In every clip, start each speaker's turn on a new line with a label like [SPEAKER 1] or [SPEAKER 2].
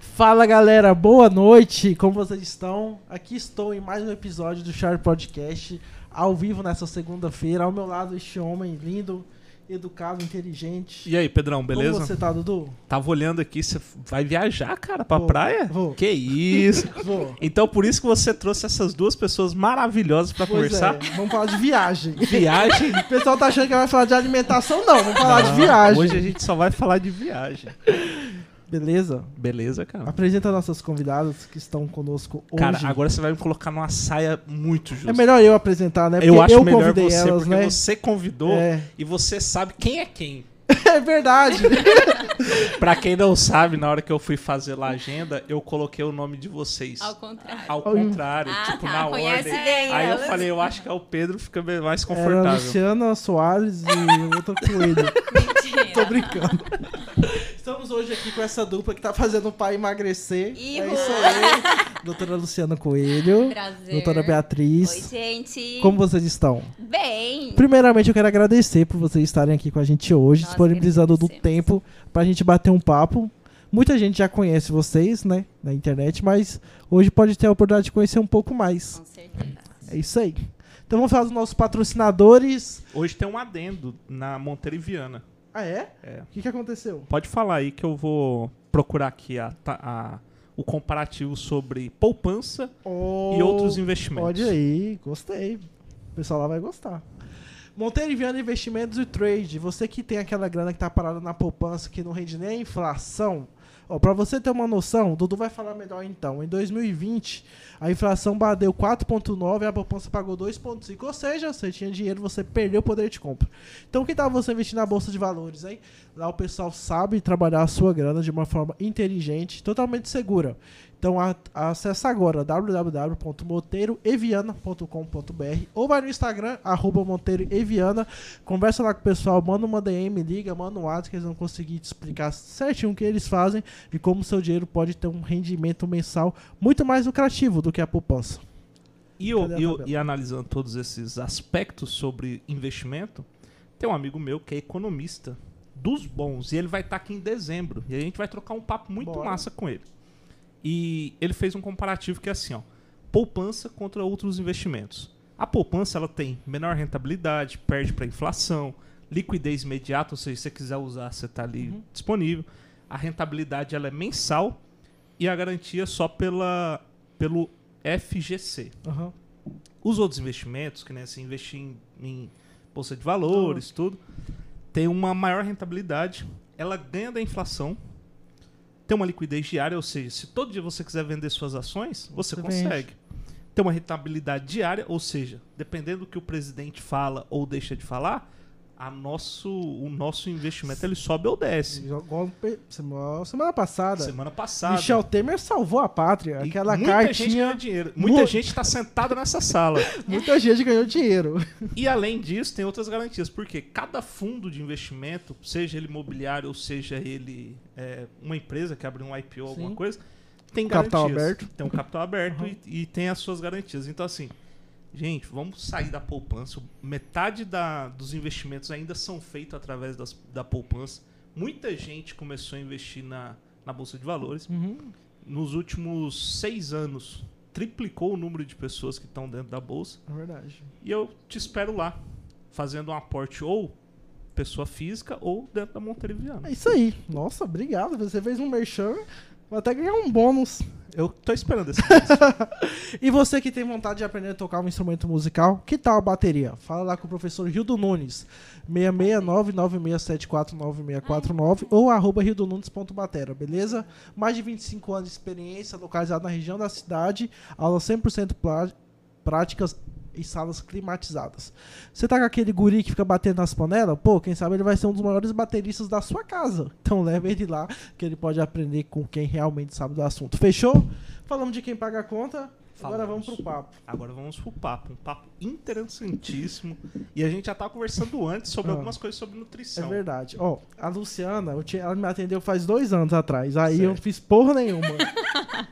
[SPEAKER 1] Fala galera, boa noite, como vocês estão? Aqui estou em mais um episódio do Sharp Podcast, ao vivo nessa segunda-feira. Ao meu lado, este homem lindo, educado, inteligente.
[SPEAKER 2] E aí, Pedrão, beleza?
[SPEAKER 1] Como você tá, Dudu?
[SPEAKER 2] Tava olhando aqui, você vai viajar, cara, pra
[SPEAKER 1] Vou,
[SPEAKER 2] praia?
[SPEAKER 1] vou.
[SPEAKER 2] Que isso!
[SPEAKER 1] Vou.
[SPEAKER 2] então, por isso que você trouxe essas duas pessoas maravilhosas pra
[SPEAKER 1] Pois
[SPEAKER 2] conversar.
[SPEAKER 1] é, vamos falar de viagem.
[SPEAKER 2] Viagem.
[SPEAKER 1] O pessoal tá achando que vai falar de alimentação, não, vamos falar de viagem.
[SPEAKER 2] Ah, Hoje a gente só vai falar de viagem.
[SPEAKER 1] Beleza?
[SPEAKER 2] Beleza, cara?
[SPEAKER 1] Apresenta nossas convidadas que estão conosco hoje.
[SPEAKER 2] Cara, agora você vai me colocar numa saia muito justa.
[SPEAKER 1] É melhor eu apresentar, né?
[SPEAKER 2] eu acho melhor
[SPEAKER 1] convidei
[SPEAKER 2] você,
[SPEAKER 1] elas,
[SPEAKER 2] porque
[SPEAKER 1] né?
[SPEAKER 2] você convidou
[SPEAKER 1] É.
[SPEAKER 2] e você sabe quem é quem.
[SPEAKER 1] É verdade.
[SPEAKER 2] Pra quem não sabe, na hora que eu fui fazer lá a agenda, eu coloquei o nome de vocês.
[SPEAKER 3] Ao contrário.
[SPEAKER 2] Ao contrário,
[SPEAKER 3] Ah,
[SPEAKER 2] tipo,
[SPEAKER 3] tá,
[SPEAKER 2] na
[SPEAKER 3] conhece
[SPEAKER 2] ordem.
[SPEAKER 3] bem
[SPEAKER 2] Aí eu
[SPEAKER 3] elas.
[SPEAKER 2] falei, eu acho que é o Pedro, fica bem mais
[SPEAKER 1] Era
[SPEAKER 2] É confortável.
[SPEAKER 1] É, Luciana Soares e outro coelho.
[SPEAKER 3] Mentira.
[SPEAKER 1] Tô brincando. Estamos hoje aqui com essa dupla que tá fazendo o pai emagrecer.
[SPEAKER 3] Ih,
[SPEAKER 1] É
[SPEAKER 3] Rô.
[SPEAKER 1] isso aí. Doutora Luciana Coelho.
[SPEAKER 3] Prazer.
[SPEAKER 1] Doutora Beatriz.
[SPEAKER 3] Oi, gente.
[SPEAKER 1] Como vocês estão?
[SPEAKER 3] Bem.
[SPEAKER 1] Primeiramente, eu quero agradecer por vocês estarem aqui com a gente hoje,
[SPEAKER 3] Nós
[SPEAKER 1] disponibilizando do
[SPEAKER 3] agradecemos.
[SPEAKER 1] tempo pra gente bater um papo. Muita gente já conhece vocês, né, na internet, mas hoje pode ter a oportunidade de conhecer um pouco mais.
[SPEAKER 3] Com certeza.
[SPEAKER 1] É isso aí. Então vamos falar dos nossos patrocinadores.
[SPEAKER 2] Hoje tem um adendo na Monteriviana.
[SPEAKER 1] Ah, é?
[SPEAKER 2] É.
[SPEAKER 1] O que, que aconteceu?
[SPEAKER 2] Pode falar aí que eu vou procurar aqui a, ta- a- o comparativo sobre poupança e outros investimentos.
[SPEAKER 1] Pode aí, gostei. O pessoal lá vai gostar. Monteiro e Viana Investimentos e Trade. Você que tem aquela grana que tá parada na poupança que não rende nem a inflação. Ó, pra você ter uma noção, o Dudu vai falar melhor então. Em 2020, a inflação bateu 4,9 e a poupança pagou 2,5. Ou seja, você tinha dinheiro, você perdeu o poder de compra. Então, que tal você investir na Bolsa de Valores, hein? Lá o pessoal sabe trabalhar a sua grana de uma forma inteligente, totalmente segura. Então, a, acessa agora www.monteiroeviana.com.br ou vai no Instagram, arroba monteiroeviana, conversa lá com o pessoal, manda uma DM, liga, manda um WhatsApp que eles vão conseguir te explicar certinho o que eles fazem e como seu dinheiro pode ter um rendimento mensal muito mais lucrativo do que a poupança.
[SPEAKER 2] E, eu-
[SPEAKER 1] Cadê a
[SPEAKER 2] e eu-
[SPEAKER 1] tabela?
[SPEAKER 2] e analisando todos esses aspectos sobre investimento, tem um amigo meu que é economista dos bons e ele vai estar aqui em dezembro e a gente vai trocar um papo muito
[SPEAKER 1] Bora.
[SPEAKER 2] massa com ele. E ele fez um comparativo que é assim, ó, poupança contra outros investimentos. A poupança ela tem menor rentabilidade, perde para inflação, liquidez imediata, ou seja, se você quiser usar, você está ali
[SPEAKER 1] Uhum.
[SPEAKER 2] disponível. A rentabilidade ela é mensal e a garantia é só pela pelo FGC,
[SPEAKER 1] Aham.
[SPEAKER 2] os outros investimentos, que nem assim, investir em, em bolsa de valores, tudo, tem uma maior rentabilidade, ela ganha da inflação, tem uma liquidez diária, ou seja, se todo dia você quiser vender suas ações, você,
[SPEAKER 1] Você vende.
[SPEAKER 2] consegue. Tem uma rentabilidade diária, ou seja, dependendo do que o presidente fala ou deixa de falar, a nosso, o nosso investimento ele sobe ou desce.
[SPEAKER 1] Igual pe- Semana, semana passada,
[SPEAKER 2] Semana passada.
[SPEAKER 1] Michel Temer salvou a pátria.
[SPEAKER 2] e
[SPEAKER 1] Aquela
[SPEAKER 2] muita gente ganhou
[SPEAKER 1] cartinha,
[SPEAKER 2] dinheiro. Muita
[SPEAKER 1] Mu-
[SPEAKER 2] gente está sentada nessa sala.
[SPEAKER 1] muita gente ganhou dinheiro.
[SPEAKER 2] E além disso, tem outras garantias, porque cada fundo de investimento, seja ele imobiliário ou seja ele é, uma empresa que abre um IPO, alguma
[SPEAKER 1] Sim.
[SPEAKER 2] coisa, tem garantias.
[SPEAKER 1] Capital aberto.
[SPEAKER 2] Tem um capital aberto e, e tem as suas garantias. Então, assim, gente, vamos sair da poupança. Metade da- dos investimentos ainda são feitos através das- da poupança. Muita gente começou a investir na, na Bolsa de Valores. Nos últimos seis anos, triplicou o número de pessoas que estão dentro da Bolsa.
[SPEAKER 1] É verdade.
[SPEAKER 2] E eu te espero lá, fazendo um aporte ou pessoa física ou dentro da Monteviana.
[SPEAKER 1] É isso aí. Nossa, obrigado. Você fez um merchan. Vou até ganhar um bônus.
[SPEAKER 2] Eu tô esperando esse
[SPEAKER 1] E você que tem vontade de aprender a tocar um instrumento musical, que tal a bateria? Fala lá com o professor Rildo Nunes, 66996749649 ou arroba rildonunes.batera, beleza? Mais de 25 anos de experiência, localizado na região da cidade, aulas 100% plá- práticas e salas climatizadas. Você tá com aquele guri que fica batendo nas panelas? Pô, quem sabe ele vai ser um dos maiores bateristas da sua casa. Então leva ele lá, que ele pode aprender com quem realmente sabe do assunto. Fechou? Falamos de quem paga a conta. Agora vamos pro
[SPEAKER 2] Falamos.
[SPEAKER 1] papo.
[SPEAKER 2] Agora vamos pro papo, um papo interessantíssimo. E a gente já tava conversando antes sobre
[SPEAKER 1] Ah.
[SPEAKER 2] algumas coisas sobre
[SPEAKER 1] É
[SPEAKER 2] nutrição.
[SPEAKER 1] verdade. Ó, a Luciana, eu tinha- ela me atendeu faz dois anos atrás. Aí eu não
[SPEAKER 2] Certo.
[SPEAKER 1] fiz porra nenhuma.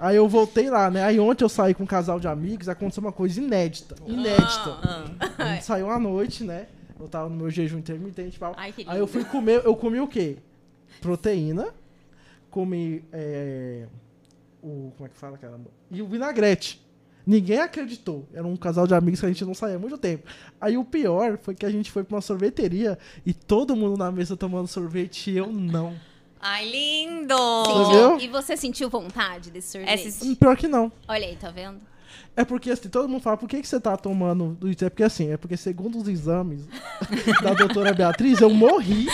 [SPEAKER 1] aí eu voltei lá, né? Aí ontem eu saí com um casal de amigos, aconteceu uma coisa inédita. Inédita.
[SPEAKER 3] Ah,
[SPEAKER 1] A gente saiu à noite, né? Eu tava no meu jejum intermitente e tal.
[SPEAKER 3] Ai, que lindo.
[SPEAKER 1] Aí eu fui comer, eu comi o quê? Proteína, comi é, o. Como é que fala, caramba? E o Vinagrete. Ninguém acreditou. Era um casal de amigos que a gente não saía há muito tempo. Aí o pior foi que a gente foi pra uma sorveteria e todo mundo na mesa tomando sorvete e eu não.
[SPEAKER 4] Ai, lindo!
[SPEAKER 1] Entendeu?
[SPEAKER 3] E você sentiu vontade desse sorvete?
[SPEAKER 4] Essa-
[SPEAKER 1] Pior que não.
[SPEAKER 3] Olha aí, tá vendo?
[SPEAKER 1] É porque assim, todo mundo fala, por que, que você tá tomando do É porque assim, é porque segundo os exames da doutora Beatriz, eu morri.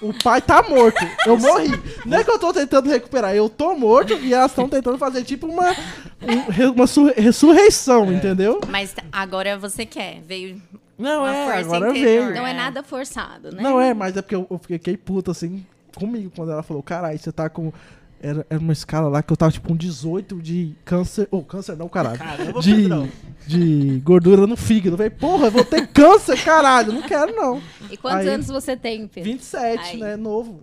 [SPEAKER 1] O pai tá morto. Eu morri. Não é que eu tô tentando recuperar, eu tô morto e elas estão tentando fazer tipo uma, um- re- uma su- ressurreição, entendeu?
[SPEAKER 4] Mas t- agora você quer. Veio.
[SPEAKER 1] Não,
[SPEAKER 4] Uma
[SPEAKER 1] é,
[SPEAKER 4] força
[SPEAKER 1] agora
[SPEAKER 4] interior,
[SPEAKER 1] veio.
[SPEAKER 3] Não é
[SPEAKER 4] É.
[SPEAKER 3] nada forçado, né?
[SPEAKER 1] Não é, mas é porque eu, eu fiquei puto assim comigo quando ela falou: caralho, você tá com. Era, era uma escala lá que eu tava tipo um 18 de câncer. Ou câncer não, caralho.
[SPEAKER 2] Caramba,
[SPEAKER 1] de,
[SPEAKER 2] Pedrão.
[SPEAKER 1] de gordura no fígado. Eu falei, porra, eu vou ter câncer, caralho. Não quero, não.
[SPEAKER 3] E quantos
[SPEAKER 1] Aí-
[SPEAKER 3] anos você tem, Pedro?
[SPEAKER 1] 27,
[SPEAKER 3] Aí.
[SPEAKER 1] né? Novo.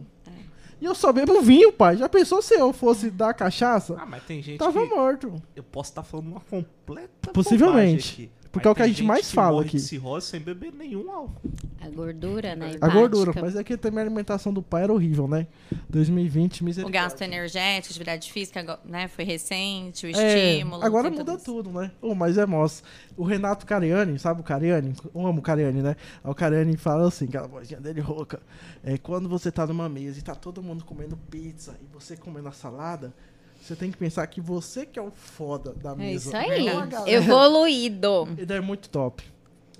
[SPEAKER 1] E eu só bebo vinho, pai. Já pensou se eu fosse dar cachaça?
[SPEAKER 2] Ah, mas tem gente
[SPEAKER 1] Tava
[SPEAKER 2] que...
[SPEAKER 1] morto.
[SPEAKER 2] Eu posso estar falando uma completa
[SPEAKER 1] Possivelmente.
[SPEAKER 2] bobagem aqui.
[SPEAKER 1] Porque é o que a
[SPEAKER 2] tem
[SPEAKER 1] gente mais
[SPEAKER 2] que
[SPEAKER 1] fala
[SPEAKER 2] morre
[SPEAKER 1] aqui.
[SPEAKER 2] De cirrose sem beber nenhum álcool.
[SPEAKER 3] A gordura, né?
[SPEAKER 1] A
[SPEAKER 3] hepática.
[SPEAKER 1] gordura. Mas é que também a alimentação do pai era horrível, né? 2020,
[SPEAKER 4] O
[SPEAKER 1] misericórdia.
[SPEAKER 4] gasto energético, atividade física, agora- né? Foi recente, o
[SPEAKER 1] É,
[SPEAKER 4] estímulo.
[SPEAKER 1] agora
[SPEAKER 4] tem
[SPEAKER 1] muda
[SPEAKER 4] isso.
[SPEAKER 1] tudo, né? Oh, mas é moça. O Renato Cariani, sabe o Cariani? Eu amo o Cariani, né? Aí O Cariani fala assim, aquela vozinha dele rouca. É, quando você tá numa mesa e tá todo mundo comendo pizza e você comendo a salada, você tem que pensar que você que é o foda da
[SPEAKER 3] É
[SPEAKER 1] mesa.
[SPEAKER 3] isso aí.
[SPEAKER 1] Não a galera.
[SPEAKER 3] Evoluído.
[SPEAKER 1] Ele é muito top.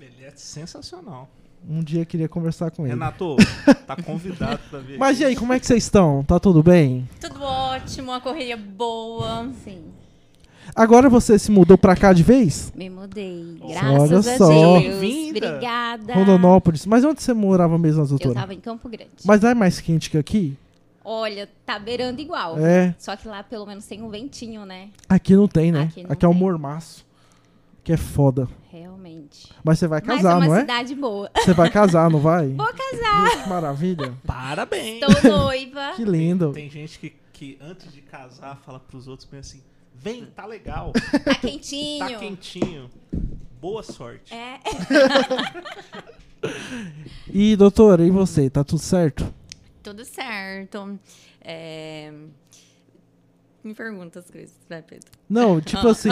[SPEAKER 2] Ele é sensacional.
[SPEAKER 1] Um dia eu queria conversar com ele.
[SPEAKER 2] Renato, tá convidado pra vir.
[SPEAKER 1] Mas
[SPEAKER 2] aqui.
[SPEAKER 1] e aí, como é que vocês estão? Tá tudo bem?
[SPEAKER 4] Tudo ótimo, a correria boa.
[SPEAKER 3] Sim.
[SPEAKER 1] Agora você se mudou pra cá de vez?
[SPEAKER 3] Me mudei.
[SPEAKER 2] Olha
[SPEAKER 3] Graças a
[SPEAKER 1] só.
[SPEAKER 3] Deus.
[SPEAKER 2] Bem-vinda.
[SPEAKER 3] Obrigada.
[SPEAKER 1] Rondonópolis. Mas onde você morava mesmo,
[SPEAKER 3] Eu
[SPEAKER 1] doutora?
[SPEAKER 3] tava em Campo Grande.
[SPEAKER 1] Mas não é mais quente que aqui?
[SPEAKER 3] Olha, tá beirando igual.
[SPEAKER 1] É.
[SPEAKER 3] Só que lá pelo menos tem um ventinho, né?
[SPEAKER 1] Aqui não tem, né? Aqui,
[SPEAKER 3] Aqui não
[SPEAKER 1] é um
[SPEAKER 3] tem.
[SPEAKER 1] mormaço. Que é foda.
[SPEAKER 3] Realmente.
[SPEAKER 1] Mas você vai
[SPEAKER 3] Mas
[SPEAKER 1] casar,
[SPEAKER 3] é uma
[SPEAKER 1] não é?
[SPEAKER 3] cidade boa.
[SPEAKER 1] Você vai casar, não vai?
[SPEAKER 3] Vou casar.
[SPEAKER 1] Viu Que maravilha.
[SPEAKER 2] Parabéns.
[SPEAKER 3] Tô noiva.
[SPEAKER 1] Que lindo.
[SPEAKER 2] Tem gente que, que antes de casar fala pros outros bem assim: vem, tá legal,
[SPEAKER 3] Tá quentinho.
[SPEAKER 2] tá quentinho. Boa sorte.
[SPEAKER 3] É.
[SPEAKER 1] E, doutora, e você? Tá tudo certo?
[SPEAKER 4] Tudo certo. É, Me pergunta as coisas, vai, Pedro.
[SPEAKER 1] Não, tipo assim.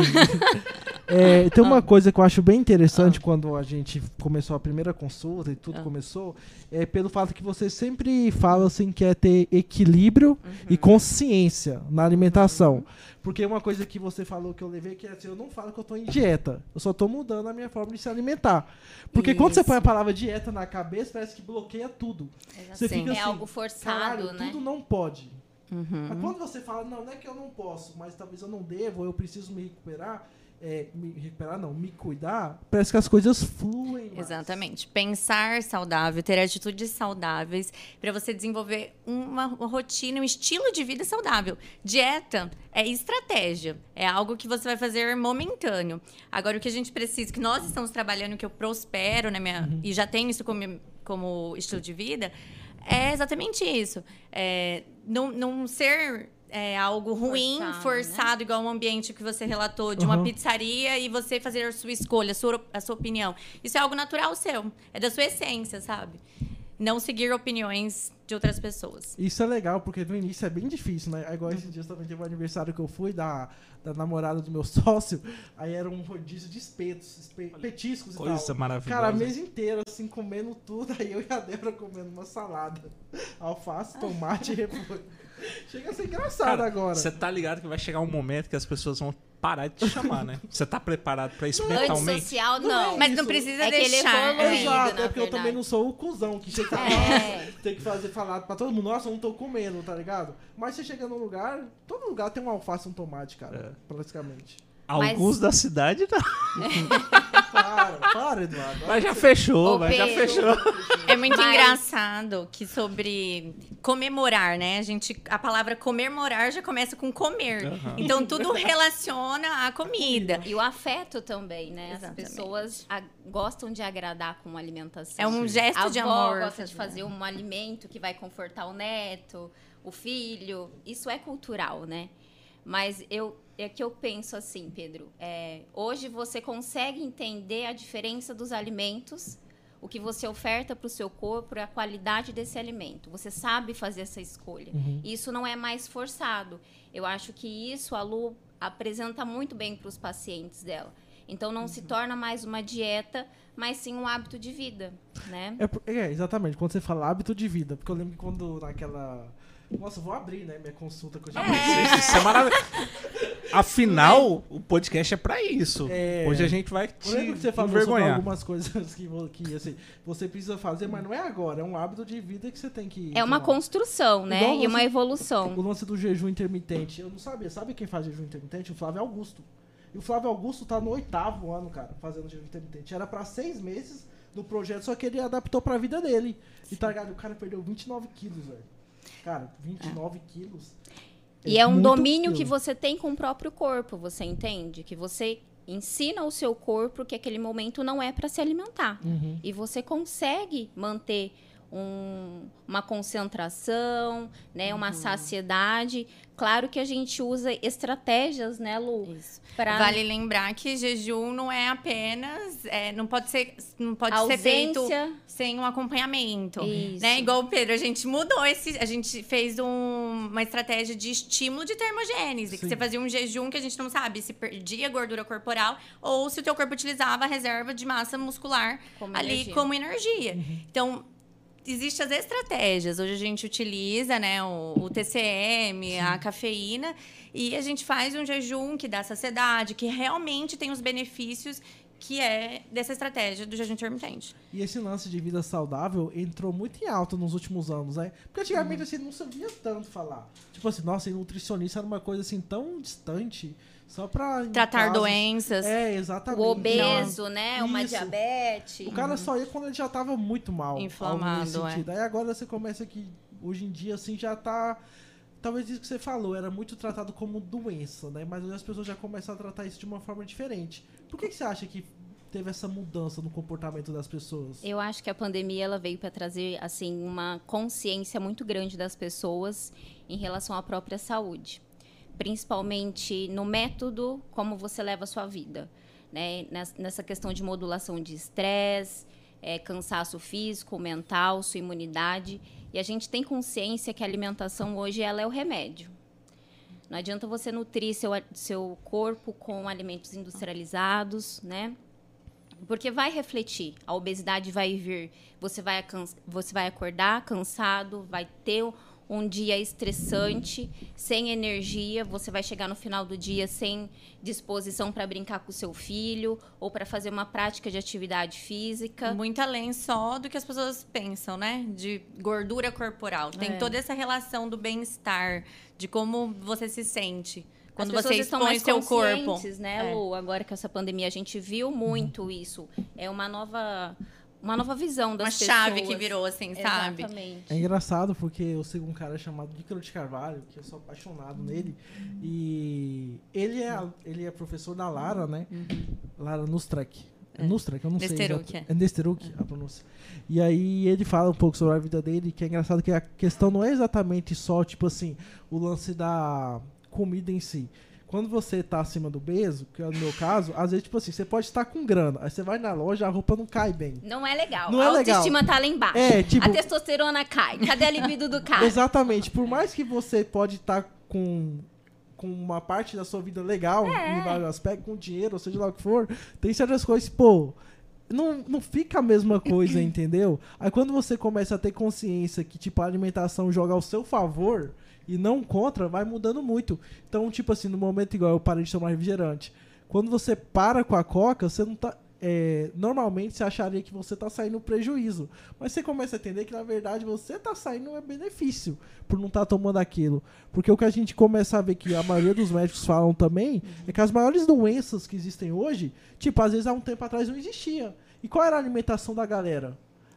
[SPEAKER 1] é, tem uma coisa que eu acho bem interessante quando a gente começou a primeira consulta e tudo começou, é pelo fato que você sempre fala assim que é ter equilíbrio e consciência na alimentação. Porque uma coisa que você falou que eu levei que é assim, eu não falo que eu tô em dieta, eu só tô mudando a minha forma de se alimentar. Porque quando você
[SPEAKER 4] Isso.
[SPEAKER 1] põe a palavra dieta na cabeça, parece que bloqueia tudo. Você
[SPEAKER 4] Sim.
[SPEAKER 1] fica assim,
[SPEAKER 3] É algo forçado,
[SPEAKER 1] Caralho,
[SPEAKER 3] né?
[SPEAKER 1] tudo não pode.
[SPEAKER 3] Uhum.
[SPEAKER 1] Mas quando você fala, não, não é que eu não posso, mas talvez eu não devo, ou eu preciso me recuperar, é, me recuperar não, me cuidar, parece que as coisas fluem. mais.
[SPEAKER 4] Exatamente. Pensar saudável, ter atitudes saudáveis para você desenvolver uma uma rotina, um estilo de vida saudável. Dieta é estratégia, é algo que você vai fazer momentâneo. Agora, o que a gente precisa, que nós estamos trabalhando, que eu prospero na minha e já tenho isso como, como estilo de vida, é exatamente isso. É, não, não ser é, algo ruim,
[SPEAKER 3] Forçado, né?
[SPEAKER 4] forçado, igual um ambiente que você relatou de uma
[SPEAKER 1] Uhum.
[SPEAKER 4] pizzaria e você fazer a sua escolha, a sua, a sua opinião. Isso é algo natural seu, é da sua essência, sabe? Não seguir opiniões de outras pessoas.
[SPEAKER 1] Isso é legal, porque no início é bem difícil, né? É Igual esses dias também teve um aniversário que eu fui da, da namorada do meu sócio, aí era um rodízio de espetos, espe- petiscos e tal.
[SPEAKER 2] Coisa maravilhosa.
[SPEAKER 1] Cara, a mesa inteira, assim, comendo tudo, aí eu e a Débora comendo uma salada. Alface, tomate e repolho. Chega a ser engraçado
[SPEAKER 2] Cara,
[SPEAKER 1] agora.
[SPEAKER 2] Você tá ligado que vai chegar um momento que as pessoas vão parar de te chamar, né? Você tá preparado pra isso mentalmente?
[SPEAKER 3] Antissocial, não.
[SPEAKER 1] é
[SPEAKER 4] Mas não
[SPEAKER 1] isso.
[SPEAKER 4] precisa
[SPEAKER 3] É que ele
[SPEAKER 4] deixar.
[SPEAKER 3] evolui.
[SPEAKER 4] né?
[SPEAKER 1] Exato,
[SPEAKER 3] na
[SPEAKER 1] é porque eu
[SPEAKER 3] verdade.
[SPEAKER 1] também não sou o cuzão que chega e fala,
[SPEAKER 3] É.
[SPEAKER 1] "Nossa, tem que fazer falar pra todo mundo, nossa, eu não tô comendo, tá ligado? Mas você chega num lugar, todo lugar tem um alface e um tomate,
[SPEAKER 2] É.
[SPEAKER 1] cara, praticamente.
[SPEAKER 2] Alguns da cidade não.
[SPEAKER 1] Para, para, Eduardo.
[SPEAKER 2] Mas já fechou,
[SPEAKER 3] Ô,
[SPEAKER 2] mas já
[SPEAKER 3] Pedro.
[SPEAKER 2] fechou.
[SPEAKER 4] É muito
[SPEAKER 3] Mas-
[SPEAKER 4] engraçado que sobre comemorar, né? A gente a palavra comemorar já começa com comer.
[SPEAKER 2] Aham.
[SPEAKER 4] Então tudo relaciona à comida.
[SPEAKER 3] E o afeto também, né?
[SPEAKER 4] Exatamente.
[SPEAKER 3] As pessoas a- gostam de agradar com alimentação.
[SPEAKER 4] É um gesto
[SPEAKER 3] a
[SPEAKER 4] de
[SPEAKER 3] avó
[SPEAKER 4] amor.
[SPEAKER 3] gosta de fazer um alimento que vai confortar o neto, o filho. Isso é cultural, né? Mas eu é que eu penso assim, Pedro. é, hoje você consegue entender a diferença dos alimentos, o que você oferta para o seu corpo é a qualidade desse alimento. Você sabe fazer essa escolha.
[SPEAKER 1] Uhum.
[SPEAKER 3] Isso não é mais forçado. Eu acho que isso a Lu apresenta muito bem para os pacientes dela. Então não
[SPEAKER 1] Uhum.
[SPEAKER 3] se torna mais uma dieta, mas sim um hábito de vida, né?
[SPEAKER 1] É, por- é, exatamente, quando você fala hábito de vida. Porque eu lembro que quando naquela. Nossa, eu vou abrir, né? Minha consulta que eu já
[SPEAKER 2] Isso, isso é maravilhoso. Afinal, o podcast é pra isso.
[SPEAKER 1] É.
[SPEAKER 2] Hoje a gente vai te
[SPEAKER 1] Eu lembro que você falou sobre
[SPEAKER 2] envergonhar.
[SPEAKER 1] algumas coisas que, vo- que assim, você precisa fazer, mas não é agora, é um hábito de vida que você tem que.
[SPEAKER 3] É uma
[SPEAKER 1] tomar.
[SPEAKER 3] construção, né?
[SPEAKER 1] Igual
[SPEAKER 3] E uma
[SPEAKER 1] você-
[SPEAKER 3] evolução.
[SPEAKER 1] O lance do jejum intermitente. Eu não sabia. Sabe quem faz jejum intermitente? O Flávio Augusto. E o Flávio Augusto tá no oitavo ano, cara, fazendo jejum intermitente. Era pra seis meses do projeto, só que ele adaptou pra vida dele. E tá ligado? O cara perdeu 29 quilos, velho. Cara, 29 quilos.
[SPEAKER 3] E é um
[SPEAKER 1] muito
[SPEAKER 3] domínio que
[SPEAKER 1] quilo.
[SPEAKER 3] você tem com o próprio corpo, você entende? Que você ensina o seu corpo que aquele momento não é para se alimentar.
[SPEAKER 1] Uhum.
[SPEAKER 3] E você consegue manter um- uma concentração, né,
[SPEAKER 1] Uhum.
[SPEAKER 3] uma saciedade. Claro que a gente usa estratégias, né, Lu?
[SPEAKER 4] Isso.
[SPEAKER 3] Pra...
[SPEAKER 4] Vale lembrar que jejum não é apenas, é, não pode ser, não pode ser feito
[SPEAKER 3] ausência.
[SPEAKER 4] sem um acompanhamento.
[SPEAKER 3] Isso.
[SPEAKER 4] Né? Igual o Pedro, a gente mudou esse. A gente fez um- uma estratégia de estímulo de termogênese. Que
[SPEAKER 1] Sim.
[SPEAKER 4] você fazia um jejum que a gente não sabe se perdia gordura corporal ou se o teu corpo utilizava a reserva de massa muscular
[SPEAKER 3] Como
[SPEAKER 4] ali
[SPEAKER 3] energia.
[SPEAKER 4] como energia. Então, existem as estratégias. Hoje a gente utiliza né, o, o TCM, a cafeína, e a gente faz um jejum que dá saciedade, que realmente tem os benefícios que é dessa estratégia do jejum intermitente.
[SPEAKER 1] E esse lance de vida saudável entrou muito em alta nos últimos anos, né? Porque antigamente, assim, não sabia tanto falar. Tipo assim, nossa, e nutricionista era uma coisa, assim, tão distante, só pra... em
[SPEAKER 4] Tratar
[SPEAKER 1] casos-
[SPEAKER 4] doenças.
[SPEAKER 1] É, exatamente.
[SPEAKER 3] O obeso, né? Uma
[SPEAKER 1] Isso.
[SPEAKER 3] diabetes.
[SPEAKER 1] O cara só ia quando ele já tava muito mal.
[SPEAKER 4] Inflamado,
[SPEAKER 1] algo nesse
[SPEAKER 4] é.
[SPEAKER 1] sentido. Aí agora você começa que, hoje em dia, assim, já tá... Talvez isso que você falou, era muito tratado como doença, né? Mas hoje as pessoas já começam a tratar isso de uma forma diferente. Por que, que você acha que teve essa mudança no comportamento das pessoas?
[SPEAKER 3] Eu acho que a pandemia ela veio para trazer assim uma consciência muito grande das pessoas em relação à própria saúde, principalmente no método como você leva a sua vida, né? Nes- Nessa questão de modulação de estresse, eh, cansaço físico, mental, sua imunidade e a gente tem consciência que a alimentação hoje ela é o remédio. Não adianta você nutrir seu, a- seu corpo com alimentos industrializados, né? Porque vai refletir, a obesidade vai vir, você vai, acan- você vai acordar cansado, vai ter um dia estressante, sem energia, você vai chegar no final do dia sem disposição para brincar com seu filho ou para fazer uma prática de atividade física.
[SPEAKER 4] Muito além só do que as pessoas pensam, né? De gordura corporal. Tem
[SPEAKER 3] É.
[SPEAKER 4] toda essa relação do bem-estar, de como você se sente quando
[SPEAKER 3] As
[SPEAKER 4] você
[SPEAKER 3] pessoas estão
[SPEAKER 4] expõe
[SPEAKER 3] mais
[SPEAKER 4] seu corpo.
[SPEAKER 3] conscientes, né,
[SPEAKER 4] É. Uhum.
[SPEAKER 3] Lu? Agora com essa pandemia a gente viu muito isso. É uma nova uma nova visão das
[SPEAKER 4] Uma
[SPEAKER 3] pessoas.
[SPEAKER 4] chave que virou, assim, sabe?
[SPEAKER 3] Exatamente.
[SPEAKER 1] É engraçado porque eu sigo um cara chamado Ícaro de Carvalho, que eu sou apaixonado nele. E ele é, a- ele é professor da Lara, né? Lara Nustrack. É. Nustrack, eu não
[SPEAKER 4] Nesteruk,
[SPEAKER 1] sei. exato. É Nesteruk a pronúncia. E aí ele fala um pouco sobre a vida dele, que é engraçado que a questão não é exatamente só, tipo assim, o lance da comida em si. Quando você tá acima do peso, que é o meu caso, às vezes, tipo assim, você pode estar com grana, aí você vai na loja, a roupa não cai bem.
[SPEAKER 3] Não é legal.
[SPEAKER 1] Não é
[SPEAKER 3] a
[SPEAKER 1] legal.
[SPEAKER 3] autoestima tá lá embaixo.
[SPEAKER 1] É, tipo-
[SPEAKER 3] A testosterona cai. Cadê a libido do cara?
[SPEAKER 1] Exatamente. Por mais que você pode estar com, com uma parte da sua vida legal, em vários aspectos, com dinheiro, ou seja lá o que for, tem certas coisas, pô, não, não fica a mesma coisa, entendeu? Aí quando você começa a ter consciência que, tipo, a alimentação joga ao seu favor e não contra, vai mudando muito. Então, tipo assim, no momento igual eu parei de tomar refrigerante. Quando você para com a coca, você não tá. é, normalmente você acharia que você tá saindo prejuízo. Mas você começa a entender que, na verdade, você tá saindo é benefício por não estar tomando aquilo. Porque o que a gente começa a ver que a maioria dos médicos falam também é que as maiores doenças que existem hoje, tipo, às vezes há um tempo atrás não existia. E qual era a alimentação da galera?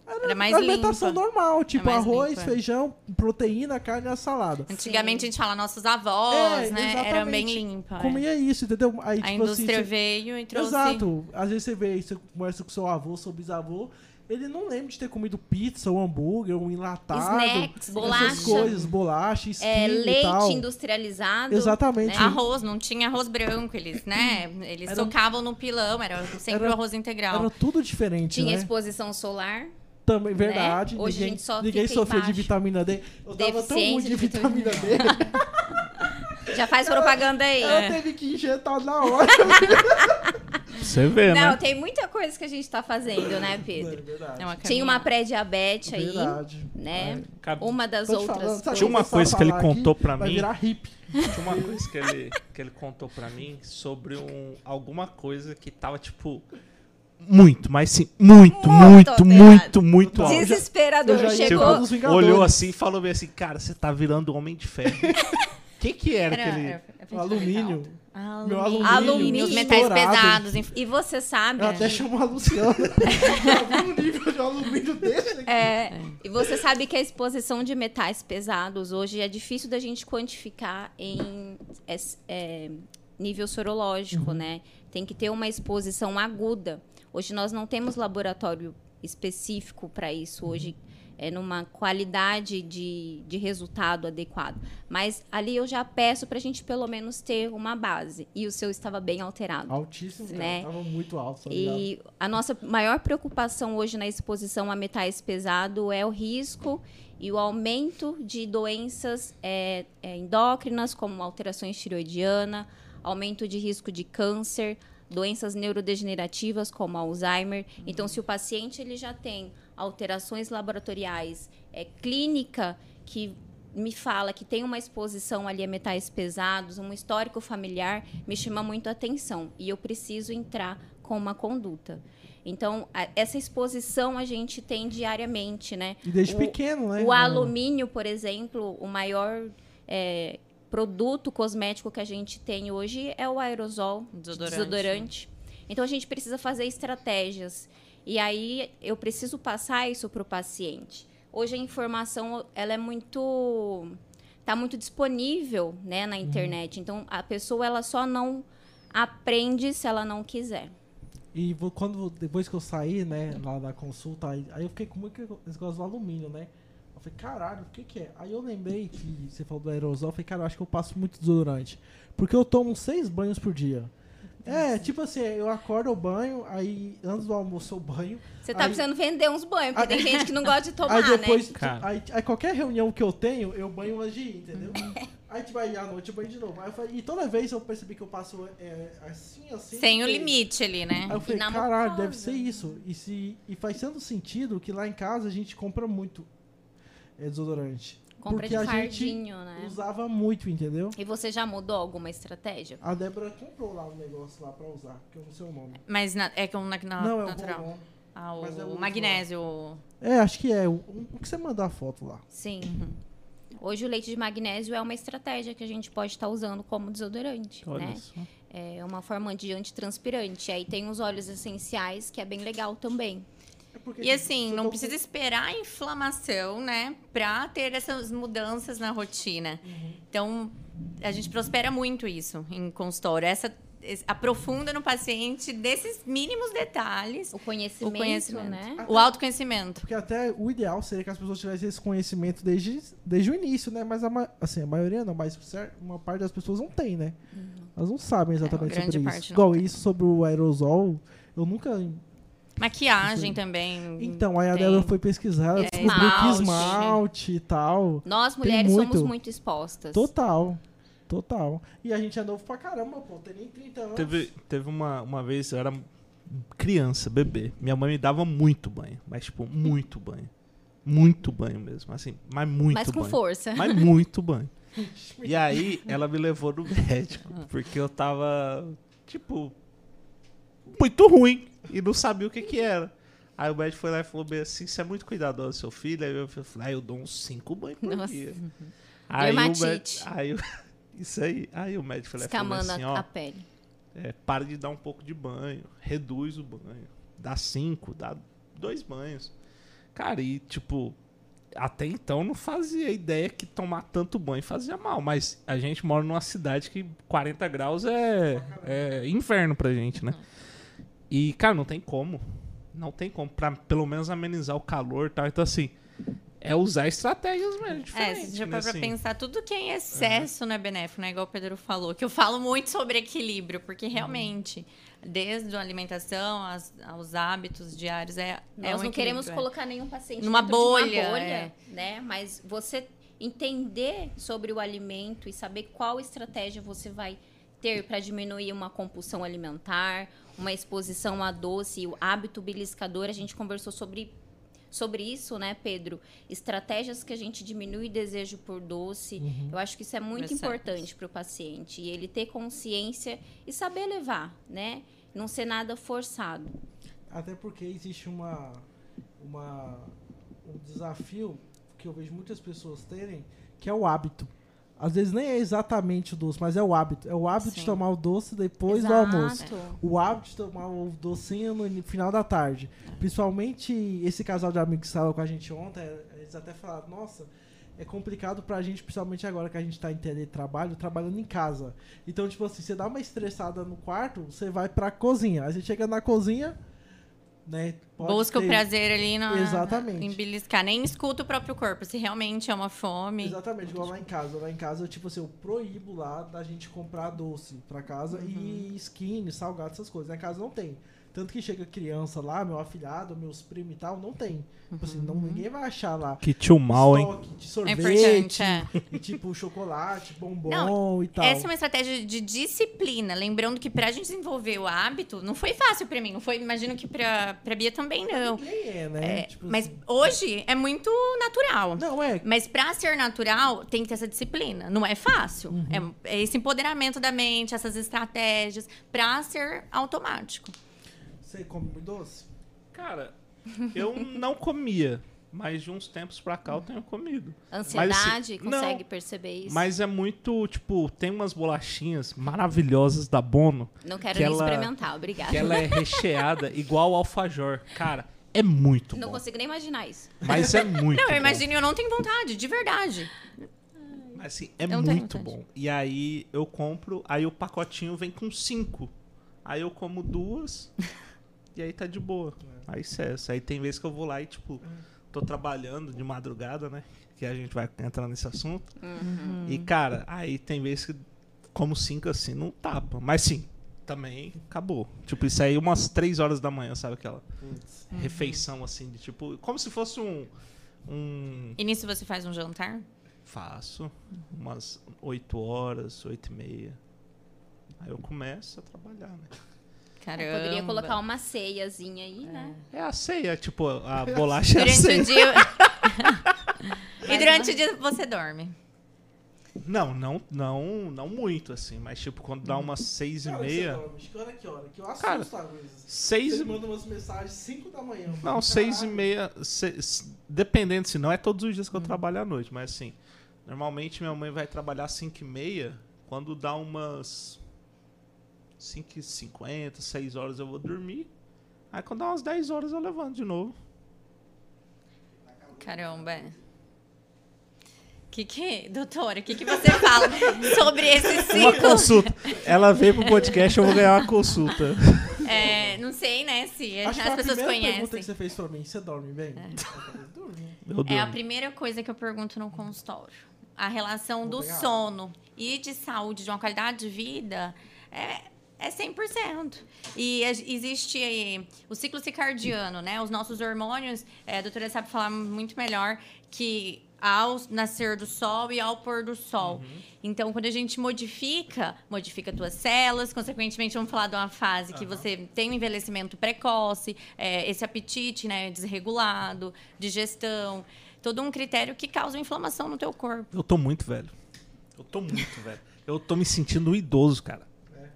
[SPEAKER 4] Era mais
[SPEAKER 1] a alimentação
[SPEAKER 4] limpa. É
[SPEAKER 1] normal, tipo
[SPEAKER 4] mais
[SPEAKER 1] arroz,
[SPEAKER 4] limpa.
[SPEAKER 1] feijão, proteína, carne e a salada.
[SPEAKER 4] Antigamente
[SPEAKER 3] Sim.
[SPEAKER 4] a gente fala nossos avós,
[SPEAKER 1] É,
[SPEAKER 4] né? Era bem
[SPEAKER 1] exatamente.
[SPEAKER 4] limpa. é.
[SPEAKER 1] Comia isso, entendeu? Aí,
[SPEAKER 4] A
[SPEAKER 1] tipo assim,
[SPEAKER 4] indústria
[SPEAKER 1] você-
[SPEAKER 3] Então,
[SPEAKER 4] veio e trouxe.
[SPEAKER 1] Exato. Às vezes você vê, você conversa com seu avô, seu bisavô, Ele não lembra de ter comido pizza ou hambúrguer ou enlatado.
[SPEAKER 3] Snacks,
[SPEAKER 1] Essas
[SPEAKER 3] bolacha.
[SPEAKER 1] coisas, bolacha, skin
[SPEAKER 3] É,
[SPEAKER 1] e tal.
[SPEAKER 3] leite né? industrializado.
[SPEAKER 1] Exatamente.
[SPEAKER 4] né? Arroz, não tinha arroz branco, eles, né? Eles
[SPEAKER 1] Tipo- Hum. Era- um-
[SPEAKER 4] socavam no pilão, era sempre
[SPEAKER 1] Era-
[SPEAKER 4] o arroz integral.
[SPEAKER 1] Era um- tudo diferente,
[SPEAKER 3] Tinha
[SPEAKER 1] né?
[SPEAKER 3] exposição solar.
[SPEAKER 1] Também, verdade.
[SPEAKER 3] Hoje a
[SPEAKER 1] ninguém
[SPEAKER 3] gente só
[SPEAKER 1] ninguém
[SPEAKER 3] fica
[SPEAKER 1] sofria de
[SPEAKER 3] embaixo.
[SPEAKER 1] vitamina D. Eu tava tão ruim de
[SPEAKER 3] Deficiência de
[SPEAKER 1] vitamina D.
[SPEAKER 3] Já faz propaganda aí. É.
[SPEAKER 1] Eu teve que injetar na hora.
[SPEAKER 2] Você vê,
[SPEAKER 3] Não,
[SPEAKER 2] né?
[SPEAKER 3] tem muita coisa que a gente tá fazendo, né, Pedro?
[SPEAKER 1] verdade.
[SPEAKER 4] É
[SPEAKER 3] Tinha
[SPEAKER 4] uma caminhada.
[SPEAKER 3] uma pré-diabetes aí,
[SPEAKER 1] Verdade.
[SPEAKER 3] né?
[SPEAKER 2] Cara,
[SPEAKER 3] Uma das
[SPEAKER 1] Tô te
[SPEAKER 3] outras
[SPEAKER 1] falando, sabe,
[SPEAKER 2] Tinha uma
[SPEAKER 1] começar a
[SPEAKER 2] coisa que ele
[SPEAKER 1] falar
[SPEAKER 2] contou
[SPEAKER 1] aqui,
[SPEAKER 2] pra
[SPEAKER 1] vai
[SPEAKER 2] mim.
[SPEAKER 1] virar hippie.
[SPEAKER 2] Tinha uma coisa que ele, que ele contou pra mim sobre um, alguma coisa que tava, tipo, muito, mas sim, muito,
[SPEAKER 3] Muito
[SPEAKER 2] muito, muito, muito,
[SPEAKER 3] alterado.
[SPEAKER 2] alto.
[SPEAKER 3] Desesperador.
[SPEAKER 1] Eu já ia
[SPEAKER 3] Chegou.
[SPEAKER 1] falar dos
[SPEAKER 2] Tipo,
[SPEAKER 1] Vingadores.
[SPEAKER 2] olhou assim e falou bem assim, cara, você tá virando homem de ferro. O
[SPEAKER 3] É.
[SPEAKER 2] assim, que que era,
[SPEAKER 1] O
[SPEAKER 2] aquele...
[SPEAKER 1] um alumínio. Meu
[SPEAKER 4] Alumínio.
[SPEAKER 1] alumínio.
[SPEAKER 4] alumínio. Os metais
[SPEAKER 1] estourado.
[SPEAKER 4] pesados. enfim.
[SPEAKER 3] E você sabe.
[SPEAKER 1] Eu até chamo a Luciana. Já vi um nível de alumínio desse aqui.
[SPEAKER 3] É, e você sabe que a exposição de metais pesados hoje é difícil da gente quantificar em es- é, nível sorológico, né? Tem que ter uma exposição aguda. Hoje nós não temos laboratório específico para isso. Hoje é numa qualidade de, de resultado adequado. Mas ali eu já peço para a gente pelo menos ter uma base. E o seu estava bem alterado.
[SPEAKER 1] Altíssimo, cara.
[SPEAKER 3] Né?
[SPEAKER 1] Tava muito alto, tá ligado?
[SPEAKER 3] E a nossa maior preocupação hoje na exposição a metais pesados é o risco e o aumento de doenças eh, eh, endócrinas, como alterações tiroidiana, aumento de risco de câncer, doenças neurodegenerativas, como Alzheimer. Então, se o paciente ele já tem alterações laboratoriais eh, clínica que me fala que tem uma exposição ali a metais pesados, um histórico familiar, me chama muito a atenção e eu preciso entrar com uma conduta. Então, a- essa exposição a gente tem diariamente, né?
[SPEAKER 1] E desde
[SPEAKER 3] o-
[SPEAKER 1] pequeno, né?
[SPEAKER 3] O alumínio, por exemplo, o maior é, produto cosmético que a gente tem hoje é o aerosol
[SPEAKER 4] Desodorante.
[SPEAKER 3] desodorante. Então a gente precisa fazer estratégias. E aí eu preciso passar isso para o paciente. Hoje a informação ela é muito tá muito disponível, né, na internet. Então a pessoa ela só não aprende se ela não quiser.
[SPEAKER 1] E vo- quando, depois que eu saí, né, lá da consulta, aí, aí eu fiquei com muito esse negócio do alumínio, né? Eu falei, caralho, o que que é? Aí eu lembrei que você falou do aerosol, eu falei, cara, eu acho que eu passo muito desodorante. Porque eu tomo seis banhos por dia. É, tipo assim, eu acordo, eu banho, aí antes do almoço eu banho.
[SPEAKER 3] Você tá
[SPEAKER 1] Aí-
[SPEAKER 3] precisando vender uns banhos, porque tem gente que não gosta de tomar,
[SPEAKER 1] aí depois,
[SPEAKER 3] né?
[SPEAKER 2] Cara.
[SPEAKER 1] aí, aí qualquer reunião que eu tenho, eu banho antes de ir, entendeu? aí tipo, aí à noite eu banho de novo. Aí eu falei, e toda vez eu percebi que eu passo é, assim, assim.
[SPEAKER 4] Sem o
[SPEAKER 1] e-
[SPEAKER 4] limite ali, né?
[SPEAKER 1] Aí eu falei,
[SPEAKER 3] Inamovível.
[SPEAKER 1] caralho, deve ser isso. E, se, e faz tanto sentido que lá em casa a gente compra muito é, desodorante.
[SPEAKER 3] Compra
[SPEAKER 1] porque
[SPEAKER 3] de
[SPEAKER 1] a gente
[SPEAKER 3] fardinho, né?
[SPEAKER 1] usava muito, entendeu?
[SPEAKER 3] E você já mudou alguma estratégia?
[SPEAKER 1] A Débora comprou lá um negócio lá pra usar, que eu não sei o nome.
[SPEAKER 4] Mas na- é que um na, na,
[SPEAKER 1] não, é o
[SPEAKER 4] natural.
[SPEAKER 1] Bolon.
[SPEAKER 4] Ah, o
[SPEAKER 1] Mas é o
[SPEAKER 4] magnésio.
[SPEAKER 1] É, acho que é. O, o que você mandou a foto lá?
[SPEAKER 3] Sim. Uhum. Hoje o leite de magnésio é uma estratégia que a gente pode estar usando como desodorante,
[SPEAKER 2] Olha
[SPEAKER 3] né?
[SPEAKER 2] só.
[SPEAKER 3] É uma forma de antitranspirante. Aí tem os óleos essenciais, que é bem legal também.
[SPEAKER 1] É porque
[SPEAKER 4] E
[SPEAKER 1] se-
[SPEAKER 4] assim,
[SPEAKER 1] se eu
[SPEAKER 4] não
[SPEAKER 1] tô
[SPEAKER 4] precisa esperar a inflamação, né? Pra ter essas mudanças na rotina.
[SPEAKER 1] Uhum.
[SPEAKER 4] Então, a gente prospera muito isso em consultório. Essa es- aprofunda no paciente desses mínimos detalhes
[SPEAKER 3] O conhecimento,
[SPEAKER 4] o conhecimento,
[SPEAKER 3] né?
[SPEAKER 4] o autoconhecimento.
[SPEAKER 1] Porque até o ideal seria que as pessoas tivessem esse conhecimento desde, desde o início, né? Mas a, ma- assim, a maioria não, mas cer- uma parte das pessoas não tem, né? Elas não sabem exatamente
[SPEAKER 4] Uhum. É, grande
[SPEAKER 1] sobre
[SPEAKER 4] parte
[SPEAKER 1] isso.
[SPEAKER 4] não
[SPEAKER 1] Igual
[SPEAKER 4] tem.
[SPEAKER 1] isso sobre o aerosol, eu nunca.
[SPEAKER 4] Maquiagem também.
[SPEAKER 1] Então, aí a
[SPEAKER 4] Hum, tem. É,
[SPEAKER 1] Débora foi pesquisar, ela descobriu que
[SPEAKER 4] esmalte.
[SPEAKER 1] esmalte e tal.
[SPEAKER 3] Nós,
[SPEAKER 1] Tem
[SPEAKER 3] mulheres, somos
[SPEAKER 1] muito.
[SPEAKER 3] muito expostas.
[SPEAKER 1] Total. Total. E a gente é novo pra caramba, pô. Tem nem 30 anos.
[SPEAKER 2] Teve, teve uma, uma vez, eu era criança, bebê. Minha mãe me dava muito banho. Mas, tipo, muito banho. Muito banho mesmo. Assim, mas muito
[SPEAKER 3] mas com
[SPEAKER 2] banho.
[SPEAKER 3] força.
[SPEAKER 2] Mas muito banho. E aí, ela me levou no médico.
[SPEAKER 3] Ah.
[SPEAKER 2] Porque eu tava, tipo, muito ruim. E não sabia o que que era. Aí o médico foi lá e falou bem assim, você é muito cuidadoso, seu filho. Aí eu falei, ah, eu dou uns cinco banhos por
[SPEAKER 3] Nossa. Uhum.
[SPEAKER 2] dia. o médico,
[SPEAKER 3] Dermatite.
[SPEAKER 2] aí, o- isso aí. Aí o médico foi lá e falou bem
[SPEAKER 3] Escamando
[SPEAKER 2] assim,
[SPEAKER 3] a-
[SPEAKER 2] ó...
[SPEAKER 3] a pele.
[SPEAKER 2] É, para de dar um pouco de banho, reduz o banho, dá cinco, dá dois banhos. Cara, e tipo, até então não fazia ideia que tomar tanto banho fazia mal, mas a gente mora numa cidade que 40 graus é, é inferno pra gente, né? E, cara, não tem como. não tem como, pra pelo menos amenizar o calor e tal. Então, assim, é usar estratégias mesmo.
[SPEAKER 4] É,
[SPEAKER 2] diferentes,
[SPEAKER 4] se já
[SPEAKER 2] né,
[SPEAKER 4] for pra
[SPEAKER 2] assim.
[SPEAKER 4] pensar, tudo que é em excesso não é benéfico, né? Igual o Pedro falou, que eu falo muito sobre equilíbrio,
[SPEAKER 1] Uhum.
[SPEAKER 4] porque realmente, desde a alimentação as- aos hábitos diários, é,
[SPEAKER 3] Nós
[SPEAKER 4] é um
[SPEAKER 3] não queremos
[SPEAKER 4] equilíbrio, é.
[SPEAKER 3] colocar nenhum paciente
[SPEAKER 4] Numa
[SPEAKER 3] dentro de uma
[SPEAKER 4] bolha,
[SPEAKER 3] bolha,
[SPEAKER 4] é.
[SPEAKER 3] né? Mas você entender sobre o alimento e saber qual estratégia você vai ter para diminuir uma compulsão alimentar, uma exposição a doce, o hábito beliscador, a gente conversou sobre sobre isso, né, Pedro? Estratégias que a gente diminui desejo por doce.
[SPEAKER 4] Uhum.
[SPEAKER 3] Eu acho que isso é muito
[SPEAKER 4] Exato.
[SPEAKER 3] importante para o paciente e ele ter consciência e saber levar, né? Não ser nada forçado.
[SPEAKER 1] Até porque existe uma, uma um desafio que eu vejo muitas pessoas terem, que é o hábito. Às vezes nem é exatamente o doce, mas é o hábito. É o hábito de
[SPEAKER 4] Sim.
[SPEAKER 1] tomar o doce depois do almoço. O hábito de tomar o docinho no ini- final da tarde. Principalmente esse casal de amigos que estava com a gente ontem, é, eles até falaram, nossa, é complicado pra gente, principalmente agora que a gente tá em teletrabalho, trabalhando em casa. Então, tipo assim, você dá uma estressada no quarto, você vai pra cozinha. Aí você chega na cozinha, né? pode
[SPEAKER 4] Busca o
[SPEAKER 1] ter-
[SPEAKER 4] prazer ali na,
[SPEAKER 1] Exatamente.
[SPEAKER 4] em beliscar. Nem escuta o próprio corpo, se realmente é uma fome.
[SPEAKER 1] Exatamente, igual lá em casa. Lá em casa, eu, tipo assim, eu proíbo lá da gente comprar doce pra casa e
[SPEAKER 4] Uhum.
[SPEAKER 1] skin, salgado, essas coisas. Na casa não tem. Tanto que chega criança lá, meu afilhado, meus primos e tal, não tem. Tipo assim,
[SPEAKER 4] Uhum.
[SPEAKER 1] não, ninguém vai achar lá.
[SPEAKER 2] Que tio mal, hein?
[SPEAKER 1] estoque de
[SPEAKER 4] É
[SPEAKER 1] sorvete,
[SPEAKER 4] importante, é.
[SPEAKER 1] e tipo chocolate, bombom e tal.
[SPEAKER 4] Essa é uma estratégia de disciplina. Lembrando que pra gente desenvolver o hábito, não foi fácil pra mim. Não foi, imagino que pra, pra Bia também não.
[SPEAKER 1] Ninguém é, né?
[SPEAKER 4] É,
[SPEAKER 1] Tipo
[SPEAKER 4] mas
[SPEAKER 1] assim.
[SPEAKER 4] hoje é muito natural.
[SPEAKER 1] Não, é.
[SPEAKER 4] Mas pra ser natural, tem que ter essa disciplina. Não é fácil.
[SPEAKER 1] Uhum.
[SPEAKER 4] É, é esse empoderamento da mente, essas estratégias, pra ser automático.
[SPEAKER 1] Você come muito doce?
[SPEAKER 2] Cara, eu não comia, mas de uns tempos pra cá eu tenho comido.
[SPEAKER 3] Ansiedade,
[SPEAKER 2] Mas, assim,
[SPEAKER 3] consegue
[SPEAKER 2] não.
[SPEAKER 3] perceber isso?
[SPEAKER 2] Mas é muito, tipo, tem umas bolachinhas maravilhosas da Bono,
[SPEAKER 3] não quero
[SPEAKER 2] que
[SPEAKER 3] nem
[SPEAKER 2] ela-
[SPEAKER 3] experimentar, obrigada.
[SPEAKER 2] que ela é recheada igual alfajor. Cara, é muito
[SPEAKER 3] Não
[SPEAKER 2] bom.
[SPEAKER 3] consigo nem imaginar isso.
[SPEAKER 2] Mas é muito
[SPEAKER 4] Não, eu
[SPEAKER 2] bom.
[SPEAKER 4] imagino, eu não tenho vontade, de verdade.
[SPEAKER 2] Mas, Assim, é
[SPEAKER 4] Eu não tenho
[SPEAKER 2] muito
[SPEAKER 4] vontade.
[SPEAKER 2] bom. E aí eu compro, aí o pacotinho vem com cinco. Aí eu como duas, e aí tá de boa. Aí cessa. Aí tem vezes que eu vou lá e, tipo, tô trabalhando de madrugada, né? Que a gente vai entrar nesse assunto.
[SPEAKER 4] Uhum.
[SPEAKER 2] E, cara, aí tem vezes que como cinco assim, não tapa. Mas sim, também acabou. Tipo, isso aí umas três horas da manhã, sabe aquela
[SPEAKER 1] Putz.
[SPEAKER 4] Uhum.
[SPEAKER 2] refeição assim, de tipo, como se fosse um. Um
[SPEAKER 4] E nisso você faz um jantar?
[SPEAKER 2] Faço umas 8 horas, 8 e meia. Aí eu começo a trabalhar, né?
[SPEAKER 4] Caramba.
[SPEAKER 3] Eu poderia colocar uma ceiazinha aí, né?
[SPEAKER 2] É a ceia, tipo, a bolacha é a
[SPEAKER 4] Durante
[SPEAKER 2] ceia.
[SPEAKER 4] o dia. e durante o dia você dorme.
[SPEAKER 2] Não, não, não, não muito, assim, mas tipo, quando dá umas 6
[SPEAKER 1] Que
[SPEAKER 2] e
[SPEAKER 1] hora que
[SPEAKER 2] meia.
[SPEAKER 1] você dorme? De Que hora que hora? Que eu assusto
[SPEAKER 2] Cara,
[SPEAKER 1] às vezes.
[SPEAKER 2] 6
[SPEAKER 1] Você
[SPEAKER 2] e
[SPEAKER 1] manda umas mensagens 5 da manhã.
[SPEAKER 2] Não, 6 e
[SPEAKER 1] Caralho.
[SPEAKER 2] meia. seis- dependendo, se não é todos os dias que eu trabalho à noite, mas assim, normalmente minha mãe vai trabalhar 5 e meia. Quando dá umas 5 e 50, 6 horas eu vou dormir. Aí quando dá umas 10 horas eu levanto de novo.
[SPEAKER 4] Caramba. é. Que que, doutora, o que, que você fala sobre esse
[SPEAKER 2] Uma
[SPEAKER 4] ciclo?
[SPEAKER 2] consulta. Ela veio pro podcast, eu vou ganhar uma consulta.
[SPEAKER 4] É, não sei, né, se
[SPEAKER 1] Acho que
[SPEAKER 4] as
[SPEAKER 1] foi a
[SPEAKER 4] pessoas
[SPEAKER 1] primeira pergunta
[SPEAKER 4] conhecem.
[SPEAKER 1] que você fez pra mim. Você dorme bem? Eu durmo.
[SPEAKER 2] Eu
[SPEAKER 4] É a
[SPEAKER 2] durmo.
[SPEAKER 4] primeira coisa que eu pergunto no consultório. A relação
[SPEAKER 1] Vou
[SPEAKER 4] do
[SPEAKER 1] pegar.
[SPEAKER 4] sono e de saúde, de uma qualidade de vida, é, é 100%. E a- existe eh, o ciclo circadiano, né? Os nossos hormônios, eh, a doutora sabe falar muito melhor, que ao nascer do sol e ao pôr do sol. Então, quando a gente modifica, modifica tuas células, consequentemente, vamos falar de uma fase que você tem um envelhecimento precoce, eh, esse apetite né, desregulado, digestão, todo um critério que causa inflamação no teu corpo.
[SPEAKER 2] Eu tô muito velho. Eu tô muito velho. Eu tô me sentindo um idoso, cara.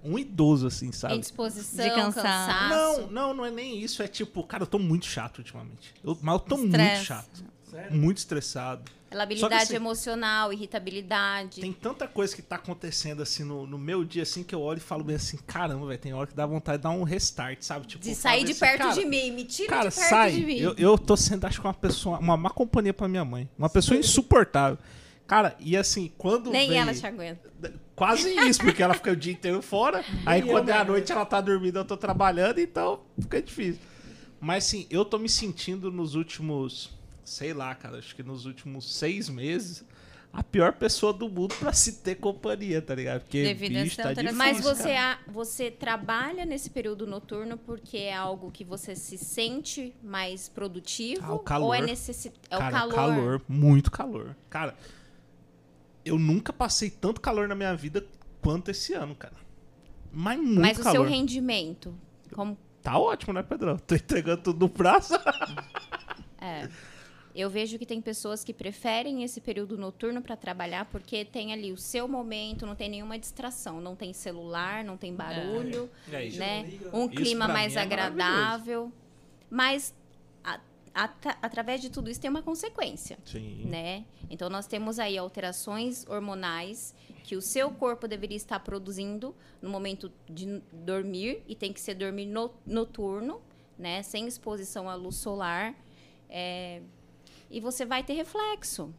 [SPEAKER 2] Um idoso, assim, sabe?
[SPEAKER 3] Indisposição,
[SPEAKER 4] É. De cansaço.
[SPEAKER 2] Não,
[SPEAKER 3] cansaço.
[SPEAKER 2] não, não é nem isso. É tipo, cara, eu tô muito chato ultimamente. Eu, mas eu tô muito
[SPEAKER 4] Estresse.
[SPEAKER 2] chato.
[SPEAKER 3] É.
[SPEAKER 1] Sério?
[SPEAKER 2] Muito estressado.
[SPEAKER 3] Habilidade
[SPEAKER 2] assim-
[SPEAKER 3] emocional, irritabilidade.
[SPEAKER 2] Tem tanta coisa que tá acontecendo assim no, no meu dia assim que eu olho e falo bem assim, caramba, velho, tem hora que dá vontade de dar um restart, sabe? Tipo,
[SPEAKER 3] De
[SPEAKER 2] eu
[SPEAKER 3] sair
[SPEAKER 2] falo
[SPEAKER 3] de
[SPEAKER 2] assim,
[SPEAKER 3] perto
[SPEAKER 2] cara,
[SPEAKER 3] de mim, me tira
[SPEAKER 2] Cara,
[SPEAKER 3] de perto
[SPEAKER 2] sai.
[SPEAKER 3] de mim.
[SPEAKER 2] Eu, eu tô sendo, acho que uma pessoa, uma má companhia pra minha mãe. Uma pessoa insuportável. Cara, e assim, quando.
[SPEAKER 3] Nem
[SPEAKER 2] vem-
[SPEAKER 3] ela te aguenta.
[SPEAKER 2] Quase isso, porque ela fica o dia inteiro fora. aí quando é a noite ela tá dormindo, eu tô trabalhando, então fica difícil. Mas sim, eu tô me sentindo nos últimos, sei lá, cara, acho que nos últimos seis meses, a pior pessoa do mundo pra se ter companhia, tá ligado? Porque
[SPEAKER 4] Devido a
[SPEAKER 2] bicho,
[SPEAKER 4] essa
[SPEAKER 2] tá difícil,
[SPEAKER 4] alteração.
[SPEAKER 3] Mas
[SPEAKER 4] Mas Difícil,
[SPEAKER 3] você, a- você trabalha nesse período noturno porque é algo que você se sente mais produtivo?
[SPEAKER 2] Ah, o calor.
[SPEAKER 3] Ou é necessidade? É
[SPEAKER 2] cara,
[SPEAKER 3] o calor.
[SPEAKER 2] muito calor. Cara, eu nunca passei tanto calor na minha vida quanto esse ano, cara. Mas muito
[SPEAKER 3] Mas o seu
[SPEAKER 2] calor.
[SPEAKER 3] rendimento. Como,
[SPEAKER 2] Tá ótimo, né, Pedrão? Tô entregando tudo no prazo.
[SPEAKER 3] é. Eu vejo que tem pessoas que preferem esse período noturno para trabalhar porque tem ali o seu momento, não tem nenhuma distração, não tem celular, não tem barulho.
[SPEAKER 2] É
[SPEAKER 3] né?
[SPEAKER 1] liga.
[SPEAKER 3] Um
[SPEAKER 2] Isso
[SPEAKER 3] clima
[SPEAKER 2] pra
[SPEAKER 3] mais
[SPEAKER 2] mim é
[SPEAKER 3] agradável. Mas a- ata- através de tudo isso tem uma consequência,
[SPEAKER 2] Sim.
[SPEAKER 3] né? Então nós temos aí alterações hormonais que o seu corpo deveria estar produzindo no momento de n- dormir e tem que ser dormir no- noturno, né? Sem exposição à luz solar. É, E você vai ter reflexo.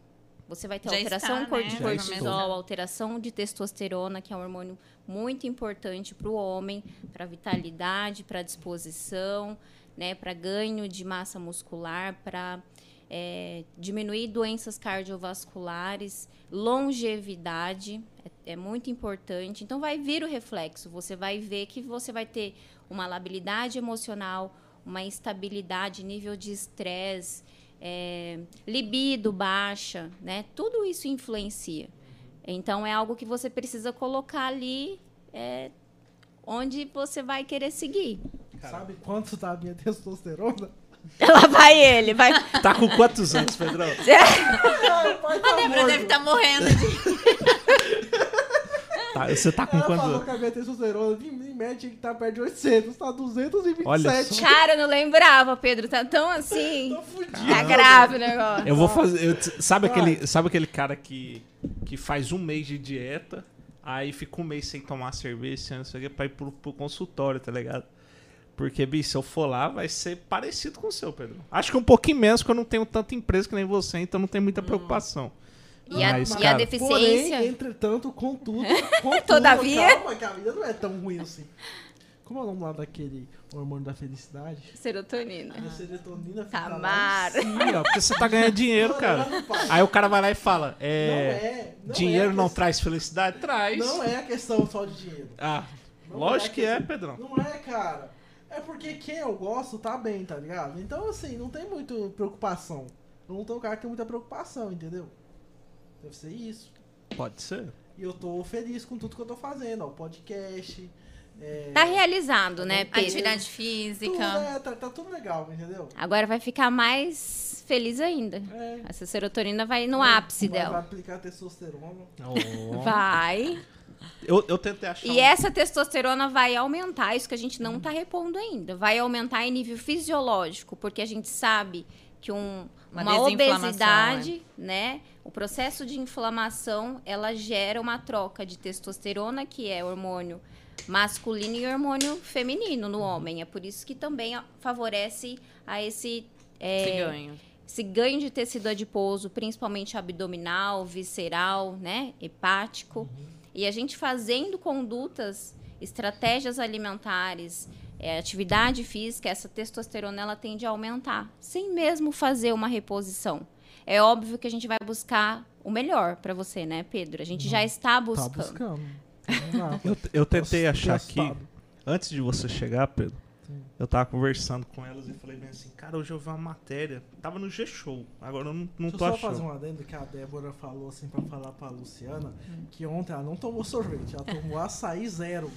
[SPEAKER 3] Você vai ter
[SPEAKER 4] Já
[SPEAKER 3] alteração
[SPEAKER 4] está,
[SPEAKER 3] cor-
[SPEAKER 4] né?
[SPEAKER 3] de
[SPEAKER 2] Já
[SPEAKER 3] cortisol,
[SPEAKER 4] estou.
[SPEAKER 3] alteração de testosterona, que é um hormônio muito importante para o homem, para vitalidade, para disposição, né, para ganho de massa muscular, para é, diminuir doenças cardiovasculares, longevidade é, é muito importante. Então vai vir o reflexo, você vai ver que você vai ter uma labilidade emocional, uma instabilidade, nível de estresse, é, libido baixa, né? Tudo isso influencia. Então é algo que você precisa colocar ali é, onde você vai querer seguir.
[SPEAKER 1] Sabe quanto tá a minha testosterona?
[SPEAKER 3] Lá vai ele, vai.
[SPEAKER 2] Tá com quantos anos, Pedrão?
[SPEAKER 1] Ai, pai, tá
[SPEAKER 4] Débora
[SPEAKER 1] morto.
[SPEAKER 4] deve estar morrendo de
[SPEAKER 2] Tá, você tá com
[SPEAKER 1] Ela falou
[SPEAKER 2] quantos
[SPEAKER 1] que a minha testosterona, em em média, que tá perto de 800, tá 227.
[SPEAKER 2] Olha só.
[SPEAKER 3] Cara, eu não lembrava, Pedro. Tá tão assim.
[SPEAKER 1] Tô fudido.
[SPEAKER 3] Tá grave o negócio.
[SPEAKER 2] Eu vou fazer. eu- sabe, aquele, sabe aquele cara que, que faz um mês de dieta, aí fica um mês sem tomar cerveja, não sei o que, pra ir pro, pro consultório, tá ligado? Porque, bicho, se eu for lá, vai ser parecido com o seu, Pedro. Acho que um pouquinho menos, porque eu não tenho tanta empresa que nem você, então não tem muita
[SPEAKER 1] Hum.
[SPEAKER 2] preocupação.
[SPEAKER 3] E a-
[SPEAKER 2] Mas,
[SPEAKER 3] e a
[SPEAKER 2] cara,
[SPEAKER 3] defi-
[SPEAKER 1] Porém,
[SPEAKER 3] Eficiência.
[SPEAKER 1] entretanto, contudo, contudo
[SPEAKER 3] Todavia.
[SPEAKER 1] calma, que a vida não é tão ruim assim. Como é o nome lá daquele hormônio da felicidade?
[SPEAKER 4] Ah,
[SPEAKER 3] Serotonina.
[SPEAKER 2] Ah,
[SPEAKER 1] A serotonina fica lá em
[SPEAKER 3] Tamara.
[SPEAKER 2] Ih, ó, porque você tá ganhando dinheiro,
[SPEAKER 1] Não,
[SPEAKER 2] cara.
[SPEAKER 1] não, pai.
[SPEAKER 2] Aí o cara vai lá e fala:
[SPEAKER 1] Não
[SPEAKER 2] é,
[SPEAKER 1] é. Não
[SPEAKER 2] dinheiro
[SPEAKER 1] é a
[SPEAKER 2] não
[SPEAKER 1] questão-
[SPEAKER 2] traz felicidade? Traz.
[SPEAKER 1] Não é a questão só de dinheiro.
[SPEAKER 2] Ah,
[SPEAKER 1] Não
[SPEAKER 2] lógico
[SPEAKER 1] é
[SPEAKER 2] que é,
[SPEAKER 1] questão-
[SPEAKER 2] Pedrão.
[SPEAKER 1] Não é, cara. É porque quem eu gosto tá bem, tá ligado? Então, assim, não tem muito preocupação. Eu não tô um cara que tem muita preocupação, entendeu? Deve ser isso.
[SPEAKER 2] Pode ser.
[SPEAKER 1] E eu tô feliz com tudo que eu tô fazendo, ó. Podcast. É,
[SPEAKER 3] Tá realizado, né, Pedro?
[SPEAKER 4] atividade
[SPEAKER 1] tudo,
[SPEAKER 4] física.
[SPEAKER 1] é, tá, tá tudo legal, entendeu?
[SPEAKER 3] Agora vai ficar mais feliz ainda.
[SPEAKER 1] É.
[SPEAKER 3] Essa serotonina vai no
[SPEAKER 1] Vai-
[SPEAKER 3] Um ápice
[SPEAKER 1] vai- Vai
[SPEAKER 3] dela.
[SPEAKER 1] aplicar testosterona.
[SPEAKER 3] Vai.
[SPEAKER 2] Eu, eu tentei achar. um
[SPEAKER 3] E essa testosterona vai aumentar, isso que a gente não tá repondo ainda. Vai aumentar em nível fisiológico, porque a gente sabe que um-
[SPEAKER 4] Uma
[SPEAKER 3] uma,
[SPEAKER 4] desinflamação,
[SPEAKER 3] obesidade, né? O processo de inflamação, ela gera uma troca de testosterona, que é hormônio masculino e hormônio feminino no homem. É por isso que também ó, favorece a esse é,
[SPEAKER 4] Esse ganho.
[SPEAKER 3] esse ganho de tecido adiposo, principalmente abdominal, visceral, né, hepático,
[SPEAKER 2] Uhum.
[SPEAKER 3] e a gente fazendo condutas, estratégias alimentares, é, atividade física, essa testosterona ela tende a aumentar, sem mesmo fazer uma reposição. É óbvio que a gente vai buscar o melhor para você, né, Pedro? A gente
[SPEAKER 2] Uhum.
[SPEAKER 3] já está buscando.
[SPEAKER 1] Tá buscando. Vamos lá.
[SPEAKER 2] Eu, eu tentei
[SPEAKER 1] Tô
[SPEAKER 2] achar aqui,
[SPEAKER 1] assustado.
[SPEAKER 2] antes de você chegar, Pedro, eu tava conversando com elas e falei bem assim, cara, hoje eu vi uma matéria, tava no G-Show, agora eu não, não
[SPEAKER 1] Deixa
[SPEAKER 2] tô
[SPEAKER 1] eu só
[SPEAKER 2] achando.
[SPEAKER 1] fazer um adendo que a Débora falou assim pra falar pra Luciana que ontem ela não tomou sorvete, ela tomou açaí zero.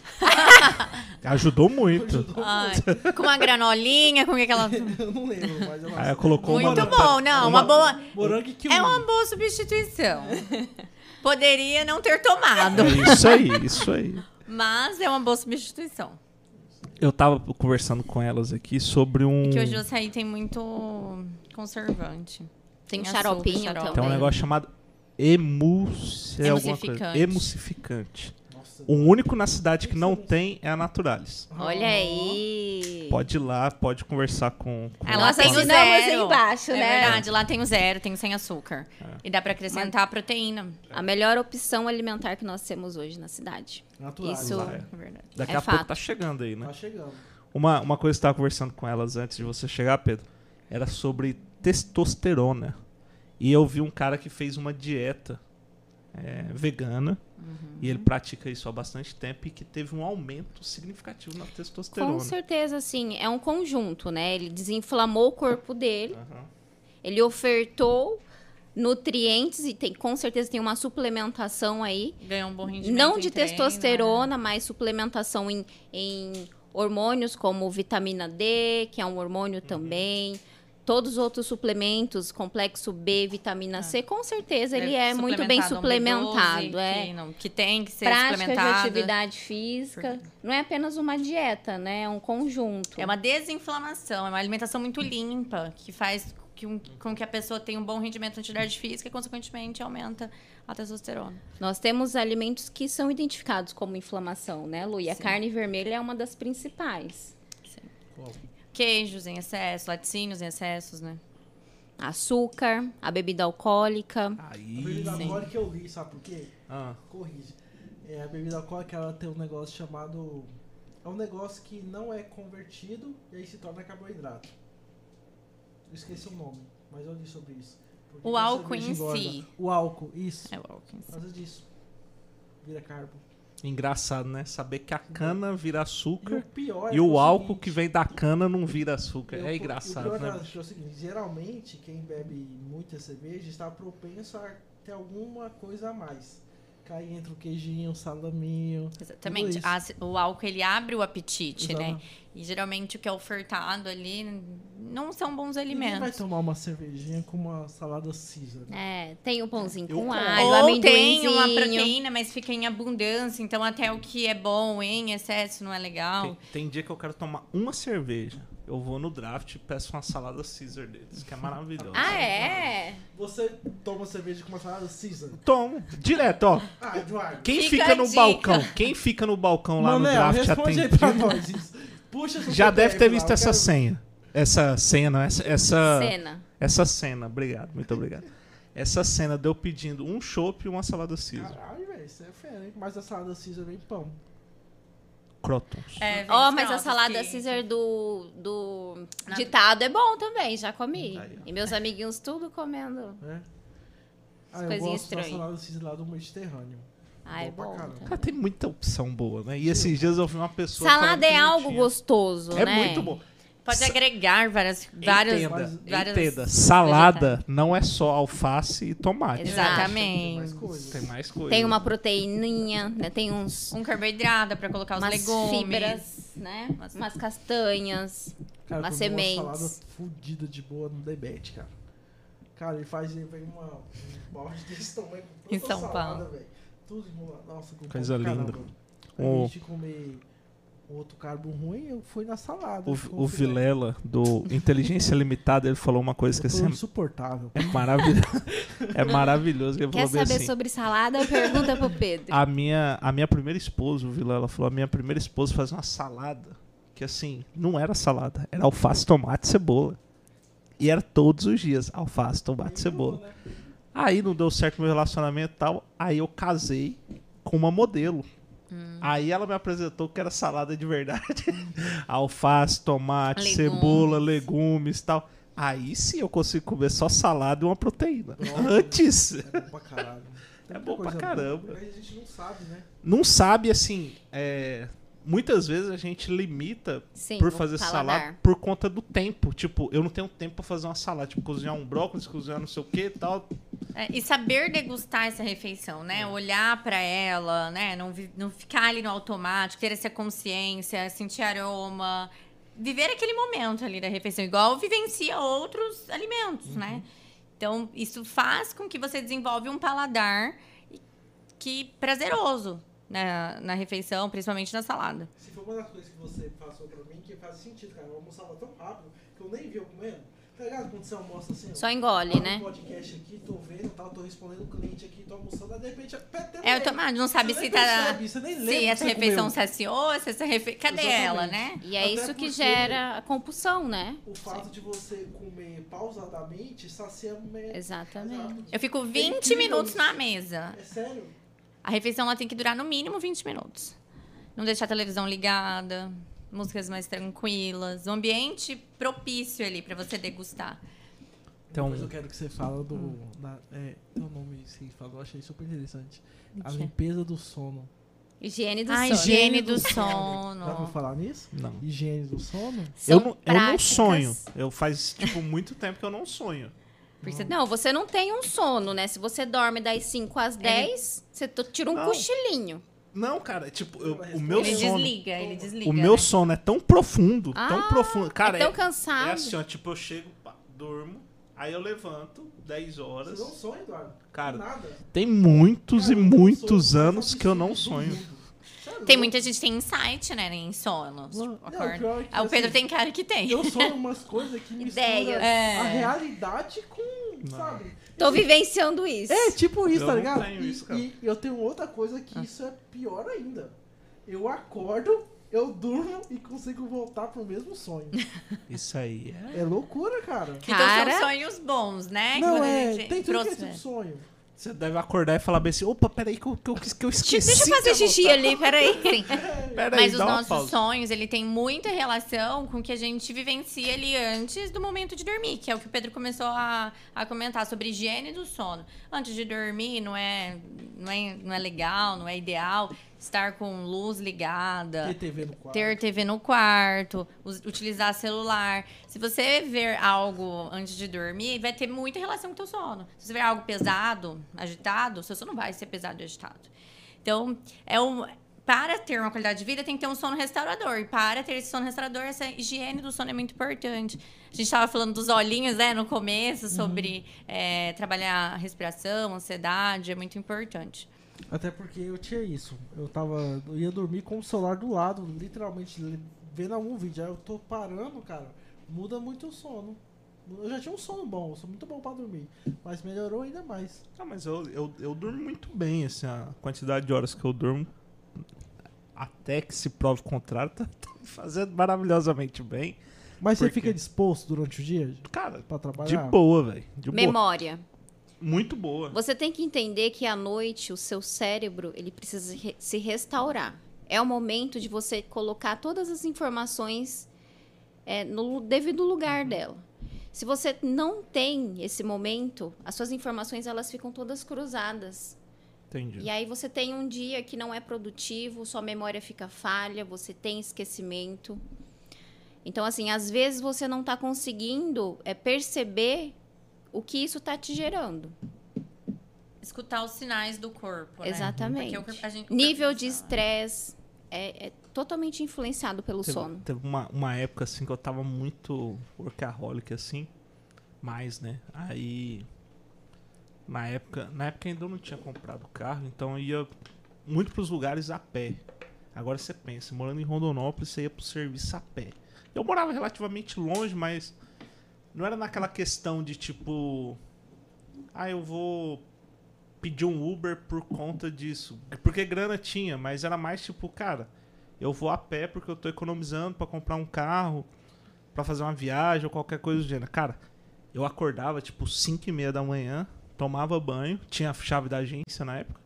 [SPEAKER 2] Ajudou muito.
[SPEAKER 1] Ajudou
[SPEAKER 4] Ai, com uma granolinha, com o que que ela.
[SPEAKER 1] muito. Eu não lembro, mas ela.
[SPEAKER 2] Aí ela Ah, colocou uma...
[SPEAKER 4] Muito bom, não. Uma boa.
[SPEAKER 1] Morango e kiwi.
[SPEAKER 4] É uma boa substituição. Poderia não ter tomado,
[SPEAKER 2] É isso aí, isso aí.
[SPEAKER 4] mas é uma boa substituição.
[SPEAKER 2] Eu tava conversando com elas aqui sobre um...
[SPEAKER 4] É Que hoje o açaí tem muito conservante.
[SPEAKER 3] Tem
[SPEAKER 4] açúcar,
[SPEAKER 3] xaropinho
[SPEAKER 4] xarope.
[SPEAKER 2] Tem um
[SPEAKER 3] também.
[SPEAKER 2] negócio chamado emus... é alguma coisa.
[SPEAKER 4] Emulsificante.
[SPEAKER 2] Emulsificante.
[SPEAKER 1] Nossa,
[SPEAKER 2] O único na cidade que não tem é a Naturalis.
[SPEAKER 3] Olha aí.
[SPEAKER 2] Uhum. Pode Tá ir lá, pode conversar com... com
[SPEAKER 4] Ah,
[SPEAKER 3] Ela
[SPEAKER 4] lá
[SPEAKER 2] elas.
[SPEAKER 4] tem o
[SPEAKER 3] Ensinamos
[SPEAKER 4] zero.
[SPEAKER 3] embaixo,
[SPEAKER 4] é
[SPEAKER 3] né?
[SPEAKER 4] verdade, lá tem o zero, tem o sem açúcar. E dá pra acrescentar a proteína.
[SPEAKER 3] A melhor opção alimentar que nós temos hoje na cidade.
[SPEAKER 1] natural.
[SPEAKER 3] Isso-
[SPEAKER 1] né?
[SPEAKER 4] É verdade.
[SPEAKER 2] Daqui
[SPEAKER 3] É
[SPEAKER 2] a pouco
[SPEAKER 3] fato.
[SPEAKER 2] tá chegando aí, né?
[SPEAKER 1] Tá chegando.
[SPEAKER 2] Uma, uma coisa que eu estava conversando com elas antes de você chegar, Pedro, era sobre testosterona. E eu vi um cara que fez uma dieta é, vegana.
[SPEAKER 3] Uhum.
[SPEAKER 2] E ele pratica isso há bastante tempo e que teve um aumento significativo na testosterona.
[SPEAKER 3] Com certeza, sim. É um conjunto, né? Ele desinflamou o corpo dele,
[SPEAKER 2] Aham.
[SPEAKER 3] ele ofertou nutrientes e tem, com certeza tem uma suplementação aí.
[SPEAKER 4] Ganhou um bom rendimento.
[SPEAKER 3] Não de
[SPEAKER 4] em treino,
[SPEAKER 3] testosterona, mas suplementação em, em hormônios como vitamina D, que é um hormônio
[SPEAKER 4] Uhum.
[SPEAKER 3] também. Todos os outros suplementos, complexo B, vitamina C, com certeza
[SPEAKER 4] né?
[SPEAKER 3] ele é muito bem suplementado.
[SPEAKER 4] suplementado, um B12,
[SPEAKER 3] é
[SPEAKER 4] Que, não- que tem que ser
[SPEAKER 3] prática de
[SPEAKER 4] suplementado.
[SPEAKER 3] atividade física. Não é apenas uma dieta, né? É um conjunto.
[SPEAKER 4] É uma desinflamação, é uma alimentação muito limpa, que faz que um- com que a pessoa tenha um bom rendimento na atividade física e, consequentemente, aumenta a testosterona.
[SPEAKER 3] Nós temos alimentos que são identificados como inflamação, né, Lu? E a
[SPEAKER 4] Sim.
[SPEAKER 3] carne vermelha é uma das principais.
[SPEAKER 4] Queijos em excesso, laticínios em excessos, né?
[SPEAKER 3] Açúcar, a bebida alcoólica.
[SPEAKER 1] A
[SPEAKER 2] Aí.
[SPEAKER 1] bebida
[SPEAKER 4] Sim.
[SPEAKER 1] alcoólica eu li, sabe por quê?
[SPEAKER 2] Ah,
[SPEAKER 1] Corrige. É, a bebida alcoólica ela tem um negócio chamado. É um negócio que não é convertido e aí se torna carboidrato. Eu esqueci o nome, mas eu li sobre isso. Por que
[SPEAKER 4] O
[SPEAKER 1] que a
[SPEAKER 4] álcool em
[SPEAKER 1] cerveja
[SPEAKER 4] si.
[SPEAKER 1] engorda? O álcool, isso.
[SPEAKER 4] É o Alkins.
[SPEAKER 1] Por causa disso. Vira carbo.
[SPEAKER 2] engraçado, né? Saber que a cana
[SPEAKER 1] E
[SPEAKER 2] vira
[SPEAKER 1] o
[SPEAKER 2] açúcar
[SPEAKER 1] pior é
[SPEAKER 2] e o
[SPEAKER 1] seguinte,
[SPEAKER 2] álcool que vem da cana não vira açúcar.
[SPEAKER 1] e o-
[SPEAKER 2] É
[SPEAKER 1] e o
[SPEAKER 2] engraçado,
[SPEAKER 1] pior
[SPEAKER 2] né?
[SPEAKER 1] da- é o seguinte, geralmente quem bebe muita cerveja está propenso a ter alguma coisa a mais. Cai entre o queijinho, o salaminho.
[SPEAKER 4] Exatamente.
[SPEAKER 1] isso.
[SPEAKER 4] A- o álcool, ele abre o apetite, né?
[SPEAKER 1] exatamente.
[SPEAKER 4] E, geralmente, o que é ofertado ali não são bons
[SPEAKER 1] Ninguém vai
[SPEAKER 4] alimentos.
[SPEAKER 1] tomar uma cervejinha com uma salada Caesar. né?
[SPEAKER 3] É, tem o pãozinho
[SPEAKER 2] Eu
[SPEAKER 3] com
[SPEAKER 2] como.
[SPEAKER 3] alho,
[SPEAKER 4] Ou tem
[SPEAKER 3] amendoinzinho.
[SPEAKER 4] uma proteína, mas fica em abundância. Então, até o que é bom em excesso não é legal.
[SPEAKER 2] Tem, tem dia que eu quero tomar uma cerveja. Eu vou no draft e peço uma salada Caesar deles, que é maravilhosa.
[SPEAKER 3] Ah, é?
[SPEAKER 1] Você toma cerveja com uma salada Caesar?
[SPEAKER 2] Tomo. Direto, ó.
[SPEAKER 1] Ah, Eduardo.
[SPEAKER 2] Quem
[SPEAKER 4] Fica
[SPEAKER 2] fica,
[SPEAKER 4] a
[SPEAKER 2] no
[SPEAKER 4] dica.
[SPEAKER 2] balcão? Quem fica no balcão lá
[SPEAKER 1] Manel,
[SPEAKER 2] no draft
[SPEAKER 1] responde aí
[SPEAKER 2] atendido,
[SPEAKER 1] pra nós isso. Puxa seu
[SPEAKER 2] já
[SPEAKER 1] CPF
[SPEAKER 2] deve ter
[SPEAKER 1] lá,
[SPEAKER 2] visto
[SPEAKER 1] eu
[SPEAKER 2] essa
[SPEAKER 1] quero-
[SPEAKER 2] senha. Essa cena, essa, essa,
[SPEAKER 3] Cena.
[SPEAKER 2] essa cena. Obrigado, muito obrigado. Essa cena deu pedindo um chopp e uma salada Caesar.
[SPEAKER 1] Caralho, velho, isso é fera, hein? Mas a salada Caesar vem pão.
[SPEAKER 2] Crotons.
[SPEAKER 4] É, vem
[SPEAKER 3] Ó,
[SPEAKER 4] fraldas
[SPEAKER 3] mas a salada
[SPEAKER 4] que-
[SPEAKER 3] Caesar do, do ditado é bom também, já comi.
[SPEAKER 2] Aí, ó.
[SPEAKER 3] E meus amiguinhos tudo comendo.
[SPEAKER 1] né? Ah, eu
[SPEAKER 3] coisinhas
[SPEAKER 1] gosto
[SPEAKER 3] estranhas.
[SPEAKER 1] da salada Caesar lá do Mediterrâneo.
[SPEAKER 3] Ah, é
[SPEAKER 1] Bom pra
[SPEAKER 3] bom.
[SPEAKER 1] caramba.
[SPEAKER 3] também.
[SPEAKER 2] Cara, tem muita opção boa, né? E esses dias eu vi uma pessoa. falando
[SPEAKER 3] Salada
[SPEAKER 2] que
[SPEAKER 3] é
[SPEAKER 2] não
[SPEAKER 3] algo
[SPEAKER 2] tinha.
[SPEAKER 3] gostoso,
[SPEAKER 2] É
[SPEAKER 3] né?
[SPEAKER 2] muito bom.
[SPEAKER 4] Pode
[SPEAKER 2] Sa-
[SPEAKER 4] agregar várias, vários,
[SPEAKER 2] entenda,
[SPEAKER 4] várias-
[SPEAKER 2] entenda. Salada
[SPEAKER 4] vegetais.
[SPEAKER 2] não é só alface e tomate.
[SPEAKER 1] Tem
[SPEAKER 3] Exato.
[SPEAKER 1] mais
[SPEAKER 4] Exatamente.
[SPEAKER 1] coisas.
[SPEAKER 2] Tem mais coisa.
[SPEAKER 3] Tem uma proteíninha, né? Tem uns
[SPEAKER 4] Um carboidrato pra colocar Tá, os
[SPEAKER 3] umas
[SPEAKER 4] legumes.
[SPEAKER 3] fibras, né?
[SPEAKER 4] Umas-
[SPEAKER 3] Umas castanhas.
[SPEAKER 1] Cara,
[SPEAKER 3] Umas
[SPEAKER 1] comi Uma
[SPEAKER 3] sementes.
[SPEAKER 1] salada fudida de boa no debete, cara. Cara, ele faz, ele vem uma um balde desse tamanho com tanta
[SPEAKER 4] Em São
[SPEAKER 1] salada,
[SPEAKER 4] Paulo.
[SPEAKER 1] velho. Tudo enrolado. Nossa, com
[SPEAKER 2] Coisa
[SPEAKER 1] pão do
[SPEAKER 2] linda.
[SPEAKER 1] caramba.
[SPEAKER 2] O-
[SPEAKER 1] A gente comer um outro carbo ruim, eu fui na salada.
[SPEAKER 2] O,
[SPEAKER 1] ficou
[SPEAKER 2] o
[SPEAKER 1] filé.
[SPEAKER 2] Vilela, do Inteligência Limitada, ele falou uma coisa que
[SPEAKER 1] Ficou
[SPEAKER 2] assim,
[SPEAKER 1] insuportável.
[SPEAKER 2] é, maravilhoso. é maravilhoso. que Ele
[SPEAKER 3] Quer
[SPEAKER 2] falou bem
[SPEAKER 3] saber
[SPEAKER 2] assim.
[SPEAKER 3] sobre salada? Pergunta pro Pedro.
[SPEAKER 2] A minha, a minha primeira esposa, o Vilela falou, a minha primeira esposa fazia uma salada. Que assim, não era salada, era alface, tomate e cebola. E era todos os dias, alface, tomate e É cebola. Aí não deu certo meu relacionamento e tal. Aí eu casei com uma modelo.
[SPEAKER 3] Hum.
[SPEAKER 2] Aí ela me apresentou que era salada de verdade. Alface, tomate,
[SPEAKER 4] Legumes.
[SPEAKER 2] cebola, legumes e tal. Aí sim eu consigo comer só salada e uma proteína. Antes.
[SPEAKER 1] É bom pra caralho. Tem
[SPEAKER 2] É
[SPEAKER 1] muita
[SPEAKER 2] bom pra
[SPEAKER 1] coisa
[SPEAKER 2] caramba.
[SPEAKER 1] Mas A gente não sabe, né?
[SPEAKER 2] Não sabe, assim, é, muitas vezes a gente limita
[SPEAKER 3] Sim,
[SPEAKER 2] Ah, por
[SPEAKER 3] o
[SPEAKER 2] fazer
[SPEAKER 3] paladar.
[SPEAKER 2] salada por conta do tempo. Tipo, eu não tenho tempo pra fazer uma salada. Tipo, cozinhar um brócolis, cozinhar não sei o que e tal.
[SPEAKER 4] É, e saber degustar essa refeição, né? Olhar pra ela, né? Não, vi- não ficar ali no automático, ter essa consciência, sentir aroma. Viver aquele momento ali da refeição, igual vivencia outros alimentos, né? Então, isso faz com que você desenvolve um paladar que prazeroso na, na refeição, principalmente na salada.
[SPEAKER 1] Se foi uma das coisas que você passou pra mim, que faz sentido, cara. Eu almoçava tão rápido que eu nem vi eu comendo. Tá ligado quando você almoça assim? ó?
[SPEAKER 3] Só engole,
[SPEAKER 1] Abro
[SPEAKER 3] né?
[SPEAKER 1] um podcast aqui, tô vendo, tal, tô respondendo o cliente aqui, tô almoçando, aí de repente... até
[SPEAKER 4] É
[SPEAKER 1] lembro.
[SPEAKER 4] automático, não sabe
[SPEAKER 1] Você
[SPEAKER 4] se
[SPEAKER 1] nem
[SPEAKER 4] tá.
[SPEAKER 1] percebe, né? você nem lembra
[SPEAKER 4] se
[SPEAKER 1] que
[SPEAKER 4] essa
[SPEAKER 1] você
[SPEAKER 4] refeição
[SPEAKER 1] comeu.
[SPEAKER 4] saciou, se essa refeição. Cadê
[SPEAKER 1] Exatamente.
[SPEAKER 4] ela, né?
[SPEAKER 3] E é
[SPEAKER 1] Até
[SPEAKER 3] isso que
[SPEAKER 1] porque-
[SPEAKER 3] gera a compulsão, né?
[SPEAKER 1] O fato de você comer pausadamente sacia meio...
[SPEAKER 3] Exatamente.
[SPEAKER 4] Eu fico
[SPEAKER 1] É
[SPEAKER 4] 20
[SPEAKER 1] incrível
[SPEAKER 4] minutos
[SPEAKER 1] isso.
[SPEAKER 4] na mesa.
[SPEAKER 1] É sério?
[SPEAKER 4] A refeição ela tem que durar no mínimo 20 minutos. Não deixar a televisão ligada. músicas mais tranquilas, um ambiente propício ali pra você degustar.
[SPEAKER 2] Então,
[SPEAKER 1] Depois eu quero que você fala do.
[SPEAKER 4] Hum.
[SPEAKER 1] da- é, tem um nome que você falou, eu achei super interessante. A
[SPEAKER 4] quê?
[SPEAKER 1] limpeza do sono.
[SPEAKER 3] Ah, Higiene do
[SPEAKER 4] A
[SPEAKER 3] sono.
[SPEAKER 4] higiene do
[SPEAKER 1] Já ouviu
[SPEAKER 4] sono.
[SPEAKER 1] falar nisso?
[SPEAKER 2] não.
[SPEAKER 1] Higiene do sono?
[SPEAKER 2] Eu
[SPEAKER 3] São
[SPEAKER 2] não, eu não
[SPEAKER 3] práticas-
[SPEAKER 2] sonho. Eu faz, tipo, muito tempo que eu não sonho.
[SPEAKER 4] Porque você-
[SPEAKER 3] Não, você não tem um sono, né? Se você dorme das 5
[SPEAKER 4] É.
[SPEAKER 3] às 10, você to- tira um
[SPEAKER 2] Não.
[SPEAKER 3] cochilinho.
[SPEAKER 2] Não, cara, tipo, eu- o meu
[SPEAKER 4] ele
[SPEAKER 2] sono.
[SPEAKER 4] desliga, ele desliga.
[SPEAKER 2] O meu
[SPEAKER 4] né?
[SPEAKER 2] sono é tão profundo, tão
[SPEAKER 3] Ah,
[SPEAKER 2] profundo. Cara,
[SPEAKER 3] é tão
[SPEAKER 2] é
[SPEAKER 3] cansado.
[SPEAKER 2] assim, ó, tipo, eu chego, pá, durmo, aí eu levanto, 10 horas.
[SPEAKER 1] sonha, é um Eduardo?
[SPEAKER 2] Cara,
[SPEAKER 1] Nada.
[SPEAKER 2] Tem muitos e
[SPEAKER 1] Cara, eu não
[SPEAKER 2] muitos
[SPEAKER 1] sonho,
[SPEAKER 2] anos
[SPEAKER 1] sabe
[SPEAKER 2] que eu
[SPEAKER 1] isso?
[SPEAKER 2] não sonho.
[SPEAKER 1] Você é louco.
[SPEAKER 4] Tem muita gente que tem insight, né? Em sono.
[SPEAKER 1] Não,
[SPEAKER 4] Acorda.
[SPEAKER 1] pior que,
[SPEAKER 4] Ah, o Pedro
[SPEAKER 1] assim,
[SPEAKER 4] tem cara que tem.
[SPEAKER 1] Eu sonho umas coisas que misturam a
[SPEAKER 3] Ideias.
[SPEAKER 4] É.
[SPEAKER 1] realidade com, sabe?
[SPEAKER 3] Tô vivenciando isso.
[SPEAKER 1] É tipo isso,
[SPEAKER 2] Eu
[SPEAKER 1] tá
[SPEAKER 2] não
[SPEAKER 1] ligado?
[SPEAKER 2] tenho
[SPEAKER 1] e,
[SPEAKER 2] isso, cara.
[SPEAKER 1] e eu tenho outra coisa que isso é pior ainda. Eu acordo, eu durmo e consigo voltar pro mesmo sonho.
[SPEAKER 2] Isso aí é.
[SPEAKER 1] É loucura, cara.
[SPEAKER 4] Então
[SPEAKER 3] Cara.
[SPEAKER 4] são sonhos bons, né?
[SPEAKER 1] Não,
[SPEAKER 4] Quando a
[SPEAKER 1] é.
[SPEAKER 4] gente
[SPEAKER 1] Tem tudo que é
[SPEAKER 4] trouxe-
[SPEAKER 1] tipo sonho.
[SPEAKER 2] Você deve acordar e falar bem assim: opa, peraí, que eu, que eu, que eu esqueci.
[SPEAKER 3] Deixa eu fazer
[SPEAKER 2] de
[SPEAKER 3] xixi ali, peraí.
[SPEAKER 2] anotar.
[SPEAKER 1] É.
[SPEAKER 2] Peraí,
[SPEAKER 4] Mas os
[SPEAKER 2] dá uma
[SPEAKER 4] nossos
[SPEAKER 2] pausa.
[SPEAKER 4] sonhos, ele tem muita relação com o que a gente vivencia ali antes do momento de dormir, que é o que o Pedro começou a, a comentar sobre higiene do sono. Antes de dormir, não é, não é, não é legal, não é ideal estar com luz ligada.
[SPEAKER 1] Ter TV no quarto.
[SPEAKER 4] Ter TV no quarto, us- utilizar celular. Se você ver algo antes de dormir, vai ter muita relação com o teu sono. Se você ver algo pesado, agitado, seu sono vai ser pesado e agitado. Então, é um, para ter uma qualidade de vida, tem que ter um sono restaurador. E para ter esse sono restaurador, essa higiene do sono é muito importante. A gente estava falando dos olhinhos, né, no começo, sobre eh, trabalhar a respiração, ansiedade, é muito importante.
[SPEAKER 1] Até porque eu tinha isso. Eu tava. Eu ia dormir com o celular do lado, literalmente, li- vendo algum vídeo. Aí eu tô parando, cara. Muda muito o sono. Eu já tinha um sono bom, eu sou muito bom pra dormir. Mas melhorou ainda mais.
[SPEAKER 2] Ah, mas eu, eu, eu durmo muito bem, assim, a quantidade de horas que eu durmo, até que se prove o contrário, tá, tá me fazendo maravilhosamente bem.
[SPEAKER 1] Mas
[SPEAKER 2] Por
[SPEAKER 1] você fica
[SPEAKER 2] quê?
[SPEAKER 1] disposto durante o dia
[SPEAKER 2] Cara,
[SPEAKER 1] pra trabalhar?
[SPEAKER 2] de boa, velho. De boa.
[SPEAKER 3] Memória.
[SPEAKER 2] Muito boa.
[SPEAKER 3] Você tem que entender que à noite o seu cérebro ele precisa se re- se restaurar. É o momento de você colocar todas as informações é, no lu- devido lugar dela. Se você não tem esse momento, as suas informações elas ficam todas cruzadas.
[SPEAKER 2] Entendi.
[SPEAKER 3] E aí você tem um dia que não é produtivo, sua memória fica falha, você tem esquecimento. Então, assim, às vezes você não está conseguindo é, perceber o que isso está te gerando.
[SPEAKER 4] Escutar os sinais do corpo, né?
[SPEAKER 3] Exatamente.
[SPEAKER 4] Porque o corpo- a gente- o corpo
[SPEAKER 3] Nível de
[SPEAKER 4] funciona.
[SPEAKER 3] estresse é, é totalmente influenciado pelo
[SPEAKER 2] Teve,
[SPEAKER 3] sono.
[SPEAKER 2] teve uma, uma época, assim, que eu tava muito workaholic, assim, mais, né? Aí, na época, na época ainda eu não tinha comprado carro, então eu ia muito pros lugares a pé. Agora você pensa, morando em Rondonópolis, você ia pro serviço a pé. Eu morava relativamente longe, mas não era naquela questão de tipo. Ah, eu vou pedir um Uber por conta disso. Porque grana tinha, mas era mais tipo, cara, eu vou a pé porque eu tô economizando pra comprar um carro, pra fazer uma viagem ou qualquer coisa do gênero. Cara, eu acordava tipo 5 e meia da manhã, tomava banho, tinha a chave da agência na época,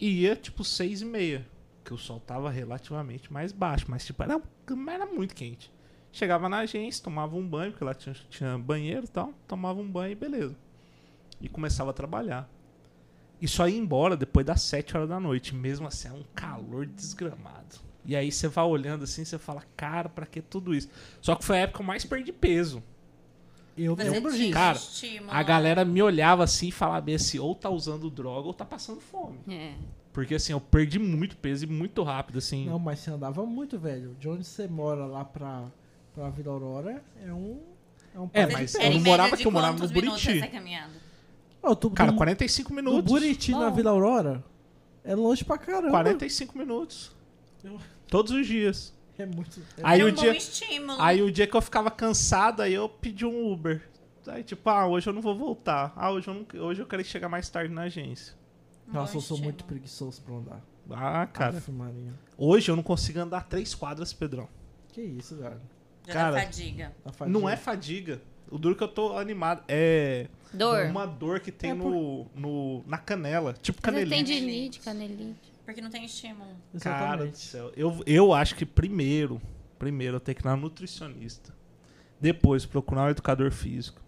[SPEAKER 2] e ia tipo 6 e meia, que o sol tava relativamente mais baixo, mas tipo, era, era muito quente. Chegava na agência, tomava um banho, porque lá tinha, tinha banheiro e tal, tomava um banho e beleza. E começava a trabalhar. E só ia embora depois das 7 horas da noite. Mesmo assim, é um calor desgramado. E aí você vai olhando assim, você fala, cara, pra que tudo isso? Só que foi a época que eu mais perdi peso.
[SPEAKER 1] Eu
[SPEAKER 4] Você
[SPEAKER 1] lembro
[SPEAKER 4] tinha
[SPEAKER 1] disso.
[SPEAKER 2] Cara,
[SPEAKER 4] estímulo,
[SPEAKER 2] A galera me olhava assim e falava bem assim, ou tá usando droga ou tá passando fome.
[SPEAKER 4] É.
[SPEAKER 2] Porque assim, eu perdi muito peso e muito rápido, assim.
[SPEAKER 1] Não, mas você andava muito, velho. De onde você mora lá pra, pra Vila Aurora é um. É, um
[SPEAKER 2] É,
[SPEAKER 1] par de
[SPEAKER 2] mas
[SPEAKER 1] pé.
[SPEAKER 2] eu
[SPEAKER 4] Era em
[SPEAKER 2] não
[SPEAKER 4] média
[SPEAKER 2] morava
[SPEAKER 4] de
[SPEAKER 2] aqui, eu morava
[SPEAKER 4] quantos
[SPEAKER 2] no
[SPEAKER 4] minutos
[SPEAKER 2] Buriti.
[SPEAKER 4] essa caminhada?
[SPEAKER 1] Ó, tu-
[SPEAKER 2] Cara,
[SPEAKER 1] do-
[SPEAKER 2] 45
[SPEAKER 1] do
[SPEAKER 2] minutos.
[SPEAKER 1] Buriti na
[SPEAKER 4] Bom.
[SPEAKER 1] Vila Aurora é longe pra caramba.
[SPEAKER 2] 45 minutos.
[SPEAKER 1] Eu-
[SPEAKER 2] Todos os dias.
[SPEAKER 1] É muito. é-
[SPEAKER 2] Aí
[SPEAKER 4] Era
[SPEAKER 2] o
[SPEAKER 4] um
[SPEAKER 2] dia-
[SPEAKER 4] bom estímulo.
[SPEAKER 2] Aí o dia que eu ficava cansado, aí eu pedi um Uber. Aí tipo, ah, hoje eu não vou voltar. Ah, hoje eu, não, hoje eu quero chegar mais tarde na agência.
[SPEAKER 4] Um
[SPEAKER 1] Nossa,
[SPEAKER 4] bom
[SPEAKER 1] eu sou
[SPEAKER 4] estímulo.
[SPEAKER 1] muito preguiçoso pra andar.
[SPEAKER 2] Ah, cara.
[SPEAKER 1] Aff, Maria.
[SPEAKER 2] Hoje eu não consigo andar três quadras, Pedrão.
[SPEAKER 1] Que isso, cara.
[SPEAKER 4] Já
[SPEAKER 2] Cara,
[SPEAKER 4] dá fadiga.
[SPEAKER 1] A fadiga.
[SPEAKER 2] Não é fadiga. O duro que eu tô animado é
[SPEAKER 3] Dor.
[SPEAKER 2] uma dor que tem
[SPEAKER 1] É por-
[SPEAKER 2] no, no na canela, tipo
[SPEAKER 3] Você tem
[SPEAKER 2] canelinha.
[SPEAKER 3] dinite, canelite.
[SPEAKER 4] Porque não tem estímulo.
[SPEAKER 2] Cara do
[SPEAKER 1] Exatamente.
[SPEAKER 2] céu, eu, eu acho que primeiro, primeiro eu tenho que ir na nutricionista. Depois procurar um educador físico.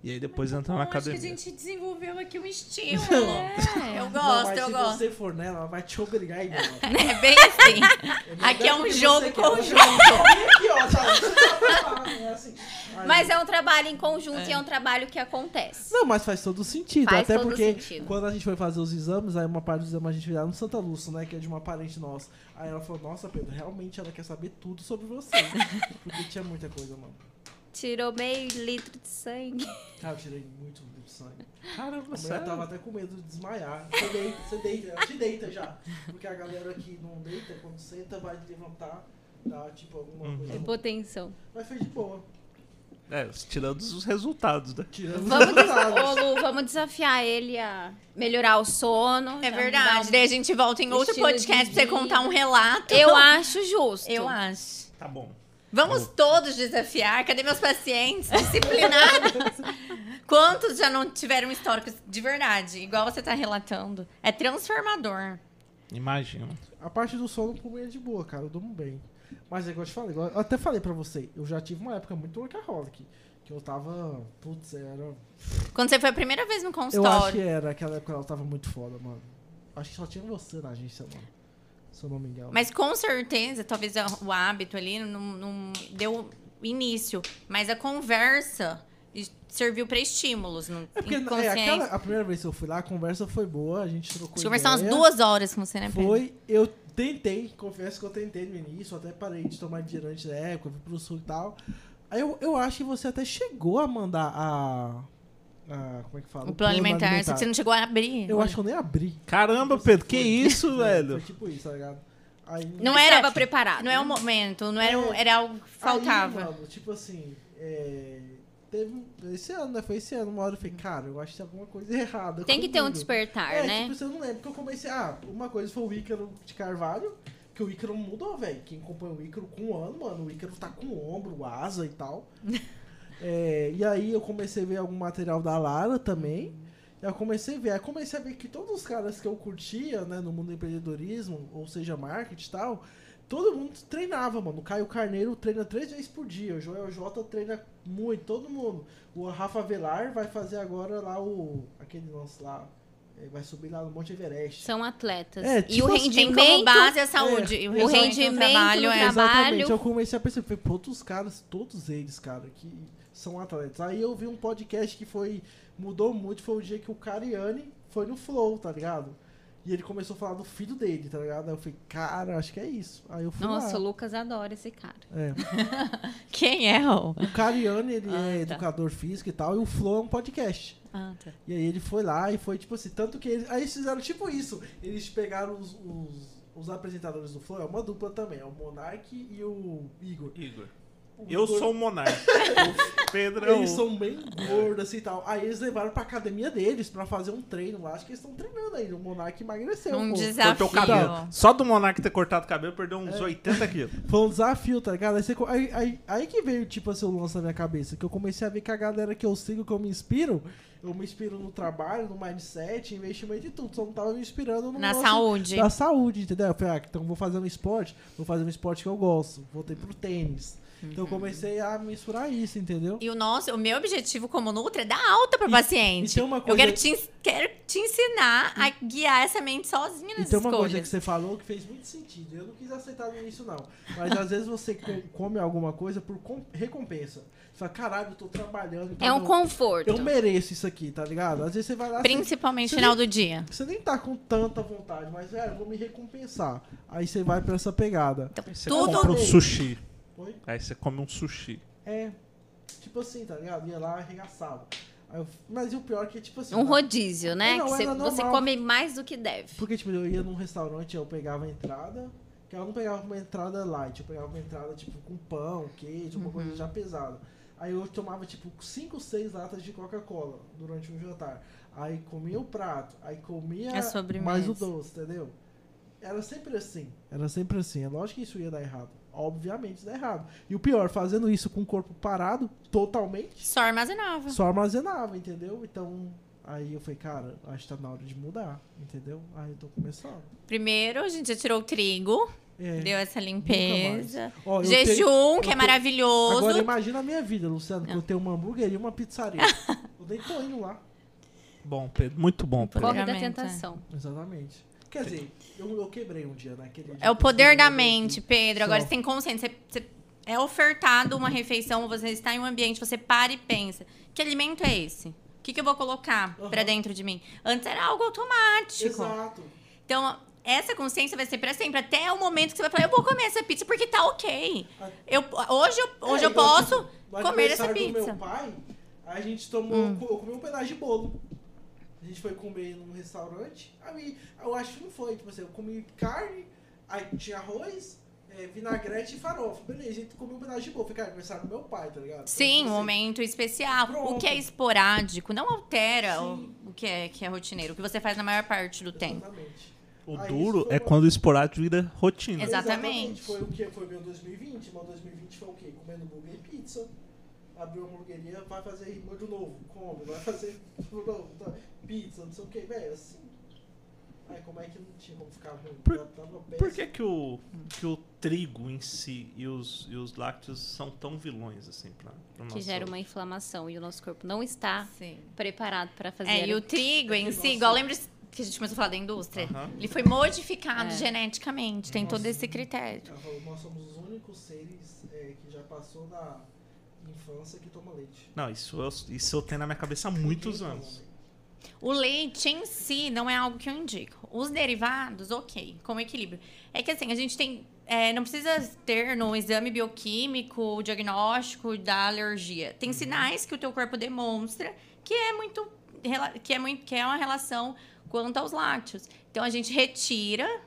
[SPEAKER 2] E aí depois entrar Tá na
[SPEAKER 4] Bom, acho que a
[SPEAKER 2] academia.
[SPEAKER 4] gente desenvolveu aqui um estímulo.
[SPEAKER 3] É.
[SPEAKER 4] Eu
[SPEAKER 1] Não,
[SPEAKER 4] gosto,
[SPEAKER 1] mas
[SPEAKER 4] eu
[SPEAKER 1] se
[SPEAKER 4] gosto.
[SPEAKER 1] você for nela, ela vai te obrigar igual.
[SPEAKER 3] né?
[SPEAKER 4] É bem assim. Aqui é um jogo conjunto.
[SPEAKER 1] Aqui, ó, tá, você tá preparado, é assim. Aí.
[SPEAKER 3] Mas é um trabalho em conjunto e é um trabalho que acontece.
[SPEAKER 1] Não, mas faz todo sentido.
[SPEAKER 3] Faz
[SPEAKER 1] até
[SPEAKER 3] todo
[SPEAKER 1] porque
[SPEAKER 3] sentido.
[SPEAKER 1] quando a gente foi fazer os exames, aí uma parte dos exames a gente fez lá no Santa Lúcia, né? Que é de uma parente nossa. Aí ela falou, nossa, Pedro, realmente ela quer saber tudo sobre você. porque tinha muita coisa, mano.
[SPEAKER 3] Tirou meio litro de sangue.
[SPEAKER 1] Cara, eu tirei muito de sangue.
[SPEAKER 2] Caramba,
[SPEAKER 1] A mulher
[SPEAKER 2] sério?
[SPEAKER 1] tava até com medo de desmaiar. Você deita, você deita, ela te deita já. Porque a galera que não deita, quando senta, vai levantar, dá tipo alguma
[SPEAKER 2] Uhum.
[SPEAKER 1] coisa.
[SPEAKER 3] Hipotensão.
[SPEAKER 1] Mas foi de boa.
[SPEAKER 2] É, tirando os resultados, né?
[SPEAKER 1] Tirando os
[SPEAKER 3] Vamos, des...
[SPEAKER 1] resultados.
[SPEAKER 3] Ô, Lu, vamos desafiar ele a melhorar o sono.
[SPEAKER 4] É
[SPEAKER 3] já mudar
[SPEAKER 4] verdade.
[SPEAKER 3] um-
[SPEAKER 4] Daí a gente volta em outro
[SPEAKER 3] Estilo de
[SPEAKER 4] podcast pra você
[SPEAKER 3] vida.
[SPEAKER 4] contar um relato.
[SPEAKER 3] Eu acho justo.
[SPEAKER 4] Eu acho.
[SPEAKER 2] Tá bom.
[SPEAKER 4] Vamos todos desafiar. Cadê meus pacientes? Disciplinados. Quantos já não tiveram históricos de verdade? Igual você tá relatando. É transformador.
[SPEAKER 2] Imagino.
[SPEAKER 1] A parte do sono por mim é de boa, cara. Eu durmo bem. Mas é igual eu te falei, igual eu até falei pra você, eu já tive uma época muito workaholic. Que eu tava. Putz, era.
[SPEAKER 4] Quando você foi a primeira vez no
[SPEAKER 1] Eu acho que
[SPEAKER 4] consultório.
[SPEAKER 1] era, aquela época ela tava muito foda, mano. Acho que só tinha você na agência, mano. Se eu não me engano.
[SPEAKER 4] Mas com certeza, talvez é o hábito ali não, não deu início. Mas a conversa es- serviu pra estímulos. Não,
[SPEAKER 1] É porque é,
[SPEAKER 4] inconsciente.
[SPEAKER 1] aquela, a primeira vez que eu fui lá, a conversa foi boa, a gente trocou.
[SPEAKER 4] Conversamos
[SPEAKER 1] ideia.
[SPEAKER 4] duas horas com você, né, Pedro?
[SPEAKER 1] Foi, eu tentei, confesso que eu tentei no início, até parei de tomar durante na época, fui pro sul e tal. Aí eu, eu acho que você até chegou a mandar a. a- como é que fala?
[SPEAKER 4] O plano alimentar, só que você não chegou a abrir.
[SPEAKER 1] Eu acho que eu nem abri. Tipo assim,
[SPEAKER 2] Caramba, Pedro, que
[SPEAKER 1] Foi.
[SPEAKER 2] isso,
[SPEAKER 1] Foi,
[SPEAKER 2] velho?
[SPEAKER 1] Foi tipo isso, tá ligado? Aí,
[SPEAKER 4] Não
[SPEAKER 3] Não
[SPEAKER 4] era-
[SPEAKER 3] estava preparado.
[SPEAKER 4] Não é o momento, não era, um- era algo que
[SPEAKER 1] É. aí,
[SPEAKER 4] faltava.
[SPEAKER 1] mano, tipo assim, é, teve um- esse ano, né? Foi esse ano, uma hora eu falei, cara, eu acho que tem alguma coisa errada.
[SPEAKER 3] Tem que ter um
[SPEAKER 1] comigo.
[SPEAKER 3] despertar,
[SPEAKER 1] É,
[SPEAKER 3] né?
[SPEAKER 1] tipo, isso eu não lembro, porque eu comecei. Ah, uma coisa foi o Ícaro de Carvalho, que o Ícaro mudou, velho. Quem acompanha o Ícaro com um ano, mano, o Ícaro tá com ombro, asa e tal. É, e aí eu comecei a ver algum material da Lara também. E Eu comecei a ver, aí comecei a ver que todos os caras que eu curtia, né, no mundo do empreendedorismo, ou seja, marketing e tal, todo mundo treinava, mano. O Caio Carneiro treina três vezes por dia, o Joel J treina muito, todo mundo. O Rafa Velar vai fazer agora lá o. aquele lance lá. Ele vai subir lá no Monte Everest.
[SPEAKER 3] São atletas.
[SPEAKER 1] É,
[SPEAKER 3] e o
[SPEAKER 1] tipo assim,
[SPEAKER 4] Tem como
[SPEAKER 3] rendimento.
[SPEAKER 4] base a saúde. e
[SPEAKER 1] é,
[SPEAKER 4] o rendimento do
[SPEAKER 3] rendimento
[SPEAKER 4] trabalho
[SPEAKER 3] no
[SPEAKER 4] é.
[SPEAKER 3] trabalho.
[SPEAKER 1] Exatamente, eu comecei a perceber, falei, pô, todos os caras, todos eles, cara, que são atletas. Aí eu vi um podcast que foi, mudou muito, foi o dia que o Cariani foi no Flow, tá ligado? E ele começou a falar do filho dele, tá ligado? Aí eu falei, cara, acho que é isso. Aí eu fui
[SPEAKER 3] Nossa, o
[SPEAKER 1] lá.
[SPEAKER 3] Lucas adora esse cara.
[SPEAKER 1] É.
[SPEAKER 4] Quem é o.
[SPEAKER 1] O Cariani, ele
[SPEAKER 4] Ah,
[SPEAKER 1] é
[SPEAKER 4] tá.
[SPEAKER 1] educador físico e tal, e o Flow é um podcast.
[SPEAKER 4] Ah, tá.
[SPEAKER 1] E aí ele foi lá e foi tipo assim, tanto que eles, aí eles fizeram tipo isso. Eles pegaram os, os, os apresentadores do Flow, é uma dupla também, é o Monark e o Igor.
[SPEAKER 2] Igor.
[SPEAKER 1] O
[SPEAKER 2] Eu
[SPEAKER 1] Igor-
[SPEAKER 2] sou o Monarca. O Pedro é o...
[SPEAKER 1] Eles são bem gordos assim e tal. Aí eles levaram pra academia deles pra fazer um treino lá. Acho que eles estão treinando aí. O Monark emagreceu.
[SPEAKER 4] Um
[SPEAKER 1] pô.
[SPEAKER 4] desafio.
[SPEAKER 2] Cortou o
[SPEAKER 4] Então.
[SPEAKER 2] cabelo. Só do Monarca ter cortado o cabelo, perdeu uns 80 quilos.
[SPEAKER 1] Foi um desafio, tá ligado? Aí, você co- aí- aí- aí que veio, tipo, assim, o lance na minha cabeça. Que eu comecei a ver que a galera que eu sigo, que eu me inspiro, eu me inspiro no trabalho, no mindset, investimento e tudo. Só não tava me inspirando no
[SPEAKER 4] Na
[SPEAKER 1] lance
[SPEAKER 4] saúde.
[SPEAKER 1] da saúde, entendeu? Eu falei, ah, então vou fazer um esporte, vou fazer um esporte que eu gosto. Voltei pro tênis. Então
[SPEAKER 4] Uhum.
[SPEAKER 1] eu comecei a misturar isso, entendeu?
[SPEAKER 4] E o nosso, o meu objetivo como Nutra é dar alta pra paciente.
[SPEAKER 1] e então, tem uma
[SPEAKER 4] Eu
[SPEAKER 1] coisa-
[SPEAKER 4] quero te, ens- quero te ensinar a guiar essa mente sozinha
[SPEAKER 1] E
[SPEAKER 4] nas
[SPEAKER 1] tem Então, uma coisa que
[SPEAKER 4] escolhas.
[SPEAKER 1] você falou que fez muito sentido. Eu não quis aceitar no início, não. Mas às vezes você co- come alguma coisa por com- recompensa. Você fala, caralho, eu tô trabalhando.
[SPEAKER 4] Tá
[SPEAKER 1] então
[SPEAKER 3] É um
[SPEAKER 1] eu-
[SPEAKER 3] conforto.
[SPEAKER 1] Eu mereço isso aqui, tá ligado? Às vezes você vai lá. você-
[SPEAKER 4] Principalmente
[SPEAKER 1] você
[SPEAKER 4] no final do dia.
[SPEAKER 1] Você nem tá com tanta vontade, mas, velho, eu vou me recompensar. Aí você vai pra essa pegada.
[SPEAKER 4] Então,
[SPEAKER 2] Você
[SPEAKER 4] tudo
[SPEAKER 2] compra um sushi.
[SPEAKER 1] Foi?
[SPEAKER 2] Aí você come um sushi.
[SPEAKER 1] É. Tipo assim, tá ligado? Ia lá, arregaçava. Aí eu- Mas e o pior é que, tipo assim.
[SPEAKER 3] Um
[SPEAKER 1] na-
[SPEAKER 3] rodízio, né?
[SPEAKER 1] Não,
[SPEAKER 3] que você,
[SPEAKER 1] era normal.
[SPEAKER 3] você come mais do que deve.
[SPEAKER 1] Porque, tipo, eu ia num restaurante, eu pegava a entrada, que eu não pegava uma entrada light, eu pegava uma entrada, tipo, com pão, queijo, uma coisa já pesada. Aí eu tomava, tipo, 5, 6 latas de Coca-Cola durante um jantar. Aí comia o prato, aí comia
[SPEAKER 4] A sobremesa.
[SPEAKER 1] mais o doce, entendeu? Era sempre assim. Era sempre assim. É lógico que isso ia dar errado. Obviamente dá errado. E o pior, fazendo isso com o corpo parado, totalmente,
[SPEAKER 4] Só armazenava.
[SPEAKER 1] só armazenava, entendeu? Então, aí eu falei, cara, acho que tá na hora de mudar, entendeu? Aí eu tô começando.
[SPEAKER 4] Primeiro, a gente já tirou o trigo.
[SPEAKER 1] É.
[SPEAKER 4] Deu essa
[SPEAKER 1] Nunca
[SPEAKER 4] limpeza.
[SPEAKER 1] mais. Ó, eu
[SPEAKER 4] Jejum,
[SPEAKER 1] tenho-
[SPEAKER 4] que é
[SPEAKER 1] eu tenho-
[SPEAKER 4] maravilhoso.
[SPEAKER 1] Agora imagina a minha vida, Luciano,
[SPEAKER 4] Ah.
[SPEAKER 1] que eu tenho uma hamburgueria e uma pizzaria. eu nem tô indo lá.
[SPEAKER 2] Bom, Pedro, muito bom, Pedro.
[SPEAKER 3] Corre da
[SPEAKER 4] Poderamente,
[SPEAKER 3] tentação.
[SPEAKER 1] Exatamente. Quer dizer, eu, eu quebrei um dia naquele um dia.
[SPEAKER 4] É o poder da mente, Pedro. Agora
[SPEAKER 1] Só.
[SPEAKER 4] você tem consciência. Você, você- é ofertado uma refeição, você está em um ambiente, você para e pensa: que alimento é esse? O que, que eu vou colocar
[SPEAKER 1] Aham.
[SPEAKER 4] pra dentro de mim? Antes era algo automático.
[SPEAKER 1] Exato.
[SPEAKER 4] Então, essa consciência vai ser pra sempre, até o momento que você vai falar: eu vou comer essa pizza porque tá ok. Eu, hoje eu, hoje
[SPEAKER 1] É,
[SPEAKER 4] eu
[SPEAKER 1] igual,
[SPEAKER 4] posso
[SPEAKER 1] tipo, no
[SPEAKER 4] comer essa
[SPEAKER 1] aniversário do
[SPEAKER 4] pizza. Hum.
[SPEAKER 1] meu pai, a gente tomou, eu comi um pedaço de bolo. A gente foi comer num restaurante. Aí, eu acho que não foi, tipo assim, eu comi carne, aí tinha arroz, eh, vinagrete e farofa. Beleza, a gente comeu um pedaço de bolo. Falei, cara, aniversário do meu pai, tá ligado?
[SPEAKER 4] Sim, um
[SPEAKER 1] Então, assim,
[SPEAKER 4] momento especial. O
[SPEAKER 1] Pronto.
[SPEAKER 4] que é esporádico não altera
[SPEAKER 1] Sim.
[SPEAKER 4] o, o que, é, que é rotineiro, o que você faz na maior parte do tempo.
[SPEAKER 1] Exatamente. Ah,
[SPEAKER 2] O
[SPEAKER 1] isso
[SPEAKER 2] duro
[SPEAKER 1] foi
[SPEAKER 2] é
[SPEAKER 1] bom.
[SPEAKER 2] quando o esporádico vira rotina.
[SPEAKER 4] Exato. Exatamente.
[SPEAKER 1] Foi o que? Foi meu 2020. Meu 2020 foi o quê? Comendo hambúrguer e pizza. Abriu uma hamburgueria, vai fazer irmã de novo. Come, vai fazer de novo. tá? Pizza, não sei o que. Velho, assim. Ai, como é que não tinha como ficar ruim? Tá
[SPEAKER 2] Por-
[SPEAKER 1] Já tava
[SPEAKER 2] Por
[SPEAKER 1] péssimo.
[SPEAKER 2] que, que, o, que o trigo em si e os, e os lácteos são tão vilões assim pra, pra
[SPEAKER 3] Que
[SPEAKER 2] nossa-
[SPEAKER 3] gera uma inflamação e o nosso corpo não está
[SPEAKER 4] Sim.
[SPEAKER 3] preparado para fazer.
[SPEAKER 4] tá? É, e o trigo em si, igual lembra que a gente começou a falar da indústria?
[SPEAKER 2] Aham.
[SPEAKER 4] Ele foi modificado
[SPEAKER 3] É.
[SPEAKER 4] geneticamente, tem todo esse critério.
[SPEAKER 1] Ela falou, nós somos os únicos seres é, que já passou da infância que toma leite.
[SPEAKER 2] Não, isso eu, isso eu tenho na minha cabeça há muitos
[SPEAKER 1] Ninguém toma
[SPEAKER 2] anos.
[SPEAKER 1] leite.
[SPEAKER 4] O leite em si não é algo que eu indico. Os derivados, ok, com equilíbrio. É que assim, a gente tem. é, não precisa ter no exame bioquímico o diagnóstico da alergia.
[SPEAKER 3] Uhum.
[SPEAKER 4] Tem sinais que o teu corpo demonstra que é muito. rela- que é, muito, que é uma relação quanto aos lácteos. Então a gente retira,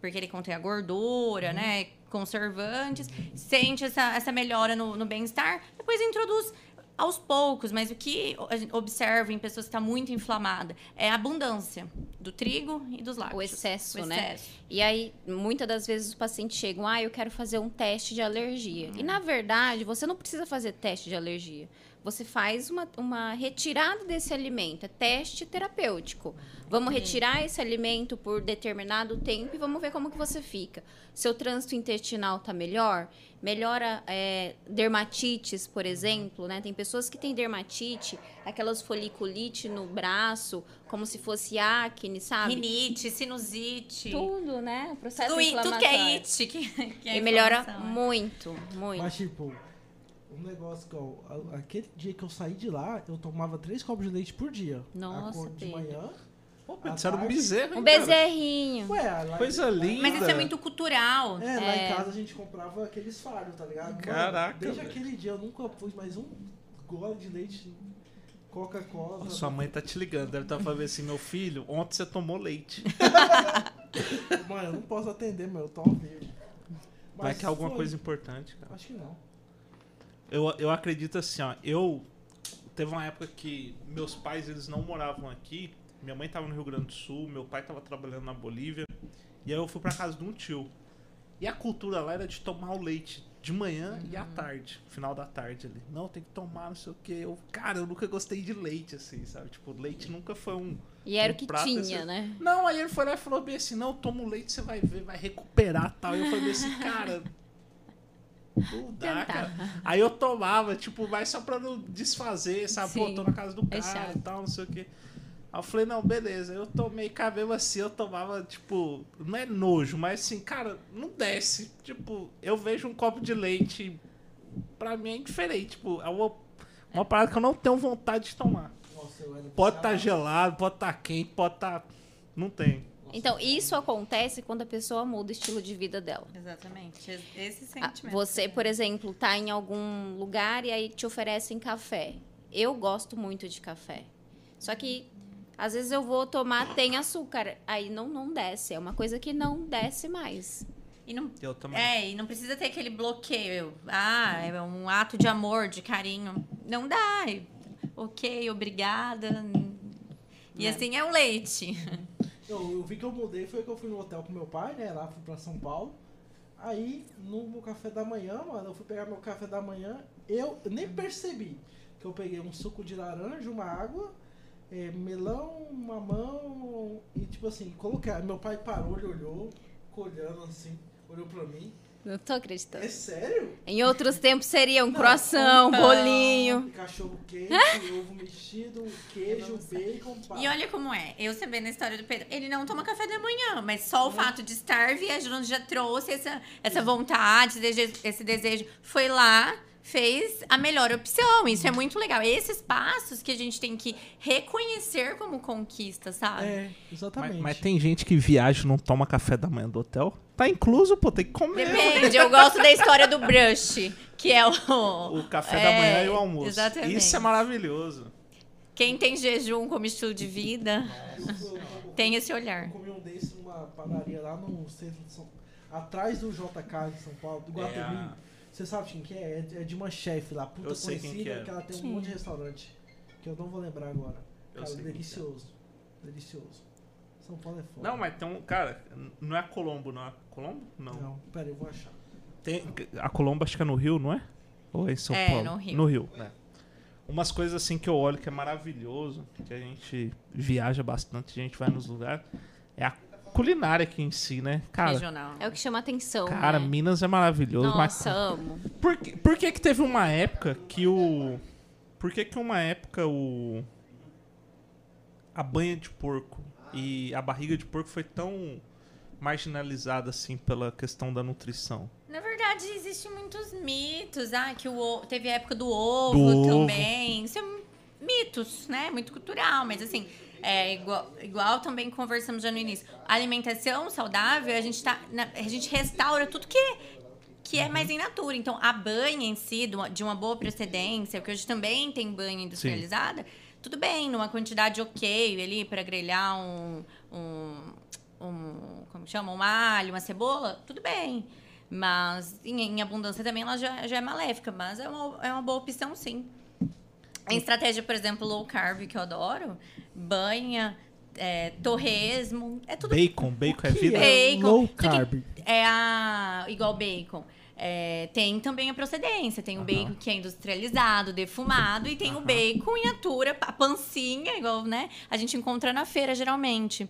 [SPEAKER 4] porque ele contém a gordura,
[SPEAKER 3] Uhum.
[SPEAKER 4] né? Conservantes, sente essa, essa melhora no, no bem-estar, depois introduz aos poucos, mas o que a gente observa em pessoas que está muito inflamada é a abundância do trigo e dos lácteos.
[SPEAKER 3] O excesso,
[SPEAKER 4] O
[SPEAKER 3] né?
[SPEAKER 4] excesso.
[SPEAKER 3] E aí, muitas das vezes, os pacientes chegam, ah, eu quero fazer um teste de alergia. E, na verdade, você não precisa fazer teste de alergia. Você faz uma, uma retirada desse alimento, é teste terapêutico. Vamos retirar esse alimento por determinado tempo e vamos ver como que você fica. Seu trânsito intestinal tá melhor? Melhora é, dermatites, por exemplo, né? Tem pessoas que têm dermatite, aquelas foliculite no braço, como se fosse acne, sabe?
[SPEAKER 4] Rinite, sinusite.
[SPEAKER 3] Tudo, né? O processo
[SPEAKER 4] Tudo, i- tudo que é
[SPEAKER 3] inflamatório.
[SPEAKER 4] it, que, que é
[SPEAKER 3] E melhora
[SPEAKER 4] inflamação, né?
[SPEAKER 3] muito, muito.
[SPEAKER 1] Mas, tipo, um negócio que, ó, a- aquele dia que eu saí de lá, eu tomava três copos de leite por dia.
[SPEAKER 3] Nossa,
[SPEAKER 1] Acordo de
[SPEAKER 3] Pedro.
[SPEAKER 1] manhã.
[SPEAKER 2] Pô,
[SPEAKER 1] Ah,
[SPEAKER 2] Pedro, isso era um
[SPEAKER 1] tá.
[SPEAKER 2] bezerro,
[SPEAKER 3] Um
[SPEAKER 2] hein, cara?
[SPEAKER 3] bezerrinho.
[SPEAKER 1] Ué, lá
[SPEAKER 2] Coisa linda.
[SPEAKER 4] Mas isso é muito cultural.
[SPEAKER 1] É, lá em casa a gente comprava aqueles fardos, tá ligado? Mano,
[SPEAKER 2] Caraca,
[SPEAKER 1] Desde
[SPEAKER 2] velho.
[SPEAKER 1] aquele dia eu nunca pus mais um gole de leite, Coca-Cola.
[SPEAKER 2] Sua mãe tá te ligando, deve estar falando assim, meu filho, ontem você tomou leite.
[SPEAKER 1] Mano, eu não posso atender, meu, eu tô ao vivo.
[SPEAKER 2] Vai
[SPEAKER 1] Mas
[SPEAKER 2] que é alguma
[SPEAKER 1] foi.
[SPEAKER 2] coisa importante, cara.
[SPEAKER 1] Acho que não.
[SPEAKER 2] Eu, eu acredito assim, ó. Eu. Teve uma época que meus pais eles não moravam aqui. Minha mãe tava no Rio Grande do Sul, meu pai tava trabalhando na Bolívia. E aí eu fui pra casa de um tio. E a cultura lá era de tomar o leite de manhã e à tarde, final da tarde ali. Não, tem que tomar, não sei o quê. Eu, cara, eu nunca gostei de leite, assim, sabe? Tipo, leite nunca foi um.
[SPEAKER 3] E era
[SPEAKER 2] Um
[SPEAKER 3] o que
[SPEAKER 2] prato,
[SPEAKER 3] tinha,
[SPEAKER 2] assim.
[SPEAKER 3] né?
[SPEAKER 2] Não, aí ele foi lá e falou bem assim, não, toma o leite, você vai ver, vai recuperar tal. Eu falei assim, cara. Não dá,
[SPEAKER 3] Tentar.
[SPEAKER 2] cara. Aí eu tomava, tipo, mas só pra não desfazer, sabe? Pô,
[SPEAKER 3] Sim.
[SPEAKER 2] tô na casa do
[SPEAKER 3] É
[SPEAKER 2] cara
[SPEAKER 3] chato.
[SPEAKER 2] e tal, não sei o quê. Aí eu falei, não, beleza. Eu tomei, cara, mesmo assim, eu tomava, tipo, não é nojo, mas assim, cara, não desce. Tipo, eu vejo um copo de leite, pra mim é indiferente. Tipo, é uma, uma parada que eu não tenho vontade de tomar.
[SPEAKER 1] Nossa, eu era
[SPEAKER 2] Pode estar
[SPEAKER 1] viciado.
[SPEAKER 2] gelado, pode estar quente, pode estar. Não tem.
[SPEAKER 1] Nossa,
[SPEAKER 3] Então, isso acontece quando a pessoa muda o estilo de vida dela.
[SPEAKER 4] Exatamente. es- Esse
[SPEAKER 3] Ah,
[SPEAKER 4] sentimento.
[SPEAKER 3] Você, por exemplo, tá em algum lugar e aí te oferecem café. Eu gosto muito de café. Só que às vezes eu vou tomar, tem açúcar. Aí não, não desce. É uma coisa que não desce mais.
[SPEAKER 4] E não,
[SPEAKER 2] Eu também.
[SPEAKER 4] é, e não precisa ter aquele bloqueio. Ah, é um ato de amor, de carinho. Não dá. E- Ok, obrigada. E
[SPEAKER 3] É.
[SPEAKER 4] assim é o leite.
[SPEAKER 1] Eu, eu vi que eu mudei, foi que eu fui no hotel com meu pai, né? Lá fui pra São Paulo. Aí, no meu café da manhã, mano, eu fui pegar meu café da manhã, eu nem percebi que eu peguei um suco de laranja, uma água, eh, melão, mamão, e tipo assim, coloquei. Aí Meu pai parou, ele olhou, ficou olhando assim, Olhou pra mim.
[SPEAKER 3] Não tô acreditando.
[SPEAKER 1] É sério?
[SPEAKER 3] Em outros tempos seria Tá. um croissant, um
[SPEAKER 1] então.
[SPEAKER 3] bolinho.
[SPEAKER 1] Cachorro quente, ovo mexido, queijo, bacon, pá.
[SPEAKER 4] E olha como é, eu sabendo a história do Pedro, ele não toma café da manhã, mas só o fato de estar viajando já trouxe essa, essa vontade, esse desejo, esse desejo. Foi lá, fez a melhor opção. Isso é muito legal. Esses passos que a gente tem que reconhecer como conquista, sabe?
[SPEAKER 1] É,
[SPEAKER 2] Mas,
[SPEAKER 1] exatamente.
[SPEAKER 2] mas tem gente que viaja e não toma café da manhã do hotel? Tá incluso, pô, tem que comer.
[SPEAKER 4] Depende, eu gosto da história do brush, que é o.
[SPEAKER 2] O café
[SPEAKER 4] É,
[SPEAKER 2] da manhã e o almoço.
[SPEAKER 4] Exatamente.
[SPEAKER 2] Isso é maravilhoso.
[SPEAKER 4] Quem tem jejum como estilo de vida tem esse
[SPEAKER 1] Eu
[SPEAKER 4] olhar.
[SPEAKER 1] comi um desse numa padaria lá no centro de São Atrás do JK de São Paulo, do
[SPEAKER 2] É,
[SPEAKER 1] Guatemi.
[SPEAKER 2] a-
[SPEAKER 1] Você sabe quem que é? É de- É de uma chefe lá, puta
[SPEAKER 2] ah. Eu sei quem
[SPEAKER 1] conhecida,
[SPEAKER 2] que é.
[SPEAKER 1] ela tem um monte de restaurante. Que eu não vou lembrar agora.
[SPEAKER 2] Eu
[SPEAKER 1] Cara,
[SPEAKER 2] sei quem que é.
[SPEAKER 1] delicioso. Delicioso. São Paulo é foda.
[SPEAKER 2] Não, mas tem um. Cara, n- não é a Colombo, não é? Colombo? Não.
[SPEAKER 1] Não, pera, eu vou achar.
[SPEAKER 2] Tem, a Colombo acho que é no Rio, não é? Ou é em São
[SPEAKER 4] É,
[SPEAKER 2] Paulo?
[SPEAKER 4] no Rio.
[SPEAKER 2] No Rio, né? Umas coisas assim que eu olho que é maravilhoso, que a gente viaja bastante, a gente vai nos lugares, é a culinária aqui em si, né? Cara,
[SPEAKER 4] regional.
[SPEAKER 3] É o que chama atenção.
[SPEAKER 2] cara
[SPEAKER 3] né?
[SPEAKER 2] Minas é maravilhoso, mas
[SPEAKER 3] Nossa, amo.
[SPEAKER 2] Por que, por que que teve uma época que o... Por que que uma época o... A banha de porco e a barriga de porco foi tão marginalizada, assim, pela questão da nutrição?
[SPEAKER 4] Na verdade, existem muitos mitos. Ah, que o ovo, teve a época do ovo
[SPEAKER 2] ovo.
[SPEAKER 4] também. Isso é um- mitos, né? Muito cultural, mas assim, é igual, igual também conversamos já no início. A alimentação saudável, a gente, tá, na- a gente restaura tudo que, que é mais in natura. Então, a banha em si, de uma, de uma boa procedência, porque hoje também tem banha industrializada, tudo bem, numa quantidade ok ali para grelhar um, um, um- Como chama? Um alho, uma cebola, tudo bem. Mas em, em abundância também ela já, já é maléfica, mas é uma, é uma boa opção sim. Em estratégia, por exemplo, low carb, que eu adoro, banha, é, torresmo, é tudo
[SPEAKER 2] Bacon, bacon é vida?
[SPEAKER 4] é
[SPEAKER 1] Low
[SPEAKER 4] Low
[SPEAKER 1] carb.
[SPEAKER 4] carb. é a igual bacon. É, tem também a procedência. Tem o
[SPEAKER 2] Aham.
[SPEAKER 4] bacon que é industrializado, defumado, e tem o bacon em natura, a pancinha, igual, né? A gente encontra na feira, geralmente.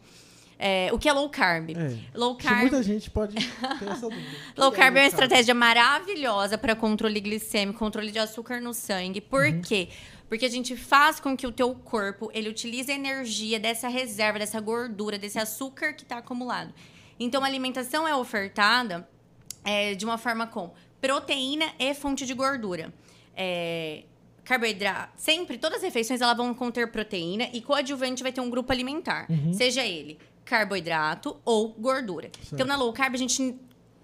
[SPEAKER 4] É, o que é low carb?
[SPEAKER 1] É.
[SPEAKER 4] Low
[SPEAKER 1] Acho que
[SPEAKER 4] carb.
[SPEAKER 1] muita gente pode ter essa dúvida.
[SPEAKER 4] Low carb é
[SPEAKER 1] Então.
[SPEAKER 4] uma estratégia maravilhosa para controle glicêmico, controle de açúcar no sangue. Por quê? Porque a gente faz com que o teu corpo ele utilize a energia dessa reserva, dessa gordura, desse açúcar que está acumulado. Então a alimentação é ofertada é, de uma forma com proteína e fonte de gordura. É, carboidrato. Sempre, todas as refeições elas vão conter proteína e coadjuvante vai ter um grupo alimentar, seja ele carboidrato ou gordura. Então, na low carb, a gente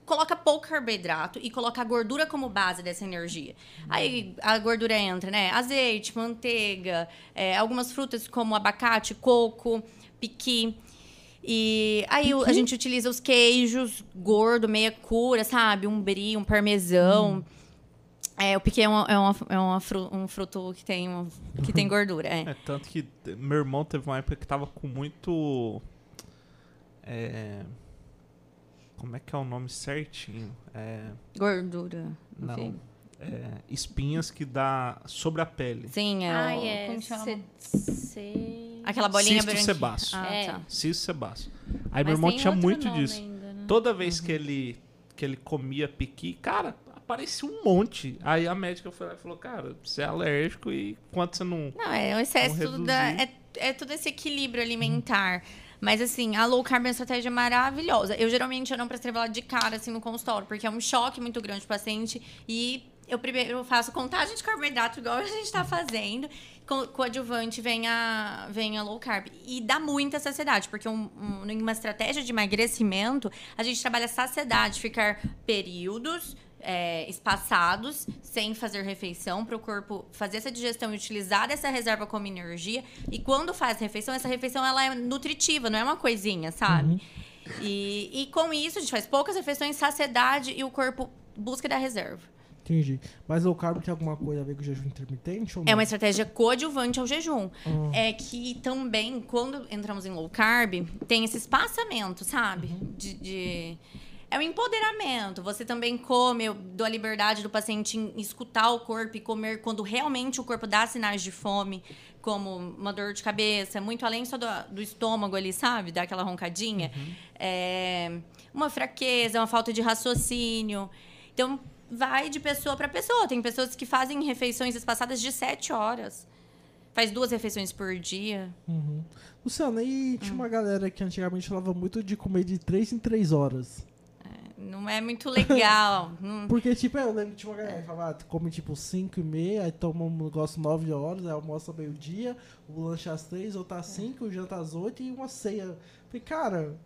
[SPEAKER 4] coloca pouco carboidrato e coloca a gordura como base dessa energia. Aí a gordura entra, né? Azeite, manteiga, é, algumas frutas como abacate, coco, piqui. E aí o- a gente utiliza os queijos gordo, meia cura, sabe? Um brie, um parmesão.
[SPEAKER 2] Hum.
[SPEAKER 4] É, o piqui é, uma- é uma- é uma fru- um fruto que tem, uma- que tem gordura. é.
[SPEAKER 2] É, tanto que t- meu irmão teve uma época que tava com muito. é, como é que é o nome certinho? É,
[SPEAKER 4] Gordura.
[SPEAKER 2] não.
[SPEAKER 4] enfim.
[SPEAKER 2] é, espinhas que dá sobre a pele.
[SPEAKER 4] Sim, é.
[SPEAKER 3] Ai,
[SPEAKER 4] o-
[SPEAKER 3] é.
[SPEAKER 4] como chama?
[SPEAKER 3] CC.
[SPEAKER 4] Aquela bolinha
[SPEAKER 2] Cisto
[SPEAKER 4] branquinha.
[SPEAKER 2] sebáceo.
[SPEAKER 4] Ah,
[SPEAKER 3] É.
[SPEAKER 4] tá.
[SPEAKER 2] Cisto sebáceo. Aí meu irmão tinha muito disso.
[SPEAKER 3] né?
[SPEAKER 2] Toda vez
[SPEAKER 3] Uhum.
[SPEAKER 2] que ele que ele comia piqui, cara, aparecia um monte. Aí a médica foi lá e falou: Cara, você é alérgico e quanto você não.
[SPEAKER 4] Não, é o excesso
[SPEAKER 2] Vamos
[SPEAKER 4] da, é,
[SPEAKER 2] reduzir.
[SPEAKER 4] é todo esse equilíbrio alimentar. Mas assim, a low carb é uma estratégia maravilhosa. Eu geralmente eu não prescrevo ela de cara assim no consultório, porque é um choque muito grande pro paciente e eu primeiro faço contagem de carboidrato igual a gente tá fazendo. Co- Coadjuvante vem a, vem a low carb. E dá muita saciedade, porque um, um, em uma estratégia de emagrecimento, a gente trabalha saciedade, ficar períodos é, espaçados, sem fazer refeição, para o corpo fazer essa digestão e utilizar essa reserva como energia. E quando faz refeição, essa refeição ela é nutritiva, não é uma coisinha, sabe? E, e com isso, a gente faz poucas refeições, saciedade e o corpo busca da reserva.
[SPEAKER 1] Entendi. Mas low carb tem alguma coisa a ver com jejum intermitente ou não?
[SPEAKER 4] É uma estratégia coadjuvante ao jejum.
[SPEAKER 1] Hum.
[SPEAKER 4] É que também, quando entramos em low carb, tem esse espaçamento, sabe? De. de- É o empoderamento. Você também come, eu dou a liberdade do paciente em escutar o corpo e comer quando realmente o corpo dá sinais de fome, como uma dor de cabeça, muito além só do, do estômago ali, sabe? Dá aquela roncadinha. É, uma fraqueza, uma falta de raciocínio. Então, vai de pessoa para pessoa. Tem pessoas que fazem refeições espaçadas de sete horas. Faz duas refeições por dia.
[SPEAKER 1] Uhum. Luciana, e
[SPEAKER 4] Hum.
[SPEAKER 1] tinha uma galera que antigamente falava muito de comer de 3 em 3 horas.
[SPEAKER 4] Não é muito legal. Hum.
[SPEAKER 1] Porque, tipo, eu lembro que tinha uma galera que falava, ah, come tipo 5 e meia, aí toma um negócio 9 horas, aí almoça meio-dia, o lanche às 3, ou tá 5, o janta às 8 e uma ceia. Falei, cara,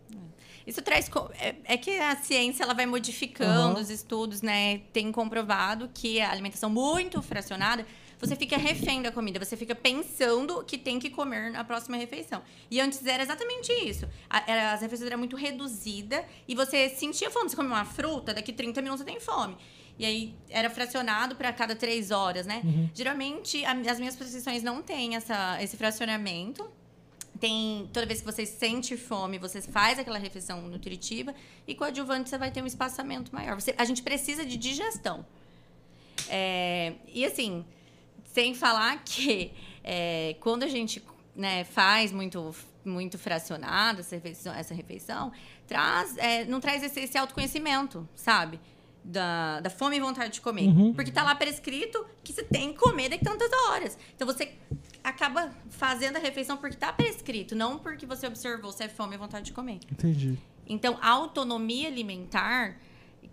[SPEAKER 4] Isso traz. co- É, é que a ciência ela vai modificando
[SPEAKER 1] Aham.
[SPEAKER 4] os estudos, né? Tem comprovado que a alimentação muito fracionada, você fica refém da comida, você fica pensando que tem que comer na próxima refeição. E antes era exatamente isso. A, era, as refeições eram muito reduzidas e você sentia fome. Você come uma fruta, daqui 30 minutos você tem fome. E aí era fracionado para cada três horas, né? Geralmente, a- as minhas prescrições não têm essa, esse fracionamento. Tem, toda vez que você sente fome, você faz aquela refeição nutritiva e coadjuvante você vai ter um espaçamento maior. Você- a gente precisa de digestão. É, e assim, sem falar que é, quando a gente né, faz muito, muito fracionado essa refeição, essa refeição, traz, é, não traz esse, esse autoconhecimento, sabe? Da, da fome e vontade de comer.
[SPEAKER 1] Uhum.
[SPEAKER 4] Porque tá lá prescrito que você tem que comer daqui tantas horas. Então você acaba fazendo a refeição porque tá prescrito, não porque você observou se é fome e vontade de comer.
[SPEAKER 1] entendi.
[SPEAKER 4] Então, a autonomia alimentar,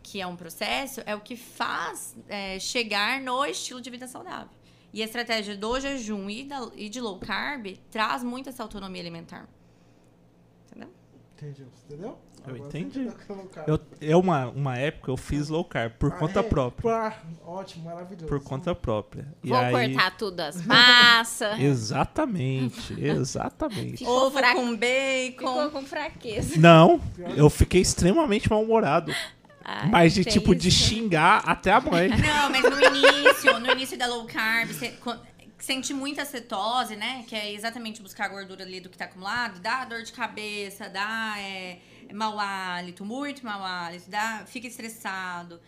[SPEAKER 4] que é um processo, é o que faz é, chegar no estilo de vida saudável. E a estratégia do jejum e, da- e de low carb traz muito essa autonomia alimentar. Entendeu?
[SPEAKER 1] Entendi, você entendeu?
[SPEAKER 2] Eu
[SPEAKER 1] Agora
[SPEAKER 2] entendi.
[SPEAKER 1] você entendeu, cara.
[SPEAKER 2] Eu, eu uma, uma época eu fiz low carb por
[SPEAKER 1] Ah,
[SPEAKER 2] conta
[SPEAKER 1] é?
[SPEAKER 2] própria.
[SPEAKER 1] Ah, ótimo, maravilhoso.
[SPEAKER 2] Por conta própria. E
[SPEAKER 3] Vou
[SPEAKER 2] aí-
[SPEAKER 3] cortar né? tudo as massas.
[SPEAKER 2] Exatamente, exatamente.
[SPEAKER 3] Ficou
[SPEAKER 4] Ovo
[SPEAKER 3] fraco.
[SPEAKER 4] com bacon.
[SPEAKER 3] Ficou com fraqueza.
[SPEAKER 2] Não, eu fiquei extremamente mal-humorado.
[SPEAKER 3] Ai,
[SPEAKER 2] Mas de
[SPEAKER 3] Ah, tem
[SPEAKER 2] tipo, de
[SPEAKER 3] isso.
[SPEAKER 2] xingar até a mãe.
[SPEAKER 4] Não, mas no início, no início da low carb, você co- sente muita cetose, né? Que é exatamente buscar a gordura ali do que tá acumulado, dá dor de cabeça, dá é, mau hálito, muito mau hálito, dá, fica estressado.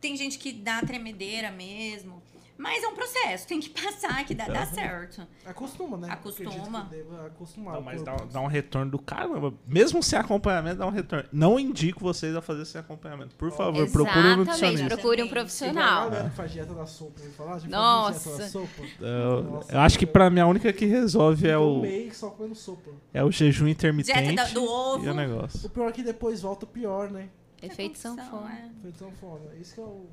[SPEAKER 4] Tem gente que dá tremedeira mesmo. Mas é um processo, tem que passar, que dá, dá certo.
[SPEAKER 1] Acostuma, né?
[SPEAKER 4] Acostuma.
[SPEAKER 1] Acredito que deva acostumar.
[SPEAKER 2] Não,
[SPEAKER 1] o
[SPEAKER 2] mas dá,
[SPEAKER 1] corpo.
[SPEAKER 2] dá um retorno do caramba. Mesmo sem acompanhamento, dá um retorno. Não indico vocês a fazer sem acompanhamento. Por favor, procure um
[SPEAKER 3] Exatamente,
[SPEAKER 2] nutricionista.
[SPEAKER 3] procure um
[SPEAKER 1] Tem uma
[SPEAKER 3] profissional.
[SPEAKER 1] galera que faz dieta da sopa, eu ia falar, já
[SPEAKER 3] Nossa.
[SPEAKER 1] faz dieta da sopa.
[SPEAKER 2] É, Eu,
[SPEAKER 1] Nossa,
[SPEAKER 2] eu acho que
[SPEAKER 1] cara.
[SPEAKER 2] pra mim a única que resolve é
[SPEAKER 1] Fica um
[SPEAKER 2] o,
[SPEAKER 1] mês só comendo sopa.
[SPEAKER 2] é o jejum
[SPEAKER 4] Dieta
[SPEAKER 2] intermitente
[SPEAKER 4] da- do ovo.
[SPEAKER 2] e o
[SPEAKER 1] O
[SPEAKER 2] negócio.
[SPEAKER 1] pior é que depois volta o pior, né?
[SPEAKER 3] Efeito sanfona.
[SPEAKER 4] É.
[SPEAKER 1] Foi tão foda. Isso que é o.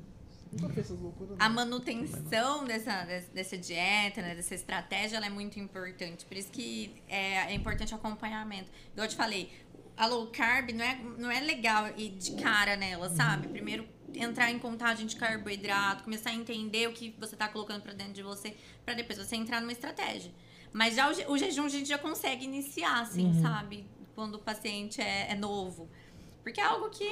[SPEAKER 1] Nunca fez essas loucuras.
[SPEAKER 4] A
[SPEAKER 1] não. É,
[SPEAKER 4] manutenção dessa, des- dessa dieta, né, dessa estratégia, ela é muito importante. Por isso que é, é importante o acompanhamento. Igual eu te falei, a low carb não é, não é legal ir de cara nela, sabe? Primeiro entrar em contagem de carboidrato, começar a entender o que você está colocando para dentro de você, para depois você entrar numa estratégia. Mas já o, je- o jejum a gente já consegue iniciar, assim, sabe? Quando o paciente é- é novo. Porque é algo que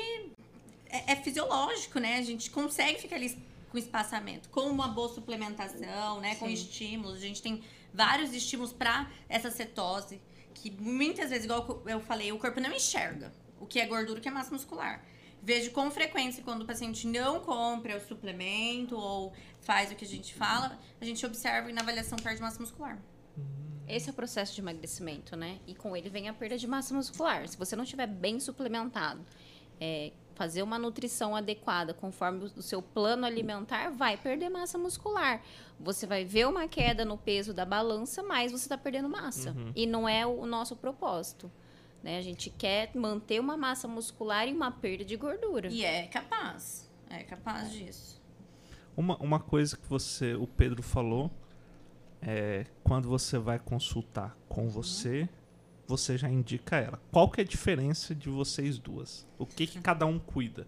[SPEAKER 4] é, é fisiológico, né? A gente consegue ficar ali com espaçamento, com uma boa suplementação, né? Com
[SPEAKER 3] Sim.
[SPEAKER 4] estímulos. A gente tem vários estímulos para essa cetose, que muitas vezes, igual eu falei, o corpo não enxerga o que é gordura, o que é massa muscular. Vejo com frequência quando o paciente não compra o suplemento ou faz o que a gente fala, a gente observa na avaliação de massa muscular.
[SPEAKER 3] Esse é o processo de emagrecimento, né? E com ele vem a perda de massa muscular. Se você não estiver bem suplementado, é, fazer uma nutrição adequada conforme o- o seu plano alimentar, vai perder massa muscular. Você vai ver uma queda no peso da balança, mas você está perdendo massa. E não é o o nosso propósito. Né? A gente quer manter uma massa muscular e uma perda de gordura.
[SPEAKER 4] E é capaz. É capaz disso.
[SPEAKER 2] Uma, uma coisa que você, o Pedro falou, é quando você vai consultar
[SPEAKER 1] Uhum.
[SPEAKER 2] com você, você já indica ela. Qual que é a diferença de vocês duas? O que, que cada um cuida?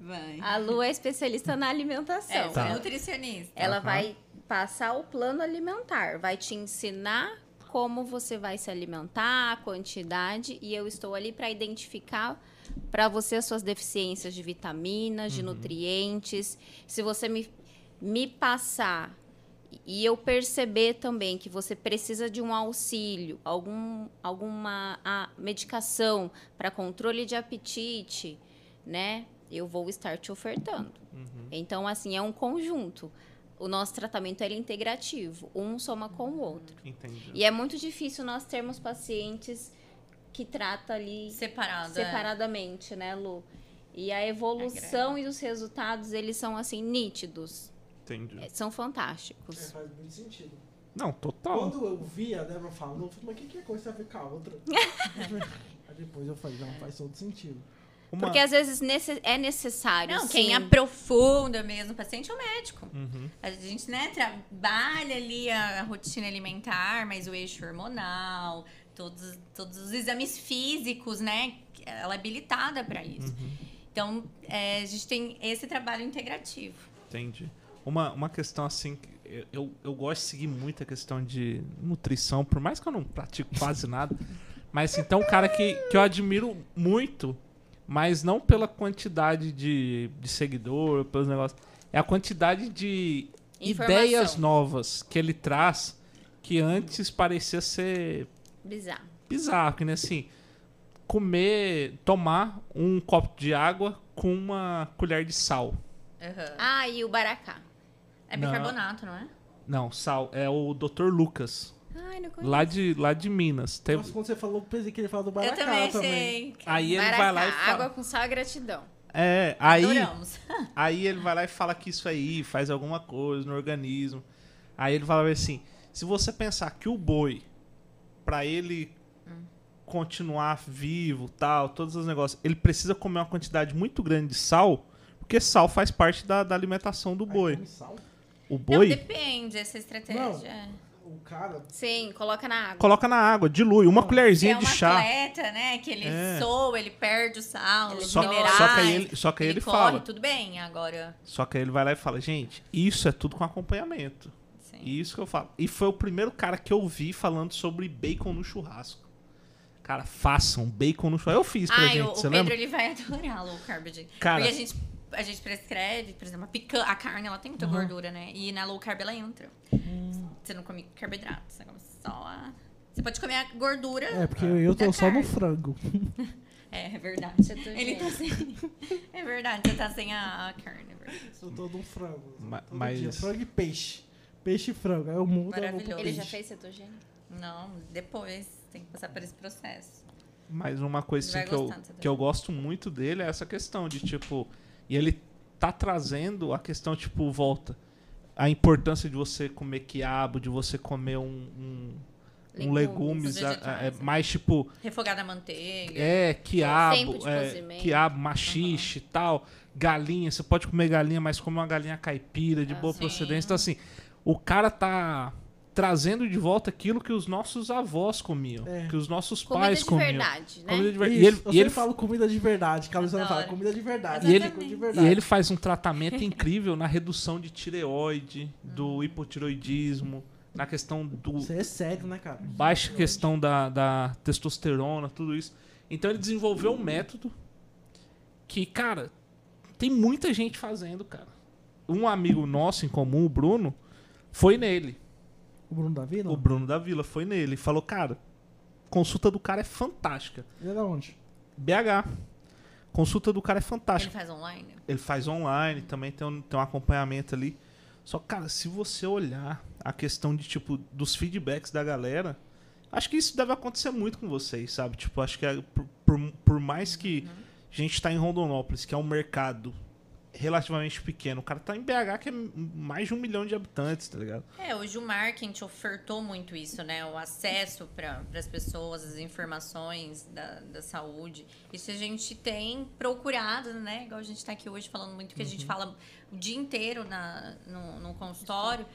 [SPEAKER 4] Vai.
[SPEAKER 3] A Lu é especialista na alimentação.
[SPEAKER 4] É,
[SPEAKER 2] Tá.
[SPEAKER 4] é nutricionista.
[SPEAKER 3] Ela
[SPEAKER 2] Aham.
[SPEAKER 3] vai passar o plano alimentar, vai te ensinar como você vai se alimentar, a quantidade, e eu estou ali para identificar para você as suas deficiências de vitaminas, de nutrientes. Se você me, me passar e eu perceber também que você precisa de um auxílio, algum, alguma a, medicação para controle de apetite, né? Eu vou estar te ofertando.
[SPEAKER 1] Uhum.
[SPEAKER 3] Então, assim, é um conjunto. O nosso tratamento ele é integrativo. Um soma com o outro.
[SPEAKER 2] Entendi.
[SPEAKER 3] E é muito difícil nós termos pacientes que trata ali
[SPEAKER 4] Separado. é.
[SPEAKER 3] separadamente, né, Lu? E a evolução
[SPEAKER 4] É
[SPEAKER 3] e os resultados, eles são, assim, nítidos.
[SPEAKER 2] Entendi.
[SPEAKER 3] É, São
[SPEAKER 4] É.
[SPEAKER 3] fantásticos.
[SPEAKER 1] faz muito sentido.
[SPEAKER 2] Não, total.
[SPEAKER 1] Quando eu vi a Débora falando, eu falei, mas o que, que é coisa tem a ver com a outra? Aí depois eu falei, não, faz todo sentido.
[SPEAKER 2] Uma...
[SPEAKER 3] Porque às vezes nesse- é necessário.
[SPEAKER 4] Não,
[SPEAKER 3] sim.
[SPEAKER 4] quem é aprofunda mesmo o paciente é o médico.
[SPEAKER 2] Uhum.
[SPEAKER 4] A gente, né, trabalha ali a, a rotina alimentar, mas o eixo hormonal, todos, todos os exames físicos, né? que Ela é habilitada para isso.
[SPEAKER 2] Uhum.
[SPEAKER 4] Então, é, a gente tem esse trabalho integrativo.
[SPEAKER 2] Entendi. Uma, uma questão assim, que eu- eu, eu gosto de seguir muito a questão de nutrição, por mais que eu não pratico quase nada. Mas assim, tem um cara que, que eu admiro muito, mas não pela quantidade de, de seguidor, pelos negócios. É a quantidade de
[SPEAKER 3] Informação.
[SPEAKER 2] ideias novas que ele traz que antes parecia ser
[SPEAKER 3] Bizarro.
[SPEAKER 2] bizarro, que nem assim, comer, tomar um copo de água com uma colher de sal.
[SPEAKER 3] Ah, e o baracá.
[SPEAKER 4] É
[SPEAKER 2] Não.
[SPEAKER 4] bicarbonato, não, é?
[SPEAKER 2] Não, sal, é o Dr. Lucas,
[SPEAKER 3] Ai, não conheço.
[SPEAKER 2] lá de, lá de Minas. Teve-
[SPEAKER 1] Nossa, quando você falou, eu pensei que ele falou do Baracá
[SPEAKER 4] Eu também,
[SPEAKER 1] também.
[SPEAKER 4] sei.
[SPEAKER 2] Aí ele
[SPEAKER 3] baracá,
[SPEAKER 2] vai lá e fala.
[SPEAKER 3] água com sal e gratidão.
[SPEAKER 2] É, aí,
[SPEAKER 4] Adoramos.
[SPEAKER 2] aí ele vai lá e fala que isso aí faz alguma coisa no organismo. Aí ele fala assim: se você pensar que o boi, pra ele continuar vivo, tal, todos os negócios, ele precisa comer uma quantidade muito grande de sal, porque sal faz parte da, da alimentação do
[SPEAKER 1] Aí
[SPEAKER 2] boi.
[SPEAKER 1] come sal.
[SPEAKER 2] O
[SPEAKER 4] Não,
[SPEAKER 2] boi
[SPEAKER 4] depende essa estratégia.
[SPEAKER 1] O cara,
[SPEAKER 3] Sim, coloca na água.
[SPEAKER 2] coloca na água, dilui, uma
[SPEAKER 4] Que
[SPEAKER 2] colherzinha
[SPEAKER 4] é um
[SPEAKER 2] de chá.
[SPEAKER 4] atleta, né? Que ele
[SPEAKER 2] É.
[SPEAKER 4] soa, ele perde o sal,
[SPEAKER 3] Ele
[SPEAKER 4] os
[SPEAKER 2] Só,
[SPEAKER 4] minerais.
[SPEAKER 2] só que aí ele, só que aí ele
[SPEAKER 4] corre,
[SPEAKER 2] fala.
[SPEAKER 4] tudo bem, agora...
[SPEAKER 2] Só que aí ele vai lá e fala, gente, isso é tudo com acompanhamento.
[SPEAKER 4] Sim.
[SPEAKER 2] E isso que eu falo. E foi o primeiro cara que eu vi falando sobre bacon no churrasco. Cara, façam bacon no churrasco. Eu fiz pra
[SPEAKER 4] Ai,
[SPEAKER 2] gente,
[SPEAKER 4] o, o
[SPEAKER 2] você
[SPEAKER 4] Pedro
[SPEAKER 2] lembra?
[SPEAKER 4] ele vai adorar low carb, gente.
[SPEAKER 2] Cara-
[SPEAKER 4] Porque a gente, a gente prescreve, por exemplo, a, picanha, a carne ela tem muita gordura, né? E na low carb ela entra. Você não come carboidrato, você come só a. Você pode comer a gordura.
[SPEAKER 1] é porque eu tô
[SPEAKER 4] Da
[SPEAKER 1] só no
[SPEAKER 4] carne.
[SPEAKER 1] frango.
[SPEAKER 4] É, é verdade.
[SPEAKER 3] Você tá
[SPEAKER 4] Ele tá sem. É verdade, você tá sem a, a carne, é verdade.
[SPEAKER 1] Eu tô no um frango.
[SPEAKER 2] Ma-
[SPEAKER 1] todo
[SPEAKER 2] mas-
[SPEAKER 1] dia, frango e peixe. Peixe e frango. é Aí eu mudo, eu vou pro
[SPEAKER 4] Maravilhoso.
[SPEAKER 3] Ele já
[SPEAKER 1] peixe.
[SPEAKER 3] fez cetogênica?
[SPEAKER 4] Não, depois tem que passar por esse processo.
[SPEAKER 2] Mas uma coisa
[SPEAKER 4] Vai
[SPEAKER 2] assim, que, eu,
[SPEAKER 4] gostar, você tá
[SPEAKER 2] que eu gosto muito dele é essa questão de, tipo... E ele tá trazendo a questão, tipo, volta. A importância de você comer quiabo, de você comer um... um um legumes,
[SPEAKER 3] Legumes,
[SPEAKER 4] os
[SPEAKER 2] a- a-
[SPEAKER 4] vegetais,
[SPEAKER 2] é
[SPEAKER 4] né?
[SPEAKER 2] mais tipo
[SPEAKER 4] Refogada a manteiga.
[SPEAKER 2] É,
[SPEAKER 3] Tempo
[SPEAKER 2] quiabo,
[SPEAKER 3] de
[SPEAKER 2] é,
[SPEAKER 3] cozimento. Uhum.
[SPEAKER 2] quiabo, machixe e tal, galinha, você pode comer galinha, mas come uma galinha caipira, de
[SPEAKER 3] Ah,
[SPEAKER 2] boa
[SPEAKER 4] sim.
[SPEAKER 2] procedência. Então, assim, o cara tá trazendo de volta aquilo que os nossos avós comiam,
[SPEAKER 1] É.
[SPEAKER 2] que os nossos
[SPEAKER 3] Comida
[SPEAKER 2] pais
[SPEAKER 3] de
[SPEAKER 2] comiam.
[SPEAKER 3] verdade, né?
[SPEAKER 2] Comida
[SPEAKER 1] Isso,
[SPEAKER 2] de verdade. E ele,
[SPEAKER 1] eu
[SPEAKER 2] e
[SPEAKER 1] sempre
[SPEAKER 2] ele,
[SPEAKER 1] falo comida de verdade. que A Luciana fala
[SPEAKER 4] Adoro.
[SPEAKER 1] comida de verdade.
[SPEAKER 2] E
[SPEAKER 1] eu
[SPEAKER 2] ele-
[SPEAKER 1] fico de
[SPEAKER 2] e
[SPEAKER 1] verdade.
[SPEAKER 2] ele faz um tratamento incrível na redução de tireoide,
[SPEAKER 3] Uhum.
[SPEAKER 2] do hipotireoidismo, na questão do,
[SPEAKER 1] Isso aí é sério, né, cara?
[SPEAKER 2] baixa questão da, da testosterona, tudo isso. Então ele desenvolveu um método que, cara, tem muita gente fazendo, cara. Um amigo nosso em comum, o Bruno, foi nele.
[SPEAKER 1] O Bruno Davi, não?
[SPEAKER 2] O Bruno da Vila foi nele e falou, cara, consulta do cara é fantástica.
[SPEAKER 1] Ele é da onde?
[SPEAKER 2] BH. Consulta do cara é
[SPEAKER 4] Ele
[SPEAKER 2] fantástica.
[SPEAKER 4] faz online.
[SPEAKER 2] Ele faz online, também tem um, tem um acompanhamento ali. Só, cara, se você olhar a questão de, tipo, dos feedbacks da galera, acho que isso deve acontecer muito com vocês, sabe? Tipo, acho que é por, por- por mais que a gente tá em Rondonópolis, que é um mercado relativamente pequeno, o cara tá em BH, que é m- mais de um milhão de habitantes, tá ligado?
[SPEAKER 4] É, hoje o marketing ofertou muito isso, né? O acesso para as pessoas, as informações da, da saúde. Isso a gente tem procurado, né? Igual a gente está aqui hoje falando muito, que a gente fala o dia inteiro na, no, no consultório,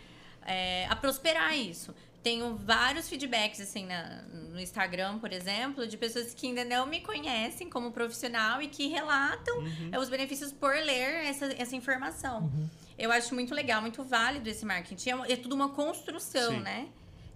[SPEAKER 4] é, a prosperar isso. Tenho vários feedbacks, assim, na- no Instagram, por exemplo, de pessoas que ainda não me conhecem como profissional e que relatam é, os benefícios por ler essa, essa informação. Eu acho muito legal, muito válido esse marketing. É, um- é tudo uma construção,
[SPEAKER 2] Sim.
[SPEAKER 4] né?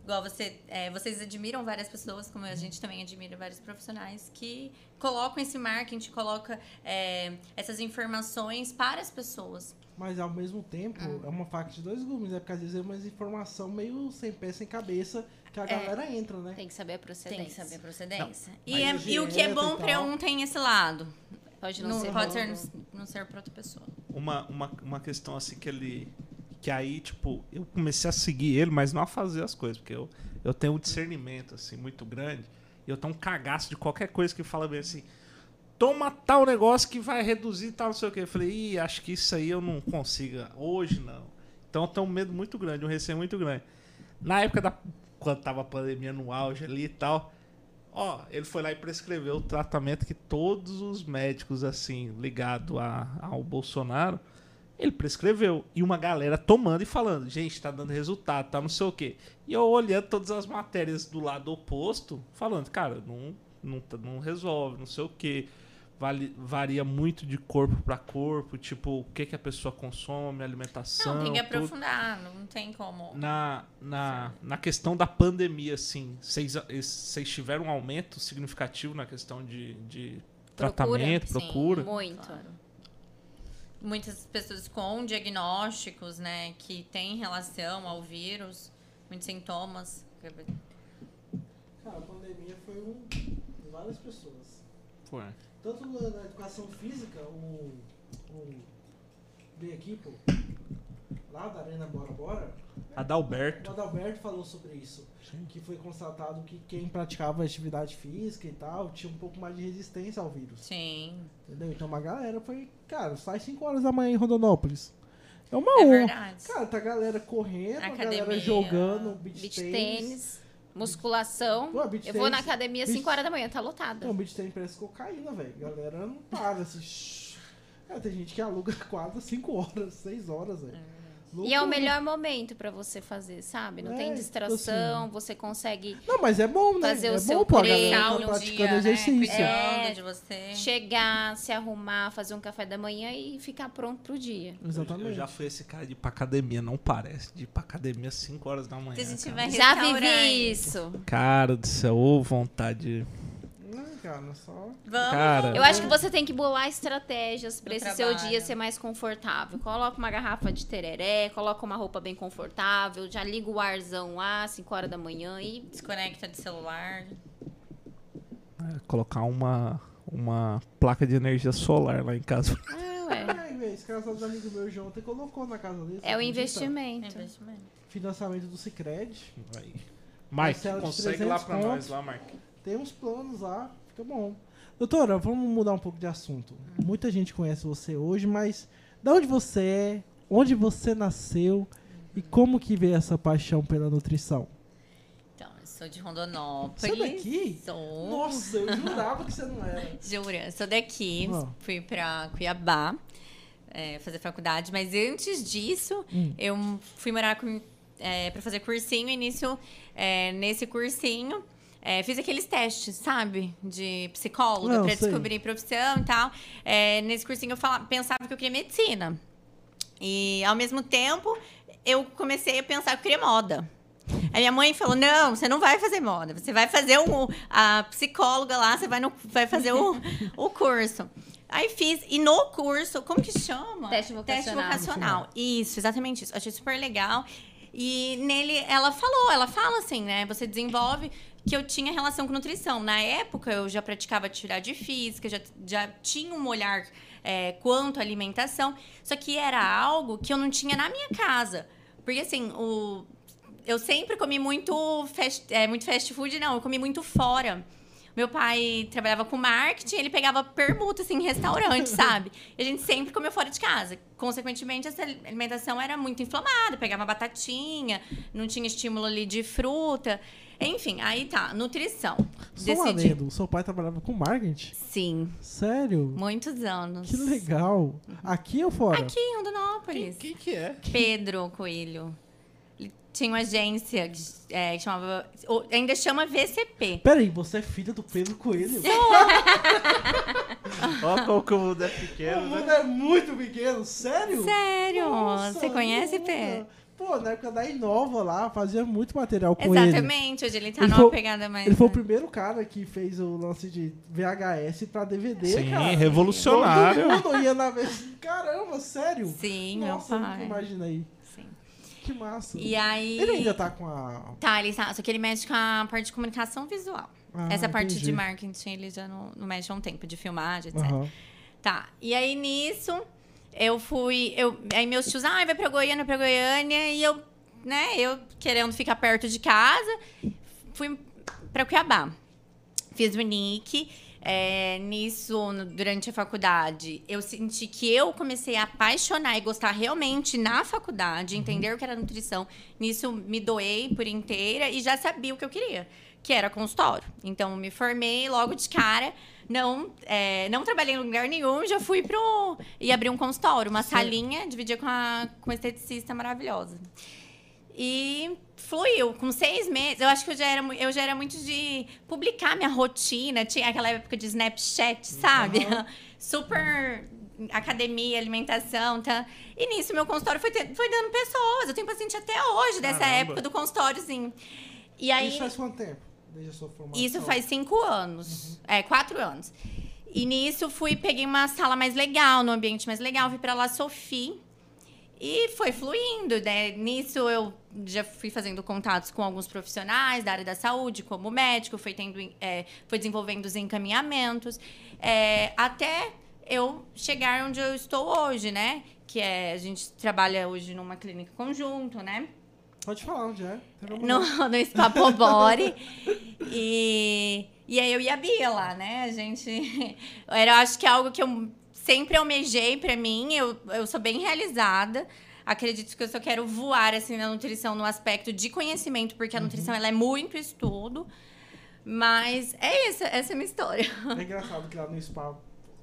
[SPEAKER 4] Igual você, é, vocês admiram várias pessoas, como a gente também admira vários profissionais que colocam esse marketing, coloca é, essas informações para as pessoas.
[SPEAKER 1] Mas ao mesmo tempo, é uma faca de dois gumes, né? Porque às vezes é uma informação meio sem pé, sem cabeça, que a galera entra, né?
[SPEAKER 3] Tem que saber a procedência.
[SPEAKER 4] procedência. E,
[SPEAKER 1] Aí
[SPEAKER 4] é-
[SPEAKER 1] a
[SPEAKER 4] e o que é
[SPEAKER 1] dieta e
[SPEAKER 4] bom para
[SPEAKER 1] tal.
[SPEAKER 4] um tem esse lado.
[SPEAKER 3] Pode não,
[SPEAKER 4] Não,
[SPEAKER 3] ser.
[SPEAKER 4] pode
[SPEAKER 3] bom.
[SPEAKER 4] ser, não, não ser para outra pessoa.
[SPEAKER 2] uma, uma, uma questão assim que ele. Que aí, tipo, eu comecei a seguir ele, mas não a fazer as coisas, porque eu, eu tenho um discernimento, assim, muito grande. E eu tenho um cagaço de qualquer coisa que fala bem assim. Toma tal negócio que vai reduzir tal, não sei o quê. Eu falei, Ih, acho que isso aí eu não consiga. Hoje não. Então eu tenho um medo muito grande, um receio muito grande. Na época da. Quando tava a pandemia no auge ali e tal. Ó, ele foi lá e prescreveu o tratamento que todos os médicos, assim, ligado a, ao Bolsonaro, ele prescreveu. E uma galera tomando e falando, gente, tá dando resultado, tá não sei o quê. E eu olhando todas as matérias do lado oposto, falando, cara, não, não, tá- não resolve, não sei o quê. Vale- varia muito de corpo pra corpo, tipo, o que, que a pessoa consome, alimentação.
[SPEAKER 4] Não, tem que
[SPEAKER 2] tudo
[SPEAKER 4] aprofundar, não tem como.
[SPEAKER 2] na, na, na questão da pandemia, assim, vocês vocês tiveram um aumento significativo na questão de, de
[SPEAKER 4] Procura,
[SPEAKER 2] tratamento,
[SPEAKER 4] sim.
[SPEAKER 2] procura?
[SPEAKER 3] Muito.
[SPEAKER 4] Muitas pessoas com diagnósticos, né, que tem relação ao vírus, muitos sintomas.
[SPEAKER 1] Cara, a pandemia foi um. várias pessoas.
[SPEAKER 2] Foi.
[SPEAKER 1] Tanto na, na educação física, o. o bem aqui, pô. Lá da Arena Bora Bora, o
[SPEAKER 2] Adalberto.
[SPEAKER 1] Adalberto falou sobre isso. Que foi constatado que quem praticava atividade física e tal tinha um pouco mais de resistência ao vírus.
[SPEAKER 4] Sim,
[SPEAKER 1] Entendeu? Então uma galera foi, cara, sai 5 horas da manhã em Rondonópolis. É uma
[SPEAKER 4] é
[SPEAKER 1] honra.
[SPEAKER 4] verdade.
[SPEAKER 1] Cara, tá a galera correndo, a galera
[SPEAKER 4] Academia,
[SPEAKER 1] jogando, beach,
[SPEAKER 3] Beach
[SPEAKER 1] tênis.
[SPEAKER 3] tênis, musculação.
[SPEAKER 1] Pô, beach
[SPEAKER 3] Eu vou na
[SPEAKER 1] tênis-
[SPEAKER 3] academia
[SPEAKER 1] beach-
[SPEAKER 3] 5 horas da manhã, tá lotada.
[SPEAKER 1] Não, beach tênis parece cocaína, velho. A galera não para, assim. shhh. Cara, tem gente que aluga quase 5 horas, 6 horas, velho.
[SPEAKER 3] E é
[SPEAKER 1] Loucura.
[SPEAKER 3] o melhor momento pra você fazer, sabe? Não
[SPEAKER 1] É,
[SPEAKER 3] tem
[SPEAKER 1] tipo
[SPEAKER 3] distração, você consegue
[SPEAKER 1] Não, mas é bom, né?
[SPEAKER 3] Fazer
[SPEAKER 1] é
[SPEAKER 3] o
[SPEAKER 1] bom
[SPEAKER 3] seu
[SPEAKER 1] pra
[SPEAKER 3] treino,
[SPEAKER 1] galera que
[SPEAKER 4] Calma
[SPEAKER 1] tá
[SPEAKER 4] um
[SPEAKER 1] praticando
[SPEAKER 4] dia, né,
[SPEAKER 1] exercício.
[SPEAKER 4] cuidando
[SPEAKER 3] É.
[SPEAKER 4] de você.
[SPEAKER 3] chegar, se arrumar, fazer um café da manhã e ficar pronto pro dia.
[SPEAKER 1] Exatamente.
[SPEAKER 2] Eu já fui esse cara de ir pra academia, não parece. De ir pra academia 5 horas da manhã.
[SPEAKER 4] Se a gente
[SPEAKER 2] cara.
[SPEAKER 4] vai
[SPEAKER 3] Já
[SPEAKER 4] restaurar-
[SPEAKER 3] vivi isso.
[SPEAKER 2] Cara do céu, ô vontade.
[SPEAKER 1] Não, cara, só.
[SPEAKER 4] Vamos.
[SPEAKER 2] Cara.
[SPEAKER 3] Eu acho que você tem que bolar estratégias pra
[SPEAKER 4] Do
[SPEAKER 3] esse seu
[SPEAKER 4] trabalho.
[SPEAKER 3] dia ser mais confortável. Coloca uma garrafa de tereré, coloca uma roupa bem confortável, já liga o arzão lá, 5 horas da manhã e
[SPEAKER 4] Desconecta de celular.
[SPEAKER 2] É, colocar uma, uma placa de energia solar lá em casa.
[SPEAKER 3] Ah, ué.
[SPEAKER 1] Ai, velho, esse casal dos amigos meus de ontem colocou na casa dele.
[SPEAKER 3] É o
[SPEAKER 1] acredita?
[SPEAKER 3] investimento.
[SPEAKER 4] Investimento.
[SPEAKER 1] Financiamento do Cicred.
[SPEAKER 2] Aí. Mike,
[SPEAKER 1] Marcelo de
[SPEAKER 2] consegue lá
[SPEAKER 1] 300
[SPEAKER 2] pra nós, lá, Mike.
[SPEAKER 1] Tem uns planos lá, fica bom. Doutora, vamos mudar um pouco de assunto. Muita gente conhece você hoje, mas da onde você é, onde você nasceu e como que veio essa paixão pela nutrição?
[SPEAKER 4] Então, eu sou de Rondonópolis.
[SPEAKER 1] Você é daqui?
[SPEAKER 4] Sou.
[SPEAKER 1] Nossa, eu jurava que você não era.
[SPEAKER 4] Jura, sou daqui,
[SPEAKER 1] Ó.
[SPEAKER 4] fui pra Cuiabá é, fazer faculdade, mas antes disso
[SPEAKER 1] Hum.
[SPEAKER 4] eu fui morar com, é, para fazer cursinho, e nisso, é, nesse cursinho é, fiz aqueles testes, sabe, de psicóloga
[SPEAKER 1] Não,
[SPEAKER 4] pra
[SPEAKER 1] sei.
[SPEAKER 4] descobrir profissão e tal. É, nesse cursinho eu falava, pensava que eu queria medicina e ao mesmo tempo eu comecei a pensar que eu queria moda. Aí minha mãe falou: não, você não vai fazer moda, você vai fazer um, a psicóloga lá, você vai, no, vai fazer o, o curso. Aí fiz, e no curso, como que chama?
[SPEAKER 3] Teste vocacional.
[SPEAKER 4] vocacional. Isso, exatamente isso. Achei super legal. E nele ela falou, ela fala assim, né? Você desenvolve que eu tinha relação com nutrição. Na época eu já praticava atividade física, já, já tinha um olhar é, quanto à alimentação. Só que era algo que eu não tinha na minha casa. Porque assim, o, eu sempre comi muito fast, é, muito fast food, não. Eu comi muito fora. Meu pai trabalhava com marketing, ele pegava permuta, assim, em restaurante, sabe? E a gente sempre comeu fora de casa. Consequentemente, essa alimentação era muito inflamada. Pegava batatinha, não tinha estímulo ali de fruta. Enfim, aí tá, nutrição.
[SPEAKER 1] Só um
[SPEAKER 4] Decidi.
[SPEAKER 1] adendo, seu pai trabalhava com marketing?
[SPEAKER 4] Sim,
[SPEAKER 1] Sério?
[SPEAKER 4] muitos anos.
[SPEAKER 1] Que legal. Aqui ou fora?
[SPEAKER 4] Aqui em Rondonópolis.
[SPEAKER 2] Quem que é?
[SPEAKER 4] Pedro Coelho. Ele tinha uma agência que, é, que chamava. ou Ainda chama VCP.
[SPEAKER 1] Peraí, você é filha do Pedro Coelho?
[SPEAKER 2] Ó, como que o mundo é pequeno,
[SPEAKER 1] O mundo é muito pequeno, sério?
[SPEAKER 4] Sério?
[SPEAKER 1] Nossa,
[SPEAKER 4] Você conhece,
[SPEAKER 1] nunca.
[SPEAKER 4] Pedro?
[SPEAKER 1] Pô, na época da Inova lá, fazia muito material com ele.
[SPEAKER 4] Exatamente, hoje ele tá
[SPEAKER 1] Ele
[SPEAKER 4] numa
[SPEAKER 1] foi o-
[SPEAKER 4] pegada mais. assim.
[SPEAKER 1] Ele foi o primeiro cara que fez o lance de VHS pra DVD,
[SPEAKER 2] Sim,
[SPEAKER 1] cara.
[SPEAKER 2] revolucionário.
[SPEAKER 1] Todo mundo ia na vez. Caramba, sério?
[SPEAKER 4] Sim,
[SPEAKER 1] Nossa, eu
[SPEAKER 4] meu
[SPEAKER 1] nunca
[SPEAKER 4] pai.
[SPEAKER 1] imaginei.
[SPEAKER 4] Sim.
[SPEAKER 1] Que massa.
[SPEAKER 4] E aí.
[SPEAKER 1] Ele ainda tá com a...
[SPEAKER 4] Tá, ele tá. Só que ele mexe com a parte de comunicação visual.
[SPEAKER 1] Ah,
[SPEAKER 4] Essa parte
[SPEAKER 1] entendi.
[SPEAKER 4] de marketing ele já não, não mexe há um tempo, de filmagem, etc.
[SPEAKER 1] Aham.
[SPEAKER 4] Tá. E aí nisso, eu fui. Eu, aí meus tios, ah, vai pra Goiânia, pra Goiânia. E eu, né, eu querendo ficar perto de casa, fui pra Cuiabá. Fiz o NIC. É, nisso, no- durante a faculdade, eu senti que eu comecei a apaixonar e gostar realmente na faculdade, entender o que era nutrição. Nisso, me doei por inteira e já sabia o que eu queria, que era consultório. Então, me formei logo de cara. Não, é, não trabalhei em lugar nenhum, já fui pro. e abri um consultório, uma salinha, dividia com a com uma esteticista maravilhosa. E fluiu. Com seis meses, eu acho que eu já era, mu- eu já era muito de publicar minha rotina. Tinha aquela época de Snapchat, sabe? Super academia, alimentação, tá? E nisso, meu consultório foi, te- foi dando pessoas. Eu tenho paciente até hoje dessa
[SPEAKER 2] Caramba.
[SPEAKER 4] época do consultóriozinho. E aí...
[SPEAKER 1] Isso faz quanto tempo? Desde a sua formação?
[SPEAKER 4] Isso faz cinco anos. É, quatro anos. E nisso fui, peguei uma sala mais legal, num ambiente mais legal, fui pra La Sophie. E foi fluindo, né? Nisso eu já fui fazendo contatos com alguns profissionais da área da saúde, como médico, foi, tendo, é, foi desenvolvendo os encaminhamentos, é, até eu chegar onde eu estou hoje, né? Que é, a gente trabalha hoje numa clínica conjunto, né?
[SPEAKER 1] Pode falar onde é. Tem problema
[SPEAKER 4] no,
[SPEAKER 1] não.
[SPEAKER 4] no Spa Pobore. e, e aí eu e a Bia lá, né? A gente. Era, acho que é algo que eu sempre almejei pra mim. Eu, eu sou bem realizada. Acredito que eu só quero voar assim na nutrição no aspecto de conhecimento, porque a nutrição ela é muito estudo. Mas é isso, essa é a minha história.
[SPEAKER 1] É engraçado que lá no spa,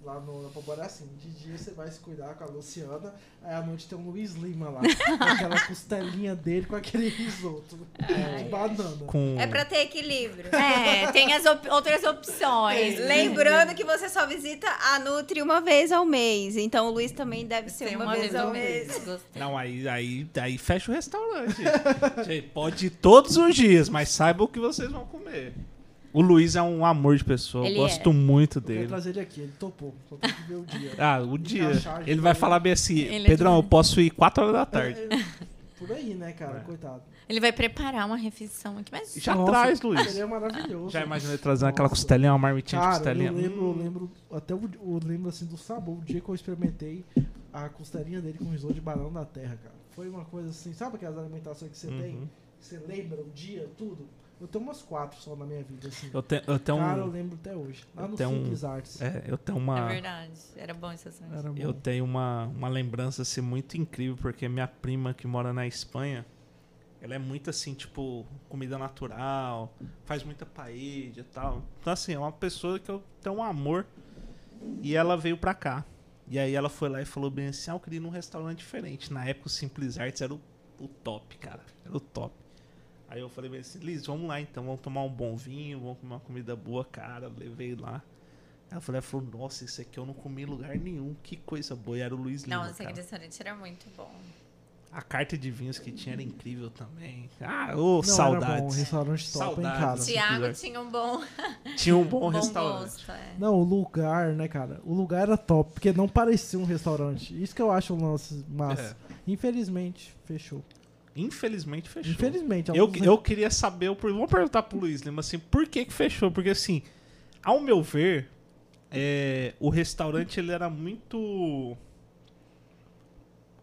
[SPEAKER 1] lá no, na Popora é assim, de dia você vai se cuidar com a Luciana, aí à noite tem um Luiz Lima lá, com aquela costelinha dele com aquele risoto de banana.
[SPEAKER 2] Com...
[SPEAKER 5] É pra ter equilíbrio. É,
[SPEAKER 4] É, tem as op- outras opções.
[SPEAKER 5] Lembrando que você só visita a Nutri uma vez ao mês. Então o Luiz também deve ser
[SPEAKER 4] Tem
[SPEAKER 5] uma, vez, ao mês.
[SPEAKER 4] Gostei.
[SPEAKER 2] Não, aí, aí, aí fecha o restaurante. Gente, pode ir todos os dias, mas saiba o que vocês vão comer. O Luiz é um amor de pessoa, eu
[SPEAKER 3] Ele
[SPEAKER 4] é.
[SPEAKER 2] gosto muito
[SPEAKER 1] Eu queria
[SPEAKER 2] dele.
[SPEAKER 1] trazer ele aqui, ele topou, só tem que ver o dia.
[SPEAKER 2] Ah, o dia.
[SPEAKER 1] Encaixar
[SPEAKER 2] Ele
[SPEAKER 1] junto
[SPEAKER 2] vai
[SPEAKER 1] aí.
[SPEAKER 2] falar bem assim,
[SPEAKER 4] Ele é
[SPEAKER 2] Pedrão, eu
[SPEAKER 4] demais.
[SPEAKER 2] posso ir 4 horas da tarde.
[SPEAKER 1] Por aí, né,
[SPEAKER 2] É.
[SPEAKER 1] cara? Coitado.
[SPEAKER 4] Ele vai preparar uma refeição aqui, mas
[SPEAKER 2] Já
[SPEAKER 1] Nossa,
[SPEAKER 2] traz, Luiz.
[SPEAKER 1] Seria é maravilhoso.
[SPEAKER 2] Já é imaginei trazendo aquela
[SPEAKER 1] Nossa.
[SPEAKER 2] costelinha, uma marmitinha de
[SPEAKER 1] Cara,
[SPEAKER 2] costelinha.
[SPEAKER 1] eu lembro, eu lembro até o, eu lembro assim do sabor, o dia que eu experimentei a costelinha dele com risoto de banana da terra, cara. Foi uma coisa assim, sabe aquelas alimentações que você
[SPEAKER 2] Uhum.
[SPEAKER 1] tem? Que Você lembra o dia, tudo? Eu tenho umas quatro só na minha vida, assim.
[SPEAKER 2] Eu, tenho, eu tenho
[SPEAKER 1] Cara, eu
[SPEAKER 2] um-
[SPEAKER 1] lembro até hoje. Lá
[SPEAKER 2] eu
[SPEAKER 1] no
[SPEAKER 2] tenho um-
[SPEAKER 1] Simples Arts.
[SPEAKER 2] é, eu tenho
[SPEAKER 4] é
[SPEAKER 2] uma.
[SPEAKER 4] verdade. Era bom esse assunto.
[SPEAKER 1] Era bom.
[SPEAKER 2] Eu tenho uma, uma lembrança assim, muito incrível, porque minha prima que mora na Espanha, ela é muito assim, tipo, comida natural, faz muita paella e tal. Então, assim, é uma pessoa que eu tenho um amor. E ela veio pra cá. E aí ela foi lá e falou bem assim: ah, eu queria ir num restaurante diferente. Na época o Simples Arts era o, o top, cara. Era o top. Aí eu falei bem assim, Liz, vamos lá então, vamos tomar um bom vinho, vamos comer uma comida boa, cara. Levei lá. Ela falou, ela "Ah, falou, nossa, isso aqui eu não comi em lugar nenhum, que coisa boa. E era o Luiz Lima.
[SPEAKER 4] Nossa,
[SPEAKER 2] cara.
[SPEAKER 4] aquele restaurante era muito bom.
[SPEAKER 2] A carta de vinhos que tinha era incrível também. Ah,
[SPEAKER 1] Não, Era
[SPEAKER 2] ô,
[SPEAKER 1] bom, um
[SPEAKER 2] saudades.
[SPEAKER 1] restaurante top,
[SPEAKER 2] Saudades.
[SPEAKER 1] hein, cara?
[SPEAKER 2] Sim.
[SPEAKER 4] Tiago
[SPEAKER 2] quiser.
[SPEAKER 4] tinha um bom,
[SPEAKER 2] Tinha um bom,
[SPEAKER 4] bom
[SPEAKER 2] restaurante.
[SPEAKER 4] gosto. É.
[SPEAKER 1] Não, o lugar, né, cara? O lugar era top, porque não parecia um restaurante. Isso que eu acho um lance massa. Infelizmente, fechou.
[SPEAKER 2] Infelizmente É. fechou.
[SPEAKER 1] Infelizmente.
[SPEAKER 2] Eu,
[SPEAKER 1] alguns-
[SPEAKER 2] eu queria saber, eu vou perguntar pro Luiz Lima assim, por que que fechou? Porque assim, ao meu ver, é, o restaurante ele era muito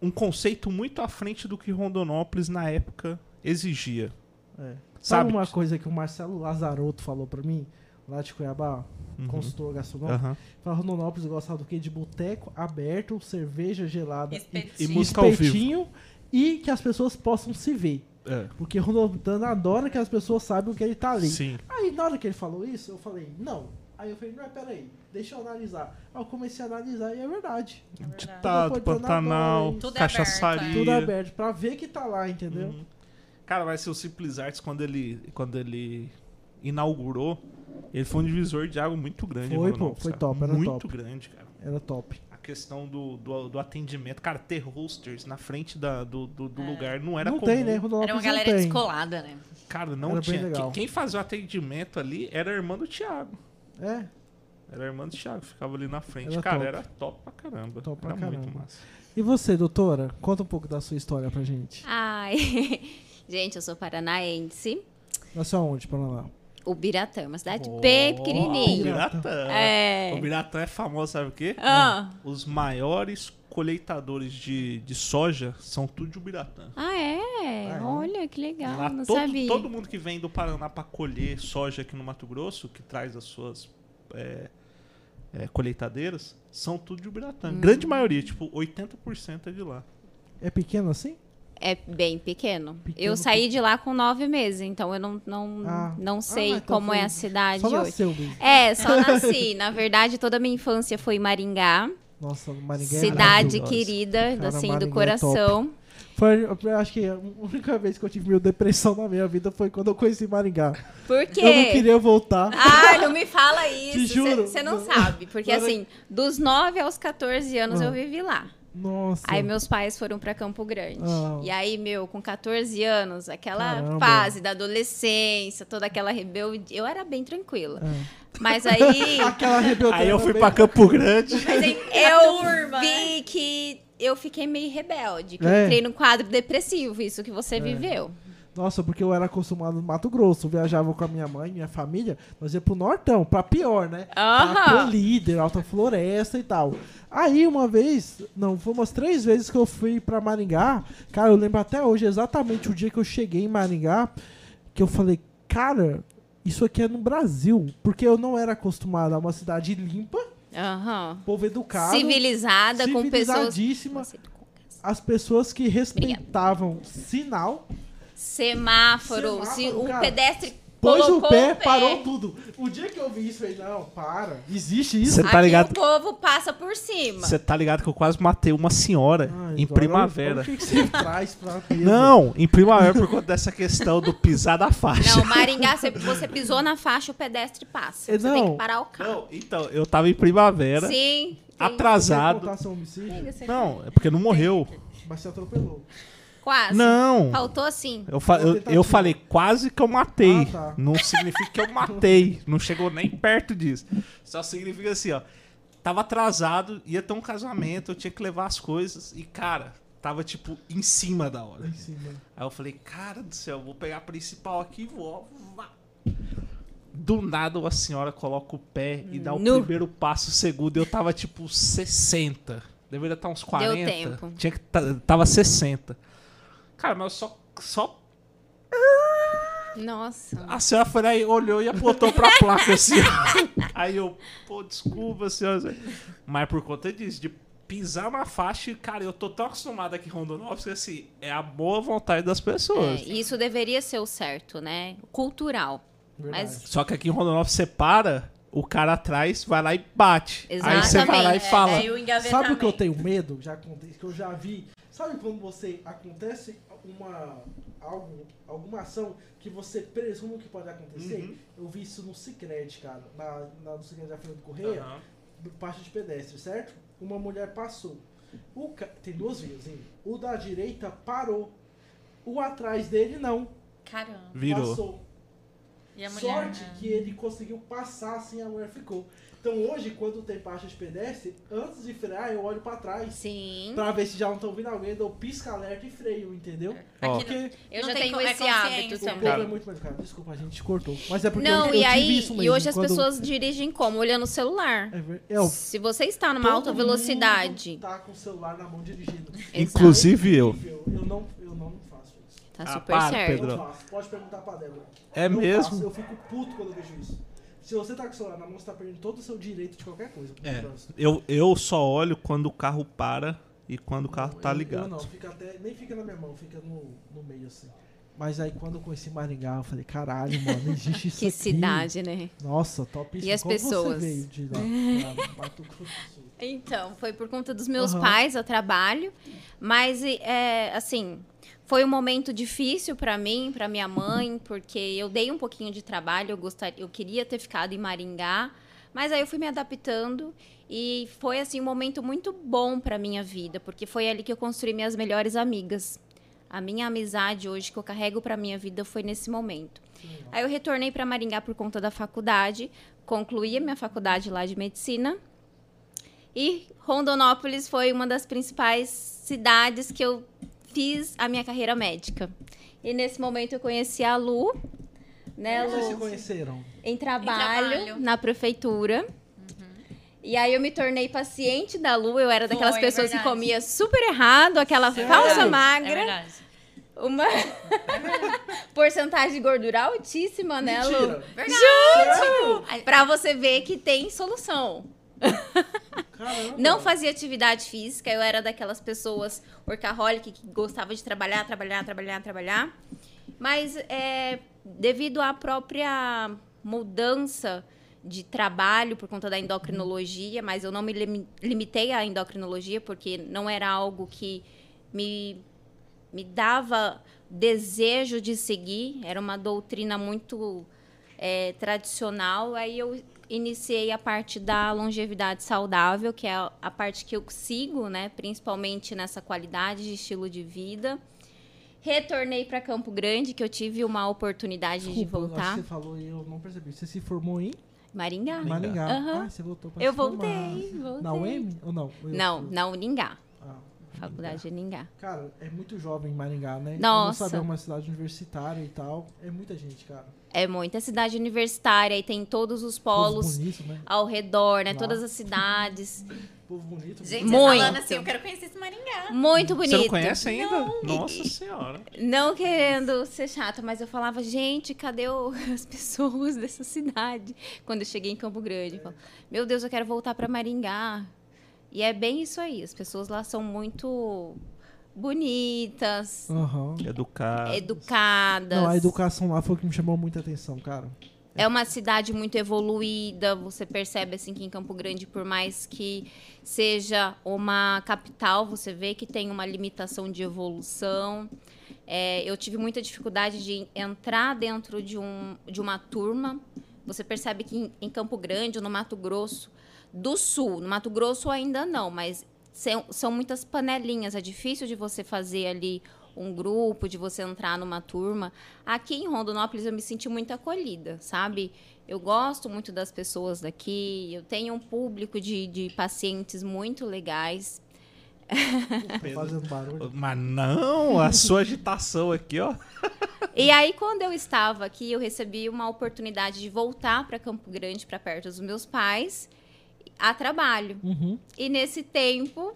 [SPEAKER 2] um conceito muito à frente do que Rondonópolis na época exigia.
[SPEAKER 1] É. Sabe
[SPEAKER 2] Sabe?
[SPEAKER 1] uma coisa que o Marcelo Lazarotto falou pra mim, lá de Cuiabá,
[SPEAKER 2] Uhum.
[SPEAKER 1] consultor gastronômico?
[SPEAKER 2] Aham.
[SPEAKER 1] Fala, Rondonópolis gostava do quê? De boteco aberto, cerveja gelada e
[SPEAKER 2] E
[SPEAKER 4] Espetinho.
[SPEAKER 2] música ao vivo.
[SPEAKER 1] espetinho e que as pessoas possam se ver.
[SPEAKER 2] É,
[SPEAKER 1] Porque o Rondonópolis adora que as pessoas saibam que ele tá ali.
[SPEAKER 2] Sim.
[SPEAKER 1] Aí, na hora que ele falou isso, eu falei, não. Aí eu falei, não, peraí, deixa eu analisar. Aí eu comecei a analisar e é verdade.
[SPEAKER 2] Ditado,
[SPEAKER 1] Depois do
[SPEAKER 2] Tipo, Pantanal,
[SPEAKER 1] Pantanal,
[SPEAKER 4] Tudo é
[SPEAKER 2] cachaçaria.
[SPEAKER 4] aberto,
[SPEAKER 1] Tudo aberto, pra ver que tá lá, entendeu?
[SPEAKER 2] Uhum. Cara, vai ser o Simples Arts quando ele, quando ele inaugurou. Ele foi um divisor de água muito grande. em
[SPEAKER 1] Foi, pô,
[SPEAKER 2] Rondonópolis,
[SPEAKER 1] foi
[SPEAKER 2] cara.
[SPEAKER 1] top, era
[SPEAKER 2] Muito
[SPEAKER 1] top.
[SPEAKER 2] grande, cara.
[SPEAKER 1] Era top.
[SPEAKER 2] A questão do, do, do atendimento. Cara, ter hosters na frente da, do, do, do lugar não era
[SPEAKER 1] não
[SPEAKER 2] comum.
[SPEAKER 1] tem, né?
[SPEAKER 4] Era uma
[SPEAKER 1] Rondonópolis
[SPEAKER 4] galera
[SPEAKER 1] não tem.
[SPEAKER 4] descolada, né?
[SPEAKER 2] Cara, não
[SPEAKER 1] Era bem
[SPEAKER 2] tinha.
[SPEAKER 1] legal.
[SPEAKER 2] Que- Quem fazia o atendimento ali era a irmã do Thiago.
[SPEAKER 1] É,
[SPEAKER 2] Era a irmã do Thiago, ficava ali na frente.
[SPEAKER 1] Era
[SPEAKER 2] cara,
[SPEAKER 1] top.
[SPEAKER 2] era top pra caramba.
[SPEAKER 1] Top pra
[SPEAKER 2] era muito
[SPEAKER 1] caramba.
[SPEAKER 2] massa.
[SPEAKER 1] E você, doutora? Conta um pouco da sua história pra gente.
[SPEAKER 3] Ai, gente, eu sou paranaense.
[SPEAKER 1] Nasceu aonde, Paraná?
[SPEAKER 3] Ubiratã, uma cidade
[SPEAKER 2] Ó,
[SPEAKER 3] bem pequenininha.
[SPEAKER 2] Ubiratã.
[SPEAKER 3] É.
[SPEAKER 2] Ubiratã é famoso, sabe o quê?
[SPEAKER 3] Ah.
[SPEAKER 2] Os maiores colheitadores de, de soja são tudo de Ubiratã.
[SPEAKER 3] Ah, é?
[SPEAKER 1] Ah, é?
[SPEAKER 3] Olha, que legal,
[SPEAKER 2] Lá
[SPEAKER 3] não
[SPEAKER 2] todo,
[SPEAKER 3] sabia.
[SPEAKER 2] todo mundo que vem do Paraná para colher soja aqui no Mato Grosso, que traz as suas é, é, colheitadeiras, são tudo de Ubiratã. Grande maioria, tipo 80% é de lá.
[SPEAKER 1] É pequeno assim?
[SPEAKER 3] É bem pequeno.
[SPEAKER 1] Pequeno,
[SPEAKER 3] Eu saí de lá com nove meses, então eu não, não,
[SPEAKER 1] Ah.
[SPEAKER 3] não sei
[SPEAKER 1] Ah, então
[SPEAKER 3] como
[SPEAKER 1] foi-
[SPEAKER 3] é a cidade
[SPEAKER 1] Só
[SPEAKER 3] hoje.
[SPEAKER 1] nasceu mesmo.
[SPEAKER 3] É, só nasci. Na verdade, toda a minha infância foi em Maringá,
[SPEAKER 1] Nossa, Maringá é
[SPEAKER 3] cidade
[SPEAKER 1] maravilhosa.
[SPEAKER 3] querida,
[SPEAKER 1] Cara,
[SPEAKER 3] assim,
[SPEAKER 1] Maringá
[SPEAKER 3] do
[SPEAKER 1] é
[SPEAKER 3] coração.
[SPEAKER 1] Foi, eu acho que a única vez que eu tive meio depressão na minha vida foi quando eu conheci Maringá.
[SPEAKER 3] Por quê?
[SPEAKER 1] Eu não queria voltar.
[SPEAKER 3] Ah, não me fala
[SPEAKER 1] Te
[SPEAKER 3] isso.
[SPEAKER 1] juro.
[SPEAKER 3] Você não sabe. Porque
[SPEAKER 1] Não era-
[SPEAKER 3] assim, dos 9 aos 14 anos
[SPEAKER 1] Ah.
[SPEAKER 3] eu vivi lá.
[SPEAKER 1] Nossa.
[SPEAKER 3] Aí meus pais foram pra Campo Grande.
[SPEAKER 1] Ah.
[SPEAKER 3] E aí, meu, com 14 anos, aquela
[SPEAKER 1] Caramba.
[SPEAKER 3] fase da adolescência, toda aquela rebeldia. Eu era bem tranquila.
[SPEAKER 1] É.
[SPEAKER 3] Mas aí.
[SPEAKER 1] Aquela rebeldia. também.
[SPEAKER 2] Campo Grande.
[SPEAKER 3] Mas aí eu vi que eu fiquei meio rebelde, que
[SPEAKER 1] É.
[SPEAKER 3] eu entrei num quadro depressivo, isso que você viveu.
[SPEAKER 1] Nossa, porque eu era acostumado no Mato Grosso. Eu viajava com a minha mãe, minha família. Nós ia pro Nortão, pra pior, né? Pra
[SPEAKER 3] Aham.
[SPEAKER 1] líder, Alta Floresta e tal. Aí uma vez, não, foi umas três vezes que eu fui pra Maringá. Cara, eu lembro até hoje exatamente o dia que eu cheguei em Maringá. Que eu falei, cara, isso aqui é no Brasil. Porque eu não era acostumado a uma cidade limpa,
[SPEAKER 3] Aham.
[SPEAKER 1] povo educado.
[SPEAKER 3] Civilizada, com pessoas.
[SPEAKER 1] civilizadíssima, As pessoas que respeitavam sinal,
[SPEAKER 3] Semáforo,
[SPEAKER 1] Semáforo,
[SPEAKER 3] se um
[SPEAKER 1] cara.
[SPEAKER 3] pedestre
[SPEAKER 1] pôs
[SPEAKER 3] colocou
[SPEAKER 1] o pé, parou tudo. O dia que eu vi isso, eu falei, não, para, existe isso?
[SPEAKER 2] Cê- Tá
[SPEAKER 3] aqui
[SPEAKER 2] ligado?
[SPEAKER 3] o povo passa por cima.
[SPEAKER 2] Você tá ligado que eu quase matei uma senhora
[SPEAKER 1] Ai,
[SPEAKER 2] em
[SPEAKER 1] Ah, então agora,
[SPEAKER 2] primavera.
[SPEAKER 1] O que que você traz pra mesa?
[SPEAKER 2] Não, em primavera por conta dessa questão do pisar da faixa.
[SPEAKER 3] Não, Maringá, você, você pisou na faixa, o pedestre passa.
[SPEAKER 1] É,
[SPEAKER 3] Você tem
[SPEAKER 1] não.
[SPEAKER 3] que parar o carro.
[SPEAKER 2] Não, então, eu tava em primavera,
[SPEAKER 3] Sim. sim.
[SPEAKER 1] Você quer
[SPEAKER 2] atrasado.
[SPEAKER 1] contar seu homicídio?
[SPEAKER 2] Não, é porque não morreu.
[SPEAKER 1] Mas se atropelou.
[SPEAKER 3] Quase.
[SPEAKER 2] Não.
[SPEAKER 3] Faltou assim.
[SPEAKER 2] Eu, fa-
[SPEAKER 1] Uma
[SPEAKER 2] eu,
[SPEAKER 1] tentativa.
[SPEAKER 2] eu falei quase que eu matei.
[SPEAKER 1] Ah, tá.
[SPEAKER 2] Não significa que eu matei. Não chegou nem perto disso. Só significa assim, ó. Tava atrasado, ia ter um casamento, eu tinha que levar as coisas. E, cara, tava tipo em cima da hora.
[SPEAKER 1] Em cima.
[SPEAKER 2] Aí eu falei, cara do céu, eu vou pegar a principal aqui e vou. vá. Do nada uma senhora coloca o pé e dá o
[SPEAKER 3] Nu.
[SPEAKER 2] primeiro passo, o segundo. Eu tava tipo 60. Deveria estar uns 40.
[SPEAKER 3] tempo.
[SPEAKER 2] Tinha que tá- tava 60. Cara, mas eu só. só
[SPEAKER 3] Nossa.
[SPEAKER 2] a senhora foi lá e olhou e apontou pra placa assim. Aí eu, pô, desculpa, senhora. Mas por conta disso, de pisar na faixa, e, cara, eu tô tão acostumado aqui em Rondonópolis que assim, é a boa vontade das
[SPEAKER 3] É,
[SPEAKER 2] pessoas.
[SPEAKER 3] isso deveria ser o certo, né? Cultural. Mas
[SPEAKER 2] Só que aqui em Rondonópolis você para, o cara atrás vai lá e bate. Aí você vai lá e
[SPEAKER 3] Exatamente. É,
[SPEAKER 2] fala.
[SPEAKER 4] Aí
[SPEAKER 1] Sabe o que
[SPEAKER 4] É, o
[SPEAKER 1] eu
[SPEAKER 4] engavetamento.
[SPEAKER 1] tenho medo? Já acontece, que eu já vi. Sabe quando você acontece uma algo, alguma ação que você presume que pode acontecer?
[SPEAKER 2] Uhum.
[SPEAKER 1] Eu vi isso no Sicredi, cara, na, na no Sicredi da Fernando Correia,
[SPEAKER 2] Aham.
[SPEAKER 1] do- parte de pedestre, certo? Uma mulher passou. O ca- tem duas vias, hein? O da direita parou. O atrás dele não.
[SPEAKER 4] Caramba.
[SPEAKER 2] Virou.
[SPEAKER 1] Passou.
[SPEAKER 4] E a mulher. né?
[SPEAKER 1] Sorte
[SPEAKER 3] né?
[SPEAKER 1] que ele conseguiu passar assim a mulher ficou. Então hoje, quando tem faixa de pedestre, antes de frear, eu olho pra trás.
[SPEAKER 3] sim.
[SPEAKER 1] Pra ver se já não estão vindo alguém, eu dou pisca, alerta e freio,
[SPEAKER 3] É.
[SPEAKER 1] entendeu?
[SPEAKER 2] Ó.
[SPEAKER 1] Porque
[SPEAKER 3] Eu
[SPEAKER 4] Não
[SPEAKER 3] já
[SPEAKER 4] tem
[SPEAKER 3] tenho
[SPEAKER 4] co- é
[SPEAKER 3] esse
[SPEAKER 4] consciência.
[SPEAKER 3] hábito
[SPEAKER 1] o povo
[SPEAKER 3] também.
[SPEAKER 1] é muito mais caro. Desculpa, a gente cortou. Mas é porque eu,
[SPEAKER 3] um Não,
[SPEAKER 1] eu
[SPEAKER 3] e
[SPEAKER 1] tive
[SPEAKER 3] aí,
[SPEAKER 1] isso mesmo.
[SPEAKER 3] e hoje as
[SPEAKER 1] quando-
[SPEAKER 3] pessoas dirigem como? Olhando o celular.
[SPEAKER 1] É ver- é, ó,
[SPEAKER 3] Se você está numa alta
[SPEAKER 1] todo
[SPEAKER 3] velocidade,
[SPEAKER 1] mundo Tá com o celular na mão dirigindo. é
[SPEAKER 2] Inclusive eu.
[SPEAKER 1] Incrível. Eu não, eu não faço isso.
[SPEAKER 3] tá
[SPEAKER 2] Ah,
[SPEAKER 3] super
[SPEAKER 2] para,
[SPEAKER 3] certo.
[SPEAKER 1] Não
[SPEAKER 2] Pedro.
[SPEAKER 1] faço. Pode perguntar pra Débora.
[SPEAKER 2] É
[SPEAKER 1] Não
[SPEAKER 2] mesmo?
[SPEAKER 1] faço, eu fico puto quando eu vejo isso. Se você tá com o celular na mão, você tá perdendo todo o seu direito de qualquer coisa. pro
[SPEAKER 2] É,
[SPEAKER 1] trânsito.
[SPEAKER 2] eu, eu só olho quando o carro para e quando o carro tá
[SPEAKER 1] Eu- eu
[SPEAKER 2] ligado.
[SPEAKER 1] não, fica até, nem fica na minha mão, fica no, no meio assim. Mas aí quando eu conheci Maringá, eu falei, caralho, mano, existe isso
[SPEAKER 3] Que
[SPEAKER 1] aqui.
[SPEAKER 3] cidade, né?
[SPEAKER 1] Nossa, top
[SPEAKER 3] E as
[SPEAKER 1] Como
[SPEAKER 3] pessoas?
[SPEAKER 1] Você veio de lá, pra Mato Grosso do Sul?
[SPEAKER 3] Então, foi por conta dos meus
[SPEAKER 1] Aham.
[SPEAKER 3] pais, eu trabalho, mas e, é, assim, foi um momento difícil pra mim, pra minha mãe, porque eu dei um pouquinho de trabalho, eu gostaria, eu queria ter ficado em Maringá, mas aí eu fui me adaptando e foi assim um momento muito bom pra minha vida, porque foi ali que eu construí minhas melhores amigas. A minha amizade hoje que eu carrego pra minha vida foi nesse momento. Aí eu retornei pra Maringá por conta da faculdade, concluí a minha faculdade lá de medicina. E Rondonópolis foi uma das principais cidades que eu fiz a minha carreira médica. E nesse momento eu conheci a Lu, né,
[SPEAKER 1] Como vocês se
[SPEAKER 3] Lu?
[SPEAKER 1] conheceram?
[SPEAKER 3] Em trabalho,
[SPEAKER 4] trabalho. Uhum.
[SPEAKER 3] na prefeitura. E aí eu me tornei paciente da Lu. Eu era daquelas
[SPEAKER 4] Foi, é
[SPEAKER 3] pessoas que
[SPEAKER 4] verdade.
[SPEAKER 3] comia super errado, aquela falsa
[SPEAKER 1] verdade.
[SPEAKER 4] É
[SPEAKER 3] magra,
[SPEAKER 4] verdade.
[SPEAKER 3] uma porcentagem de gordura altíssima, né, Lu?
[SPEAKER 1] Mentira.
[SPEAKER 3] Juro! Pra você ver que tem solução.
[SPEAKER 1] Caramba.
[SPEAKER 3] Não fazia atividade física, eu era daquelas pessoas workaholic que gostava de trabalhar, trabalhar, trabalhar, trabalhar. Mas é, devido à própria mudança de trabalho por conta da endocrinologia, mas eu não me limi- limitei à endocrinologia porque não era algo que me, me dava desejo de seguir, era uma doutrina muito é, tradicional. Aí eu iniciei a parte da longevidade saudável, que é a a parte que eu sigo, né? Principalmente nessa qualidade de estilo de vida. Retornei para Campo Grande, que eu tive uma oportunidade de
[SPEAKER 1] Desculpa, eu acho
[SPEAKER 3] voltar.
[SPEAKER 1] que Você falou e eu não percebi. Você se formou em
[SPEAKER 3] Maringá.
[SPEAKER 1] Maringá.
[SPEAKER 3] Aham.
[SPEAKER 1] Ah, você voltou pra
[SPEAKER 3] Eu
[SPEAKER 1] se formar.
[SPEAKER 3] voltei, voltei.
[SPEAKER 1] Na UEM ou não? Eu-
[SPEAKER 3] Não, na Uningá,
[SPEAKER 1] Ah,
[SPEAKER 3] Faculdade de Uningá.
[SPEAKER 1] Cara, é muito jovem Maringá, né? Eu
[SPEAKER 3] Nossa.
[SPEAKER 1] Não saber uma cidade universitária e tal. É muita gente, cara.
[SPEAKER 3] É muita cidade universitária e tem todos os
[SPEAKER 1] Povo
[SPEAKER 3] polos
[SPEAKER 1] bonito, né?
[SPEAKER 3] ao redor, né?
[SPEAKER 1] Lá.
[SPEAKER 3] Todas as cidades.
[SPEAKER 1] Povo bonito.
[SPEAKER 4] Gente,
[SPEAKER 1] bonito.
[SPEAKER 4] vocês
[SPEAKER 3] Muito.
[SPEAKER 4] falando assim, eu quero conhecer esse Maringá.
[SPEAKER 3] Muito bonito.
[SPEAKER 2] Você não conhece ainda? Nossa senhora.
[SPEAKER 3] Não querendo ser chata, mas eu falava, gente, cadê o- as pessoas dessa cidade? Quando eu cheguei em Campo Grande, eu falava, meu Deus, eu quero voltar para Maringá. E é bem isso aí, as pessoas lá são muito bonitas,
[SPEAKER 1] Aham.
[SPEAKER 2] Educar.
[SPEAKER 3] educadas.
[SPEAKER 1] Não, a educação lá foi o que me chamou muita atenção, cara.
[SPEAKER 3] É uma cidade muito evoluída, você percebe assim que em Campo Grande, por mais que seja uma capital, você vê que tem uma limitação de evolução. É, eu tive muita dificuldade de entrar dentro de, um, de uma turma. Você percebe que em, em Campo Grande, no Mato Grosso do Sul, no Mato Grosso ainda não, mas são, são muitas panelinhas. É difícil de você fazer ali um grupo, de você entrar numa turma. Aqui em Rondonópolis eu me senti muito acolhida, sabe? Eu gosto muito das pessoas daqui, eu tenho um público de, de pacientes muito legais.
[SPEAKER 1] Tô Tá fazendo barulho.
[SPEAKER 2] Mas não, a sua agitação aqui, ó.
[SPEAKER 3] E aí, quando eu estava aqui, eu recebi uma oportunidade de voltar para Campo Grande, para perto dos meus pais, a trabalho.
[SPEAKER 1] Uhum.
[SPEAKER 3] E nesse tempo,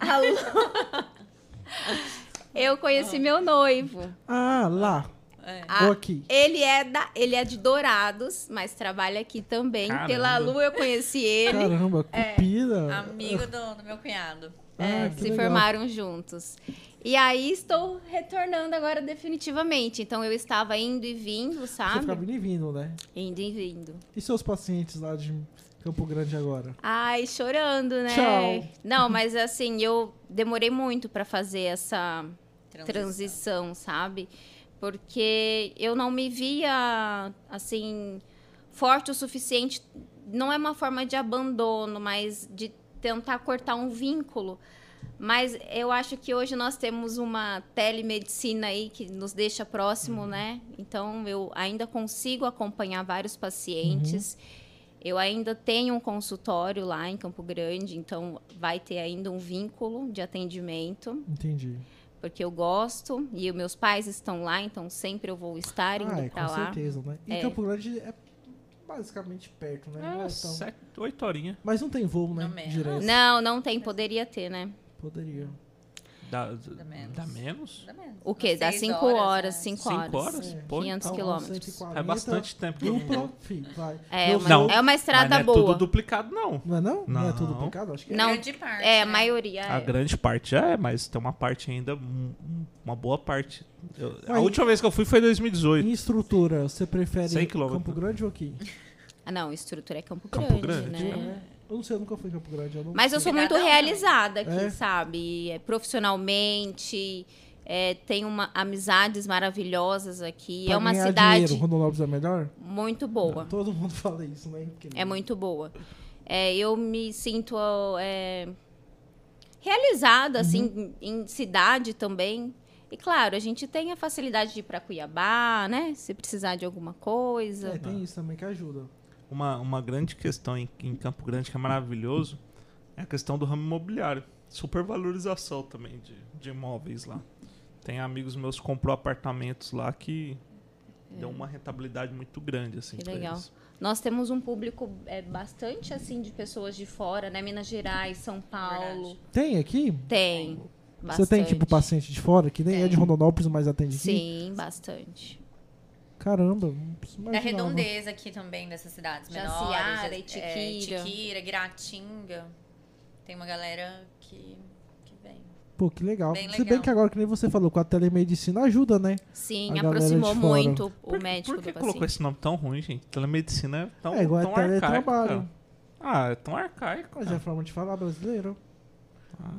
[SPEAKER 3] a Lu... eu conheci meu noivo.
[SPEAKER 1] Ah, lá.
[SPEAKER 3] A-
[SPEAKER 4] É.
[SPEAKER 1] Ou aqui.
[SPEAKER 3] Ele é, da, ele é de Dourados, mas trabalha aqui também.
[SPEAKER 2] Caramba.
[SPEAKER 3] Pela Lu eu conheci ele.
[SPEAKER 1] Caramba, cupida.
[SPEAKER 4] Amigo do, do meu cunhado.
[SPEAKER 3] É,
[SPEAKER 1] Ah, que
[SPEAKER 3] se
[SPEAKER 1] legal.
[SPEAKER 3] formaram juntos. E aí estou retornando agora definitivamente. Então eu estava indo e vindo,
[SPEAKER 1] Você
[SPEAKER 3] sabe?
[SPEAKER 1] ficava indo e vindo, né?
[SPEAKER 3] Indo e vindo.
[SPEAKER 1] E seus pacientes lá de Campo Grande agora?
[SPEAKER 3] Ai, chorando, né?
[SPEAKER 1] Tchau.
[SPEAKER 3] Não, mas assim, eu demorei muito para fazer essa
[SPEAKER 4] Transição.
[SPEAKER 3] transição, sabe? Porque eu não me via assim forte o suficiente. Não é uma forma de abandono, mas de tentar cortar um vínculo. Mas eu acho que hoje nós temos uma telemedicina aí que nos deixa próximo, né? Então eu ainda consigo acompanhar vários pacientes. Eu ainda tenho um consultório lá em Campo Grande, então vai ter ainda um vínculo de atendimento
[SPEAKER 1] Entendi.
[SPEAKER 3] porque eu gosto e os meus pais estão lá, então sempre eu vou estar indo
[SPEAKER 1] Ah, é,
[SPEAKER 3] pra
[SPEAKER 1] com
[SPEAKER 3] lá.
[SPEAKER 1] certeza, né? E
[SPEAKER 3] É.
[SPEAKER 1] Campo Grande é basicamente perto, né? Não é tão-
[SPEAKER 2] É, sete, oito horinhas.
[SPEAKER 1] Mas não tem voo, né?
[SPEAKER 4] Não mesmo.
[SPEAKER 1] Direto.
[SPEAKER 3] Não, não tem, poderia ter, né?
[SPEAKER 1] Poderia. Tá
[SPEAKER 2] Dá,
[SPEAKER 4] menos.
[SPEAKER 2] dá menos?
[SPEAKER 3] O quê? Dá 5
[SPEAKER 4] né?
[SPEAKER 3] horas, 5
[SPEAKER 2] Cinco
[SPEAKER 3] horas. É.
[SPEAKER 2] horas? Pô,
[SPEAKER 3] 500
[SPEAKER 1] então,
[SPEAKER 3] quilômetros.
[SPEAKER 1] 140,
[SPEAKER 2] É bastante tempo. que eu não
[SPEAKER 1] Dupla,
[SPEAKER 2] vou.
[SPEAKER 1] fi, vai.
[SPEAKER 3] É
[SPEAKER 1] Meu
[SPEAKER 3] uma,
[SPEAKER 2] Não.
[SPEAKER 1] voo-
[SPEAKER 3] é uma
[SPEAKER 2] Mas não
[SPEAKER 3] estrada
[SPEAKER 2] é
[SPEAKER 3] boa.
[SPEAKER 2] tudo duplicado, não.
[SPEAKER 1] Não é não? Não é tudo
[SPEAKER 2] Não.
[SPEAKER 1] picado? Acho que é.
[SPEAKER 3] Não.
[SPEAKER 4] Grande parte.
[SPEAKER 3] É, a
[SPEAKER 4] né?
[SPEAKER 3] maioria
[SPEAKER 2] A
[SPEAKER 3] é.
[SPEAKER 2] grande parte já é, mas tem uma parte ainda, um- um- uma boa parte. Eu- a
[SPEAKER 1] Ué,
[SPEAKER 2] última vez que eu fui foi em 2018.
[SPEAKER 1] Em estrutura, você prefere
[SPEAKER 2] Cem quilômetros.
[SPEAKER 1] Campo Grande ou aqui?
[SPEAKER 3] Ah, não, estrutura é Campo Grande,
[SPEAKER 2] Campo Grande,
[SPEAKER 3] né?
[SPEAKER 1] Eu não sei, eu nunca fui em Campo Grande. Eu não
[SPEAKER 3] Mas eu sou muito
[SPEAKER 4] Cidadão, né?
[SPEAKER 3] realizada aqui,
[SPEAKER 1] É.
[SPEAKER 3] sabe? É, profissionalmente, é, tenho uma- amizades maravilhosas aqui.
[SPEAKER 1] Pra
[SPEAKER 3] é uma
[SPEAKER 1] ganhar
[SPEAKER 3] cidade
[SPEAKER 1] Dinheiro, Rondonópolis é melhor?
[SPEAKER 3] muito boa.
[SPEAKER 1] Todo mundo fala isso, né? Porque-
[SPEAKER 3] É muito boa. É, eu me sinto é, realizada,
[SPEAKER 1] Uhum.
[SPEAKER 3] assim, em cidade também. E claro, a gente tem a facilidade de ir para Cuiabá, né? Se precisar de alguma
[SPEAKER 1] É,
[SPEAKER 3] coisa.
[SPEAKER 1] tem isso também que ajuda.
[SPEAKER 2] Uma, uma grande questão em, em Campo Grande que é maravilhoso é a questão do ramo imobiliário. Supervalorização também de, de imóveis lá. Tem amigos meus que comprou apartamentos lá que Deu uma rentabilidade muito grande, assim,
[SPEAKER 3] É. Que
[SPEAKER 2] pra
[SPEAKER 3] legal.
[SPEAKER 2] eles.
[SPEAKER 3] Nós temos um público é, bastante assim de pessoas de fora, né? Minas Gerais, São Paulo.
[SPEAKER 1] Tem aqui?
[SPEAKER 3] Tem.
[SPEAKER 1] Você tem, tipo,
[SPEAKER 3] bastante.
[SPEAKER 1] paciente de fora, que nem é de Rondonópolis, mas atende aqui?
[SPEAKER 3] Sim, É bastante.
[SPEAKER 1] Caramba, não preciso
[SPEAKER 4] Da
[SPEAKER 1] imaginar. não.
[SPEAKER 4] redondeza aqui também, dessas cidades menores.
[SPEAKER 3] Jaciara,
[SPEAKER 4] é,
[SPEAKER 3] Itiquira.
[SPEAKER 4] Itiquira, Gratinga. Tem uma galera que, que vem.
[SPEAKER 1] Pô, que legal.
[SPEAKER 4] Bem
[SPEAKER 1] Se bem
[SPEAKER 4] legal.
[SPEAKER 1] que agora, que nem você falou, com a telemedicina ajuda, né?
[SPEAKER 3] Sim,
[SPEAKER 1] A galera
[SPEAKER 3] aproximou
[SPEAKER 1] de fora.
[SPEAKER 3] muito o médico
[SPEAKER 2] Por que
[SPEAKER 3] do
[SPEAKER 2] colocou
[SPEAKER 3] paciente.
[SPEAKER 2] esse nome tão ruim, gente? Telemedicina é tão,
[SPEAKER 1] é igual
[SPEAKER 2] tão
[SPEAKER 1] a
[SPEAKER 2] arcaico.
[SPEAKER 1] teletrabalho.
[SPEAKER 2] cara. Ah, é tão arcaico.
[SPEAKER 1] Mas é a
[SPEAKER 2] cara.
[SPEAKER 1] forma de falar brasileiro.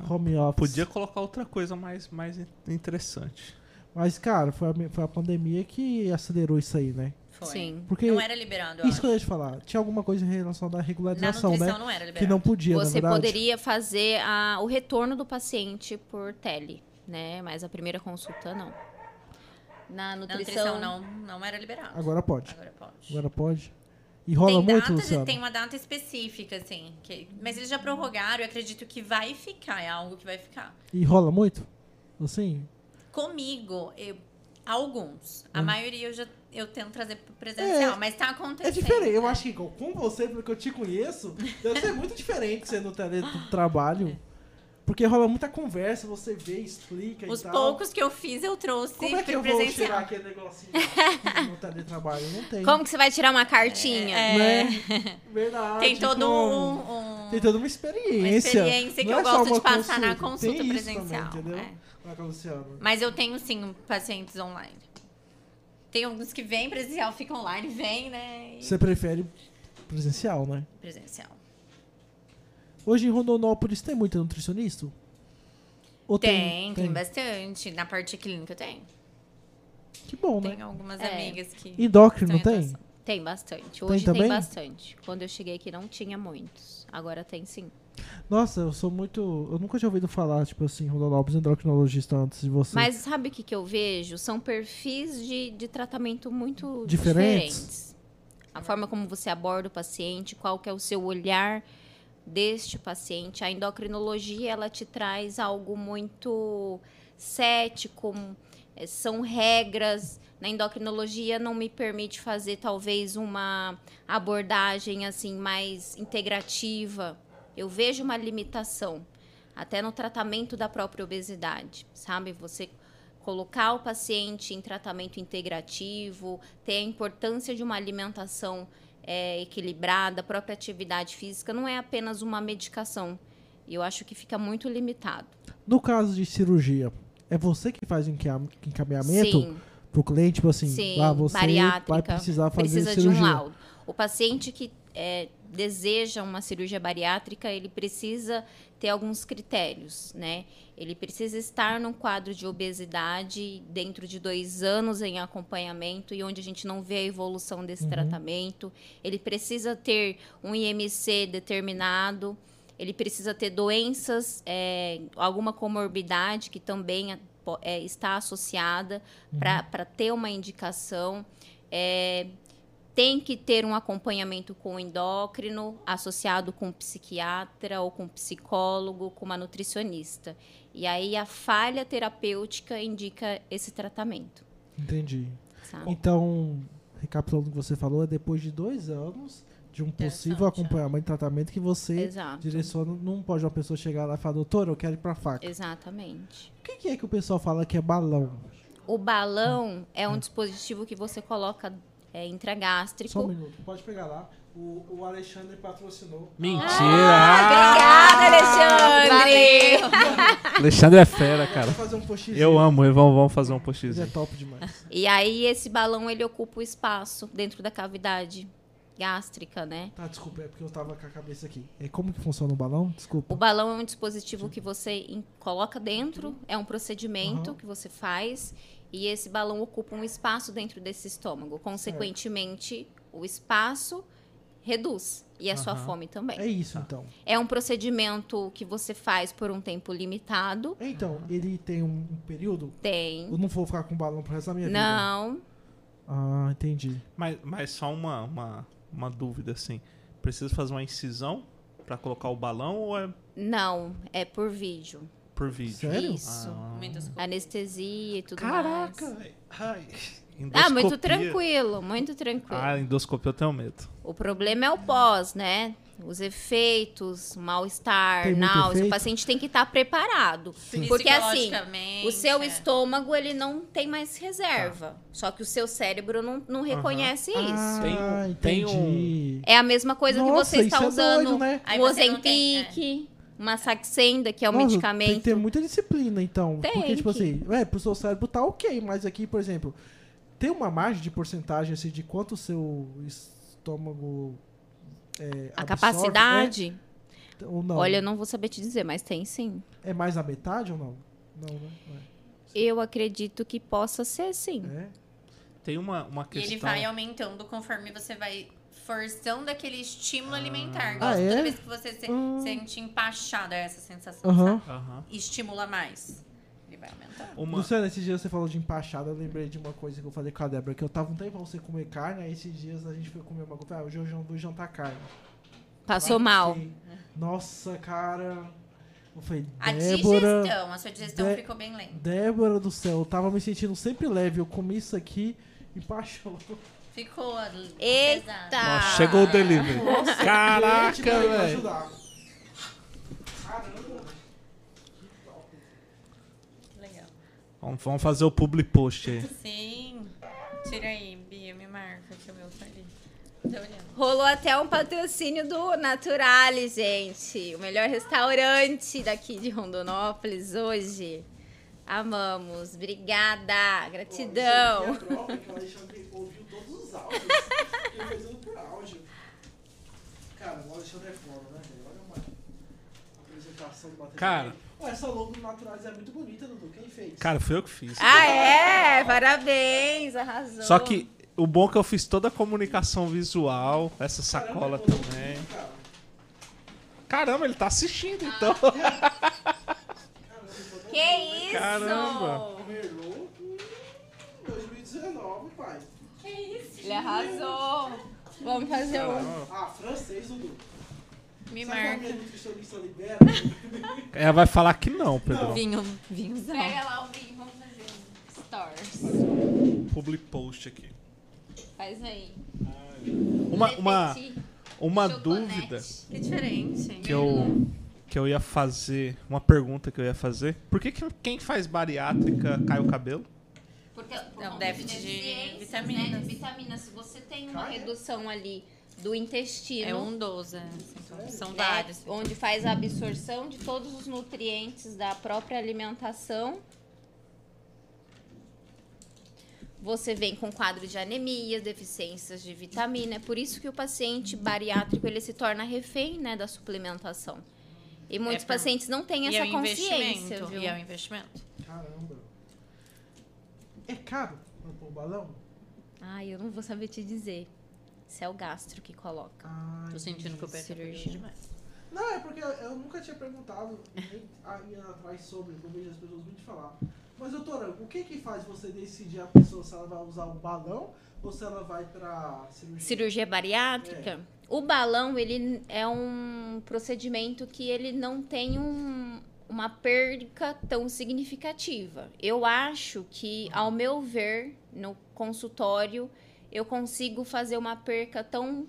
[SPEAKER 1] Home office.
[SPEAKER 2] Podia colocar outra coisa mais, mais in- interessante.
[SPEAKER 1] Mas, cara, foi a, foi a pandemia que acelerou isso aí, né?
[SPEAKER 4] Foi.
[SPEAKER 3] Sim.
[SPEAKER 1] Porque
[SPEAKER 4] Não era liberado, eu
[SPEAKER 1] isso que
[SPEAKER 4] acho.
[SPEAKER 1] eu ia te falar. Tinha alguma coisa em relação à
[SPEAKER 4] Na
[SPEAKER 1] regularização,
[SPEAKER 4] nutrição
[SPEAKER 1] né?
[SPEAKER 4] não era liberado.
[SPEAKER 1] Que não podia, na
[SPEAKER 3] Você
[SPEAKER 1] é verdade.
[SPEAKER 3] poderia fazer a- o retorno do paciente por tele, né? Mas a primeira consulta não. Na
[SPEAKER 4] Na
[SPEAKER 3] nutrição,
[SPEAKER 4] nutrição não, não era liberado.
[SPEAKER 1] Agora pode.
[SPEAKER 4] Agora pode.
[SPEAKER 1] Agora pode. E rola
[SPEAKER 4] tem
[SPEAKER 1] muito,
[SPEAKER 4] datas-
[SPEAKER 1] Luciano?
[SPEAKER 4] Tem uma data específica, assim. que- mas eles já prorrogaram, eu acredito que vai ficar, é algo que vai ficar.
[SPEAKER 1] E rola muito? Assim?
[SPEAKER 4] Comigo, eu- alguns. A maioria eu já eu tento trazer pro presencial,
[SPEAKER 1] Hum. É,
[SPEAKER 4] mas tá acontecendo.
[SPEAKER 1] É diferente. Eu
[SPEAKER 4] né?
[SPEAKER 1] acho que com com você, porque eu te conheço, deve ser muito diferente tá ser no teletrabalho.
[SPEAKER 4] É.
[SPEAKER 1] Porque rola muita conversa, você vê, explica
[SPEAKER 4] Os
[SPEAKER 1] e tal.
[SPEAKER 4] poucos que eu fiz, eu trouxe
[SPEAKER 1] Como é que
[SPEAKER 4] pro
[SPEAKER 1] eu vou
[SPEAKER 4] presencial.
[SPEAKER 1] tirar aquele negocinho no teletrabalho? Não tá tem.
[SPEAKER 3] Como que você vai tirar uma cartinha?
[SPEAKER 4] É,
[SPEAKER 1] Né? Verdade.
[SPEAKER 4] Tem todo
[SPEAKER 1] com-
[SPEAKER 4] um. um-
[SPEAKER 1] Tem toda uma experiência.
[SPEAKER 4] Uma experiência que
[SPEAKER 1] Não
[SPEAKER 4] eu
[SPEAKER 1] é só
[SPEAKER 4] gosto
[SPEAKER 1] uma
[SPEAKER 4] de passar na
[SPEAKER 1] Tem
[SPEAKER 4] consulta
[SPEAKER 1] isso
[SPEAKER 4] presencial,
[SPEAKER 1] Também, entendeu?
[SPEAKER 4] é.
[SPEAKER 1] Olha, Luciano.
[SPEAKER 4] Mas eu tenho, sim, pacientes online. Tem alguns que vêm presencial, ficam online, vêm, né? e-
[SPEAKER 1] Você prefere presencial, né?
[SPEAKER 4] Presencial.
[SPEAKER 1] Hoje em Rondonópolis tem muito nutricionista? Ou
[SPEAKER 4] Tem, tem, bastante. Na parte clínica tem.
[SPEAKER 1] Que bom, né?
[SPEAKER 4] Tem algumas
[SPEAKER 3] É.
[SPEAKER 4] amigas que.
[SPEAKER 1] Endócrino
[SPEAKER 4] Então,
[SPEAKER 1] tem?
[SPEAKER 4] então,
[SPEAKER 3] Tem bastante. Hoje tem,
[SPEAKER 1] também?
[SPEAKER 3] bastante. Quando eu cheguei aqui não tinha muitos. Agora tem sim.
[SPEAKER 1] Nossa, eu sou muito. Eu nunca tinha ouvido falar, tipo assim, Rondonópolis endocrinologista antes de você.
[SPEAKER 3] Mas sabe o que, que eu vejo? São perfis de, de tratamento muito
[SPEAKER 1] Diferentes?
[SPEAKER 3] diferentes. A forma como você aborda o paciente, qual que é o seu olhar deste paciente. A endocrinologia, ela te traz algo muito cético, eh, são regras. Na endocrinologia não me permite fazer talvez uma abordagem assim mais integrativa. Eu vejo uma limitação até no tratamento da própria obesidade, sabe? Você colocar o paciente em tratamento integrativo, ter a importância de uma alimentação eh, equilibrada, a própria atividade física, não é apenas uma medicação. E eu acho que fica muito limitado.
[SPEAKER 1] No caso de cirurgia, é você que faz o enquea- encaminhamento
[SPEAKER 3] Sim.
[SPEAKER 1] pro cliente, tipo assim,
[SPEAKER 3] Sim,
[SPEAKER 1] ah, você
[SPEAKER 3] bariátrica.
[SPEAKER 1] vai precisar fazer
[SPEAKER 3] precisa
[SPEAKER 1] cirurgia.
[SPEAKER 3] de um laudo. O paciente que é, deseja uma cirurgia bariátrica, ele precisa ter alguns critérios, né? Ele precisa estar num quadro de obesidade dentro de dois anos em acompanhamento e onde a gente não vê a evolução
[SPEAKER 1] Uhum.
[SPEAKER 3] desse tratamento. Ele precisa ter um IMC determinado. Ele precisa ter doenças, é, alguma comorbidade que também a- po- é, está associada
[SPEAKER 1] Uhum.
[SPEAKER 3] para ter uma indicação. É, tem que ter um acompanhamento com o endócrino, associado com um psiquiatra ou com um psicólogo, com uma nutricionista. E aí a falha terapêutica indica esse tratamento.
[SPEAKER 1] Entendi.
[SPEAKER 3] sabe?
[SPEAKER 1] Então, recapitulando o que você falou, é depois de dois anos de um possível
[SPEAKER 4] Interessante,
[SPEAKER 1] acompanhamento e tratamento que você
[SPEAKER 3] Exato.
[SPEAKER 1] direciona. Não pode uma pessoa chegar lá e falar, doutor, eu quero ir pra faca.
[SPEAKER 3] Exatamente.
[SPEAKER 1] O que que é que o pessoal fala que é balão?
[SPEAKER 3] O balão é um dispositivo que você coloca é,
[SPEAKER 1] Só um
[SPEAKER 3] intragástrico.
[SPEAKER 1] minuto, pode pegar lá. O, o Alexandre patrocinou.
[SPEAKER 2] Mentira! Ah!
[SPEAKER 4] Ah,
[SPEAKER 3] Obrigada, Alexandre!
[SPEAKER 2] Alexandre é fera, cara.
[SPEAKER 1] Vamos fazer um postizinho.
[SPEAKER 2] Eu amo, ele. vamos, vamos fazer um
[SPEAKER 1] Ele é
[SPEAKER 2] postzinho.
[SPEAKER 1] top demais.
[SPEAKER 3] E aí esse balão ele ocupa o espaço dentro da cavidade gástrica, né?
[SPEAKER 1] Tá, desculpa, é porque eu tava com a cabeça aqui. É como que funciona o balão?
[SPEAKER 3] O
[SPEAKER 1] Desculpa.
[SPEAKER 3] balão é um dispositivo que você in- coloca dentro, é um procedimento
[SPEAKER 1] Aham.
[SPEAKER 3] que você faz e esse balão ocupa um espaço dentro desse estômago. Consequentemente, o espaço reduz e a sua
[SPEAKER 2] Aham.
[SPEAKER 3] fome também.
[SPEAKER 1] É isso, então.
[SPEAKER 3] É um procedimento que você faz por um tempo limitado.
[SPEAKER 1] Então, ele tem um, um período?
[SPEAKER 3] Tem.
[SPEAKER 1] Eu não vou ficar com o é balão pro resto da minha vida?
[SPEAKER 3] Não,
[SPEAKER 1] Ah, entendi.
[SPEAKER 2] Mas, mas só uma, uma, uma dúvida, assim. Precisa fazer uma incisão pra colocar o balão ou é
[SPEAKER 3] não, é por vídeo.
[SPEAKER 2] por vídeo?
[SPEAKER 1] Sério?
[SPEAKER 3] Isso.
[SPEAKER 2] Ah.
[SPEAKER 4] muitas-
[SPEAKER 3] Anestesia e tudo mais.
[SPEAKER 2] Caraca! Ai.
[SPEAKER 3] Ah, muito
[SPEAKER 2] endoscopia.
[SPEAKER 3] tranquilo, muito tranquilo.
[SPEAKER 2] Ah, endoscopia eu tenho medo.
[SPEAKER 3] O problema é o pós, né? Os efeitos,
[SPEAKER 1] Tem
[SPEAKER 3] mal-estar,
[SPEAKER 1] muito
[SPEAKER 3] náusea.
[SPEAKER 1] efeito?
[SPEAKER 3] O paciente tem que estar preparado. Porque assim,
[SPEAKER 4] Psicologicamente,
[SPEAKER 3] o seu
[SPEAKER 4] é.
[SPEAKER 3] estômago, ele não tem mais reserva. Só que o seu cérebro não, não reconhece isso.
[SPEAKER 1] Tá. Ah,
[SPEAKER 6] Tem um- tem
[SPEAKER 1] entendi.
[SPEAKER 3] É a mesma coisa
[SPEAKER 1] Nossa,
[SPEAKER 3] que você está
[SPEAKER 1] isso é
[SPEAKER 3] usando
[SPEAKER 1] doido, né?
[SPEAKER 4] Aí
[SPEAKER 3] o
[SPEAKER 4] você não tem,
[SPEAKER 3] Ozempic, uma Saxenda, que é um
[SPEAKER 1] Nossa,
[SPEAKER 3] medicamento.
[SPEAKER 1] Tem que ter muita disciplina, então.
[SPEAKER 3] Tem
[SPEAKER 1] Porque, tipo
[SPEAKER 3] que.
[SPEAKER 1] assim, é, pro seu cérebro tá ok, mas aqui, por exemplo, tem uma margem de porcentagem assim, de quanto o seu estômago. É,
[SPEAKER 3] A
[SPEAKER 1] absorve?
[SPEAKER 3] capacidade,
[SPEAKER 1] É, ou não?
[SPEAKER 3] olha, eu não vou saber te dizer, mas tem sim.
[SPEAKER 1] É mais da metade ou não? Não, né?
[SPEAKER 3] Eu acredito que possa ser sim.
[SPEAKER 1] É. É.
[SPEAKER 2] Tem uma, uma
[SPEAKER 4] E
[SPEAKER 2] questão.
[SPEAKER 4] ele vai aumentando conforme você vai forçando aquele estímulo alimentar.
[SPEAKER 1] Ah,
[SPEAKER 4] Igual Toda
[SPEAKER 1] é?
[SPEAKER 4] vez que você se
[SPEAKER 1] Hum.
[SPEAKER 4] sente empachado, é essa sensação.
[SPEAKER 1] Aham.
[SPEAKER 4] sabe?
[SPEAKER 2] Aham.
[SPEAKER 4] Estimula mais. Ele vai aumentando.
[SPEAKER 2] Uma-
[SPEAKER 1] Luciana, esses dias você falou de empachada, eu lembrei de uma coisa que eu falei com a Débora, que eu tava um tempo sem comer carne, aí esses dias a gente foi comer uma coisa, ah, hoje eu jan- vou jantar carne.
[SPEAKER 3] Passou mal.
[SPEAKER 1] Sim. Nossa, cara. Eu falei,
[SPEAKER 4] A
[SPEAKER 1] Débora.
[SPEAKER 4] digestão, a sua digestão
[SPEAKER 1] Dé-
[SPEAKER 4] ficou bem lenta.
[SPEAKER 1] Débora do céu, eu tava me sentindo sempre leve. Eu comi isso aqui e paixão.
[SPEAKER 4] Ficou ali- pesada.
[SPEAKER 3] Eita!
[SPEAKER 2] Ó, Ah, chegou o delivery. Caraca, velho.
[SPEAKER 4] Legal.
[SPEAKER 2] Vamos, vamos fazer o public post aí.
[SPEAKER 4] Sim. Tira aí, Bia, me marca que o meu tá ali. Tô olhando.
[SPEAKER 5] Rolou até um patrocínio do Naturale, gente. O melhor restaurante daqui de Rondonópolis hoje. Amamos. Obrigada. Gratidão.
[SPEAKER 1] Cara, o Alexandre é foda, né? velho? Olha uma apresentação do bateria.
[SPEAKER 2] Cara.
[SPEAKER 1] Ué, essa logo do Naturais é muito bonita, Dudu. Quem fez?
[SPEAKER 2] Cara, foi eu que fiz.
[SPEAKER 5] Ah, é? Parabéns. Arrasou.
[SPEAKER 2] Só que o bom é que eu fiz toda a comunicação visual, essa sacola também.
[SPEAKER 1] Cara,
[SPEAKER 2] Caramba, ele tá assistindo então.
[SPEAKER 5] Que isso?
[SPEAKER 2] Caramba.
[SPEAKER 1] Merlot hum, 2019, pai.
[SPEAKER 5] Ele arrasou. Vamos fazer um.
[SPEAKER 1] Ah, francês, Dudu.
[SPEAKER 4] Me
[SPEAKER 1] Sabe aquela
[SPEAKER 4] marca.
[SPEAKER 1] música que o Solista libera?
[SPEAKER 2] Ela vai falar que não, Pedro.
[SPEAKER 4] Vinho, vinhozão.
[SPEAKER 5] Pega lá o vinho. Vamos fazer um stores.
[SPEAKER 2] Public post aqui.
[SPEAKER 5] Faz aí.
[SPEAKER 2] Uma, uma,
[SPEAKER 5] Repetir.
[SPEAKER 2] uma
[SPEAKER 5] Chocolate.
[SPEAKER 2] dúvida
[SPEAKER 4] Que diferente.
[SPEAKER 2] que eu, que eu ia fazer, uma pergunta que eu ia fazer. Por que, que quem faz bariátrica cai o cabelo?
[SPEAKER 3] Porque por
[SPEAKER 4] É um
[SPEAKER 3] conta
[SPEAKER 4] déficit
[SPEAKER 3] de
[SPEAKER 4] de
[SPEAKER 3] deficiências,
[SPEAKER 4] vitaminas.
[SPEAKER 3] né? Vitaminas, se você tem uma
[SPEAKER 1] Cara, é.
[SPEAKER 3] redução ali do intestino,
[SPEAKER 4] É um 12. Então, são
[SPEAKER 3] né,
[SPEAKER 4] vários.
[SPEAKER 3] onde faz a absorção de todos os nutrientes da própria alimentação, você vem com quadro de anemia, deficiências de vitamina. É por isso que o paciente bariátrico ele se torna refém, né, da suplementação. E muitos
[SPEAKER 4] por-
[SPEAKER 3] pacientes não têm
[SPEAKER 4] E é
[SPEAKER 3] essa
[SPEAKER 4] um
[SPEAKER 3] consciência,
[SPEAKER 4] investimento.
[SPEAKER 3] viu?
[SPEAKER 4] E é um investimento.
[SPEAKER 1] Caramba. É caro pra pôr o balão?
[SPEAKER 3] Ai, eu não vou saber te dizer. Se é o gastro que coloca.
[SPEAKER 1] Ai,
[SPEAKER 4] Tô sentindo que eu perdi
[SPEAKER 3] cirurgia.
[SPEAKER 4] demais.
[SPEAKER 1] Não, é porque eu, eu nunca tinha perguntado nem a- ia atrás sobre, que eu vejo as pessoas muito falar. Mas, doutora, o que que faz você decidir a pessoa se ela vai usar o balão ou se ela vai pra cirurgia?
[SPEAKER 3] Cirurgia bariátrica. O balão, ele é um procedimento que ele não tem um- uma perca tão significativa. Eu acho que, ao meu ver, no consultório, eu consigo fazer uma perca tão,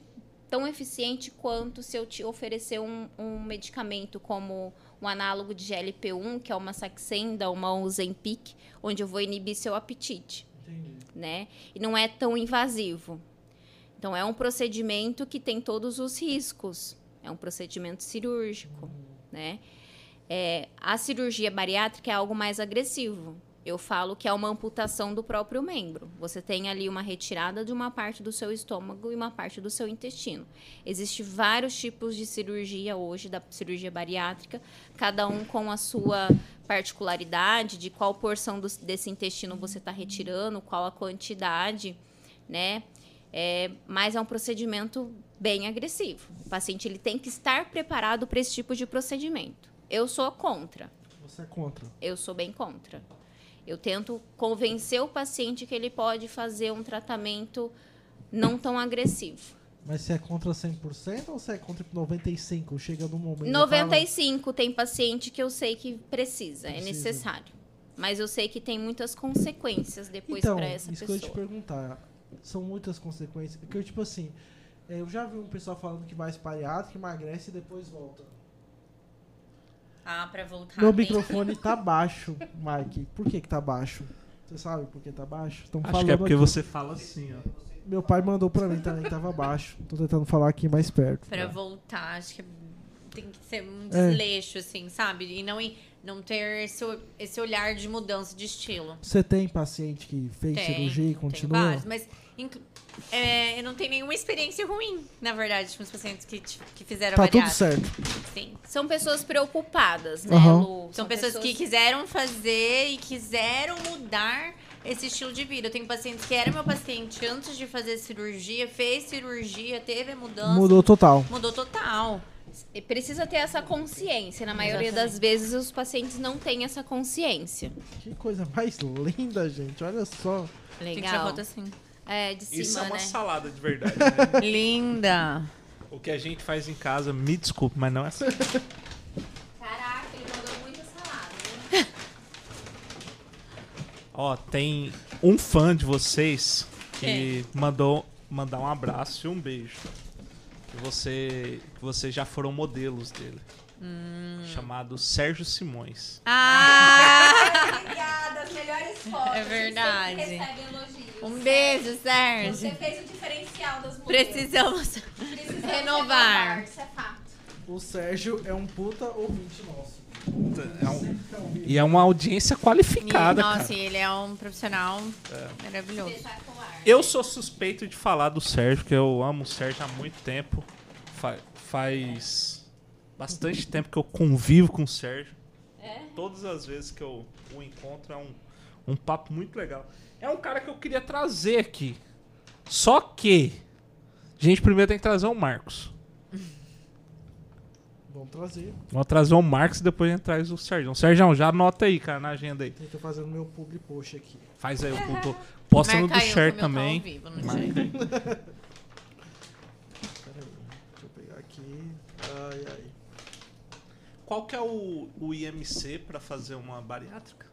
[SPEAKER 3] tão eficiente quanto se eu te oferecer um, um medicamento como um análogo de GLP-1, que é uma Saxenda, uma Ozempic, onde eu vou inibir seu apetite
[SPEAKER 1] Entendi.
[SPEAKER 3] né? E não é tão invasivo. Então é um procedimento que tem todos os riscos. É um procedimento cirúrgico, né? É, a cirurgia bariátrica é algo mais agressivo. Eu falo que é uma amputação do próprio membro. Você tem ali uma retirada de uma parte do seu estômago e uma parte do seu intestino. Existem vários tipos de cirurgia hoje, da cirurgia bariátrica, cada um com a sua particularidade de qual porção dos- desse intestino você está retirando, qual a quantidade, né? É, mas é um procedimento bem agressivo. O paciente ele tem que estar preparado para esse tipo de procedimento. Eu sou contra.
[SPEAKER 1] Você é contra.
[SPEAKER 3] Eu sou bem contra. Eu tento convencer o paciente que ele pode fazer um tratamento não tão agressivo.
[SPEAKER 1] Mas você é contra 100% ou você é contra 95%? Chega num momento...
[SPEAKER 3] 95 tem paciente que eu sei que precisa, é
[SPEAKER 1] Precisa.
[SPEAKER 3] necessário. Mas eu sei que tem muitas consequências depois
[SPEAKER 1] então,
[SPEAKER 3] pra essa
[SPEAKER 1] isso
[SPEAKER 3] pessoa.
[SPEAKER 1] que eu ia te perguntar. São muitas consequências. Porque, tipo assim, é, eu já vi um pessoal falando que vai espalhado, que emagrece e depois volta.
[SPEAKER 4] Ah, pra voltar.
[SPEAKER 1] Meu
[SPEAKER 4] bem.
[SPEAKER 1] microfone tá baixo, Mike. Por que que tá baixo? Você sabe por que tá baixo? Estão
[SPEAKER 2] Acho que é porque você fala assim, ó.
[SPEAKER 1] Meu pai mandou pra mim também que tava baixo. Tô tentando falar aqui mais perto.
[SPEAKER 4] Pra voltar, acho que tem que ser
[SPEAKER 1] É.
[SPEAKER 4] um desleixo, assim, sabe? E não, ir- não ter esse, o- esse olhar de mudança de estilo.
[SPEAKER 1] Você tem paciente que fez
[SPEAKER 4] Tem,
[SPEAKER 1] cirurgia e
[SPEAKER 4] tem
[SPEAKER 1] continua?
[SPEAKER 4] vários, mas inc- é, eu não tenho nenhuma experiência ruim, na verdade, com os pacientes que, te- que fizeram
[SPEAKER 1] Tá tudo
[SPEAKER 4] bariátrica.
[SPEAKER 1] certo.
[SPEAKER 4] Sim.
[SPEAKER 3] São pessoas preocupadas, né,
[SPEAKER 1] Aham.
[SPEAKER 3] Lu?
[SPEAKER 4] São, pessoas, que quiseram fazer e quiseram mudar esse estilo de vida. Eu tenho pacientes que era meu paciente antes de fazer cirurgia, fez cirurgia, teve a mudança.
[SPEAKER 1] Mudou total.
[SPEAKER 4] Mudou total.
[SPEAKER 3] E precisa ter essa consciência. Na maioria
[SPEAKER 4] Exatamente.
[SPEAKER 3] das vezes, os pacientes não têm essa consciência.
[SPEAKER 1] Que coisa mais linda, gente. Olha só.
[SPEAKER 4] Tem que
[SPEAKER 3] Legal.
[SPEAKER 4] tirar foto assim.
[SPEAKER 3] É, de cima,
[SPEAKER 2] Isso é uma
[SPEAKER 3] né?
[SPEAKER 2] salada de verdade, né?
[SPEAKER 4] Linda.
[SPEAKER 2] O que a gente faz em casa, me desculpe, mas não é assim.
[SPEAKER 3] Caraca, ele mandou muita salada.
[SPEAKER 2] Ó, tem um fã de vocês que mandou mandar um abraço e um beijo. Que você, que vocês já foram modelos dele. Chamado Sérgio Simões.
[SPEAKER 4] Ah,
[SPEAKER 5] Obrigada, as melhores fotos.
[SPEAKER 4] É
[SPEAKER 5] a gente sempre
[SPEAKER 4] verdade.
[SPEAKER 5] recebe elogios.
[SPEAKER 4] um beijo,
[SPEAKER 5] Você
[SPEAKER 4] Sérgio.
[SPEAKER 5] fez o diferencial das mulheres.
[SPEAKER 4] Precisamos.
[SPEAKER 5] Precisamos
[SPEAKER 4] renovar.
[SPEAKER 5] Isso é fato.
[SPEAKER 1] O Sérgio é um puta ouvinte nosso.
[SPEAKER 2] É um- e é uma audiência qualificada,
[SPEAKER 4] Nossa,
[SPEAKER 2] cara.
[SPEAKER 4] ele é um profissional maravilhoso.
[SPEAKER 5] Espetacular.
[SPEAKER 2] Eu sou suspeito de falar do Sérgio, que eu amo o Sérgio há muito tempo. Fa- faz bastante tempo que eu convivo com o Sérgio. Todas as vezes que eu o encontro é um, um papo muito legal. É um cara que eu queria trazer aqui. Só que. A gente primeiro tem que trazer o Marcos.
[SPEAKER 1] Vamos trazer.
[SPEAKER 2] Vamos trazer o Marcos e depois a gente traz o Sérgio. Sérgio, já anota aí, cara, na agenda aí.
[SPEAKER 1] Eu tô tá fazendo meu publi post aqui.
[SPEAKER 2] Faz aí, eu tô, posta no do
[SPEAKER 4] Marca eu,
[SPEAKER 2] Cher
[SPEAKER 4] como eu tô ao
[SPEAKER 2] também.
[SPEAKER 4] vivo, não
[SPEAKER 2] Marca
[SPEAKER 4] sei.
[SPEAKER 2] aí.
[SPEAKER 1] Pera aí. Deixa eu pegar aqui. Ai, ai.
[SPEAKER 2] Qual que é o, o IMC pra fazer uma bariátrica?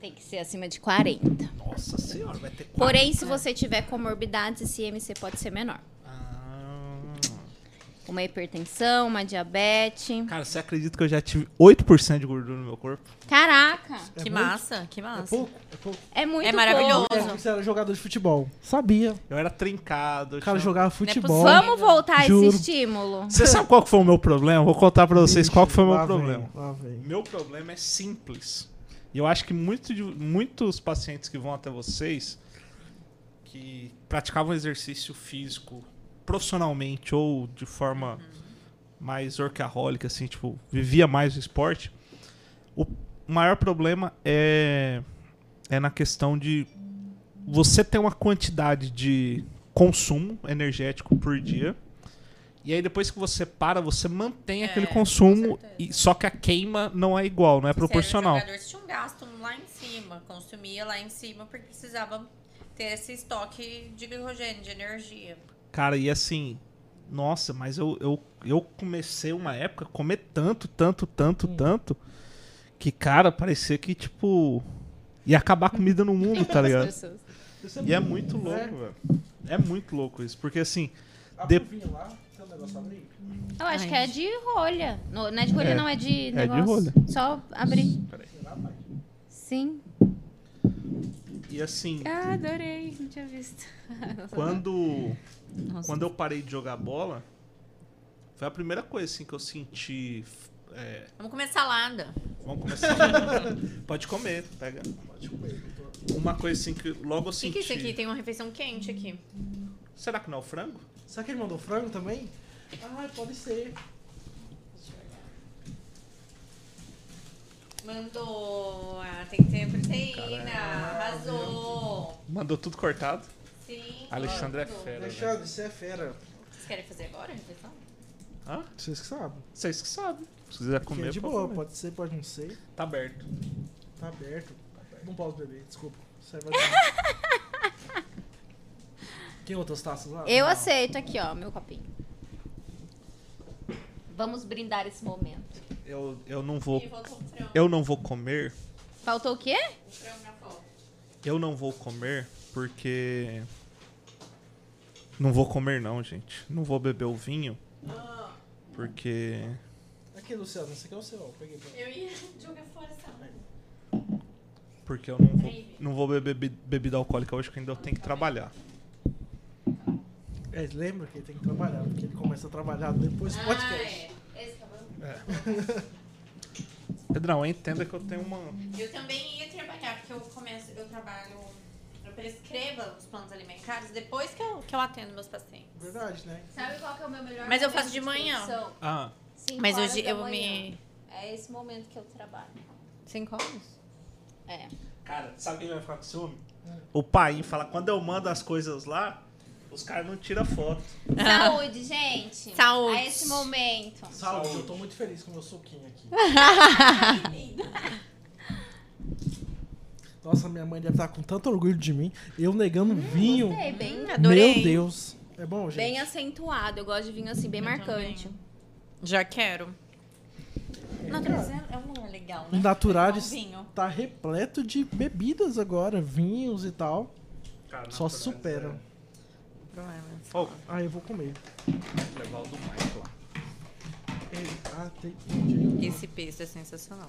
[SPEAKER 3] Tem que ser acima de 40.
[SPEAKER 2] Nossa senhora, vai ter quatro.
[SPEAKER 3] Porém, se você tiver comorbidades, esse IMC pode ser menor.
[SPEAKER 2] Ah.
[SPEAKER 3] Uma hipertensão, uma diabetes.
[SPEAKER 2] Cara, você acredita que eu já tive 8% de gordura no meu corpo?
[SPEAKER 3] Caraca,
[SPEAKER 1] É
[SPEAKER 4] Que
[SPEAKER 1] muito?
[SPEAKER 4] massa, que
[SPEAKER 1] É
[SPEAKER 4] massa.
[SPEAKER 1] pouco? É pouco?
[SPEAKER 3] é muito
[SPEAKER 4] É maravilhoso.
[SPEAKER 3] pouco.
[SPEAKER 1] Eu achava que você era jogador de futebol. Sabia.
[SPEAKER 2] Eu era trincado. eu
[SPEAKER 1] O cara
[SPEAKER 2] tinha-
[SPEAKER 1] jogava futebol.
[SPEAKER 4] possível.
[SPEAKER 3] Vamos voltar
[SPEAKER 1] Juro.
[SPEAKER 3] esse estímulo.
[SPEAKER 2] Você sabe qual que foi o meu problema? Vou contar pra vocês qual que foi o meu
[SPEAKER 1] Lá vem,
[SPEAKER 2] problema.
[SPEAKER 1] lá vem.
[SPEAKER 2] Meu problema é simples. E eu acho que muito de- muitos pacientes que vão até vocês, que praticavam exercício físico profissionalmente ou de forma mais orcahólica, assim, tipo, vivia mais o esporte, o maior problema é, é na questão de você ter uma quantidade de consumo energético por dia. E aí depois que você para, você
[SPEAKER 4] É,
[SPEAKER 2] mantém aquele consumo, e, só que a queima não é igual, não é proporcional.
[SPEAKER 4] Você era jogador, você tinha um gasto lá em cima, consumia lá em cima porque precisava ter esse estoque de glicogênio, de energia.
[SPEAKER 2] Cara, e assim, nossa, mas eu, eu, eu comecei uma época a comer tanto, tanto, tanto, tanto, que, cara, parecia que, tipo, ia acabar a comida no mundo, tá ligado? E é muito louco, velho. É muito louco isso, porque assim,
[SPEAKER 1] Abre
[SPEAKER 2] De-
[SPEAKER 1] o vinho lá. Tem um negócio a abrir?
[SPEAKER 3] Eu acho que é de rolha. No- não é de rolha,
[SPEAKER 2] É.
[SPEAKER 3] não, é de
[SPEAKER 2] É de
[SPEAKER 3] negócio.
[SPEAKER 2] rolha.
[SPEAKER 3] Só abrir.
[SPEAKER 2] Peraí.
[SPEAKER 3] Sim.
[SPEAKER 2] e assim,
[SPEAKER 3] Ah, adorei. Não tinha visto.
[SPEAKER 2] quando
[SPEAKER 4] Nossa.
[SPEAKER 2] quando eu parei de jogar bola, foi a primeira coisa assim que eu senti é,
[SPEAKER 4] Vamos comer salada.
[SPEAKER 2] Vamos começar. Pode comer, pega. Pode comer. Uma coisa assim que logo eu
[SPEAKER 4] O que,
[SPEAKER 2] senti.
[SPEAKER 4] que é isso aqui? Tem uma refeição quente aqui.
[SPEAKER 2] Será que não é o frango?
[SPEAKER 1] Será que ele mandou frango também? Ah, pode ser.
[SPEAKER 4] Mandou. Ah, tem que ter proteína. Arrasou.
[SPEAKER 2] Mandou tudo cortado.
[SPEAKER 4] Sim.
[SPEAKER 2] Alexandre é
[SPEAKER 4] mandou.
[SPEAKER 2] fera. velho.
[SPEAKER 1] Alexandre, você é fera.
[SPEAKER 4] Vocês querem fazer agora a refeição?
[SPEAKER 2] Hã?
[SPEAKER 1] Vocês que sabem.
[SPEAKER 2] Vocês que sabem. Se quiser
[SPEAKER 1] Porque é
[SPEAKER 2] comer,
[SPEAKER 1] de
[SPEAKER 2] pode
[SPEAKER 1] boa,
[SPEAKER 2] comer.
[SPEAKER 1] pode ser, pode não ser.
[SPEAKER 2] Tá aberto.
[SPEAKER 1] Tá aberto. Não posso beber, desculpa. Serve agora. Tem outras taças lá?
[SPEAKER 3] Eu
[SPEAKER 1] Não.
[SPEAKER 3] aceito aqui, ó, meu copinho. Vamos brindar esse momento.
[SPEAKER 2] Eu, eu não vou.
[SPEAKER 4] E voltou pro frango.
[SPEAKER 2] Eu não vou comer
[SPEAKER 5] Faltou o quê?
[SPEAKER 2] Eu não vou comer porque. Não vou comer, não, gente. Não vou beber o vinho. Porque.
[SPEAKER 1] Aqui, Luciano, esse aqui é o seu. Eu peguei pra...
[SPEAKER 2] Porque eu não vou, não vou beber be- bebida alcoólica hoje, que ainda eu tenho que trabalhar.
[SPEAKER 1] É, lembra que ele tem que trabalhar, porque ele começa a trabalhar depois do podcast.
[SPEAKER 5] tá
[SPEAKER 2] Pedrão, entenda que eu tenho uma.
[SPEAKER 4] Eu também ia trabalhar, porque eu começo, eu trabalho, eu prescrevo os planos alimentares depois que eu, que eu atendo meus pacientes.
[SPEAKER 1] Verdade, né?
[SPEAKER 5] Sabe qual que é o meu melhor
[SPEAKER 4] Mas eu
[SPEAKER 5] momento
[SPEAKER 4] faço de manhã.
[SPEAKER 5] produção?
[SPEAKER 2] Ah,
[SPEAKER 5] Cinco
[SPEAKER 4] Mas
[SPEAKER 5] horas
[SPEAKER 4] hoje
[SPEAKER 5] da
[SPEAKER 4] eu
[SPEAKER 5] manhã.
[SPEAKER 4] me.
[SPEAKER 5] É esse momento que eu trabalho.
[SPEAKER 4] Cinco horas?
[SPEAKER 5] É.
[SPEAKER 2] Cara, sabe quem vai ficar com ciúme? O pai fala, quando eu mando as coisas lá, os caras não tiram foto.
[SPEAKER 5] Saúde, gente.
[SPEAKER 4] Saúde.
[SPEAKER 5] A esse momento.
[SPEAKER 1] Saúde, eu tô muito feliz com o meu suquinho aqui. Nossa, minha mãe deve estar com tanto orgulho de mim. Eu negando vinho.
[SPEAKER 5] É bem,
[SPEAKER 4] Hum,
[SPEAKER 1] Meu Deus. É bom, gente?
[SPEAKER 5] bem acentuado. Eu gosto de vinho assim, bem marcante.
[SPEAKER 4] Já quero. Não,
[SPEAKER 1] Cara,
[SPEAKER 4] é um lugar legal,
[SPEAKER 1] O
[SPEAKER 4] né?
[SPEAKER 1] Naturalis
[SPEAKER 4] Vinho.
[SPEAKER 1] tá repleto de bebidas agora, vinhos e tal.
[SPEAKER 2] Cara,
[SPEAKER 1] Só
[SPEAKER 2] natureza,
[SPEAKER 1] superam.
[SPEAKER 4] Problemas.
[SPEAKER 2] Ó,
[SPEAKER 1] Ah, eu vou comer.
[SPEAKER 2] levar o do Mike lá.
[SPEAKER 1] Ei, Ah, tem entendi.
[SPEAKER 4] Esse pesto é sensacional.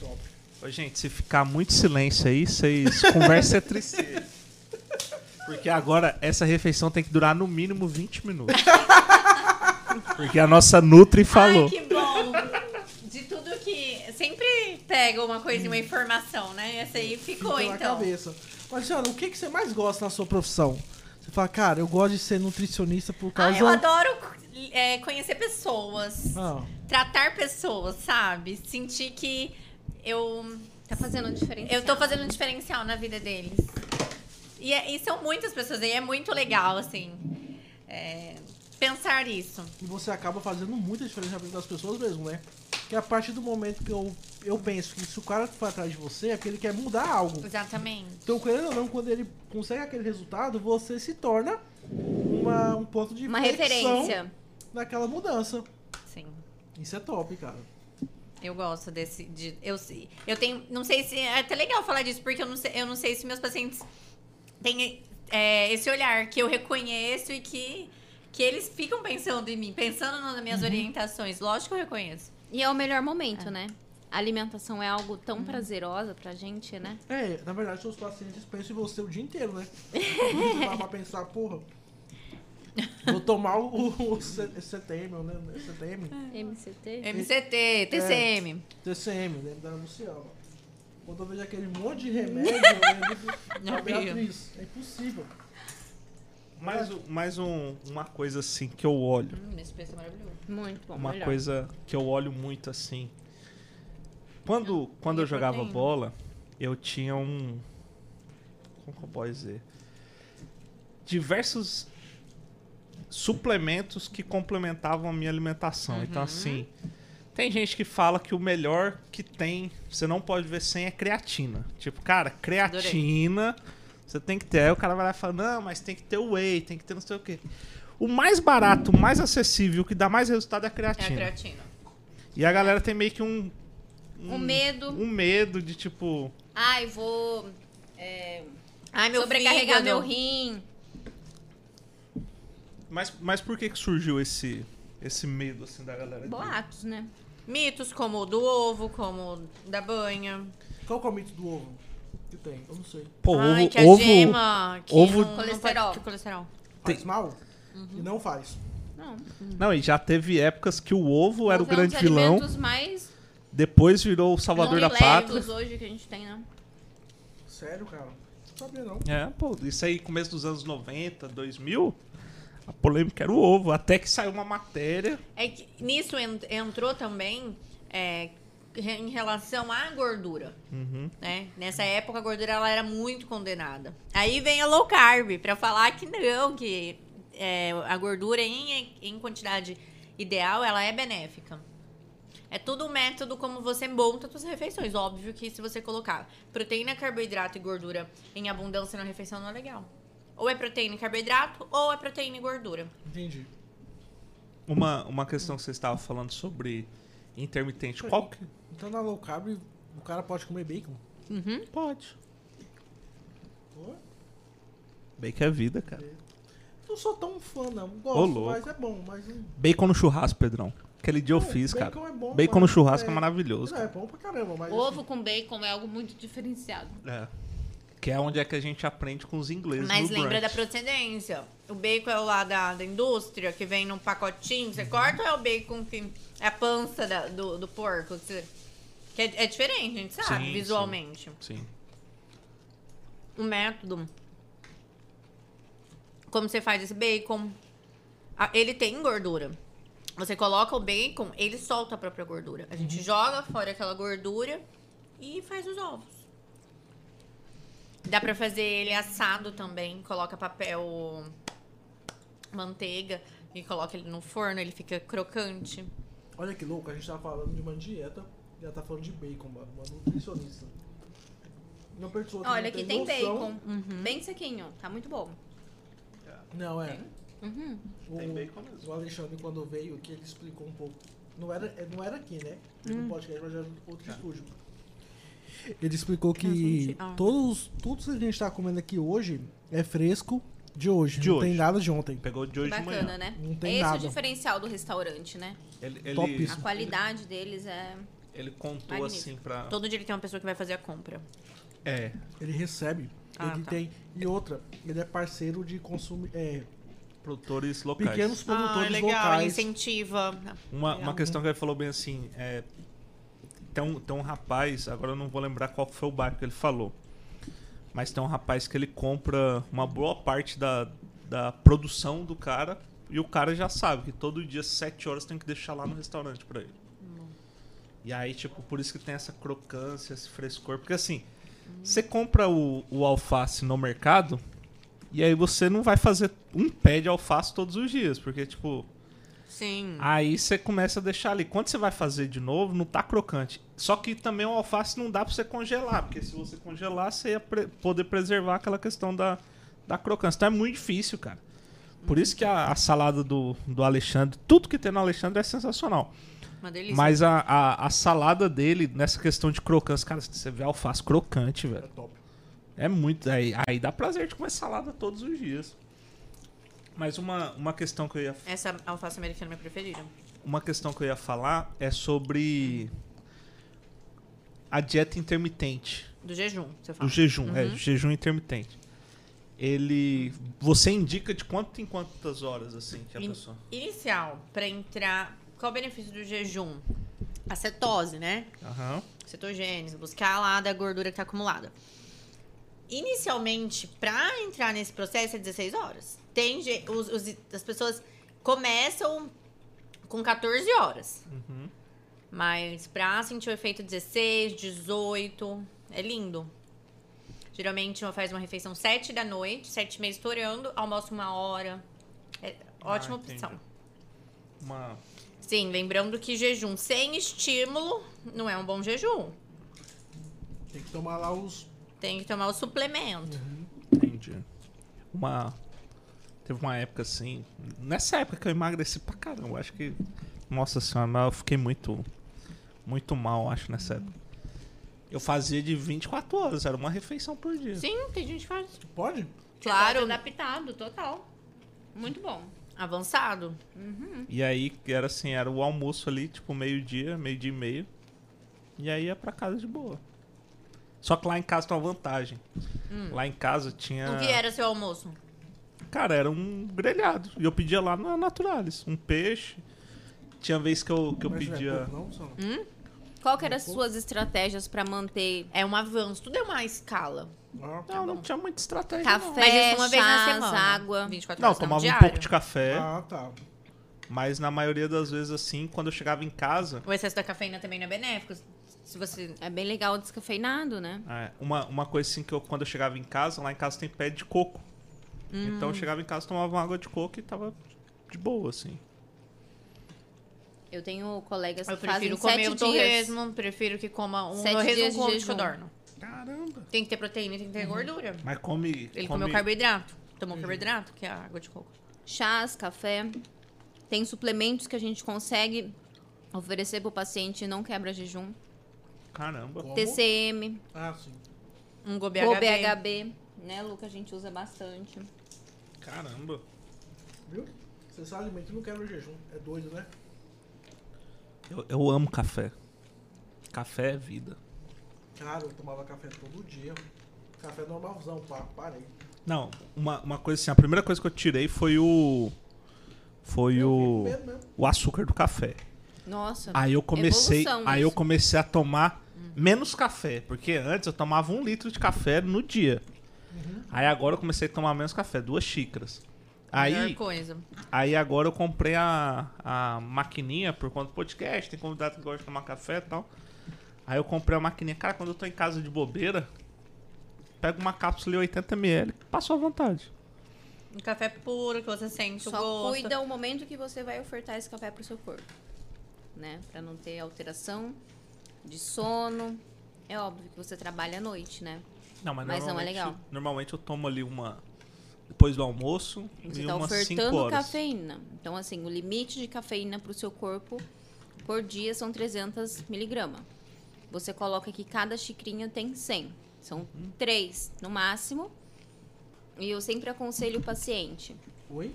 [SPEAKER 1] Top.
[SPEAKER 2] Ô, gente, se ficar muito silêncio aí, vocês conversam é tristeza. Porque agora essa refeição tem que durar no mínimo 20 minutos. Porque a nossa Nutri falou.
[SPEAKER 4] Ai, que bom. De tudo que... Sempre pega uma coisinha, uma informação, né? Essa aí ficou,
[SPEAKER 1] Fica na
[SPEAKER 4] então.
[SPEAKER 1] cabeça. Mas, senhora, o que, que você mais gosta na sua profissão? Você fala, cara, eu gosto de ser nutricionista por
[SPEAKER 4] Ah,
[SPEAKER 1] causa...
[SPEAKER 4] eu adoro é, conhecer pessoas.
[SPEAKER 1] Ah,
[SPEAKER 4] Tratar pessoas, sabe? Sentir que eu...
[SPEAKER 5] Tá fazendo diferença.
[SPEAKER 4] Eu tô fazendo um diferencial na vida deles. E, é- e são muitas pessoas, e é muito legal, assim, é, pensar isso.
[SPEAKER 1] e você acaba fazendo muita diferença na vida das pessoas mesmo, né? Porque a partir do momento que eu, eu penso que se o cara for atrás de você, é porque ele quer mudar algo.
[SPEAKER 4] Exatamente.
[SPEAKER 1] Então, querendo ou não, quando ele consegue aquele resultado, você se torna uma, um ponto de
[SPEAKER 5] Uma
[SPEAKER 1] inflexão
[SPEAKER 5] referência.
[SPEAKER 1] naquela mudança.
[SPEAKER 4] Sim.
[SPEAKER 1] Isso é top, cara.
[SPEAKER 4] Eu gosto desse. de- eu, se- eu tenho. Não sei se. É até legal falar disso, porque eu não sei, eu não sei se meus pacientes têm é, esse olhar que eu reconheço e que, que eles ficam pensando em mim, pensando nas minhas orientações. Lógico que eu reconheço.
[SPEAKER 5] E é o melhor momento, né? A alimentação é algo tão
[SPEAKER 4] Uhum.
[SPEAKER 5] prazerosa pra gente, né?
[SPEAKER 1] É, na verdade, seus pacientes pensam em você o dia inteiro, né? Você vai pra pensar, porra. Vou tomar o, o, o C- CTM, né? CTM?
[SPEAKER 4] Uhum.
[SPEAKER 5] MCT.
[SPEAKER 4] MCT, TCM.
[SPEAKER 1] TCM, né? Da Luciana. Quando eu vejo aquele monte de remédio, eu lembro da
[SPEAKER 4] Não,
[SPEAKER 1] Beatriz. É impossível.
[SPEAKER 2] Mais, um- mais um- uma coisa assim que eu olho.
[SPEAKER 4] Hum, esse preço é maravilhoso.
[SPEAKER 5] Muito bom.
[SPEAKER 2] uma
[SPEAKER 5] melhor.
[SPEAKER 2] coisa que eu olho muito assim. Quando, quando eu
[SPEAKER 4] proteína.
[SPEAKER 2] jogava bola, eu tinha um. Como que eu posso dizer? Diversos suplementos que complementavam a minha alimentação. Então,
[SPEAKER 5] Uhum.
[SPEAKER 2] assim, tem gente que fala que o melhor que tem, você não pode ver sem, é creatina. Tipo, cara, creatina, você tem que ter. Aí o cara vai lá e fala, não, mas tem que ter whey, tem que ter não sei o quê. O mais barato, o mais acessível, que dá mais resultado é a
[SPEAKER 4] É a
[SPEAKER 2] creatina.
[SPEAKER 4] creatina.
[SPEAKER 2] E a galera tem meio que um,
[SPEAKER 5] O
[SPEAKER 4] Hum.
[SPEAKER 5] medo.
[SPEAKER 2] um medo de, tipo,
[SPEAKER 5] Ai, vou é,
[SPEAKER 4] Ai, meu
[SPEAKER 5] sobrecarregar
[SPEAKER 4] fígado.
[SPEAKER 5] meu rim.
[SPEAKER 2] mas, mas por que que surgiu esse, esse medo, assim, da galera? de-
[SPEAKER 5] Boatos, né?
[SPEAKER 4] Mitos como o do ovo, como o da banha.
[SPEAKER 1] Qual que é o mito do ovo? Que tem? Eu não sei.
[SPEAKER 2] Pô,
[SPEAKER 4] Ai,
[SPEAKER 2] ovo,
[SPEAKER 4] que a
[SPEAKER 2] ovo-
[SPEAKER 4] gema. Que
[SPEAKER 2] ovo-
[SPEAKER 4] não- não pode-
[SPEAKER 5] Colesterol.
[SPEAKER 4] que colesterol.
[SPEAKER 1] Faz mal? E não faz.
[SPEAKER 5] Não.
[SPEAKER 2] Não, e já teve épocas que o ovo era o
[SPEAKER 5] Ovo é um
[SPEAKER 2] grande
[SPEAKER 5] dos
[SPEAKER 2] vilão,
[SPEAKER 5] alimentos mais
[SPEAKER 2] depois virou o salvador da pátria.
[SPEAKER 5] completos hoje que a gente tem, né?
[SPEAKER 1] Sério, cara? Não sabia não.
[SPEAKER 2] É, pô, isso aí, começo dos anos 90, 2000, a polêmica era o ovo. Até que saiu uma matéria.
[SPEAKER 4] É que nisso en- entrou também é, re- em relação à gordura.
[SPEAKER 2] Uhum.
[SPEAKER 4] né? Nessa época a gordura ela era muito condenada. Aí vem a low carb pra falar que não, que é, a gordura em, em quantidade ideal ela é benéfica. É tudo um método como você monta suas refeições. Óbvio que se você colocar proteína, carboidrato e gordura em abundância na refeição não é legal. Ou é proteína e carboidrato, ou é proteína e gordura.
[SPEAKER 1] Entendi.
[SPEAKER 2] Uma, uma questão que você estava falando sobre intermitente, qual que...
[SPEAKER 1] Então na low carb, o cara pode comer bacon.
[SPEAKER 2] Pode.
[SPEAKER 1] Pô,
[SPEAKER 2] Bacon é vida, cara.
[SPEAKER 1] Não sou tão fã, não.
[SPEAKER 2] Ô,
[SPEAKER 1] Gosto,
[SPEAKER 2] louco.
[SPEAKER 1] mas é bom. Mas não-
[SPEAKER 2] Bacon no churrasco, Pedrão. Aquele dia eu
[SPEAKER 1] Não,
[SPEAKER 2] fiz,
[SPEAKER 1] bacon
[SPEAKER 2] cara.
[SPEAKER 1] é bom,
[SPEAKER 2] bacon no
[SPEAKER 1] mas
[SPEAKER 2] churrasco é,
[SPEAKER 1] é-
[SPEAKER 2] maravilhoso.
[SPEAKER 1] não, é bom pra caramba, mas...
[SPEAKER 6] Ovo com bacon é algo muito diferenciado.
[SPEAKER 2] É. Que é onde é que a gente aprende com os ingleses
[SPEAKER 4] Mas
[SPEAKER 2] no
[SPEAKER 4] lembra da
[SPEAKER 2] brunch.
[SPEAKER 4] procedência. O bacon é o lá da, da indústria, que vem num pacotinho, que você corta ou é o bacon que é a pança da- do, do porco? Que, você- que é, é diferente, a gente sabe,
[SPEAKER 2] Sim,
[SPEAKER 4] visualmente.
[SPEAKER 2] Sim.
[SPEAKER 4] O um método. Como você faz esse bacon. Ah, Ele tem gordura. Você coloca o bacon, ele solta a própria gordura. A
[SPEAKER 1] Uhum.
[SPEAKER 4] gente joga fora aquela gordura e faz os ovos. Dá pra fazer ele assado também. Coloca papel manteiga e coloca ele no forno, ele fica crocante.
[SPEAKER 1] Olha que louco, a gente tá falando de uma dieta e ela tá falando de bacon, mano. Uma nutricionista. Uma pessoa que
[SPEAKER 5] Olha,
[SPEAKER 1] não
[SPEAKER 5] aqui tem
[SPEAKER 1] noção-
[SPEAKER 5] bacon.
[SPEAKER 3] Uhum.
[SPEAKER 5] Bem sequinho. Tá muito bom.
[SPEAKER 1] Não, é.
[SPEAKER 5] Uhum.
[SPEAKER 1] O,
[SPEAKER 2] Tem bacon mesmo.
[SPEAKER 1] o Alexandre, quando veio aqui, ele explicou um pouco. Não era, é, não era aqui, né?
[SPEAKER 5] Hum.
[SPEAKER 1] No podcast, mas era
[SPEAKER 2] Tá.
[SPEAKER 1] outro estúdio. Ele explicou que
[SPEAKER 4] Ah.
[SPEAKER 1] todos, tudo que a gente tá comendo aqui hoje é fresco de hoje.
[SPEAKER 2] De
[SPEAKER 1] não
[SPEAKER 2] hoje.
[SPEAKER 1] tem nada de ontem.
[SPEAKER 2] Pegou de hoje de
[SPEAKER 5] Bacana,
[SPEAKER 2] manhã.
[SPEAKER 5] né?
[SPEAKER 1] Não tem
[SPEAKER 5] Esse é
[SPEAKER 1] nada.
[SPEAKER 5] o diferencial do restaurante, né?
[SPEAKER 2] Ele, ele,
[SPEAKER 1] Top isso.
[SPEAKER 5] A qualidade deles é.
[SPEAKER 2] ele contou
[SPEAKER 5] Magnífico.
[SPEAKER 2] assim pra...
[SPEAKER 4] Todo dia ele tem uma pessoa que vai fazer a compra.
[SPEAKER 2] É.
[SPEAKER 1] Ele recebe.
[SPEAKER 4] Ah,
[SPEAKER 1] ele
[SPEAKER 4] tá.
[SPEAKER 1] tem. E outra, ele é parceiro de consumo. É,
[SPEAKER 2] Produtores locais.
[SPEAKER 1] pequenos produtores
[SPEAKER 4] ah, legal, ele
[SPEAKER 1] locais.
[SPEAKER 4] incentiva.
[SPEAKER 2] Uma,
[SPEAKER 4] Legal.
[SPEAKER 2] uma questão que ele falou bem assim, é, tem, um, tem um rapaz, agora eu não vou lembrar qual foi o bairro que ele falou, mas tem um rapaz que ele compra uma boa parte da, da produção do cara e o cara já sabe que todo dia, 7 horas, tem que deixar lá no restaurante pra ele. E aí, tipo, por isso que tem essa crocância, esse frescor, porque assim, você compra o, o alface no mercado e aí você não vai fazer um pé de alface todos os dias, porque, tipo...
[SPEAKER 4] Sim.
[SPEAKER 2] Hum. Aí você começa a deixar ali. Quando você vai fazer de novo, não tá crocante. Só que também o alface não dá pra você congelar, porque se você congelar, você ia pre- poder preservar aquela questão da, da crocância. Então é muito difícil, cara. Por isso que a, a salada do, do Alexandre, tudo que tem no Alexandre é sensacional.
[SPEAKER 4] Uma delícia.
[SPEAKER 2] Mas a, a, a salada dele, nessa questão de crocância, cara, você vê alface crocante, velho.
[SPEAKER 1] Top.
[SPEAKER 2] É muito. Aí, aí dá prazer de comer salada todos os dias. Mas uma, uma questão que eu ia
[SPEAKER 4] Essa alface americana é minha preferida.
[SPEAKER 2] Uma questão que eu ia falar é sobre a dieta intermitente,
[SPEAKER 4] Do jejum, você fala.
[SPEAKER 2] do jejum, é, jejum intermitente. Ele, você indica de quanto em quantas horas assim que a
[SPEAKER 4] In-
[SPEAKER 2] pessoa?
[SPEAKER 4] Inicial, pra entrar. Qual o benefício do jejum? A cetose, né?
[SPEAKER 2] Aham.
[SPEAKER 4] Cetogênese, buscar lá da gordura que tá acumulada. Inicialmente, pra entrar nesse processo é 16 horas. Tem ge- os, os- as pessoas começam com 14 horas.
[SPEAKER 2] Uhum.
[SPEAKER 4] Mas pra sentir o efeito 16, 18, é lindo. Geralmente uma faz uma refeição 7 da noite, 7 e meia estourando, almoça uma hora. É ótima
[SPEAKER 2] Ah, entendi.
[SPEAKER 4] opção.
[SPEAKER 2] Uma
[SPEAKER 4] Sim, lembrando que jejum sem estímulo não é um bom jejum.
[SPEAKER 1] Tem que tomar lá os.
[SPEAKER 4] Tem que tomar o suplemento.
[SPEAKER 2] Uhum. Entendi. Uma. Teve uma época assim. Nessa época que eu emagreci pra caramba. Acho que. Nossa senhora, mas eu fiquei muito. Muito mal, acho, nessa época. Eu fazia de 24 horas, era uma refeição por dia.
[SPEAKER 4] Sim, tem gente que faz.
[SPEAKER 1] Pode?
[SPEAKER 4] Claro,
[SPEAKER 6] Adaptado, total. Muito bom.
[SPEAKER 4] avançado.
[SPEAKER 2] E aí era assim, era o almoço ali, tipo, meio-dia, meio-dia e meio. E aí ia pra casa de boa. Só que lá em casa tem uma vantagem. Lá em casa tinha.
[SPEAKER 4] Hum. O que era seu almoço?
[SPEAKER 2] Cara, era um grelhado. E eu pedia lá na Naturalis. Um peixe. Tinha vez que eu, que eu
[SPEAKER 1] Mas não é
[SPEAKER 2] pedia.
[SPEAKER 1] pouco, não, só não.
[SPEAKER 3] Qual que eram as suas estratégias para manter
[SPEAKER 4] É um avanço, tudo é uma escala.
[SPEAKER 1] Ah,
[SPEAKER 4] Tá
[SPEAKER 2] Não, não tinha muita estratégia.
[SPEAKER 3] café,
[SPEAKER 4] Mas isso uma vez na
[SPEAKER 3] chás,
[SPEAKER 4] semana.
[SPEAKER 3] água?
[SPEAKER 4] 24
[SPEAKER 2] Não, não
[SPEAKER 4] horas não,
[SPEAKER 2] tomava um
[SPEAKER 4] diário.
[SPEAKER 2] pouco de café.
[SPEAKER 1] Ah, tá.
[SPEAKER 2] Mas na maioria das vezes, assim, quando eu chegava em casa,
[SPEAKER 4] O excesso da cafeína também não é benéfico. Se você.
[SPEAKER 3] É bem legal o descafeinado, né?
[SPEAKER 2] é, uma, uma coisa assim que eu, quando eu chegava em casa, lá em casa tem pé de coco. Então
[SPEAKER 4] Hum.
[SPEAKER 2] eu chegava em casa, tomava uma água de coco e tava de boa, assim.
[SPEAKER 3] Eu tenho colegas
[SPEAKER 4] Eu
[SPEAKER 3] que fazem
[SPEAKER 4] prefiro comer o
[SPEAKER 3] sete dias.
[SPEAKER 4] torresmo, prefiro que coma um
[SPEAKER 3] Sete dias de
[SPEAKER 4] torresmo com ovo de
[SPEAKER 3] jejum.
[SPEAKER 4] codorno.
[SPEAKER 2] Caramba!
[SPEAKER 4] Tem que ter proteína, tem que ter gordura.
[SPEAKER 2] Mas come.
[SPEAKER 4] Ele
[SPEAKER 2] Uhum. come... Uhum.
[SPEAKER 4] comeu carboidrato. Tomou carboidrato, que é a água de coco.
[SPEAKER 3] chás, café. Tem suplementos que a gente consegue Oferecer pro paciente não quebra jejum.
[SPEAKER 2] Caramba.
[SPEAKER 1] Como?
[SPEAKER 3] TCM,
[SPEAKER 1] Ah, sim.
[SPEAKER 4] Um go BHB.
[SPEAKER 3] ou BHB, né, Luca? A gente usa bastante.
[SPEAKER 2] Caramba.
[SPEAKER 1] Viu? Você se alimenta e não quebra o jejum. É doido, né?
[SPEAKER 2] Eu, eu amo café. Café é vida.
[SPEAKER 1] Cara, eu tomava café todo dia. Café normalzão, pá, parei.
[SPEAKER 2] Não, uma, uma coisa assim, a primeira coisa que eu tirei foi o. Foi o.
[SPEAKER 1] Medo mesmo.
[SPEAKER 2] O açúcar do café.
[SPEAKER 3] Nossa.
[SPEAKER 2] Aí eu comecei,
[SPEAKER 3] Evolução
[SPEAKER 2] aí
[SPEAKER 3] isso.
[SPEAKER 2] eu
[SPEAKER 3] Uhum.
[SPEAKER 2] comecei a tomar menos café, porque antes eu tomava um litro de café no dia.
[SPEAKER 3] Uhum.
[SPEAKER 2] Aí agora eu comecei a tomar menos café, duas xícaras.
[SPEAKER 4] Melhor
[SPEAKER 2] Aí,
[SPEAKER 4] coisa.
[SPEAKER 2] aí agora eu comprei a, a maquininha por conta do podcast, tem convidado que gosta de tomar café e tal. Aí eu comprei a maquininha. Cara, quando eu tô em casa de bobeira, pego uma cápsula de 80ml, passou à vontade.
[SPEAKER 4] Um café puro que você sente o
[SPEAKER 3] Só
[SPEAKER 4] gosto.
[SPEAKER 3] cuida o momento que você vai ofertar esse café pro seu corpo, né? Pra não ter alteração de sono. É óbvio que você trabalha à noite, né?
[SPEAKER 2] Não, mas,
[SPEAKER 3] Mas não é
[SPEAKER 2] normalmente-
[SPEAKER 3] legal.
[SPEAKER 2] Normalmente eu tomo ali uma... Depois do almoço
[SPEAKER 3] Você
[SPEAKER 2] e
[SPEAKER 3] está
[SPEAKER 2] umas 5
[SPEAKER 3] ofertando
[SPEAKER 2] horas.
[SPEAKER 3] cafeína. Então, assim, o limite de cafeína pro seu corpo por dia são 300 miligramas. Você coloca que cada xicrinha tem 100. São
[SPEAKER 2] Uhum.
[SPEAKER 3] três no máximo. E eu sempre aconselho o paciente.
[SPEAKER 1] Oi?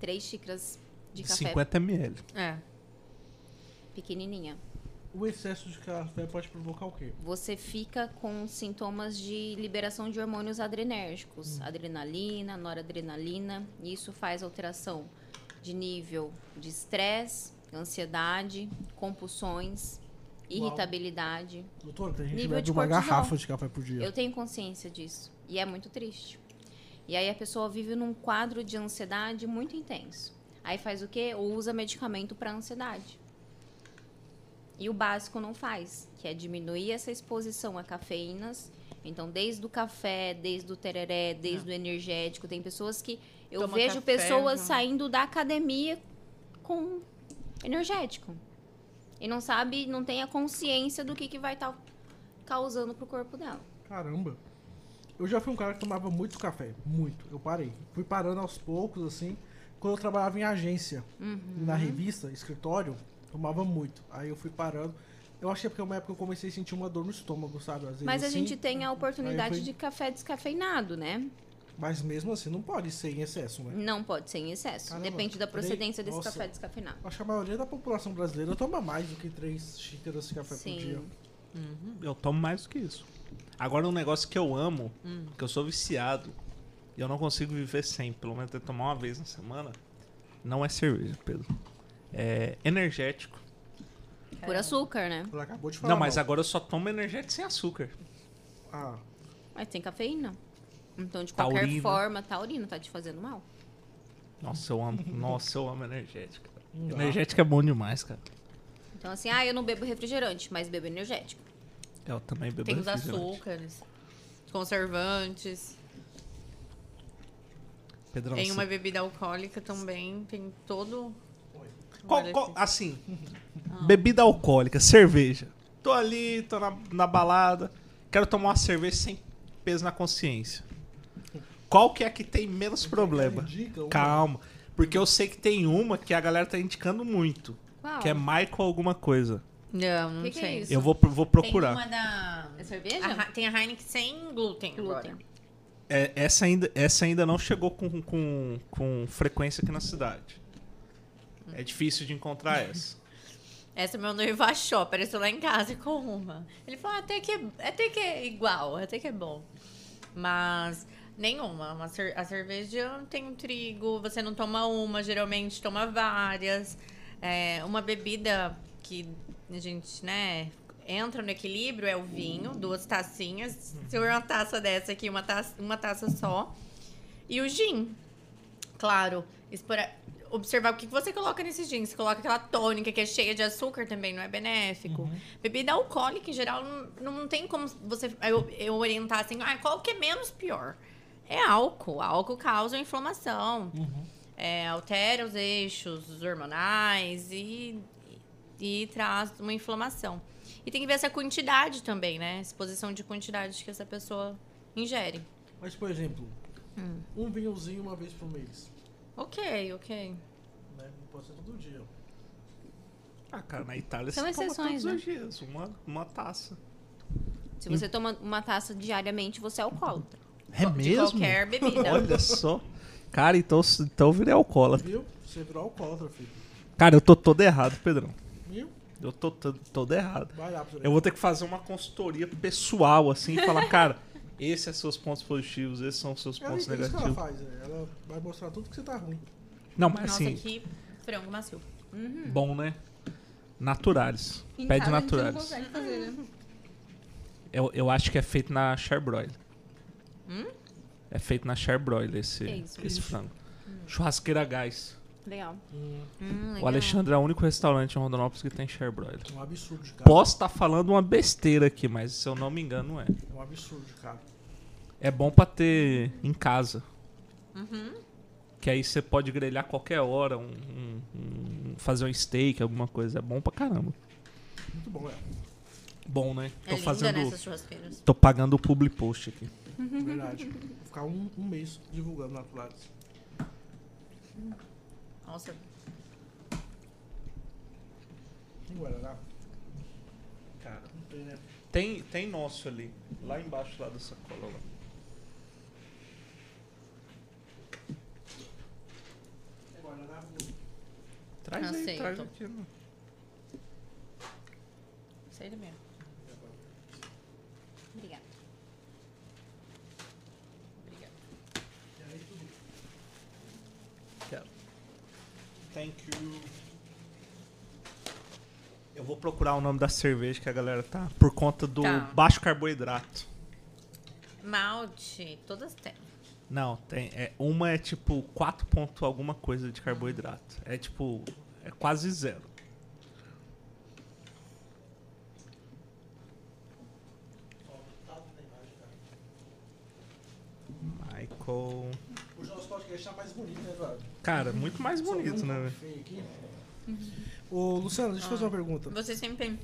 [SPEAKER 3] Três xícaras de café
[SPEAKER 2] 50ml.
[SPEAKER 4] É.
[SPEAKER 3] pequenininha.
[SPEAKER 1] O excesso de café pode provocar o quê?
[SPEAKER 3] Você fica com sintomas de liberação de hormônios adrenérgicos, adrenalina, noradrenalina, e isso faz alteração de nível de estresse, ansiedade, compulsões, irritabilidade.
[SPEAKER 1] Doutora, tem gente que
[SPEAKER 3] Nível
[SPEAKER 1] bebe
[SPEAKER 3] de
[SPEAKER 1] uma
[SPEAKER 3] cortisol.
[SPEAKER 1] garrafa de café por dia.
[SPEAKER 3] Eu tenho consciência disso e é muito triste. E aí a pessoa vive num quadro de ansiedade muito intenso. Aí faz o quê? Ou usa medicamento para ansiedade. E o básico não faz, que é diminuir essa exposição a cafeínas. Então, desde o café, desde o tereré, desde o energético, tem pessoas que eu
[SPEAKER 4] Toma
[SPEAKER 3] vejo
[SPEAKER 4] café,
[SPEAKER 3] pessoas
[SPEAKER 4] já.
[SPEAKER 3] saindo da academia com energético. E não sabe, não tem a consciência do que, que vai estar causando pro corpo dela.
[SPEAKER 1] Caramba. Eu já fui um cara que tomava muito café. Muito. Eu parei. Fui parando aos poucos, assim. Quando eu trabalhava em agência,
[SPEAKER 3] Uhum.
[SPEAKER 1] na revista, escritório, tomava muito. Aí eu fui parando. Eu achei porque é uma época eu comecei a sentir uma dor no estômago, sabe? Às vezes
[SPEAKER 3] Mas a
[SPEAKER 1] assim,
[SPEAKER 3] gente tem a oportunidade
[SPEAKER 1] Aí foi-
[SPEAKER 3] de café descafeinado, né?
[SPEAKER 1] Mas mesmo assim, não pode ser em excesso, né?
[SPEAKER 3] Não pode ser em excesso.
[SPEAKER 1] Caramba,
[SPEAKER 3] Depende da
[SPEAKER 1] peraí,
[SPEAKER 3] procedência desse
[SPEAKER 1] nossa.
[SPEAKER 3] café descafeinado.
[SPEAKER 1] Acho que a maioria da população brasileira toma mais do que três xícaras de café por dia.
[SPEAKER 3] Sim.
[SPEAKER 4] Hum.
[SPEAKER 2] Eu tomo mais do que isso. Agora, um negócio que eu amo,
[SPEAKER 4] Hum.
[SPEAKER 2] que eu sou viciado, e eu não consigo viver sem, pelo menos até tomar uma vez na semana, não é cerveja, Pedro. É energético.
[SPEAKER 3] Por
[SPEAKER 6] É.
[SPEAKER 3] açúcar, né?
[SPEAKER 1] Ela acabou de falar.
[SPEAKER 2] Não, mas
[SPEAKER 1] mal.
[SPEAKER 2] agora eu só tomo energético sem açúcar.
[SPEAKER 1] Ah,
[SPEAKER 3] Mas tem cafeína. Então, de qualquer
[SPEAKER 2] Taurina.
[SPEAKER 3] forma, taurina tá te fazendo mal.
[SPEAKER 2] Nossa, eu amo. Nossa, eu amo energético.
[SPEAKER 4] Hum.
[SPEAKER 1] Não dá.
[SPEAKER 2] Energético é bom demais, cara.
[SPEAKER 3] Então, assim, ah, eu não bebo refrigerante, mas bebo energético.
[SPEAKER 2] Eu também bebo
[SPEAKER 4] Tem os
[SPEAKER 2] refrigerante.
[SPEAKER 4] açúcares, conservantes.
[SPEAKER 2] Pedrão,
[SPEAKER 4] Tem
[SPEAKER 2] você-
[SPEAKER 4] uma bebida alcoólica também. Tem todo. um
[SPEAKER 2] Qual-
[SPEAKER 4] Olha
[SPEAKER 2] qual-
[SPEAKER 4] aqui.
[SPEAKER 2] assim, bebida alcoólica, cerveja. Tô ali, tô na, na balada, quero tomar uma cerveja sem peso na consciência. Qual que é a que tem menos problema?
[SPEAKER 1] indica uma.
[SPEAKER 2] Calma, porque eu sei que tem uma que a galera tá indicando muito,
[SPEAKER 3] Qual?
[SPEAKER 2] que é Michael alguma coisa.
[SPEAKER 4] Não, não
[SPEAKER 3] Que que é
[SPEAKER 4] sei.
[SPEAKER 3] isso?
[SPEAKER 2] Eu vou, pro- vou
[SPEAKER 4] Tem uma
[SPEAKER 2] procurar.
[SPEAKER 4] da.
[SPEAKER 3] É cerveja?
[SPEAKER 4] A Hei- tem a Heineken sem glúten.
[SPEAKER 3] Glúten.
[SPEAKER 4] agora.
[SPEAKER 2] É, essa, ainda, essa ainda não chegou com, com, com frequência aqui na cidade. É difícil de encontrar essa.
[SPEAKER 4] Essa meu noivo achou, apareceu lá em casa com uma. Ele falou, até que, é- até que é igual, até que é bom. Mas nenhuma. Uma cer- a cerveja tem um trigo, você não toma uma, geralmente toma várias. É, uma bebida que a gente, né, entra no equilíbrio é o vinho, duas tacinhas. Se for uma taça dessa aqui, uma taça, uma taça só. E o gin, Claro, espora- observar o que que você coloca nesses jeans. Você coloca aquela tônica que é cheia de açúcar também, não é benéfico.
[SPEAKER 3] Uhum.
[SPEAKER 4] Bebida alcoólica, em geral, não, não tem como você eu, eu orientar assim, ah, qual que é menos pior? É álcool. Álcool causa inflamação,
[SPEAKER 2] Uhum.
[SPEAKER 4] é, altera os eixos hormonais e, e, traz uma inflamação. E tem que ver essa quantidade também, né? Exposição de quantidade que essa pessoa ingere.
[SPEAKER 1] Mas, por exemplo,
[SPEAKER 3] Hum.
[SPEAKER 1] um vinhozinho uma vez por mês.
[SPEAKER 4] Ok, ok.
[SPEAKER 1] Né? Não pode ser todo dia.
[SPEAKER 2] Ah, cara, na Itália
[SPEAKER 3] São
[SPEAKER 2] você toma
[SPEAKER 3] exceções,
[SPEAKER 2] todos
[SPEAKER 3] né?
[SPEAKER 2] os dias uma, uma taça.
[SPEAKER 3] Se você toma uma taça diariamente, você é alcoólatra.
[SPEAKER 2] É
[SPEAKER 4] de qualquer bebida.
[SPEAKER 2] Olha só. Cara, então, então eu virei alcoólatra.
[SPEAKER 1] Viu? Você virou alcoólatra, filho.
[SPEAKER 2] Cara, eu tô todo errado, Pedrão.
[SPEAKER 1] Viu?
[SPEAKER 2] Eu tô todo, todo errado.
[SPEAKER 1] Vai lá, pra
[SPEAKER 2] Eu vou ter que fazer uma consultoria pessoal, assim, e falar, cara, esses são seus pontos positivos, esses são seus
[SPEAKER 1] ela,
[SPEAKER 2] pontos
[SPEAKER 1] é isso que ela
[SPEAKER 2] negativos.
[SPEAKER 1] faz, né? Ela vai mostrar tudo que você tá ruim.
[SPEAKER 2] Não, mas
[SPEAKER 4] Nossa,
[SPEAKER 2] assim,
[SPEAKER 4] que frango macio.
[SPEAKER 2] bom, né? Naturalis.
[SPEAKER 6] Em
[SPEAKER 2] Pede
[SPEAKER 6] casa a gente não
[SPEAKER 2] naturalis.
[SPEAKER 6] consegue fazer, né?
[SPEAKER 2] Eu, eu acho que é feito na charbroil. É feito na charbroil esse,
[SPEAKER 3] Que isso,
[SPEAKER 2] esse frango. Churrasqueira a gás.
[SPEAKER 3] Legal.
[SPEAKER 1] Um,
[SPEAKER 4] Hum,
[SPEAKER 2] O
[SPEAKER 4] legal.
[SPEAKER 2] Alexandre é o único restaurante em Rondonópolis que tem charbroil.
[SPEAKER 1] É um absurdo de cara.
[SPEAKER 2] Posso estar falando uma besteira aqui, mas se eu não me engano, não é.
[SPEAKER 1] É um absurdo de cara.
[SPEAKER 2] É bom pra ter em casa.
[SPEAKER 4] Uhum.
[SPEAKER 2] Que aí você pode grelhar qualquer hora, um- um- um- fazer um steak, alguma coisa. É bom pra caramba.
[SPEAKER 1] Muito bom, é.
[SPEAKER 2] Bom, né?
[SPEAKER 4] É linda,
[SPEAKER 2] fazendo.
[SPEAKER 4] né, essas churrasqueiras.
[SPEAKER 2] Tô pagando o public post aqui.
[SPEAKER 1] Verdade. Vou ficar um, um mês divulgando Naturalis.
[SPEAKER 4] Nossa,
[SPEAKER 1] Em Guaraná.
[SPEAKER 2] Cara,
[SPEAKER 1] Não tem, né?
[SPEAKER 2] tem, tem nosso ali. Lá embaixo, lá da sacola. Lá.
[SPEAKER 1] Guaraná.
[SPEAKER 2] Traz aí,
[SPEAKER 4] Aceito.
[SPEAKER 2] traz aqui. né?
[SPEAKER 4] sei também.
[SPEAKER 6] Obrigada.
[SPEAKER 2] Quero. Thank you. Eu vou procurar o nome da cerveja que a galera tá. Por conta do
[SPEAKER 4] Tá.
[SPEAKER 2] baixo carboidrato.
[SPEAKER 4] Malte, todas têm.
[SPEAKER 2] Não, tem. É, uma é tipo 4 ponto alguma coisa de carboidrato. É tipo. É quase zero. Michael.
[SPEAKER 1] Hoje o nosso podcast tá mais bonito, né, Eduardo? um
[SPEAKER 2] Cara, muito mais bonito, né, velho?
[SPEAKER 1] Feio aqui. Ô, Luciano, deixa eu fazer uma pergunta.
[SPEAKER 4] Vocês sempre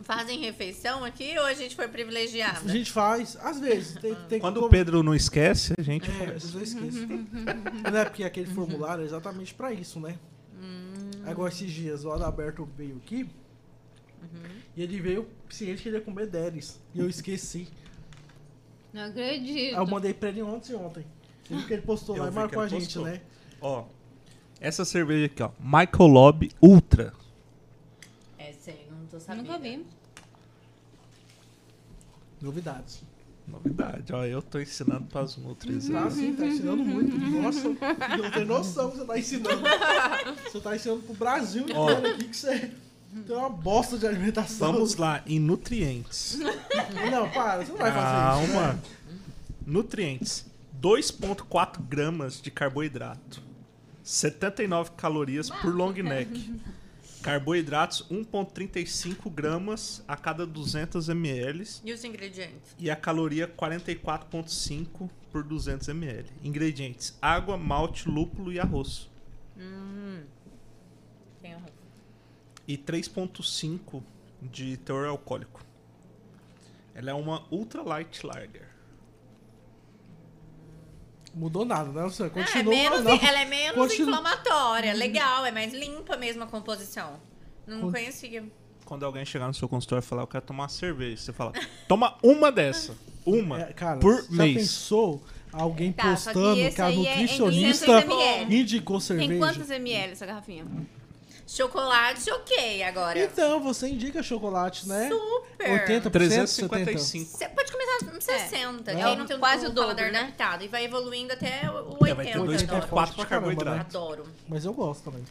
[SPEAKER 4] fazem refeição aqui ou a gente foi privilegiada?
[SPEAKER 1] A gente faz, às vezes. Tem, tem
[SPEAKER 2] Quando
[SPEAKER 1] que
[SPEAKER 2] o Pedro não esquece, a gente
[SPEAKER 1] É, às
[SPEAKER 2] faz.
[SPEAKER 1] vezes eu esqueço. Não é porque aquele formulário é exatamente pra isso, né?
[SPEAKER 4] Hum.
[SPEAKER 1] Agora, esses dias, o Adalberto veio aqui
[SPEAKER 4] Uhum.
[SPEAKER 1] e ele veio ciente que ele ia comer deles. E eu esqueci.
[SPEAKER 6] Não
[SPEAKER 1] Aí
[SPEAKER 6] acredito.
[SPEAKER 1] eu mandei pra ele ontem e ontem. Ele, que ele postou
[SPEAKER 2] Eu
[SPEAKER 1] lá e
[SPEAKER 2] vi que
[SPEAKER 1] marcou
[SPEAKER 2] ele
[SPEAKER 1] a gente,
[SPEAKER 2] postou.
[SPEAKER 1] né?
[SPEAKER 2] Ó, essa cerveja aqui, ó. Michael Lobby Ultra.
[SPEAKER 4] Essa aí, não tô sabendo.
[SPEAKER 6] Nunca vi.
[SPEAKER 1] Novidades.
[SPEAKER 2] Novidade, ó. Eu tô ensinando pras nutris.
[SPEAKER 1] Tá sim, tá ensinando muito. Nossa, eu não tenho noção que você tá ensinando. Você tá ensinando pro Brasil
[SPEAKER 2] Ó.
[SPEAKER 1] inteiro aqui que você tem uma bosta de alimentação.
[SPEAKER 2] Vamos lá, em nutrientes.
[SPEAKER 1] Não, para, você não vai fazer isso.
[SPEAKER 2] Calma. Nutrientes. 2,4 gramas de carboidrato. 79 calorias por long neck. Carboidratos, 1,35 gramas a cada 200 ml.
[SPEAKER 4] E os ingredientes?
[SPEAKER 2] E a caloria 44,5 por 200 ml. Ingredientes: água, malte, lúpulo e arroz.
[SPEAKER 4] Tem arroz.
[SPEAKER 2] E 3,5 de teor alcoólico. Ela é uma ultra light lager.
[SPEAKER 1] Mudou nada, né, Luciano?
[SPEAKER 4] Ah, é
[SPEAKER 1] Continua
[SPEAKER 4] menos,
[SPEAKER 1] não.
[SPEAKER 4] Ela é menos
[SPEAKER 1] Continua. Hum.
[SPEAKER 4] inflamatória, legal, é mais limpa mesmo a composição. Não
[SPEAKER 1] Con-
[SPEAKER 4] conhecia.
[SPEAKER 2] Quando alguém chegar no seu consultório e falar, eu quero tomar uma cerveja, você fala, toma uma dessa. Uma.
[SPEAKER 1] É, cara,
[SPEAKER 2] por
[SPEAKER 1] já
[SPEAKER 2] mês.
[SPEAKER 1] pensou alguém
[SPEAKER 3] Tá, só que
[SPEAKER 1] postando que,
[SPEAKER 3] esse
[SPEAKER 1] a
[SPEAKER 3] aí é em
[SPEAKER 1] nutricionista
[SPEAKER 3] 200 ml.
[SPEAKER 1] indicou
[SPEAKER 3] Tem
[SPEAKER 1] cerveja?
[SPEAKER 3] quantos ml essa garrafinha?
[SPEAKER 4] Chocolate, ok, agora.
[SPEAKER 1] Então, você indica chocolate, né?
[SPEAKER 4] Super.
[SPEAKER 1] 80%, 70%.
[SPEAKER 2] 355.
[SPEAKER 4] Você pode começar com 60,
[SPEAKER 1] É.
[SPEAKER 4] que aí não tem
[SPEAKER 3] Quase o dobro,
[SPEAKER 4] paladar
[SPEAKER 3] né?
[SPEAKER 4] adaptado. E vai evoluindo até o
[SPEAKER 2] É,
[SPEAKER 4] 80.
[SPEAKER 2] vai ter
[SPEAKER 4] eu
[SPEAKER 2] 2,4
[SPEAKER 1] pra
[SPEAKER 2] de
[SPEAKER 1] caramba, né?
[SPEAKER 2] carboidrato.
[SPEAKER 4] adoro. Adoro.
[SPEAKER 1] Mas eu gosto também.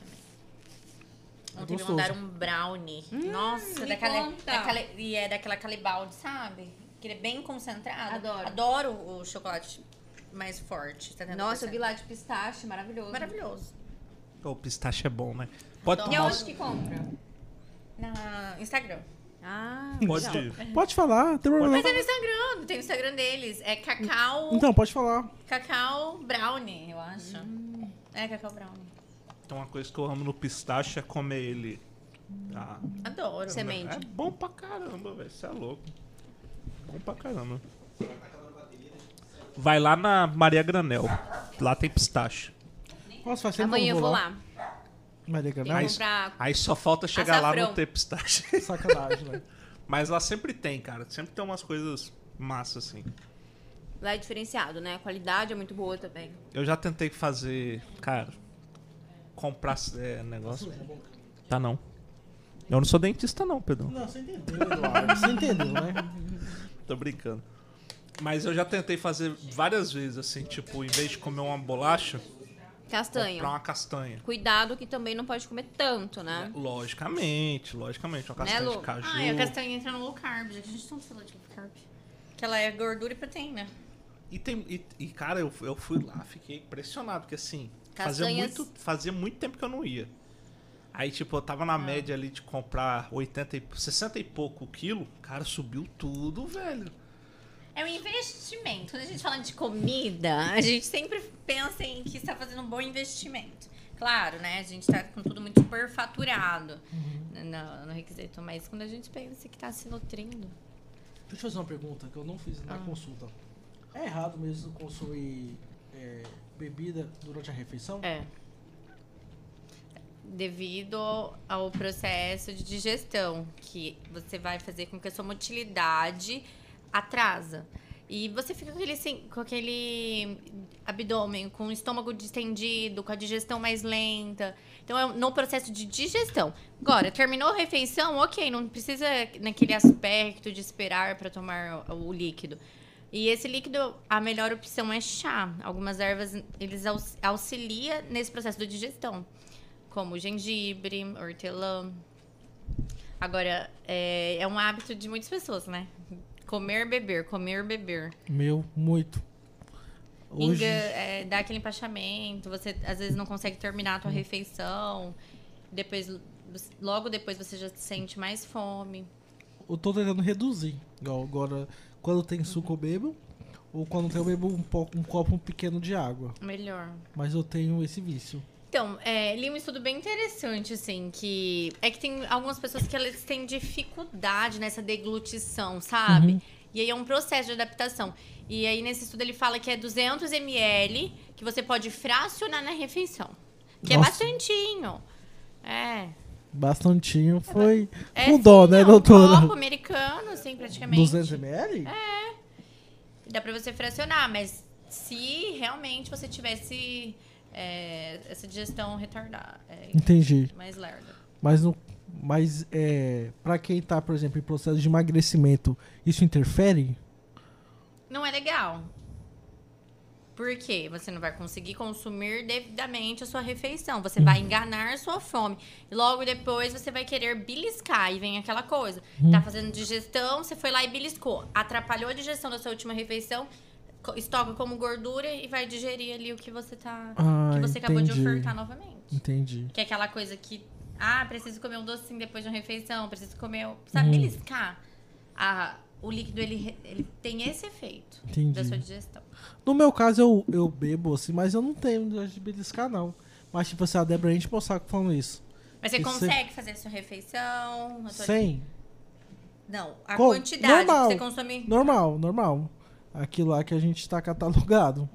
[SPEAKER 4] Ontem me
[SPEAKER 1] gostoso.
[SPEAKER 4] mandaram um brownie. Nossa,
[SPEAKER 6] É Hum, me
[SPEAKER 4] daquela,
[SPEAKER 6] conta.
[SPEAKER 4] daquela. E é daquela Calibaldi, sabe? Que ele é bem concentrado.
[SPEAKER 6] Adoro.
[SPEAKER 4] Adoro o chocolate mais forte. tá 70%.
[SPEAKER 3] Nossa, eu vi lá de pistache, maravilhoso.
[SPEAKER 4] é Maravilhoso.
[SPEAKER 2] O pistache é bom, né? Pode
[SPEAKER 4] Toma.
[SPEAKER 6] E
[SPEAKER 2] tomar.
[SPEAKER 6] aonde que compra?
[SPEAKER 4] Na Instagram.
[SPEAKER 3] Ah,
[SPEAKER 2] Pode.
[SPEAKER 1] Pode falar, não tem problema.
[SPEAKER 4] Mas é no Instagram, tem o Instagram deles. É cacau.
[SPEAKER 1] Então, pode falar.
[SPEAKER 4] Cacau brownie, eu acho.
[SPEAKER 6] Hum.
[SPEAKER 4] É, cacau brownie.
[SPEAKER 2] Então, uma coisa que eu amo no pistache é comer ele. Ah,
[SPEAKER 4] Adoro.
[SPEAKER 2] é bom pra caramba, velho. Você é louco. Bom pra caramba. Vai lá na Maria Granel. Lá tem pistache.
[SPEAKER 1] Nossa, faz tempo que
[SPEAKER 3] amanhã
[SPEAKER 1] eu não
[SPEAKER 3] eu vou lá.
[SPEAKER 1] Maria
[SPEAKER 5] Tem que
[SPEAKER 1] Granada?
[SPEAKER 5] comprar
[SPEAKER 2] Aí só falta chegar lá
[SPEAKER 5] Açafrão.
[SPEAKER 2] no ter pistache.
[SPEAKER 1] Sacanagem, né?
[SPEAKER 2] Mas lá sempre tem, cara. Sempre tem umas coisas massa assim.
[SPEAKER 5] lá é diferenciado, né? A qualidade é muito boa também.
[SPEAKER 2] Eu já tentei fazer, cara, comprar é, negócio. Tá não. Eu não sou dentista não, Pedro.
[SPEAKER 1] Não, você entendeu, Eduardo. Você entendeu, né?
[SPEAKER 2] Tô brincando. Mas eu já tentei fazer várias vezes assim, tipo, em vez de comer uma bolacha,
[SPEAKER 5] Castanha.
[SPEAKER 2] comprar uma castanha.
[SPEAKER 5] Cuidado que também não pode comer tanto, né?
[SPEAKER 2] Logicamente, logicamente, uma castanha
[SPEAKER 5] Lu?
[SPEAKER 2] de caju.
[SPEAKER 4] Ah, e a castanha entra no low carb. gente. A gente não falou de low carb. Que ela é gordura e proteína.
[SPEAKER 2] E, tem, e, e, cara, eu, eu fui lá, fiquei impressionado, porque assim,
[SPEAKER 5] Castanhas.
[SPEAKER 2] fazia, muito, fazia muito tempo que eu não ia. Aí, tipo, eu tava
[SPEAKER 4] Ah.
[SPEAKER 2] na média ali de comprar 80 e, 60 e pouco o quilo, cara, subiu tudo, velho.
[SPEAKER 4] É um investimento. Quando a gente fala de comida, a gente sempre pensa em que está fazendo um bom investimento. Claro, né? A gente está com tudo muito superfaturado
[SPEAKER 1] Uhum.
[SPEAKER 4] né? no, no requisito. Mas quando a gente pensa que está se nutrindo...
[SPEAKER 1] Deixa eu fazer uma pergunta que eu não fiz
[SPEAKER 3] Ah.
[SPEAKER 1] na consulta. É errado mesmo consumir é, bebida durante a refeição?
[SPEAKER 4] É. Devido ao processo de digestão, que você vai fazer com que a sua motilidade atrasa. E você fica com aquele, sen- com aquele abdômen, com o estômago distendido, com a digestão mais lenta. Então, é no processo de digestão. Agora, terminou a refeição, ok, não precisa naquele aspecto de esperar para tomar o- o líquido. E esse líquido, a melhor opção é chá. Algumas ervas, eles aux- auxilia nesse processo de digestão, como gengibre, hortelã. Agora, é, é um hábito de muitas pessoas, né? Comer, beber, comer, beber.
[SPEAKER 1] Meu, muito.
[SPEAKER 4] Enga- é, dá aquele empachamento, você às vezes não consegue terminar a tua refeição. Depois, logo depois você já sente mais fome.
[SPEAKER 1] eu tô tentando reduzir. Igual agora, quando tem suco eu bebo, ou quando tem eu bebo um, po- um copo pequeno de água.
[SPEAKER 4] Melhor.
[SPEAKER 1] Mas eu tenho esse vício.
[SPEAKER 4] Então, é, li um estudo bem interessante, assim, que é que tem algumas pessoas que elas têm dificuldade nessa deglutição,
[SPEAKER 1] Uhum.
[SPEAKER 4] sabe? E aí é um processo de adaptação. E aí nesse estudo ele fala que é 200 ml que você pode fracionar na refeição. Que
[SPEAKER 1] Nossa.
[SPEAKER 4] é bastantinho. É.
[SPEAKER 1] Bastantinho foi
[SPEAKER 4] é
[SPEAKER 1] com
[SPEAKER 4] sim,
[SPEAKER 1] dó, né,
[SPEAKER 4] é Um copo
[SPEAKER 1] doutora?
[SPEAKER 4] americano, assim, praticamente.
[SPEAKER 1] 200 ml?
[SPEAKER 4] é. Dá pra você fracionar, mas se realmente você tivesse é, essa digestão retardada, é,
[SPEAKER 1] Entendi.
[SPEAKER 4] mais lerda.
[SPEAKER 1] Mas, no, mas é, pra quem tá, por exemplo, em processo de emagrecimento, isso interfere?
[SPEAKER 4] não é legal. Por quê? Você não vai conseguir consumir devidamente a sua refeição. Você vai
[SPEAKER 1] Uhum.
[SPEAKER 4] enganar sua fome. E logo depois você vai querer beliscar e vem aquela coisa.
[SPEAKER 1] Uhum.
[SPEAKER 4] Tá fazendo digestão, você foi lá e beliscou. Atrapalhou a digestão da sua última refeição, co- estoca como gordura e vai digerir ali o que você tá.
[SPEAKER 1] Ah,
[SPEAKER 4] que você acabou de
[SPEAKER 1] entendi.
[SPEAKER 4] ofertar novamente.
[SPEAKER 1] Entendi.
[SPEAKER 4] Que é aquela coisa que. Ah, preciso comer um docinho depois de uma refeição, preciso comer. um- Sabe,
[SPEAKER 1] Hum.
[SPEAKER 4] beliscar? Ah, o líquido ele, re- ele tem esse efeito da
[SPEAKER 1] Entendi.
[SPEAKER 4] sua digestão.
[SPEAKER 1] No meu caso, eu, eu bebo, assim, mas eu não tenho de beliscar, não. Mas, tipo assim, a Débora enche meu saco falando isso.
[SPEAKER 4] Mas você
[SPEAKER 1] Isso é
[SPEAKER 4] consegue fazer a sua refeição? A sua...
[SPEAKER 1] 100?
[SPEAKER 4] Não, a
[SPEAKER 1] Com-
[SPEAKER 4] quantidade
[SPEAKER 1] normal.
[SPEAKER 4] que você consome.
[SPEAKER 1] Normal, normal. Aquilo lá que a gente tá catalogado.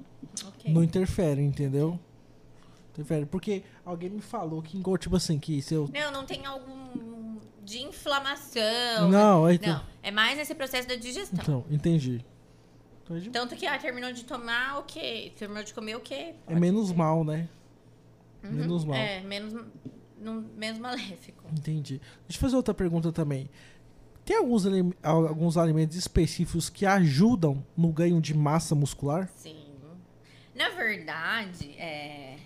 [SPEAKER 4] Ok.
[SPEAKER 1] Não interfere, entendeu? Interfere. Porque alguém me falou que, engor- tipo assim, que se eu...
[SPEAKER 4] Não, não tem algum de inflamação.
[SPEAKER 1] Não,
[SPEAKER 4] né?
[SPEAKER 1] é-
[SPEAKER 4] não. É mais nesse processo da digestão.
[SPEAKER 1] Então, entendi. Então, é de-
[SPEAKER 4] Tanto que ah, terminou de tomar o quê? Terminou de comer o quê?
[SPEAKER 1] É menos mal, né?
[SPEAKER 4] Uhum.
[SPEAKER 1] menos mal.
[SPEAKER 4] É, menos, num- menos maléfico.
[SPEAKER 1] Entendi. Deixa eu fazer outra pergunta também. Tem alguns, alime- al- alguns alimentos específicos que ajudam no ganho de massa muscular?
[SPEAKER 4] Sim. Na verdade, é,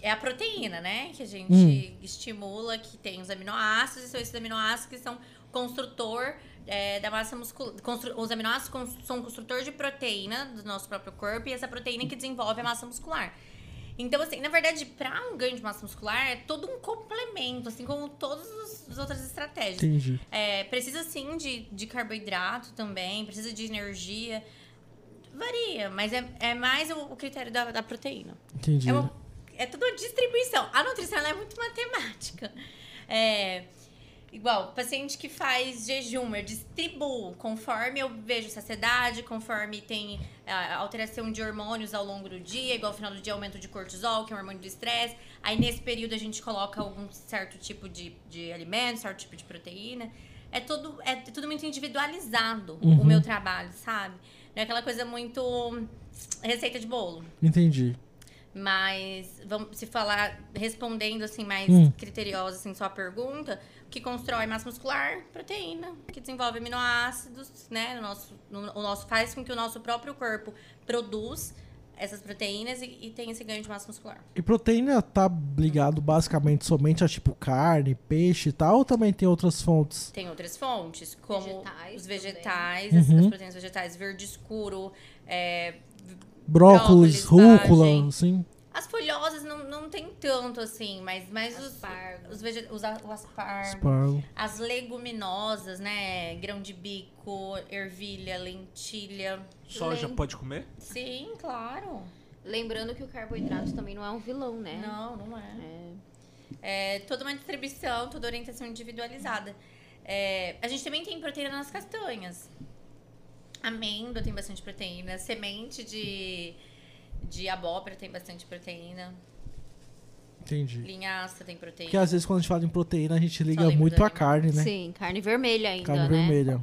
[SPEAKER 4] é a proteína, né? Que a gente
[SPEAKER 1] Hum.
[SPEAKER 4] estimula, que tem os aminoácidos, e são esses aminoácidos que são o construtor é, da massa muscular. Os aminoácidos cons- são o construtor de proteína do nosso próprio corpo e essa proteína que desenvolve a massa muscular. Então, assim, na verdade, para um ganho de massa muscular, é todo um complemento, assim como todas os- as outras estratégias.
[SPEAKER 1] Entendi.
[SPEAKER 4] É, precisa sim de, de carboidrato também, precisa de energia. Varia, mas é, é mais o, o critério da, da proteína.
[SPEAKER 1] Entendi.
[SPEAKER 4] É, uma- é tudo uma distribuição. A nutrição ela é muito matemática. É, Igual, paciente que faz jejum, eu distribuo conforme eu vejo saciedade, conforme tem ah, alteração de hormônios ao longo do dia, igual ao final do dia aumento de cortisol, que é um hormônio do estresse. Aí nesse período a gente coloca algum certo tipo de, de alimento, certo tipo de proteína. É tudo, é tudo muito individualizado o meu trabalho, sabe? Não é aquela coisa muito hum, receita de bolo.
[SPEAKER 1] Entendi.
[SPEAKER 4] Mas vamos se falar respondendo assim mais
[SPEAKER 1] Hum.
[SPEAKER 4] criteriosa assim sua pergunta, o que constrói massa muscular? Proteína, que desenvolve aminoácidos, né? No nosso, no- o nosso faz com que o nosso próprio corpo produz essas proteínas e, e tem esse ganho de massa muscular.
[SPEAKER 1] E proteína tá ligado basicamente somente a tipo carne, peixe e tal, ou também tem outras fontes?
[SPEAKER 4] Tem outras fontes, como
[SPEAKER 6] Vegetais
[SPEAKER 4] os
[SPEAKER 6] também.
[SPEAKER 4] vegetais, as,
[SPEAKER 1] Uhum.
[SPEAKER 4] as proteínas vegetais, verde escuro, é,
[SPEAKER 1] Brócolis,
[SPEAKER 4] Brócolis, tá,
[SPEAKER 1] rúcula,
[SPEAKER 4] vagem.
[SPEAKER 1] assim.
[SPEAKER 4] as folhosas não, não tem tanto assim, mas, mas os,
[SPEAKER 6] Aspargo.
[SPEAKER 4] os, vege- os a- o aspargo.
[SPEAKER 1] Espargo.
[SPEAKER 4] As leguminosas, né? Grão de bico, ervilha, lentilha.
[SPEAKER 2] Soja
[SPEAKER 3] Lem-
[SPEAKER 2] pode comer?
[SPEAKER 4] Sim, claro.
[SPEAKER 3] Lembrando que o carboidrato também não é um vilão, né?
[SPEAKER 4] Não, não é.
[SPEAKER 3] É.
[SPEAKER 4] É toda uma distribuição, toda orientação individualizada. É, a gente também tem proteína nas castanhas. Amêndoa tem bastante proteína. Semente de, de abóbora tem bastante proteína.
[SPEAKER 1] Entendi.
[SPEAKER 4] Linhaça tem proteína.
[SPEAKER 1] Porque às vezes quando a gente fala em proteína, a gente liga
[SPEAKER 4] lembro
[SPEAKER 1] muito
[SPEAKER 4] do
[SPEAKER 1] a
[SPEAKER 4] animal.
[SPEAKER 1] carne, né?
[SPEAKER 3] Sim, carne vermelha ainda,
[SPEAKER 1] Carne
[SPEAKER 3] né?
[SPEAKER 1] vermelha.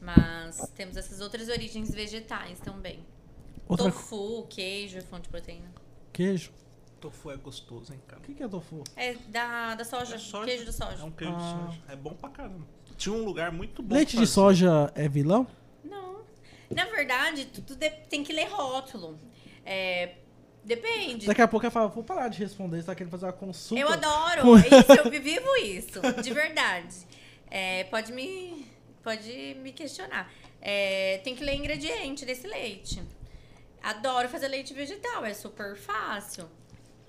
[SPEAKER 4] Mas temos essas outras origens vegetais também.
[SPEAKER 1] Outra
[SPEAKER 4] Tofu, queijo é fonte de proteína.
[SPEAKER 1] queijo.
[SPEAKER 2] Tofu é gostoso, hein, cara?
[SPEAKER 1] O que, que é tofu?
[SPEAKER 4] É da, da soja,
[SPEAKER 2] É soja.
[SPEAKER 4] queijo da soja.
[SPEAKER 2] É um queijo
[SPEAKER 1] Ah.
[SPEAKER 2] de soja. É bom pra caramba. Tinha um lugar muito bom.
[SPEAKER 1] Leite
[SPEAKER 2] pra
[SPEAKER 1] de
[SPEAKER 2] fazer.
[SPEAKER 1] soja é vilão?
[SPEAKER 4] Não. Na verdade, tudo de- tem que ler rótulo. É, depende.
[SPEAKER 1] Daqui a pouco ela fala, vou parar de responder, você tá querendo fazer uma consulta.
[SPEAKER 4] Eu
[SPEAKER 1] Com-
[SPEAKER 4] adoro. Isso, eu vivo isso, de verdade. É, pode me pode me questionar. É, tem que ler ingrediente desse leite. Adoro fazer leite vegetal, é super fácil.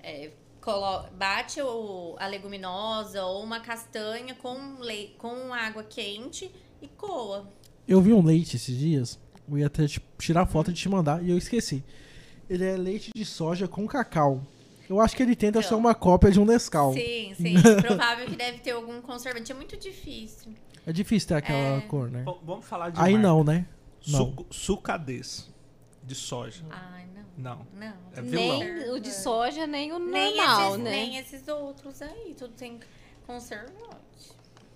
[SPEAKER 4] É, colo- bate o- a leguminosa ou uma castanha com, lei, com água quente e coa.
[SPEAKER 1] Eu vi um leite esses dias, eu ia até te tirar foto e te mandar, e eu esqueci. Ele é leite de soja com cacau. Eu acho que ele tenta
[SPEAKER 4] Então.
[SPEAKER 1] ser uma cópia de um Nescau.
[SPEAKER 4] Sim, sim. Provável que deve ter algum conservante. É muito difícil.
[SPEAKER 1] É difícil ter aquela cor, né?
[SPEAKER 2] V- Vamos falar de
[SPEAKER 1] Aí
[SPEAKER 2] marca.
[SPEAKER 1] não, né? Não.
[SPEAKER 2] Suco, sucadez de soja.
[SPEAKER 4] Ai, não.
[SPEAKER 2] Não.
[SPEAKER 4] Não.
[SPEAKER 2] É vilão.
[SPEAKER 3] Nem o de soja, nem o
[SPEAKER 4] Nem
[SPEAKER 3] normal,
[SPEAKER 4] esses,
[SPEAKER 3] né?
[SPEAKER 4] Nem é- esses outros aí. Tudo tem conservante.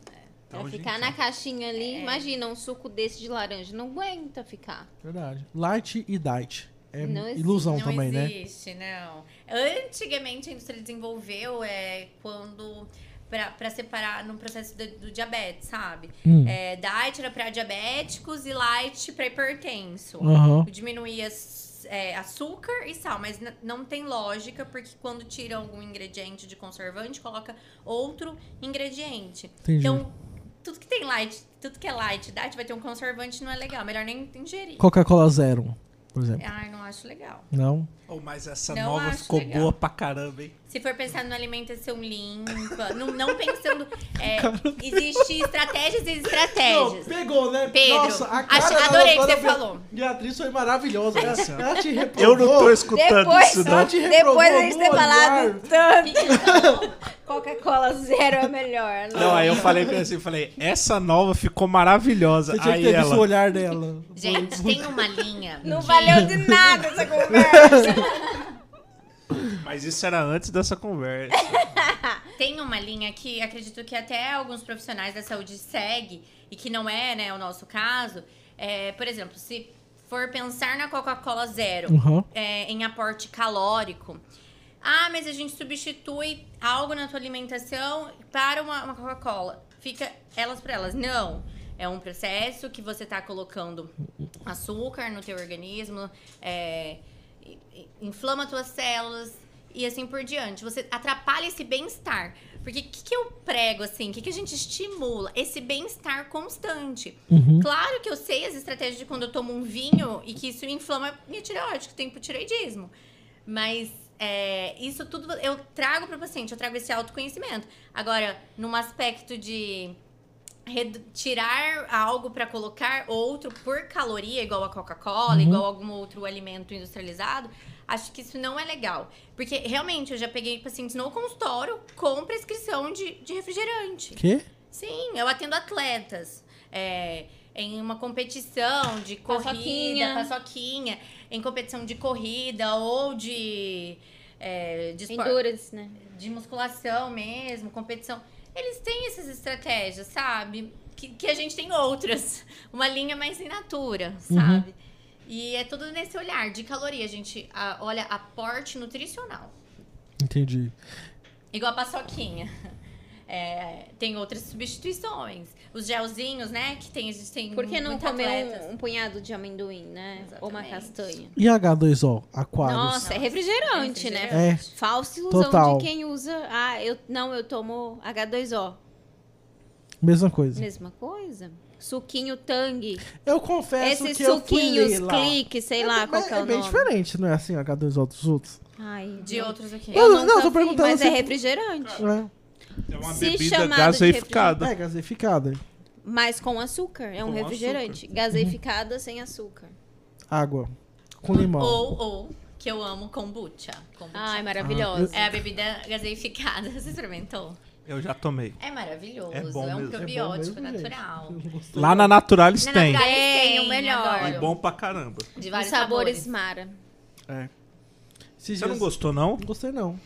[SPEAKER 2] Tá,
[SPEAKER 3] pra
[SPEAKER 2] hoje,
[SPEAKER 3] É ficar
[SPEAKER 2] então.
[SPEAKER 3] na caixinha
[SPEAKER 4] É.
[SPEAKER 3] ali, imagina um suco desse de laranja, não aguenta ficar.
[SPEAKER 1] Verdade. Light e diet. É
[SPEAKER 3] Não existe,
[SPEAKER 1] ilusão
[SPEAKER 4] não
[SPEAKER 1] também, né?
[SPEAKER 4] existe, não. Antigamente a indústria desenvolveu é, quando. Pra, pra separar no processo do, do diabetes, sabe?
[SPEAKER 1] Hum.
[SPEAKER 4] É, diet era pra diabéticos e light pra hipertenso.
[SPEAKER 1] Aham.
[SPEAKER 4] diminuir as- é, açúcar e sal, mas n- não tem lógica, porque quando tira algum ingrediente de conservante, coloca outro ingrediente.
[SPEAKER 1] Entendi.
[SPEAKER 4] Então, tudo que tem light, tudo que é light diet vai ter um conservante, não é legal. Melhor nem ingerir.
[SPEAKER 1] Coca-Cola zero, por exemplo.
[SPEAKER 4] Ai, não acho legal.
[SPEAKER 1] Não?
[SPEAKER 2] Oh, mas essa
[SPEAKER 4] Não
[SPEAKER 2] nova
[SPEAKER 4] acho
[SPEAKER 2] ficou
[SPEAKER 4] legal.
[SPEAKER 2] boa pra caramba, hein?
[SPEAKER 4] Se for pensar numa alimentação limpa, não, não pensando. É, existe estratégias e estratégias.
[SPEAKER 1] pegou, né?
[SPEAKER 4] Pedro, ach-
[SPEAKER 1] da
[SPEAKER 4] adorei o que
[SPEAKER 1] doutora
[SPEAKER 4] você falou.
[SPEAKER 1] Beatriz foi maravilhosa. Ela, ela te
[SPEAKER 2] Eu não tô
[SPEAKER 1] reprovou.
[SPEAKER 2] escutando
[SPEAKER 5] Depois-
[SPEAKER 2] isso, não.
[SPEAKER 1] Ela te reprovou
[SPEAKER 5] Depois de
[SPEAKER 1] no
[SPEAKER 5] ter falado
[SPEAKER 1] olhar.
[SPEAKER 5] tanto, Coca-Cola zero é melhor.
[SPEAKER 3] né?
[SPEAKER 2] Não, aí eu falei pra assim, eu falei, essa nova ficou maravilhosa.
[SPEAKER 1] Você tinha que
[SPEAKER 2] Aí
[SPEAKER 1] ter visto o
[SPEAKER 2] ela,
[SPEAKER 1] olhar dela.
[SPEAKER 4] Gente, tem uma linha.
[SPEAKER 5] Não
[SPEAKER 4] de-
[SPEAKER 5] valeu de nada essa conversa.
[SPEAKER 2] mas isso era antes dessa conversa.
[SPEAKER 4] Tem uma linha que acredito que até alguns profissionais da saúde segue e que não é, né, o nosso caso. É, por exemplo, se for pensar na Coca-Cola zero
[SPEAKER 1] Uhum.
[SPEAKER 4] é, em aporte calórico, ah, mas a gente substitui algo na tua alimentação para uma, uma Coca-Cola. Fica elas por elas. Não. É um processo que você está colocando açúcar no teu organismo, é, i- i- inflama tuas células e assim por diante. Você atrapalha esse bem-estar. Porque o que, que eu prego, assim? O que, que a gente estimula? Esse bem-estar constante. Claro que eu sei as estratégias de quando eu tomo um vinho e que isso inflama minha tireoide, que tem hipotireoidismo. Mas é, isso tudo eu trago para o paciente, eu trago esse autoconhecimento. Agora, num aspecto de redu- tirar algo para colocar outro por caloria, igual a Coca-Cola, igual a algum outro alimento industrializado, acho que isso não é legal. Porque realmente eu já peguei pacientes no consultório com prescrição de, de refrigerante.
[SPEAKER 1] Quê?
[SPEAKER 4] Sim, eu atendo atletas. é, em uma competição de corrida,
[SPEAKER 3] Paçoquinha.
[SPEAKER 4] paçoquinha, em competição de corrida ou de, é, de, espor-
[SPEAKER 3] Endurance, né?
[SPEAKER 4] de musculação mesmo, competição. Eles têm essas estratégias, sabe? Que, que a gente tem outras. Uma linha mais in natura, sabe? E é tudo nesse olhar de caloria. A gente a- olha aporte nutricional.
[SPEAKER 1] Entendi.
[SPEAKER 4] Igual a paçoquinha. É, tem outras substituições. Os gelzinhos, né? Que tem, a gente tem
[SPEAKER 3] Por que não
[SPEAKER 4] muitos
[SPEAKER 3] comer
[SPEAKER 4] atletas.
[SPEAKER 3] um, um punhado de amendoim, né? Ou uma
[SPEAKER 4] Exatamente.
[SPEAKER 3] castanha.
[SPEAKER 1] E H2O, Aquários?
[SPEAKER 3] Nossa, é refrigerante, né?
[SPEAKER 1] É.
[SPEAKER 3] Falsa ilusão
[SPEAKER 1] Total.
[SPEAKER 3] de quem usa. Ah, eu não, eu tomo H2O.
[SPEAKER 1] Mesma coisa.
[SPEAKER 3] Mesma coisa. Suquinho Tang.
[SPEAKER 1] Eu confesso
[SPEAKER 3] Esses
[SPEAKER 1] que eu fui
[SPEAKER 3] suquinhos
[SPEAKER 1] ler lá.
[SPEAKER 3] clique, sei
[SPEAKER 1] É,
[SPEAKER 3] lá qual
[SPEAKER 1] mas
[SPEAKER 3] que é
[SPEAKER 1] é
[SPEAKER 3] o
[SPEAKER 1] bem
[SPEAKER 3] nome.
[SPEAKER 1] diferente, não é assim, H2O dos outros?
[SPEAKER 3] Ai,
[SPEAKER 4] De
[SPEAKER 3] não.
[SPEAKER 4] outros aqui.
[SPEAKER 1] Eu-
[SPEAKER 3] Eu
[SPEAKER 1] não,
[SPEAKER 3] nunca
[SPEAKER 1] tô
[SPEAKER 3] vi,
[SPEAKER 1] perguntando
[SPEAKER 3] Mas
[SPEAKER 1] se-
[SPEAKER 3] é refrigerante.
[SPEAKER 1] É,
[SPEAKER 2] É uma
[SPEAKER 3] Se
[SPEAKER 2] bebida
[SPEAKER 3] chamado de
[SPEAKER 2] gaseificada.
[SPEAKER 1] é gaseificada.
[SPEAKER 3] Mas com açúcar. É um
[SPEAKER 2] Com
[SPEAKER 3] refrigerante. Gaseificada sem açúcar.
[SPEAKER 1] Água. Com limão.
[SPEAKER 4] Ou, ou, que eu amo kombucha. kombucha.
[SPEAKER 3] Ai, maravilhosa.
[SPEAKER 4] É a bebida gaseificada. Você experimentou?
[SPEAKER 2] Eu já tomei.
[SPEAKER 4] É maravilhoso.
[SPEAKER 2] É
[SPEAKER 4] É,
[SPEAKER 2] bom
[SPEAKER 4] um
[SPEAKER 2] mesmo. É bom
[SPEAKER 4] probiótico
[SPEAKER 1] mesmo, gente.
[SPEAKER 4] natural.
[SPEAKER 2] Lá na Naturalis
[SPEAKER 4] Na
[SPEAKER 2] tem.
[SPEAKER 4] Naturalis
[SPEAKER 3] Tem, o melhor.
[SPEAKER 2] E
[SPEAKER 4] adoro.
[SPEAKER 2] bom pra caramba.
[SPEAKER 4] De
[SPEAKER 3] Os
[SPEAKER 4] vários
[SPEAKER 3] sabores,
[SPEAKER 4] sabores.
[SPEAKER 3] Mara.
[SPEAKER 1] Esses
[SPEAKER 2] Você não
[SPEAKER 1] dias-
[SPEAKER 2] gostou, não?
[SPEAKER 1] Não gostei, não.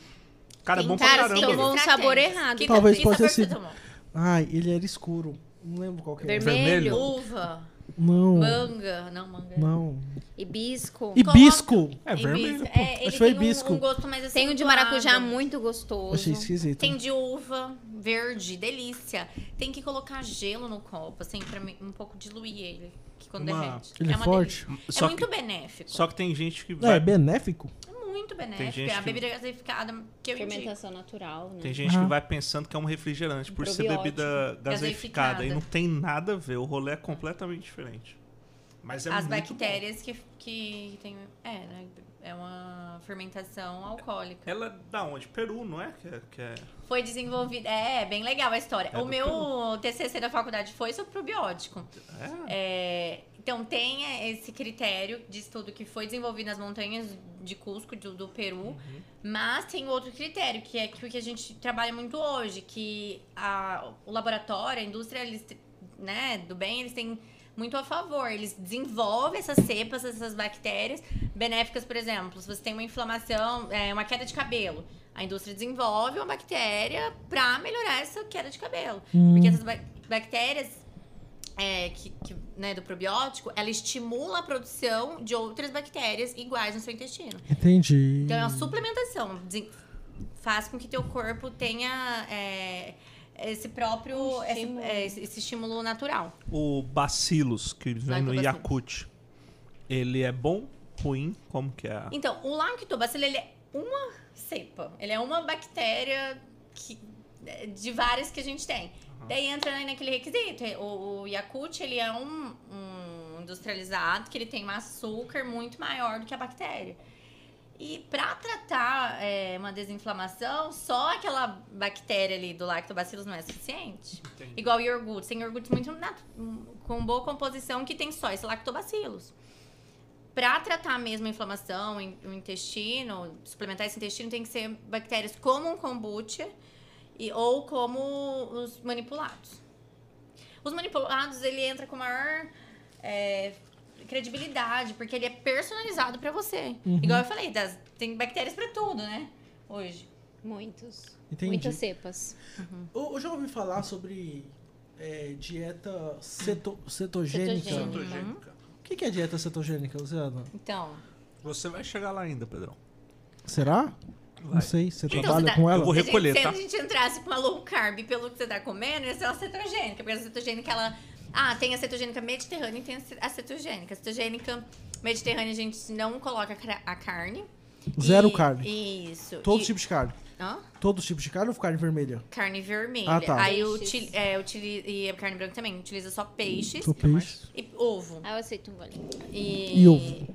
[SPEAKER 2] Cara, é bom pra
[SPEAKER 3] Cara,
[SPEAKER 2] caramba.
[SPEAKER 3] você tomou
[SPEAKER 2] velho.
[SPEAKER 3] um
[SPEAKER 4] Estratégias.
[SPEAKER 3] sabor errado.
[SPEAKER 4] Que-
[SPEAKER 1] Talvez
[SPEAKER 4] que
[SPEAKER 1] possa ter
[SPEAKER 4] sabor você
[SPEAKER 1] sido-
[SPEAKER 4] tomou?
[SPEAKER 1] Ai, ele era escuro. Não lembro qual que era.
[SPEAKER 3] Vermelho.
[SPEAKER 2] Vermelho?
[SPEAKER 4] Uva,
[SPEAKER 1] Não,
[SPEAKER 4] manga. Não, manga.
[SPEAKER 1] não.
[SPEAKER 3] Hibisco.
[SPEAKER 1] Hibisco.
[SPEAKER 2] É
[SPEAKER 4] E
[SPEAKER 2] vermelho.
[SPEAKER 4] bis- É, ele
[SPEAKER 1] Acho que foi
[SPEAKER 4] tem um,
[SPEAKER 1] hibisco.
[SPEAKER 4] um gosto mais assim.
[SPEAKER 3] Tem o de maracujá muito gostoso.
[SPEAKER 1] Achei esquisito.
[SPEAKER 4] Tem de uva, verde, delícia. Tem que colocar gelo no copo, assim, pra mim, um pouco diluir ele. Que quando
[SPEAKER 2] Uma-
[SPEAKER 4] derrete.
[SPEAKER 1] Ele é
[SPEAKER 4] uma
[SPEAKER 1] forte?
[SPEAKER 4] delícia. É
[SPEAKER 2] Só que-
[SPEAKER 4] muito benéfico.
[SPEAKER 2] Só que tem gente que
[SPEAKER 1] Não,
[SPEAKER 2] vai.
[SPEAKER 1] é benéfico?
[SPEAKER 4] É muito
[SPEAKER 2] Tem
[SPEAKER 4] benéfico.
[SPEAKER 2] gente
[SPEAKER 4] É a
[SPEAKER 2] que-
[SPEAKER 4] bebida gaseificada que eu indico.
[SPEAKER 3] Fermentação natural, né?
[SPEAKER 2] Tem gente
[SPEAKER 1] Aham.
[SPEAKER 2] que vai pensando que é um refrigerante por ser
[SPEAKER 3] Probiótico.
[SPEAKER 2] bebida gaseificada.
[SPEAKER 4] Gaseificada.
[SPEAKER 2] E não tem nada a ver. O rolê é completamente diferente. Mas é
[SPEAKER 4] As
[SPEAKER 2] muito
[SPEAKER 4] bactérias que, que tem. É, né? É uma fermentação alcoólica.
[SPEAKER 2] bom. Ela é da onde? Peru, não é? Que é, que é-
[SPEAKER 4] Foi desenvolvida. É, bem legal a história.
[SPEAKER 2] É
[SPEAKER 4] o
[SPEAKER 2] do
[SPEAKER 4] meu TCC da faculdade foi sobre probiótico.
[SPEAKER 2] é?
[SPEAKER 4] É, então, tem é, esse critério de estudo que foi desenvolvido nas montanhas de Cusco, do, do Peru, mas tem outro critério, que é que o que a gente trabalha muito hoje, que a- o laboratório, a indústria eles, te- né, do bem, eles têm muito a favor. Eles desenvolvem essas cepas, essas bactérias benéficas, por exemplo. Se você tem uma inflamação, é, uma queda de cabelo, a indústria desenvolve uma bactéria para melhorar essa queda de cabelo. Porque essas ba- bactérias é, que, que, né, do probiótico, ela estimula a produção de outras bactérias iguais no seu intestino.
[SPEAKER 1] Entendi.
[SPEAKER 4] Então é uma suplementação. desen- Faz com que teu corpo tenha é, esse próprio esse-
[SPEAKER 3] estímulo.
[SPEAKER 4] é, esse, esse estímulo natural.
[SPEAKER 2] O Bacillus, que vem no
[SPEAKER 4] Lactobacillus.
[SPEAKER 2] Yakut. Ele é bom? Ruim? Como que é?
[SPEAKER 4] Então, o lactobacilo, ele é uma cepa. Ele é uma bactéria que- de várias que a gente tem. Daí entra né, naquele requisito. O, o Yakut, ele é um, um industrializado que ele tem um açúcar muito maior do que a bactéria. E para tratar é, uma desinflamação, só aquela bactéria ali do lactobacillus não é suficiente.
[SPEAKER 2] Entendi.
[SPEAKER 4] Igual iogurte. Tem iogurtes muito nat- com boa composição que tem só esse lactobacillus. Pra tratar mesmo a inflamação, in- o intestino, suplementar esse intestino, tem que ser bactérias como um kombucha e, ou como os manipulados. Os manipulados, ele entra com maior é, credibilidade, porque ele é personalizado pra você. Igual eu falei, das- tem bactérias pra tudo, né? Hoje.
[SPEAKER 3] Muitos.
[SPEAKER 1] Entendi.
[SPEAKER 3] Muitas cepas.
[SPEAKER 1] Eu, eu já ouvi falar sobre é, dieta ceto- cetogênica.
[SPEAKER 3] Cetogênica.
[SPEAKER 2] Cetogênica.
[SPEAKER 1] O que que é dieta cetogênica, Luciana?
[SPEAKER 4] Então,
[SPEAKER 2] Você vai chegar lá ainda, Pedrão.
[SPEAKER 1] Será? Não
[SPEAKER 2] Vai.
[SPEAKER 1] sei, você
[SPEAKER 4] Então,
[SPEAKER 1] trabalha
[SPEAKER 4] você tá-
[SPEAKER 1] com
[SPEAKER 2] Eu
[SPEAKER 1] ela?
[SPEAKER 2] vou
[SPEAKER 4] Se a
[SPEAKER 2] recolher,
[SPEAKER 4] gente,
[SPEAKER 2] tá?
[SPEAKER 4] Se a gente entrasse com uma low carb pelo que você tá comendo, ia ser uma cetogênica. Porque a cetogênica, ela... Ah, tem a cetogênica mediterrânea e tem a ce- a cetogênica. A cetogênica mediterrânea, a gente não coloca a cra- a carne.
[SPEAKER 1] Zero
[SPEAKER 4] E-
[SPEAKER 1] carne. tipo
[SPEAKER 4] Isso.
[SPEAKER 1] Todos os
[SPEAKER 4] E-
[SPEAKER 1] tipos de carne.
[SPEAKER 4] Hã?
[SPEAKER 1] Todos os tipos de carne ou carne vermelha?
[SPEAKER 4] Carne vermelha.
[SPEAKER 1] Ah, tá.
[SPEAKER 4] Aí
[SPEAKER 3] Peixes.
[SPEAKER 4] utiliza, é, utiliza... E a carne branca também. Utiliza só peixes
[SPEAKER 1] Só peixe.
[SPEAKER 4] e ovo.
[SPEAKER 3] Ah, eu aceito um golinho.
[SPEAKER 4] E...
[SPEAKER 1] E ovo.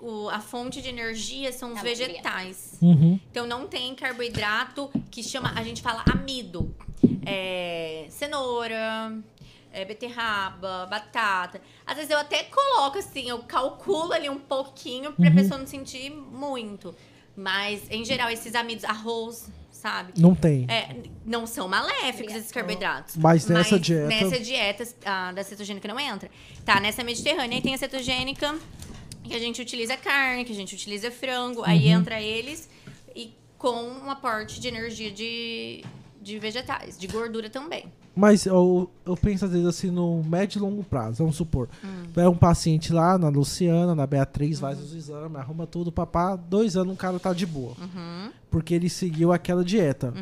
[SPEAKER 4] o- a fonte de energia são os
[SPEAKER 3] Tá bom,
[SPEAKER 4] vegetais.
[SPEAKER 1] Uhum.
[SPEAKER 4] Então não tem carboidrato que chama, a gente fala amido. É, cenoura, é, beterraba, batata. Às vezes eu até coloco assim, eu calculo ali um pouquinho pra pessoa não sentir muito. Mas, em geral, esses amidos, arroz, sabe?
[SPEAKER 1] Não tem.
[SPEAKER 4] É, não são maléficos esses carboidratos.
[SPEAKER 1] Mas nessa dieta-
[SPEAKER 4] Nessa dieta ah, da cetogênica não entra. Tá, nessa mediterrânea aí tem a cetogênica, que a gente utiliza carne, que a gente utiliza frango, aí
[SPEAKER 1] Uhum.
[SPEAKER 4] entra eles e com um aporte de energia de, de vegetais, de gordura também.
[SPEAKER 1] Mas eu, eu penso às vezes assim no médio e longo prazo, vamos supor. Vai um paciente lá na Luciana, na Beatriz, faz os exames, arruma tudo, papá. Dois anos o cara tá de boa. Porque ele seguiu aquela dieta.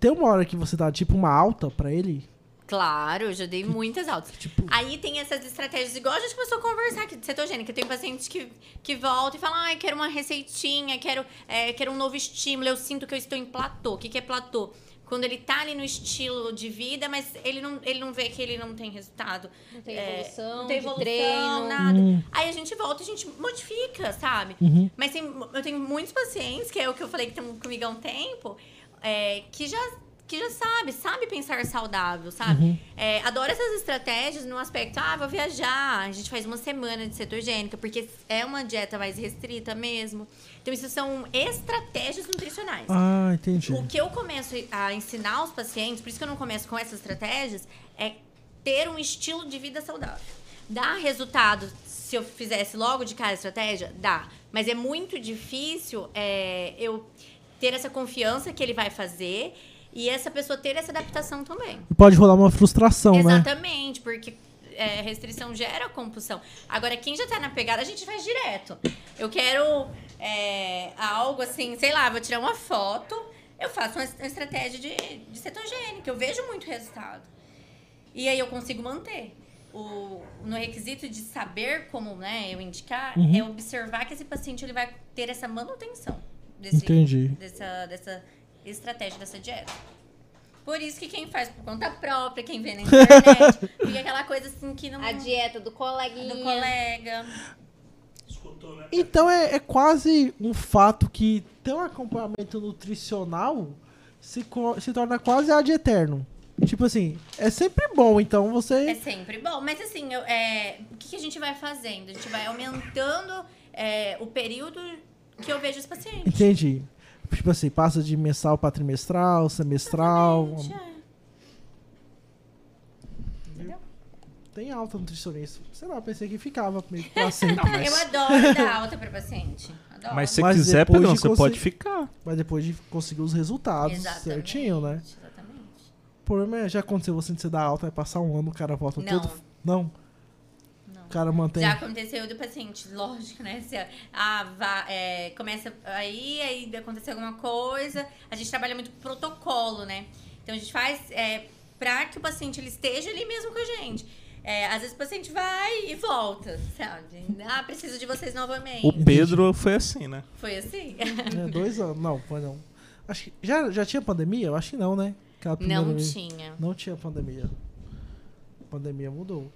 [SPEAKER 1] Tem uma hora que você dá tipo uma alta pra ele? tipo,
[SPEAKER 4] Claro, eu já dei muitas altas. Aí tem essas estratégias, igual a gente começou a conversar aqui de cetogênica. Tem pacientes que, que voltam e falam, ai, quero uma receitinha, quero, é, quero um novo estímulo, eu sinto que eu estou em platô. O que, que é platô? Quando ele tá ali no estilo de vida, mas ele não, ele não vê que ele não tem resultado. Não
[SPEAKER 5] tem
[SPEAKER 3] É,
[SPEAKER 5] evolução
[SPEAKER 4] não tem
[SPEAKER 5] de
[SPEAKER 4] evolução,
[SPEAKER 5] treino.
[SPEAKER 4] nada. Aí a gente volta e a gente modifica, sabe? Mas tem- eu tenho muitos pacientes, que é o que eu falei que estão comigo há um tempo, é, que já que já sabe, sabe pensar saudável, sabe? É, adoro essas estratégias no aspecto, ah, vou viajar, a gente faz uma semana de cetogênica, porque é uma dieta mais restrita mesmo. Então, isso são estratégias nutricionais.
[SPEAKER 1] Ah, entendi.
[SPEAKER 4] O que eu começo a ensinar aos pacientes, por isso que eu não começo com essas estratégias, é ter um estilo de vida saudável. Dá resultado se eu fizesse logo de cara a estratégia? Dá. Mas é muito difícil é, eu ter essa confiança que ele vai fazer e essa pessoa ter essa adaptação também.
[SPEAKER 1] E pode rolar uma frustração, né?
[SPEAKER 4] Exatamente, porque é, restrição gera compulsão. Agora, quem já tá na pegada, a gente faz direto. Eu quero é, algo assim, sei lá, vou tirar uma foto, eu faço uma, es- uma estratégia de, de cetogênica, eu vejo muito resultado. E aí eu consigo manter. O, no requisito de saber como né, eu indicar,
[SPEAKER 1] Uhum.
[SPEAKER 4] é observar que esse paciente ele vai ter essa manutenção desse,
[SPEAKER 1] Entendi.
[SPEAKER 4] Dessa, dessa estratégia, dessa dieta. Por isso que quem faz por conta própria, quem vê na internet, fica aquela coisa assim que não
[SPEAKER 5] A dieta do coleguinha.
[SPEAKER 4] do colega.
[SPEAKER 2] né?
[SPEAKER 1] Então é, é quase um fato que ter um acompanhamento nutricional se, co- se torna quase ad eterno. Tipo assim, é sempre bom, então
[SPEAKER 4] É
[SPEAKER 1] você.
[SPEAKER 4] sempre bom. Mas assim, eu- é, o que, que a gente vai fazendo? A gente vai aumentando é, o período que eu vejo os pacientes.
[SPEAKER 1] Entendi. Tipo assim, passa de mensal pra trimestral, semestral.
[SPEAKER 4] é.
[SPEAKER 1] um, Tem alta nutricionista. Sei lá, pensei que ficava meio que pra sempre.
[SPEAKER 2] Não, mas,
[SPEAKER 4] Ah, Eu adoro dar alta pra paciente. Adoro.
[SPEAKER 2] mas se
[SPEAKER 1] Mas
[SPEAKER 2] quiser,
[SPEAKER 1] depois
[SPEAKER 2] Pedrão,
[SPEAKER 1] de
[SPEAKER 2] você
[SPEAKER 1] você-
[SPEAKER 2] pode ficar.
[SPEAKER 1] Mas depois de conseguir os resultados certinho, né?
[SPEAKER 4] Exatamente.
[SPEAKER 1] O problema é já aconteceu você você dá alta, vai passar um ano, o cara volta
[SPEAKER 4] Não.
[SPEAKER 1] tudo. Não. O cara mantém.
[SPEAKER 4] Já aconteceu do paciente, lógico, né? Se a, a va- é, começa aí, aí aconteceu alguma coisa. A gente trabalha muito com protocolo, né? Então a gente faz é, pra que o paciente ele esteja ali mesmo com a gente. É, às vezes o paciente vai e volta, sabe? Ah, preciso de vocês novamente.
[SPEAKER 2] O Pedro foi assim, né?
[SPEAKER 4] Foi assim?
[SPEAKER 1] É, dois anos. Não, foi não. Acho que já, já tinha pandemia? Eu acho que não, né? Aquela primeira
[SPEAKER 4] Não
[SPEAKER 1] vez.
[SPEAKER 4] tinha.
[SPEAKER 1] Não tinha pandemia. A pandemia mudou.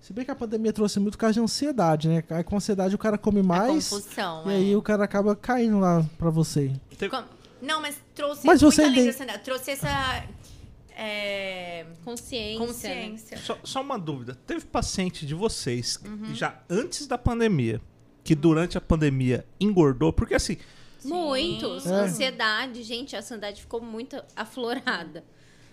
[SPEAKER 1] Se bem que a pandemia trouxe muito caso de ansiedade, né? Aí com ansiedade o cara
[SPEAKER 4] É
[SPEAKER 1] come mais.
[SPEAKER 4] Confusão,
[SPEAKER 1] E
[SPEAKER 4] é.
[SPEAKER 1] aí o cara acaba caindo lá pra você.
[SPEAKER 4] Com- Não, mas trouxe
[SPEAKER 1] Mas você
[SPEAKER 4] muita
[SPEAKER 1] tem-
[SPEAKER 4] lembrança, né? trouxe essa é,
[SPEAKER 5] Consciência. né?
[SPEAKER 4] consciência.
[SPEAKER 2] Só, só uma dúvida. Teve paciente de vocês, que
[SPEAKER 4] Uhum.
[SPEAKER 2] já antes da pandemia, que durante a pandemia engordou? Porque assim,
[SPEAKER 5] Muitos.
[SPEAKER 4] Ah.
[SPEAKER 1] É.
[SPEAKER 5] Ansiedade, gente, a ansiedade ficou muito aflorada.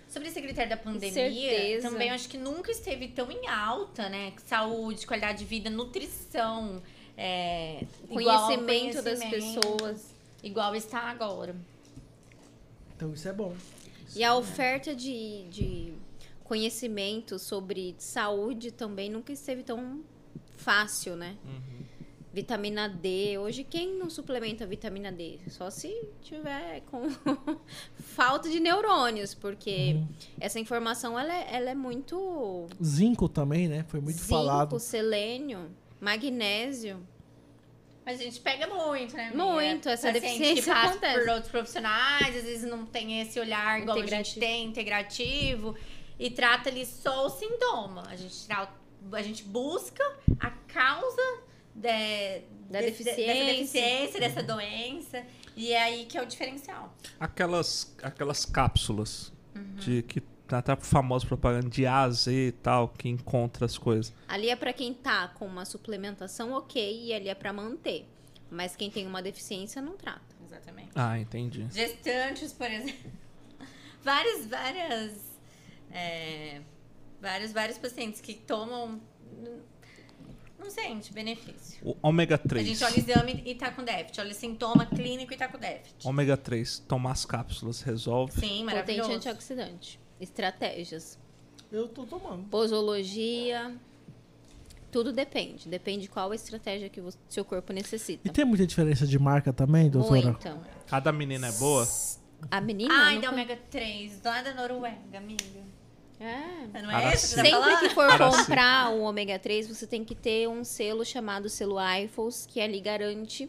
[SPEAKER 4] Sobre esse critério da pandemia,
[SPEAKER 5] certeza.
[SPEAKER 4] também acho que nunca esteve tão em alta, né? Saúde, qualidade de vida, nutrição, é, igual ao
[SPEAKER 5] Conhecimento, das
[SPEAKER 4] conhecimento,
[SPEAKER 5] pessoas.
[SPEAKER 4] Igual está agora.
[SPEAKER 1] Então isso é bom.
[SPEAKER 5] E a oferta de, de conhecimento sobre saúde também nunca esteve tão fácil, né?
[SPEAKER 1] Uhum.
[SPEAKER 5] Vitamina D. Hoje, quem não suplementa vitamina D? Só se tiver com falta de neurônios, porque
[SPEAKER 1] Uhum.
[SPEAKER 5] essa informação ela é, ela é muito.
[SPEAKER 1] Zinco também, né? Foi muito
[SPEAKER 5] zinco,
[SPEAKER 1] falado.
[SPEAKER 5] selênio, magnésio.
[SPEAKER 4] Mas a gente pega muito, né? amiga?
[SPEAKER 5] Muito, essa
[SPEAKER 4] Paciente que
[SPEAKER 5] deficiência
[SPEAKER 4] passa
[SPEAKER 5] acontece.
[SPEAKER 4] por outros profissionais, às vezes não tem esse olhar igual a gente
[SPEAKER 5] Integrativo.
[SPEAKER 4] tem, integrativo, e trata ali só o sintoma. A gente, tra- a gente busca a causa de-
[SPEAKER 5] Da
[SPEAKER 4] desse-
[SPEAKER 5] deficiência.
[SPEAKER 4] dessa deficiência, dessa doença, e é aí que é o diferencial.
[SPEAKER 2] aquelas, aquelas cápsulas
[SPEAKER 4] Uhum.
[SPEAKER 2] de que tá até a famosa propaganda de A a Z e tal, que encontra as coisas.
[SPEAKER 5] Ali é pra quem tá com uma suplementação ok e ali é pra manter. Mas quem tem uma deficiência não trata.
[SPEAKER 4] exatamente.
[SPEAKER 2] Ah, entendi.
[SPEAKER 4] Gestantes, por exemplo. Várias, várias. é, vários, vários pacientes que tomam. Não sente benefício.
[SPEAKER 2] O ômega
[SPEAKER 4] A
[SPEAKER 2] 3.
[SPEAKER 4] gente olha o exame e tá com déficit. Olha o sintoma clínico e tá com déficit.
[SPEAKER 2] Ômega 3, tomar as cápsulas resolve.
[SPEAKER 4] Sim,
[SPEAKER 5] Potente
[SPEAKER 4] maravilhoso.
[SPEAKER 5] antioxidante. Estratégias.
[SPEAKER 1] Eu tô tomando.
[SPEAKER 5] Posologia. Tudo depende. Depende qual estratégia que o seu corpo necessita.
[SPEAKER 1] E tem muita diferença de marca também, doutora?
[SPEAKER 5] Muita.
[SPEAKER 2] Cada menina é boa?
[SPEAKER 5] A menina.
[SPEAKER 4] Ai,
[SPEAKER 5] nunca-
[SPEAKER 4] da ômega 3, lá da Noruega, amiga.
[SPEAKER 5] É.
[SPEAKER 4] Não
[SPEAKER 2] Cara,
[SPEAKER 4] é essa que você tá
[SPEAKER 5] Sempre
[SPEAKER 4] falando?
[SPEAKER 5] que for
[SPEAKER 2] Araci.
[SPEAKER 5] comprar um ômega 3, você tem que ter um selo chamado selo IFOS, que ali garante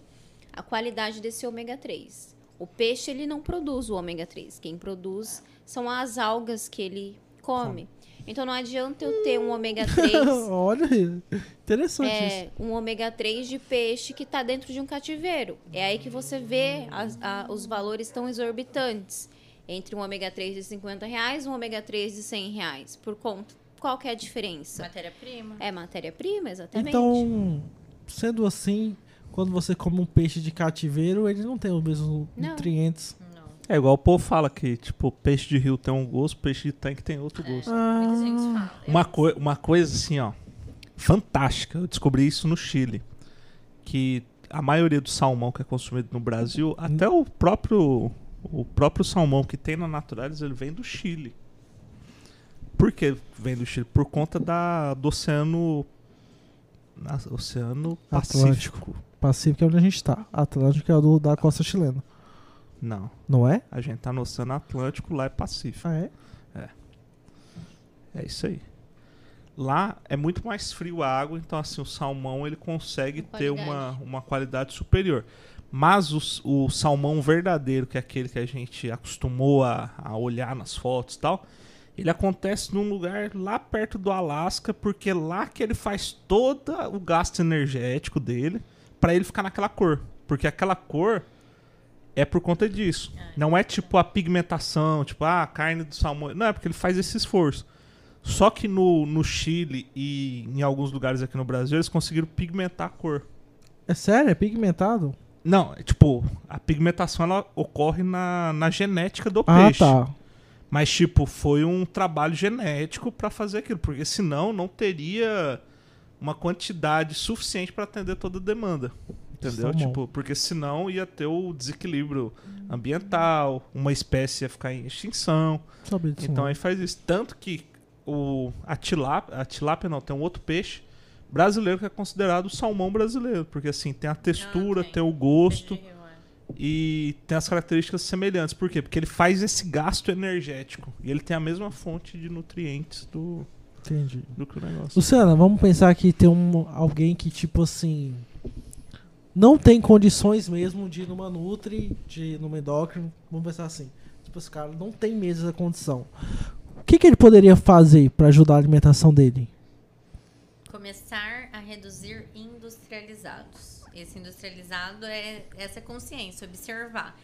[SPEAKER 5] a qualidade desse ômega 3. O peixe ele não produz o ômega 3, quem produz são as algas que ele come. Então não adianta eu ter um ômega 3,
[SPEAKER 1] Olha, interessante isso.
[SPEAKER 5] é, um ômega 3 de peixe que está dentro de um cativeiro. É aí que você vê as- a- os valores tão exorbitantes entre um ômega 3 de 50 reais e um ômega 3 de 100 reais, por conta. Qual que é a diferença?
[SPEAKER 4] Matéria-prima.
[SPEAKER 5] É matéria-prima, exatamente.
[SPEAKER 1] Então, sendo assim, quando você come um peixe de cativeiro, ele não tem os mesmos
[SPEAKER 5] Não.
[SPEAKER 1] nutrientes.
[SPEAKER 2] É igual o povo fala que, tipo, peixe de rio tem um gosto, peixe de tanque tem outro gosto.
[SPEAKER 1] Ah,
[SPEAKER 4] Muita gente fala.
[SPEAKER 2] Uma, coi- uma coisa assim, ó, fantástica. Eu descobri isso no Chile. Que a maioria do salmão que é consumido no Brasil, até o próprio o próprio salmão que tem na Naturalis, ele vem do Chile. Por que vem do Chile? Por conta da, do oceano na- oceano
[SPEAKER 1] Atlântico.
[SPEAKER 2] Pacífico.
[SPEAKER 1] Pacífico é onde a gente tá. Atlântico é o do- da costa chilena.
[SPEAKER 2] Não,
[SPEAKER 1] Não é?
[SPEAKER 2] a gente tá no oceano Atlântico, lá é Pacífico.
[SPEAKER 1] Ah, é?
[SPEAKER 2] É isso aí. Lá é muito mais frio a água, então assim, o salmão ele consegue
[SPEAKER 5] Uma
[SPEAKER 2] ter uma,
[SPEAKER 5] qualidade.
[SPEAKER 2] uma qualidade superior. Mas os- o salmão verdadeiro, que é aquele que a gente acostumou a, a olhar nas fotos e tal, ele acontece num lugar lá perto do Alasca, porque lá que ele faz todo o gasto energético dele pra ele ficar naquela cor. Porque aquela cor é por conta disso. Não é tipo a pigmentação, tipo, ah, a carne do salmão. Não, é porque ele faz esse esforço. Só que no, no Chile e em alguns lugares aqui no Brasil, eles conseguiram pigmentar a cor.
[SPEAKER 1] É sério? É pigmentado?
[SPEAKER 2] Não, é tipo, a pigmentação ela ocorre na, na genética do
[SPEAKER 1] Ah,
[SPEAKER 2] peixe.
[SPEAKER 1] tá.
[SPEAKER 2] Mas, tipo, foi um trabalho genético pra fazer aquilo, porque senão não teria uma quantidade suficiente pra atender toda a demanda. Entendeu?
[SPEAKER 1] Salmão.
[SPEAKER 2] Tipo, porque senão ia ter o desequilíbrio ambiental, uma espécie ia ficar em extinção.
[SPEAKER 1] Não Sabia disso.
[SPEAKER 2] Então
[SPEAKER 1] não.
[SPEAKER 2] aí faz isso. Tanto que o, a, tilápia, a tilápia não, tem um outro peixe brasileiro que é considerado o salmão brasileiro. Porque assim, tem a textura,
[SPEAKER 4] tem.
[SPEAKER 2] tem o gosto
[SPEAKER 4] Peixe de rio, é.
[SPEAKER 2] e tem as características semelhantes. Por quê? Porque ele faz esse gasto energético. E ele tem a mesma fonte de nutrientes do,
[SPEAKER 1] Entendi.
[SPEAKER 2] do que o negócio.
[SPEAKER 1] Luciana, vamos pensar que tem um, alguém que, tipo assim. Não tem condições mesmo de ir numa Nutri, de ir numa endócrino. Vamos pensar assim. Tipo, esse cara não tem mesmo essa condição. O que, que ele poderia fazer pra ajudar a alimentação dele?
[SPEAKER 4] Começar a reduzir industrializados. Esse industrializado é essa consciência, observar.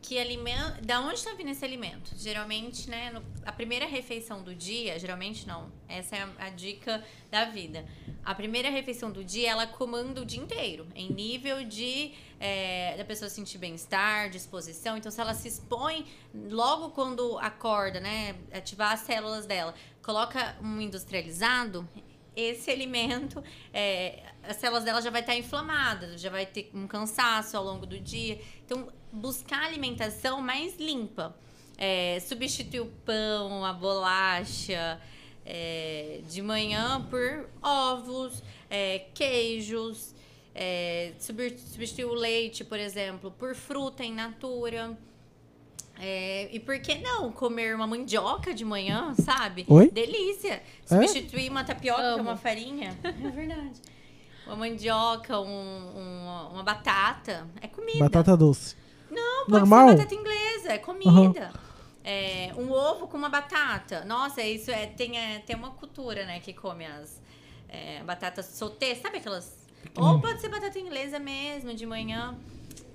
[SPEAKER 4] Que alimento, da onde está vindo esse alimento? Geralmente, né, no- a primeira refeição do dia, geralmente não, essa é a, a dica da vida. A primeira refeição do dia, ela comanda o dia inteiro, em nível de é, da pessoa sentir bem-estar, disposição. Então, se ela se expõe logo quando acorda, né, ativar as células dela, coloca um industrializado, esse alimento, é, as células dela já vai estar inflamadas, já vai ter um cansaço ao longo do dia. Então, buscar alimentação mais limpa. É, substituir o pão, a bolacha é, de manhã por ovos, é, queijos. é, subir- substituir o leite, por exemplo, por fruta in natura. É, e por que não comer uma mandioca de manhã, sabe?
[SPEAKER 1] Oi?
[SPEAKER 4] Delícia. Substituir uma tapioca,
[SPEAKER 5] Amo.
[SPEAKER 4] uma farinha. É verdade. Uma mandioca, um- uma, uma batata. É comida.
[SPEAKER 1] Batata doce.
[SPEAKER 4] Não, pode
[SPEAKER 1] Normal?
[SPEAKER 4] ser batata inglesa, é comida. É, um ovo com uma batata. Nossa, isso é, tem, é, tem uma cultura, né, que come as é, batatas sauté, sabe aquelas? Ou pode ser batata inglesa mesmo, de manhã.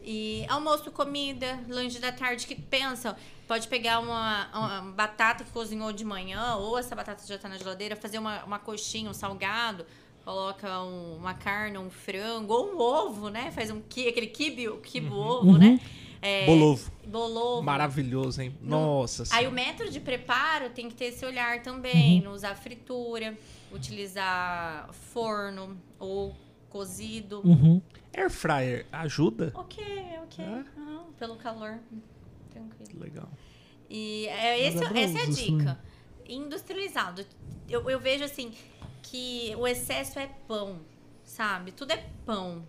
[SPEAKER 4] E almoço, comida, lanche da tarde, que pensam? Pode pegar uma, uma batata que cozinhou de manhã, ou essa batata já tá na geladeira, fazer uma, uma coxinha, um salgado, coloca um- uma carne, um frango, ou um ovo, né? Faz um qui, aquele quibe, o quibe ovo, né? é,
[SPEAKER 2] Bolovo.
[SPEAKER 4] bolovo.
[SPEAKER 2] Maravilhoso, hein?
[SPEAKER 4] No-
[SPEAKER 2] Nossa
[SPEAKER 4] Aí
[SPEAKER 2] senhora.
[SPEAKER 4] o método de preparo tem que ter esse olhar também, não usar fritura, utilizar forno ou cozido.
[SPEAKER 1] Uhum.
[SPEAKER 2] Air fryer ajuda?
[SPEAKER 4] Ok, ok.
[SPEAKER 2] Ah.
[SPEAKER 4] Aham, pelo calor. Tranquilo.
[SPEAKER 2] Legal.
[SPEAKER 4] E é,
[SPEAKER 1] Mas
[SPEAKER 4] esse-
[SPEAKER 1] dá pra
[SPEAKER 4] essa é a
[SPEAKER 1] uso, assim.
[SPEAKER 4] dica. Industrializado. Eu, eu vejo assim que o excesso é pão, sabe? Tudo é pão.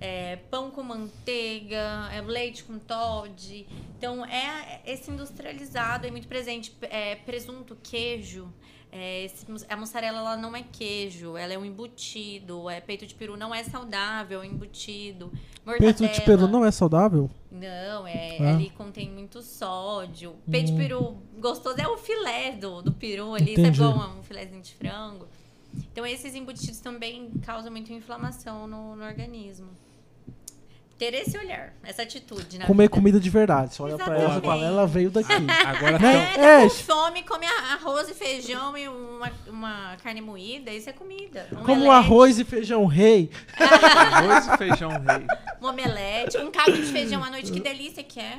[SPEAKER 4] É, pão com manteiga, é leite com toddy. Então, é esse industrializado é muito presente. É, presunto, queijo. É, esse mus- a mussarela ela não é queijo, ela é um embutido. É, peito de peru não é saudável, é um embutido.
[SPEAKER 1] Peito de
[SPEAKER 4] mortadela.
[SPEAKER 1] peru não é saudável?
[SPEAKER 4] Não, é,
[SPEAKER 1] Ah.
[SPEAKER 4] ele contém muito sódio.
[SPEAKER 1] Hum.
[SPEAKER 4] Peito de peru gostoso é o filé do, do peru ali,
[SPEAKER 1] Entendi.
[SPEAKER 4] sabe igual um filézinho de frango. Então esses embutidos também causam muita inflamação no, no organismo. Ter esse olhar, essa atitude, né?
[SPEAKER 1] Comer comida de verdade. Você olha pra ela,
[SPEAKER 2] Exatamente.
[SPEAKER 1] fala, ela veio daqui.
[SPEAKER 4] Ah,
[SPEAKER 2] Agora
[SPEAKER 1] Né?
[SPEAKER 2] tem
[SPEAKER 1] É,
[SPEAKER 4] tá Com fome, come a- arroz e feijão e uma, uma carne moída, isso é comida. Um
[SPEAKER 1] como
[SPEAKER 4] omelete,
[SPEAKER 1] arroz e feijão rei.
[SPEAKER 2] arroz e feijão rei.
[SPEAKER 4] Um omelete, um caldo de feijão à noite, que delícia que é.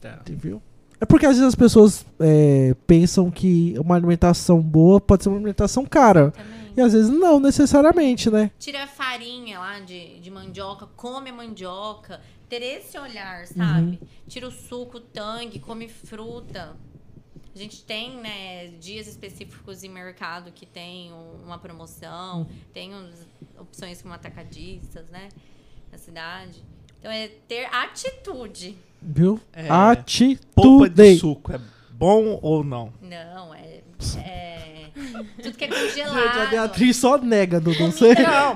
[SPEAKER 2] Tá.
[SPEAKER 1] Viu? É porque às vezes as pessoas é, pensam que uma alimentação boa pode ser uma alimentação cara.
[SPEAKER 4] Também.
[SPEAKER 1] E às vezes não necessariamente, né?
[SPEAKER 4] tira a farinha lá de, de mandioca, come a mandioca. Ter esse olhar, sabe? Tira o suco, o tangue, come fruta. A gente tem, né, dias específicos em mercado que tem um- uma promoção, tem uns- opções como atacadistas, né? Na cidade. Então é ter atitude.
[SPEAKER 1] Viu?
[SPEAKER 2] É. Polpa de
[SPEAKER 1] Atitude.
[SPEAKER 2] suco é bom ou não?
[SPEAKER 4] Não, é. é tudo que é congelado.
[SPEAKER 1] Gente, a Beatriz só nega, Dudu. Você...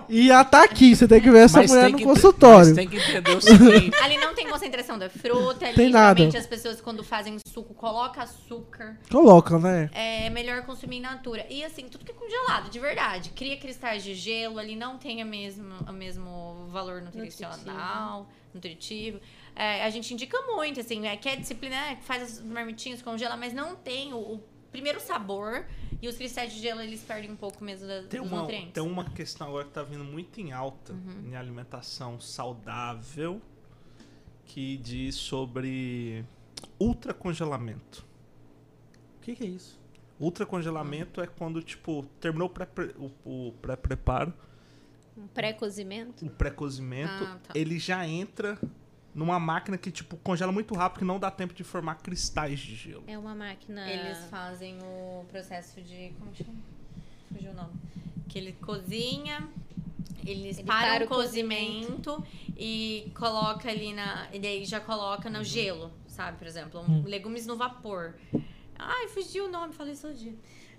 [SPEAKER 1] E ela tá aqui. Você tem que ver essa mulher
[SPEAKER 2] tem
[SPEAKER 1] no
[SPEAKER 2] que-
[SPEAKER 1] consultório.
[SPEAKER 2] mas tem que entender o seguinte.
[SPEAKER 4] Ali não tem concentração da fruta, ali
[SPEAKER 1] Tem nada.
[SPEAKER 4] realmente as pessoas quando fazem suco colocam açúcar.
[SPEAKER 1] Coloca, né?
[SPEAKER 4] É melhor consumir in natura. E assim, tudo que é congelado, de verdade. Cria cristais de gelo, ali não tem a mesma, o mesmo valor nutricional, nutritivo. É, a gente indica muito, assim, é, quer disciplinar, faz as marmitinhas, congela, mas não tem o, o primeiro sabor. E os cristais de gelo, eles perdem um pouco mesmo da,
[SPEAKER 2] Tem
[SPEAKER 4] dos
[SPEAKER 2] uma,
[SPEAKER 4] nutrientes.
[SPEAKER 2] tem uma questão agora que tá vindo muito em alta
[SPEAKER 4] Uhum.
[SPEAKER 2] em alimentação saudável que diz sobre ultracongelamento.
[SPEAKER 1] O que, que é isso?
[SPEAKER 2] Ultracongelamento é quando, tipo, terminou o pré-pre- o- o pré-preparo,
[SPEAKER 5] Um pré-cozimento?
[SPEAKER 2] o pré-cozimento,
[SPEAKER 4] Ah, tá.
[SPEAKER 2] ele já entra numa máquina que, tipo, congela muito rápido que não dá tempo de formar cristais de gelo.
[SPEAKER 5] É uma máquina.
[SPEAKER 3] Ah.
[SPEAKER 4] Eles fazem o processo de. Como chama? Fugiu o nome. Que ele cozinha, eles
[SPEAKER 5] Ele para
[SPEAKER 4] param o
[SPEAKER 5] o
[SPEAKER 4] cozimento, e coloca ali na. E daí já coloca no gelo, sabe? Por exemplo, um- legumes no vapor. Ai, fugiu o nome, falei isso dia.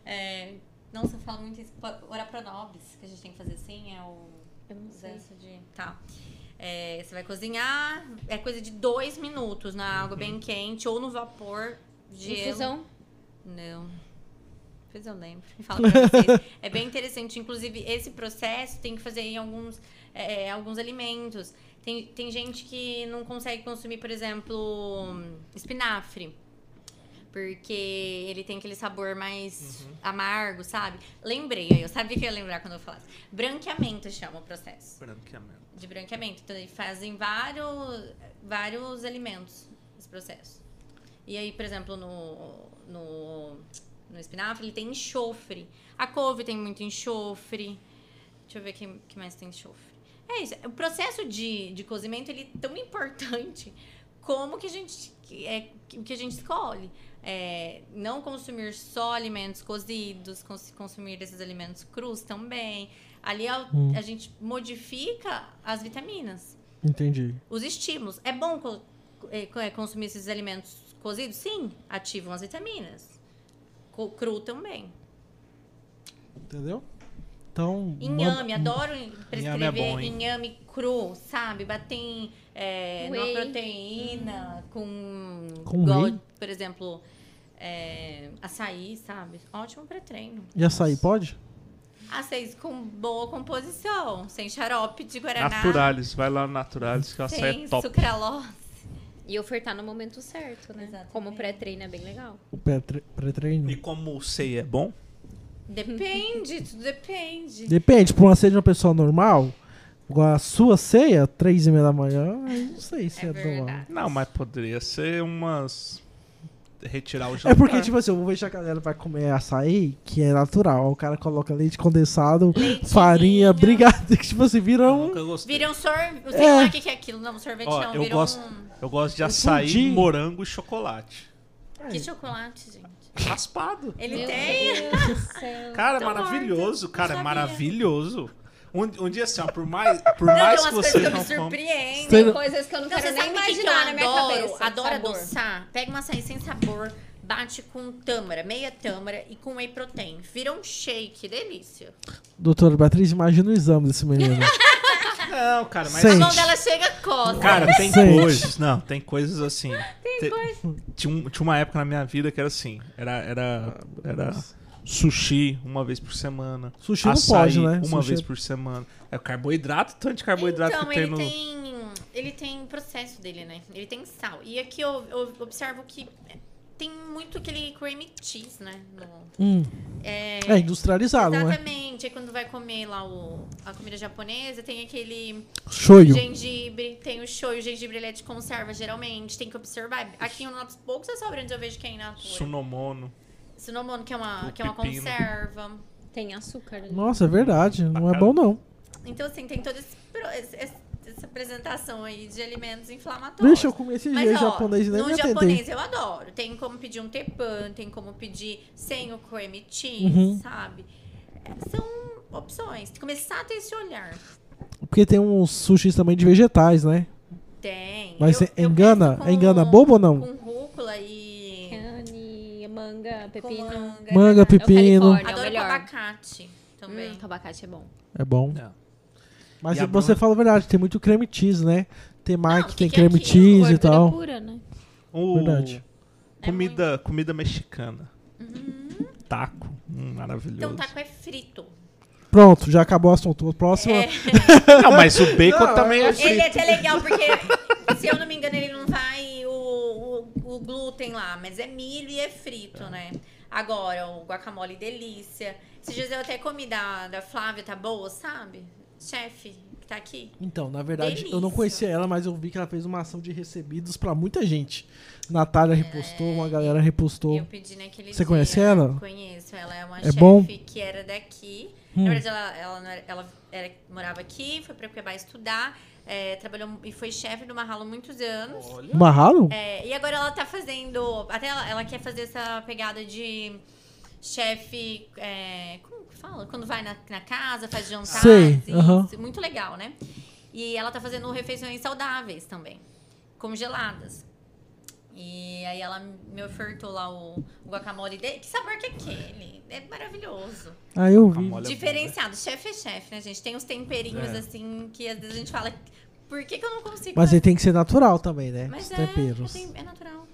[SPEAKER 4] É, nossa, eu falo muito isso. Po- Ora pro nobis, que a gente tem que fazer assim, é o.
[SPEAKER 5] Eu não sei.
[SPEAKER 4] Processo de. Tá. É, você vai cozinhar, é coisa de dois minutos na água bem quente ou no vapor. Gelo.
[SPEAKER 5] Infusão?
[SPEAKER 4] Não. Depois eu lembro. e Falo pra vocês. é bem interessante. Inclusive, esse processo tem que fazer em alguns, é, é, alguns alimentos. Tem, tem gente que não consegue consumir, por exemplo, espinafre. Porque ele tem aquele sabor mais amargo, sabe? Lembrei, aí eu sabia que eu ia lembrar quando eu falasse. Branqueamento chama o processo
[SPEAKER 2] Branqueamento.
[SPEAKER 4] de branqueamento. Então, eles fazem vários, vários alimentos nesse processo. E aí, por exemplo, no, no, no espinafre, ele tem enxofre. A couve tem muito enxofre. Deixa eu ver o que, que mais tem enxofre. É isso. O processo de, de cozimento, ele é tão importante como que a gente, que é, que- que a gente escolhe. É, não consumir só alimentos cozidos, cons- consumir esses alimentos crus também. Ali a,
[SPEAKER 2] Hum.
[SPEAKER 4] a gente modifica as vitaminas,
[SPEAKER 1] Entendi.
[SPEAKER 4] os estímulos. É bom co- eh, co- eh, consumir esses alimentos cozidos? Sim, ativam as vitaminas. Co- Cru também.
[SPEAKER 1] Entendeu? Então.
[SPEAKER 4] Inhame, adoro prescrever
[SPEAKER 2] é bom, hein?
[SPEAKER 4] inhame cru, sabe? Bater em, é, numa
[SPEAKER 5] Whey.
[SPEAKER 4] proteína com,
[SPEAKER 1] Com
[SPEAKER 4] igual,
[SPEAKER 1] whey?
[SPEAKER 4] por exemplo, é, açaí, sabe? Ótimo para treino.
[SPEAKER 1] E açaí pode?
[SPEAKER 4] Açaí com boa composição, sem xarope de guaraná,
[SPEAKER 2] Naturalis, vai lá no Naturalis que o açaí
[SPEAKER 4] sem
[SPEAKER 2] é top.
[SPEAKER 4] sucralose.
[SPEAKER 5] E ofertar no momento certo, né?
[SPEAKER 4] Exatamente.
[SPEAKER 5] Como pré-treino é bem legal.
[SPEAKER 1] O pré- pré-treino?
[SPEAKER 2] E como o sei é bom,
[SPEAKER 4] Depende, tudo depende.
[SPEAKER 1] Depende, pra uma sede de uma pessoa normal, Agora, a sua ceia, três e meia da manhã, eu não sei se é, do mal.
[SPEAKER 5] verdade.
[SPEAKER 2] Não, mas poderia ser umas. Retirar o
[SPEAKER 1] É
[SPEAKER 2] jantar.
[SPEAKER 1] porque, tipo assim, eu vou ver se a galera vai comer açaí, que é natural. O cara coloca leite condensado, farinha, brigadeiro, que, tipo assim, vira
[SPEAKER 2] Eu
[SPEAKER 1] um...
[SPEAKER 2] nunca gostei.
[SPEAKER 4] Vira um sorvete. Sei
[SPEAKER 1] É.
[SPEAKER 4] lá o que, que é aquilo. Não, sorvete
[SPEAKER 2] Ó,
[SPEAKER 4] não.
[SPEAKER 2] eu,
[SPEAKER 4] Virou
[SPEAKER 2] gosto,
[SPEAKER 4] um.
[SPEAKER 2] eu gosto de açaí,
[SPEAKER 1] pudim.
[SPEAKER 2] morango e chocolate.
[SPEAKER 1] É.
[SPEAKER 4] Que chocolate, gente.
[SPEAKER 2] Raspado.
[SPEAKER 4] Ele é
[SPEAKER 5] Meu
[SPEAKER 4] tem.
[SPEAKER 5] Deus do céu.
[SPEAKER 2] Cara, é
[SPEAKER 4] Tô morta.
[SPEAKER 2] maravilhoso. Cara, é
[SPEAKER 4] Sabia.
[SPEAKER 2] maravilhoso. Um, um dia assim, ó, por mais, por
[SPEAKER 4] Não, tem
[SPEAKER 2] mais que
[SPEAKER 4] umas
[SPEAKER 2] você
[SPEAKER 4] coisas que eu
[SPEAKER 2] não
[SPEAKER 4] me
[SPEAKER 2] come...
[SPEAKER 4] surpreendo.
[SPEAKER 1] Você
[SPEAKER 5] Tem
[SPEAKER 1] não-
[SPEAKER 5] coisas que eu não
[SPEAKER 4] Não,
[SPEAKER 5] quero
[SPEAKER 4] você
[SPEAKER 5] nem
[SPEAKER 4] sabe o que, que eu
[SPEAKER 5] imaginar na minha
[SPEAKER 4] adoro?
[SPEAKER 5] cabeça.
[SPEAKER 4] Adoro
[SPEAKER 5] Sabor.
[SPEAKER 4] adoçar. Pega uma açaí sem sabor, bate com tâmara, meia tâmara e com whey protein. Vira um shake, delícia.
[SPEAKER 1] Doutora Beatriz, imagina o exame desse menino.
[SPEAKER 2] Não, cara, mas...
[SPEAKER 1] Sei.
[SPEAKER 4] A
[SPEAKER 1] Gente.
[SPEAKER 4] mão dela chega a costa.
[SPEAKER 2] Cara, tem
[SPEAKER 1] Gente.
[SPEAKER 2] coisas. Não, tem coisas assim. Tem coisas. Tinha, um- tinha uma época na minha vida que era assim. Era, era, era sushi uma vez por semana.
[SPEAKER 1] Sushi não
[SPEAKER 2] açaí
[SPEAKER 1] pode, né?
[SPEAKER 2] Uma
[SPEAKER 1] Sushi-
[SPEAKER 2] vez por semana. É o carboidrato, tanto de carboidrato
[SPEAKER 4] então,
[SPEAKER 2] que tem
[SPEAKER 4] ele
[SPEAKER 2] no.
[SPEAKER 4] tem. Ele tem um processo dele, né? Ele tem sal. E aqui eu, eu observo que tem muito aquele creamy cheese, né? No-
[SPEAKER 1] Hum,
[SPEAKER 4] é,
[SPEAKER 1] é industrializado, né?
[SPEAKER 4] exatamente. Aí quando vai comer lá o, a comida japonesa, tem aquele
[SPEAKER 1] Shoyu.
[SPEAKER 4] gengibre, tem o shoyu, o gengibre ele é de conserva, geralmente. Tem que observar. Aqui em um dos poucos restaurantes eu vejo que é in natura.
[SPEAKER 2] Sunomono.
[SPEAKER 4] Sunomono, que é uma,
[SPEAKER 2] O
[SPEAKER 4] que é uma
[SPEAKER 2] pepino.
[SPEAKER 4] conserva.
[SPEAKER 5] Tem açúcar ali.
[SPEAKER 1] Nossa, é verdade. Não é
[SPEAKER 2] Bacana.
[SPEAKER 1] bom, não.
[SPEAKER 4] Então, assim, tem toda esse pro- esse- esse- essa apresentação aí de alimentos inflamatórios.
[SPEAKER 1] Deixa eu comer esse
[SPEAKER 4] Mas,
[SPEAKER 1] jeito
[SPEAKER 4] ó,
[SPEAKER 1] japonês e nem
[SPEAKER 4] no
[SPEAKER 1] me atendei.
[SPEAKER 4] japonês eu adoro. Tem como pedir um tepan, tem como pedir sem o cream cheese,
[SPEAKER 1] Uhum.
[SPEAKER 4] sabe? São opções. Começar a ter esse olhar.
[SPEAKER 1] Porque tem uns sushis também de vegetais, né?
[SPEAKER 4] Tem.
[SPEAKER 1] Mas
[SPEAKER 4] Eu-
[SPEAKER 1] cê
[SPEAKER 4] eu
[SPEAKER 1] engana?
[SPEAKER 4] peço com-
[SPEAKER 1] Engana bobo ou não?
[SPEAKER 4] Com rúcula e...
[SPEAKER 5] Cane, manga,
[SPEAKER 4] com
[SPEAKER 5] pepino.
[SPEAKER 4] manga.
[SPEAKER 1] Manga,
[SPEAKER 5] É o
[SPEAKER 1] pepino.
[SPEAKER 5] Califórnia, é o
[SPEAKER 4] Adoro com
[SPEAKER 5] melhor.
[SPEAKER 4] abacate também.
[SPEAKER 5] Hum, abacate é bom.
[SPEAKER 1] É bom.
[SPEAKER 2] Não.
[SPEAKER 1] Mas
[SPEAKER 2] E a
[SPEAKER 1] você
[SPEAKER 2] Bruna?
[SPEAKER 1] fala a verdade, tem muito creme cheese, né? Tem
[SPEAKER 4] Não,
[SPEAKER 1] Mac,
[SPEAKER 4] que
[SPEAKER 1] tem
[SPEAKER 4] que é
[SPEAKER 1] creme
[SPEAKER 4] aquilo?
[SPEAKER 1] cheese e
[SPEAKER 3] Gordura
[SPEAKER 1] tal.
[SPEAKER 3] pura, né?
[SPEAKER 4] é
[SPEAKER 2] O-
[SPEAKER 1] Verdade.
[SPEAKER 2] Comida, comida mexicana. Taco. Hum, maravilhoso.
[SPEAKER 4] Uhum. Então, taco é frito.
[SPEAKER 1] Pronto, já acabou o é- assunto. A próxima.
[SPEAKER 4] É.
[SPEAKER 2] Não, mas o bacon
[SPEAKER 1] Não,
[SPEAKER 2] também é
[SPEAKER 4] Ele é
[SPEAKER 2] frito.
[SPEAKER 4] até legal, porque, se eu não me engano, ele não vai o, o, o glúten lá, mas é milho e é frito, né? Agora, o guacamole delícia. Esses dias eu até comi da, da Flávia, tá boa, sabe? Chefe, que tá aqui.
[SPEAKER 1] Então, na verdade, eu não
[SPEAKER 4] Delícia.
[SPEAKER 1] conhecia ela, mas eu vi que ela fez uma ação de recebidos pra muita gente. Natália repostou, uma galera
[SPEAKER 4] Eu
[SPEAKER 1] repostou.
[SPEAKER 4] pedi naquele
[SPEAKER 1] Você
[SPEAKER 4] dia.
[SPEAKER 1] conhece ela?
[SPEAKER 4] Conheço. Ela é uma
[SPEAKER 1] É
[SPEAKER 4] chefe
[SPEAKER 1] bom?
[SPEAKER 4] que era daqui.
[SPEAKER 1] Hum.
[SPEAKER 4] Na verdade, ela, ela, não era- ela era- morava aqui, foi pra Cuiabá estudar, eh, trabalhou e foi chefe do Marralo muitos anos.
[SPEAKER 1] Barralo?
[SPEAKER 4] É, e agora ela tá fazendo. Até ela, ela quer fazer essa pegada de chefe. é, como que fala? Quando vai na, na casa, faz jantar.
[SPEAKER 1] Sei, aham.
[SPEAKER 4] Muito legal, né? E ela tá fazendo refeições saudáveis também, congeladas. E aí ela me ofertou lá o, o guacamole dele. Que sabor que é aquele? É maravilhoso.
[SPEAKER 1] Ah, eu vi.
[SPEAKER 2] Olha,
[SPEAKER 4] Diferenciado. Chefe é chefe, né, gente? Tem uns temperinhos,
[SPEAKER 2] É.
[SPEAKER 4] assim, que às vezes a gente fala... Por que, que eu não consigo
[SPEAKER 1] Mas
[SPEAKER 4] fazer
[SPEAKER 1] ele tem que ser natural também, né?
[SPEAKER 4] mas
[SPEAKER 1] Os
[SPEAKER 4] é,
[SPEAKER 1] temperos.
[SPEAKER 4] é, tem- é natural.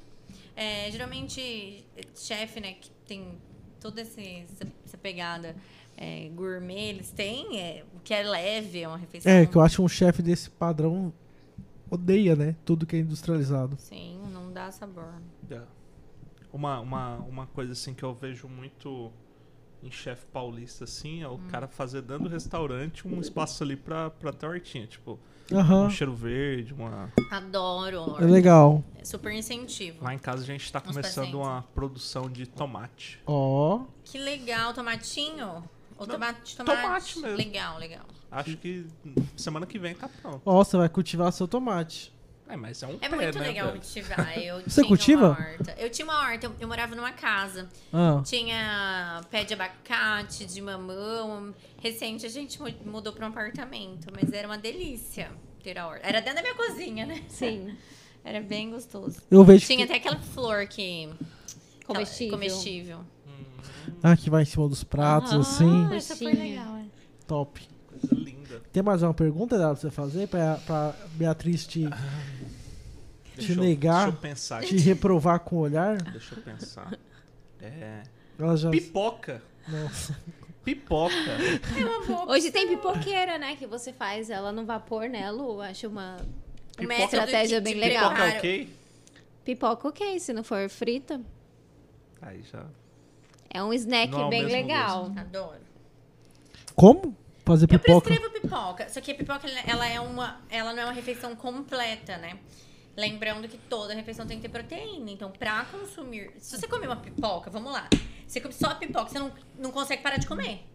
[SPEAKER 4] É, geralmente, chefe, né, que tem toda esse- essa, essa pegada é, gourmet, eles têm é, o que é leve, é uma refeição.
[SPEAKER 1] É, que eu acho que um chefe desse padrão odeia, né? Tudo que é industrializado.
[SPEAKER 4] Sim, não dá sabor.
[SPEAKER 2] É. Uma, uma, uma coisa assim que eu vejo muito em chefe paulista, assim, é
[SPEAKER 4] Hum.
[SPEAKER 2] o cara fazer dando restaurante um espaço ali pra, pra tortinha. Tipo,
[SPEAKER 1] Aham.
[SPEAKER 2] um cheiro verde, uma.
[SPEAKER 4] Adoro.
[SPEAKER 1] É legal.
[SPEAKER 4] É super incentivo.
[SPEAKER 2] Lá em casa a gente tá
[SPEAKER 4] Uns
[SPEAKER 2] começando
[SPEAKER 4] presentes.
[SPEAKER 2] uma produção de tomate.
[SPEAKER 1] Ó.
[SPEAKER 4] Que legal, tomatinho? Ou
[SPEAKER 2] Não,
[SPEAKER 4] tomate, tomate?
[SPEAKER 2] tomate mesmo.
[SPEAKER 4] Legal, legal.
[SPEAKER 2] Acho que semana que vem tá pronto.
[SPEAKER 1] Ó, você vai cultivar seu tomate.
[SPEAKER 2] É, mas é um
[SPEAKER 4] É
[SPEAKER 2] pé,
[SPEAKER 4] muito
[SPEAKER 2] né,
[SPEAKER 4] legal
[SPEAKER 2] velho?
[SPEAKER 4] cultivar. Eu
[SPEAKER 1] Você
[SPEAKER 4] tinha
[SPEAKER 1] cultiva?
[SPEAKER 4] Uma horta. Eu tinha uma horta, eu- eu morava numa casa.
[SPEAKER 1] Ah.
[SPEAKER 4] Tinha pé de abacate, de mamão. Recente a gente mu- mudou para um apartamento, mas era uma delícia ter a horta. Era dentro da minha cozinha, né?
[SPEAKER 5] Sim.
[SPEAKER 4] Era bem gostoso.
[SPEAKER 1] Eu vejo
[SPEAKER 4] Tinha
[SPEAKER 1] que...
[SPEAKER 4] até aquela flor que.
[SPEAKER 5] Comestível.
[SPEAKER 4] comestível.
[SPEAKER 1] Ah, que vai em cima dos pratos,
[SPEAKER 4] Ah,
[SPEAKER 1] assim.
[SPEAKER 4] essa foi
[SPEAKER 5] Coxinha.
[SPEAKER 4] legal. é.
[SPEAKER 1] Top.
[SPEAKER 2] Coisa linda.
[SPEAKER 1] Tem mais uma pergunta, Dado, pra você fazer? Pra, pra Beatriz te,
[SPEAKER 2] Deixa eu-
[SPEAKER 1] negar.
[SPEAKER 2] Deixa eu pensar
[SPEAKER 1] te
[SPEAKER 2] aqui.
[SPEAKER 1] reprovar com o olhar?
[SPEAKER 2] Deixa eu pensar. É.
[SPEAKER 1] Ela já...
[SPEAKER 2] Pipoca.
[SPEAKER 1] Nossa.
[SPEAKER 2] Pipoca.
[SPEAKER 5] Hoje tem pipoqueira, né? Que você faz ela no vapor, né, Lu? Acho uma
[SPEAKER 4] O
[SPEAKER 5] Uma
[SPEAKER 4] método
[SPEAKER 5] estratégia é
[SPEAKER 4] de-
[SPEAKER 5] bem
[SPEAKER 4] de
[SPEAKER 5] legal.
[SPEAKER 2] Pipoca é
[SPEAKER 4] preparar-
[SPEAKER 2] ok?
[SPEAKER 5] pipoca ok, se não for frita.
[SPEAKER 2] Aí já.
[SPEAKER 5] É um snack
[SPEAKER 2] Não é o
[SPEAKER 5] bem
[SPEAKER 3] é
[SPEAKER 2] mesmo
[SPEAKER 5] legal.
[SPEAKER 4] Adoro.
[SPEAKER 1] Como? Fazer
[SPEAKER 4] Eu
[SPEAKER 1] pipoca.
[SPEAKER 4] prescrevo pipoca. Só que a pipoca, ela é uma. Ela não é uma refeição completa, né? Lembrando que toda refeição tem que ter proteína. Então, pra consumir. Se você comer uma pipoca, vamos lá. Você come só a pipoca, você não, não consegue parar de comer.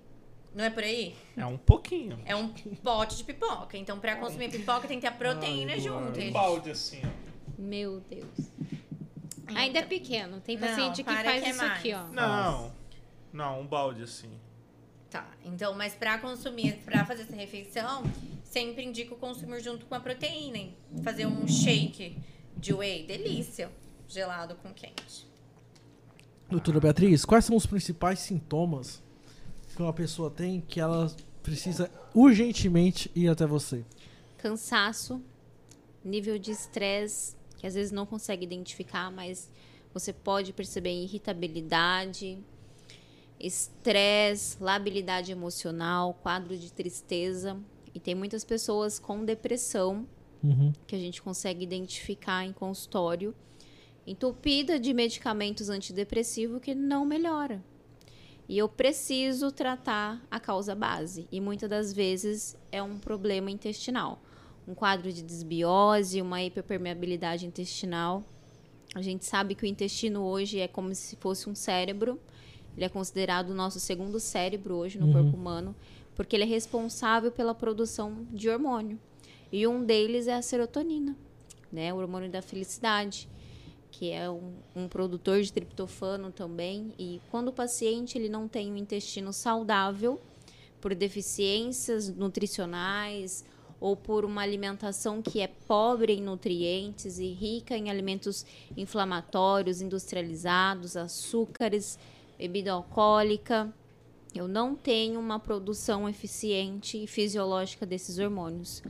[SPEAKER 4] Não é por aí?
[SPEAKER 2] É um pouquinho.
[SPEAKER 4] É um pote de pipoca. Então, pra consumir pipoca, tem que ter a proteína junto.
[SPEAKER 2] Um
[SPEAKER 4] gente.
[SPEAKER 2] balde assim, ó.
[SPEAKER 5] Meu Deus. Ainda é pequeno. Tem
[SPEAKER 4] Então, Não,
[SPEAKER 5] paciente que
[SPEAKER 4] para
[SPEAKER 5] faz
[SPEAKER 4] que é
[SPEAKER 5] isso
[SPEAKER 4] mais.
[SPEAKER 5] aqui, ó.
[SPEAKER 2] Não. Não, um balde assim.
[SPEAKER 4] Tá, então, mas pra consumir, pra fazer essa refeição, sempre indico consumir junto com a proteína. hein? Fazer um shake de whey, delícia, gelado com quente.
[SPEAKER 1] Doutora Beatriz, quais são os principais sintomas que uma pessoa tem que ela precisa urgentemente ir até você?
[SPEAKER 3] Cansaço, nível de estresse, que às vezes não consegue identificar, mas você pode perceber irritabilidade, estresse, labilidade emocional, quadro de tristeza. E tem muitas pessoas com depressão que a gente consegue identificar em consultório, entupida de medicamentos antidepressivos que não melhora. E eu preciso tratar a causa base, e muitas das vezes é um problema intestinal. Um quadro de desbiose, uma hiperpermeabilidade intestinal. A gente sabe que o intestino hoje é como se fosse um cérebro. Ele é considerado o nosso segundo cérebro hoje no corpo humano, porque ele é responsável pela produção de hormônio. E um deles é a serotonina, né? O hormônio da felicidade, que é um, um produtor de triptofano também. E quando o paciente ele não tem um intestino saudável, por deficiências nutricionais ou por uma alimentação que é pobre em nutrientes e rica em alimentos inflamatórios, industrializados, açúcares, bebida alcoólica, eu não tenho uma produção eficiente e fisiológica desses hormônios.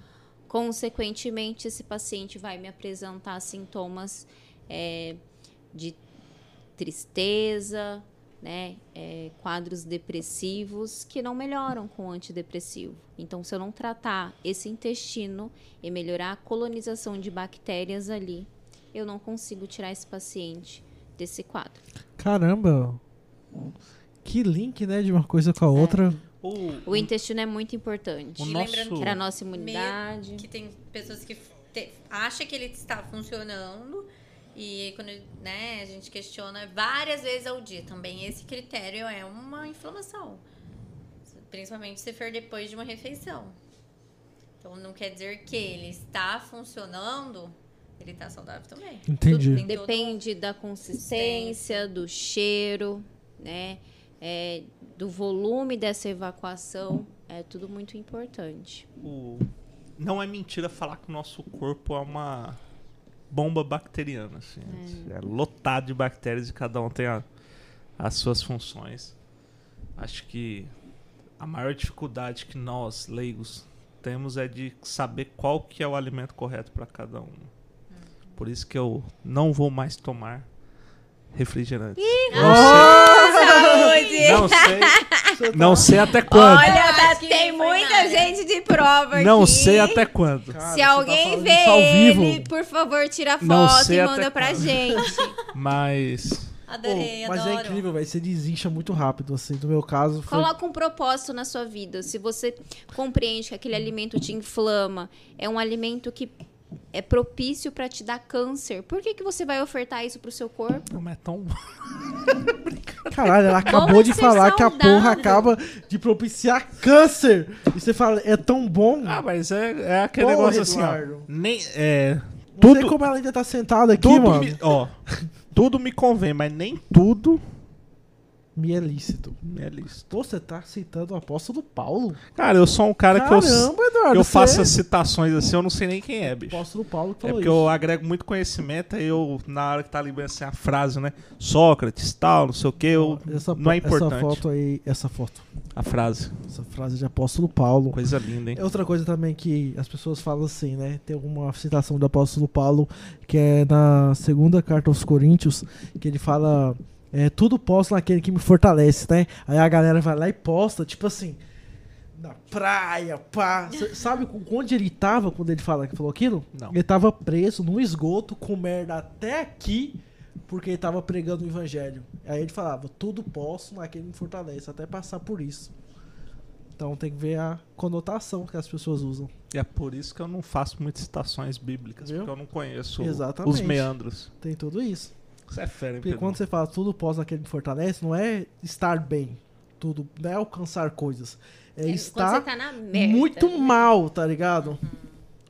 [SPEAKER 3] Consequentemente, esse paciente vai me apresentar sintomas eh, de tristeza, né, eh, quadros depressivos que não melhoram com o antidepressivo. Então, se eu não tratar esse intestino e melhorar a colonização de bactérias ali, eu não consigo tirar esse paciente desse quadro.
[SPEAKER 1] Caramba! Que link, né, de uma coisa com a outra.
[SPEAKER 2] O,
[SPEAKER 3] O intestino é muito importante
[SPEAKER 2] Hum. o
[SPEAKER 4] E lembrando
[SPEAKER 2] nosso...
[SPEAKER 3] para a nossa
[SPEAKER 4] Medo
[SPEAKER 3] imunidade.
[SPEAKER 4] Que tem pessoas que te, acha que ele está funcionando e quando né, a gente questiona várias vezes ao dia. Também esse critério é uma inflamação. Principalmente se for depois de uma refeição. Então não quer dizer que ele está funcionando, ele está saudável também.
[SPEAKER 1] Entendi.
[SPEAKER 4] Tudo tem todo-
[SPEAKER 3] Depende da consistência, do cheiro, né? É, do volume dessa evacuação. É tudo muito importante.
[SPEAKER 2] o- Não é mentira falar que o nosso corpo é uma bomba bacteriana, assim. É lotado de bactérias e cada um tem a- as suas funções. Acho que a maior dificuldade que nós, leigos, temos é de saber qual que é o alimento correto para cada um. Por isso que eu não vou mais tomar refrigerante.
[SPEAKER 5] Saúde!
[SPEAKER 2] Não sei,
[SPEAKER 1] tá-
[SPEAKER 2] não sei até quando.
[SPEAKER 5] Olha,
[SPEAKER 4] Acho
[SPEAKER 5] tá-
[SPEAKER 4] que
[SPEAKER 5] tem
[SPEAKER 4] não foi
[SPEAKER 5] muita
[SPEAKER 4] nada.
[SPEAKER 5] gente de prova
[SPEAKER 2] Não
[SPEAKER 5] aqui.
[SPEAKER 2] sei até quando.
[SPEAKER 1] Cara,
[SPEAKER 5] Se
[SPEAKER 1] você tá
[SPEAKER 5] alguém
[SPEAKER 1] falando
[SPEAKER 5] vê
[SPEAKER 1] isso ao vivo.
[SPEAKER 5] ele, por favor, tira
[SPEAKER 2] Não
[SPEAKER 5] foto
[SPEAKER 2] sei
[SPEAKER 5] e
[SPEAKER 2] até
[SPEAKER 5] manda pra
[SPEAKER 2] quando.
[SPEAKER 5] gente.
[SPEAKER 2] Mas
[SPEAKER 1] Pô,
[SPEAKER 4] Adorei,
[SPEAKER 1] mas
[SPEAKER 4] adoro.
[SPEAKER 1] é incrível, velho. Você desincha muito rápido, assim. No meu caso, foi.
[SPEAKER 3] Coloca um propósito na sua vida. Se você compreende que aquele alimento te inflama, é um alimento que é propício para te dar câncer, por que, que você vai ofertar isso pro seu corpo?
[SPEAKER 2] não é tão
[SPEAKER 1] Caralho, ela acabou
[SPEAKER 3] Vamos
[SPEAKER 1] de
[SPEAKER 3] ser
[SPEAKER 1] falar que a porra
[SPEAKER 3] saudável.
[SPEAKER 1] acaba de propiciar câncer. E você fala, é tão bom.
[SPEAKER 2] Ah, mas é, é aquele
[SPEAKER 1] Porra,
[SPEAKER 2] negócio assim, ó.
[SPEAKER 1] Eduardo.
[SPEAKER 2] Nem, é,
[SPEAKER 1] Não sei
[SPEAKER 2] tudo,
[SPEAKER 1] como ela ainda tá sentada aqui,
[SPEAKER 2] tudo,
[SPEAKER 1] mano.
[SPEAKER 2] me, ó, tudo me convém, mas nem tudo
[SPEAKER 1] Me é lícito.
[SPEAKER 2] me é lícito.
[SPEAKER 1] Pô, Você tá citando o apóstolo Paulo?
[SPEAKER 2] Cara, eu sou um cara
[SPEAKER 1] Caramba,
[SPEAKER 2] que eu,
[SPEAKER 1] Eduardo.
[SPEAKER 2] eu
[SPEAKER 1] você- é
[SPEAKER 2] faço as citações assim, eu não sei nem quem é,
[SPEAKER 1] O
[SPEAKER 2] bicho.
[SPEAKER 1] apóstolo Paulo que
[SPEAKER 2] É
[SPEAKER 1] falou
[SPEAKER 2] porque
[SPEAKER 1] isso.
[SPEAKER 2] eu agrego muito conhecimento, aí eu, na hora que tá ali bem assim, a frase, né? Sócrates, tal, não sei o que, eu,
[SPEAKER 1] Essa,
[SPEAKER 2] não é
[SPEAKER 1] fo-
[SPEAKER 2] importante.
[SPEAKER 1] Essa foto aí, essa foto,
[SPEAKER 2] A frase.
[SPEAKER 1] essa frase de apóstolo Paulo.
[SPEAKER 2] Coisa linda, hein?
[SPEAKER 1] É outra coisa também que as pessoas falam assim, né? Tem uma citação do apóstolo Paulo, que é na segunda carta aos Coríntios, que ele fala: é, Tudo posso naquele que me fortalece, né? Aí a galera vai lá e posta, tipo assim, na praia, pá. S- Sabe com- onde ele tava quando ele fala, falou aquilo?
[SPEAKER 2] Não.
[SPEAKER 1] Ele tava preso num esgoto com merda até aqui. Porque ele tava pregando o evangelho. Aí ele falava, tudo posso naquele que me fortalece, até passar por isso. Então tem que ver a conotação que as pessoas usam.
[SPEAKER 2] E é por isso que eu não faço muitas citações bíblicas,
[SPEAKER 1] Viu?
[SPEAKER 2] porque eu não conheço
[SPEAKER 1] Exatamente.
[SPEAKER 2] os meandros.
[SPEAKER 1] Tem tudo isso.
[SPEAKER 2] Você é fera, hein,
[SPEAKER 1] Porque
[SPEAKER 2] Pedro?
[SPEAKER 1] quando você fala tudo pós aquele que me fortalece, não é estar bem, tudo, não é alcançar coisas. É,
[SPEAKER 5] Quando
[SPEAKER 1] estar
[SPEAKER 5] você tá na merda.
[SPEAKER 1] muito mal, tá ligado?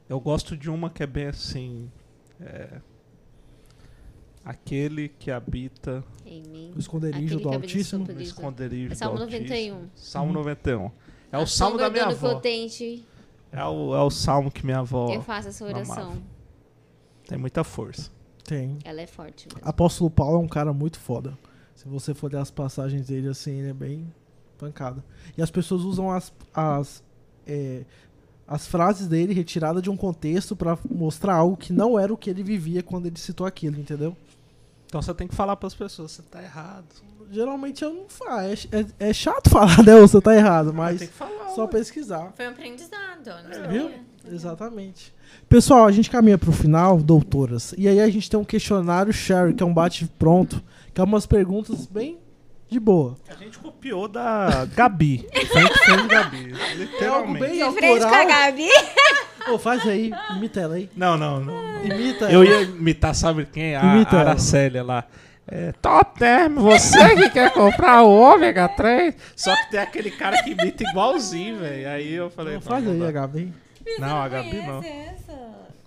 [SPEAKER 2] Eu gosto de uma que é bem assim. é, Aquele que habita
[SPEAKER 5] Em mim.
[SPEAKER 1] O esconderijo
[SPEAKER 5] Aquele
[SPEAKER 1] do
[SPEAKER 5] que habita
[SPEAKER 1] Altíssimo.
[SPEAKER 5] no
[SPEAKER 2] no
[SPEAKER 5] esconderijo.
[SPEAKER 2] esconderijo.
[SPEAKER 5] É Salmo
[SPEAKER 2] do Altíssimo.
[SPEAKER 5] 91.
[SPEAKER 2] Salmo 91. É o
[SPEAKER 5] A
[SPEAKER 2] salmo
[SPEAKER 5] sombra
[SPEAKER 2] da minha
[SPEAKER 5] do
[SPEAKER 2] avó.
[SPEAKER 5] Onipotente,
[SPEAKER 2] É o, é o salmo que minha avó
[SPEAKER 5] Eu faço essa oração.
[SPEAKER 2] amava. tem muita força.
[SPEAKER 1] Tem.
[SPEAKER 5] Ela é forte mesmo.
[SPEAKER 1] Apóstolo Paulo é um cara muito foda. Se você for ler as passagens dele assim, ele é bem pancada. E as pessoas usam as, as, é, as frases dele retiradas de um contexto pra mostrar algo que não era o que ele vivia quando ele citou aquilo, entendeu?
[SPEAKER 2] Então você tem que falar pras pessoas, você tá errado.
[SPEAKER 1] Geralmente eu não faço. É, é- é chato falar, né? Você tá errado, mas
[SPEAKER 2] Ah, tem que falar.
[SPEAKER 1] só pesquisar.
[SPEAKER 4] Foi um aprendizado, né?
[SPEAKER 1] É, Viu?
[SPEAKER 5] Uhum.
[SPEAKER 1] Exatamente. Pessoal, a gente caminha pro final, doutoras. E aí a gente tem um questionário Sherry, que é um bate-pronto, que é umas perguntas bem de boa.
[SPEAKER 2] A gente copiou da Gabi. Frente frente Gabi.
[SPEAKER 1] É algo
[SPEAKER 2] Literalmente.
[SPEAKER 1] bem
[SPEAKER 5] Sou frente com a
[SPEAKER 1] autoral.
[SPEAKER 5] Gabi.
[SPEAKER 1] Ô, faz aí, imita ela aí.
[SPEAKER 2] Não, não, não.
[SPEAKER 1] Imita
[SPEAKER 2] Eu
[SPEAKER 1] ela.
[SPEAKER 2] ia imitar, sabe quem? A
[SPEAKER 1] Imita ela.
[SPEAKER 2] Aracélia lá. É, top Term, você que quer comprar o ômega 3. Só que tem aquele cara que imita igualzinho, velho. Aí eu falei,
[SPEAKER 1] Não,
[SPEAKER 2] não,
[SPEAKER 1] faz
[SPEAKER 2] não
[SPEAKER 1] aí,
[SPEAKER 2] dá.
[SPEAKER 1] a Gabi.
[SPEAKER 2] Não, a Gabi não.
[SPEAKER 4] Essa,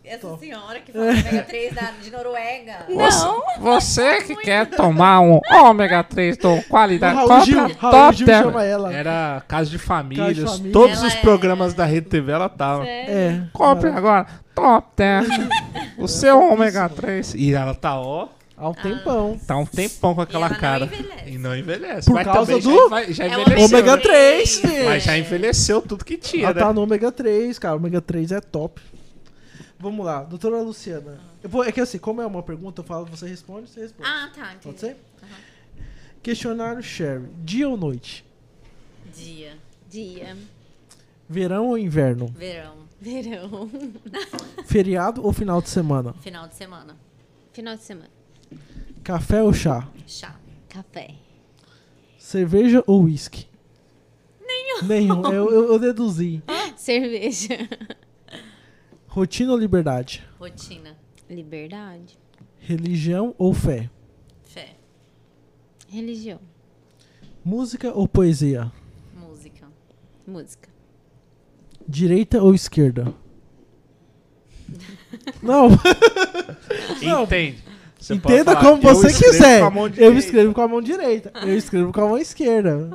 [SPEAKER 4] essa senhora que é fala ômega 3 da, de Noruega.
[SPEAKER 7] Você, você que quer tomar um ômega 3 com
[SPEAKER 1] O
[SPEAKER 2] Tá,
[SPEAKER 7] qualidade
[SPEAKER 1] Raul Gil,
[SPEAKER 7] top,
[SPEAKER 1] Raul
[SPEAKER 7] top
[SPEAKER 1] Gil
[SPEAKER 7] term.
[SPEAKER 1] chama ela.
[SPEAKER 2] Era Casa de Família,
[SPEAKER 1] Casa de Família.
[SPEAKER 2] todos
[SPEAKER 4] Ela
[SPEAKER 2] os
[SPEAKER 4] é-
[SPEAKER 2] programas da Rede TV ela tá. tava.
[SPEAKER 1] É.
[SPEAKER 7] Compre agora, top term. O seu ômega 3.
[SPEAKER 2] E ela tá, ó,
[SPEAKER 1] Há um
[SPEAKER 5] Ah.
[SPEAKER 1] tempão.
[SPEAKER 2] tá um tempão com aquela
[SPEAKER 4] ela não
[SPEAKER 2] cara.
[SPEAKER 4] envelhece.
[SPEAKER 2] e não envelhece.
[SPEAKER 1] Por
[SPEAKER 2] Mas
[SPEAKER 1] causa
[SPEAKER 2] também
[SPEAKER 1] do-
[SPEAKER 2] Já, vai- já
[SPEAKER 4] É o
[SPEAKER 2] envelheceu.
[SPEAKER 1] ômega
[SPEAKER 2] né?
[SPEAKER 1] 3, filho.
[SPEAKER 2] Mas já envelheceu tudo que tinha,
[SPEAKER 1] Ela
[SPEAKER 2] né?
[SPEAKER 1] tá no ômega 3, cara. Ômega 3 é top. Vamos lá, doutora Luciana. Eu vou, é que assim, como é uma pergunta, eu falo, você responde, você responde.
[SPEAKER 4] Ah, tá. entendi.
[SPEAKER 1] Pode ser? Questionário Sherry. Dia ou noite?
[SPEAKER 4] Dia,
[SPEAKER 5] Dia.
[SPEAKER 1] Verão ou inverno?
[SPEAKER 4] verão,
[SPEAKER 5] Verão.
[SPEAKER 1] Feriado ou final de semana?
[SPEAKER 4] final de semana,
[SPEAKER 5] Final de semana.
[SPEAKER 1] Café ou chá?
[SPEAKER 4] chá.
[SPEAKER 5] Café.
[SPEAKER 1] Cerveja ou uísque? Nenhum. Nenhum. Eu, eu- eu deduzi.
[SPEAKER 5] Ah, Cerveja.
[SPEAKER 1] Rotina ou liberdade?
[SPEAKER 4] Rotina,
[SPEAKER 5] Liberdade.
[SPEAKER 1] Religião ou fé?
[SPEAKER 4] fé,
[SPEAKER 5] Religião.
[SPEAKER 1] Música ou poesia?
[SPEAKER 4] música,
[SPEAKER 5] Música.
[SPEAKER 1] Direita ou esquerda? Não,
[SPEAKER 2] Entende. Você pode
[SPEAKER 1] entenda
[SPEAKER 2] falar,
[SPEAKER 1] como
[SPEAKER 2] eu
[SPEAKER 1] você
[SPEAKER 2] escrevo
[SPEAKER 1] quiser.
[SPEAKER 2] com a mão
[SPEAKER 1] eu
[SPEAKER 2] direita.
[SPEAKER 1] escrevo com a mão direita. Eu escrevo com a mão esquerda.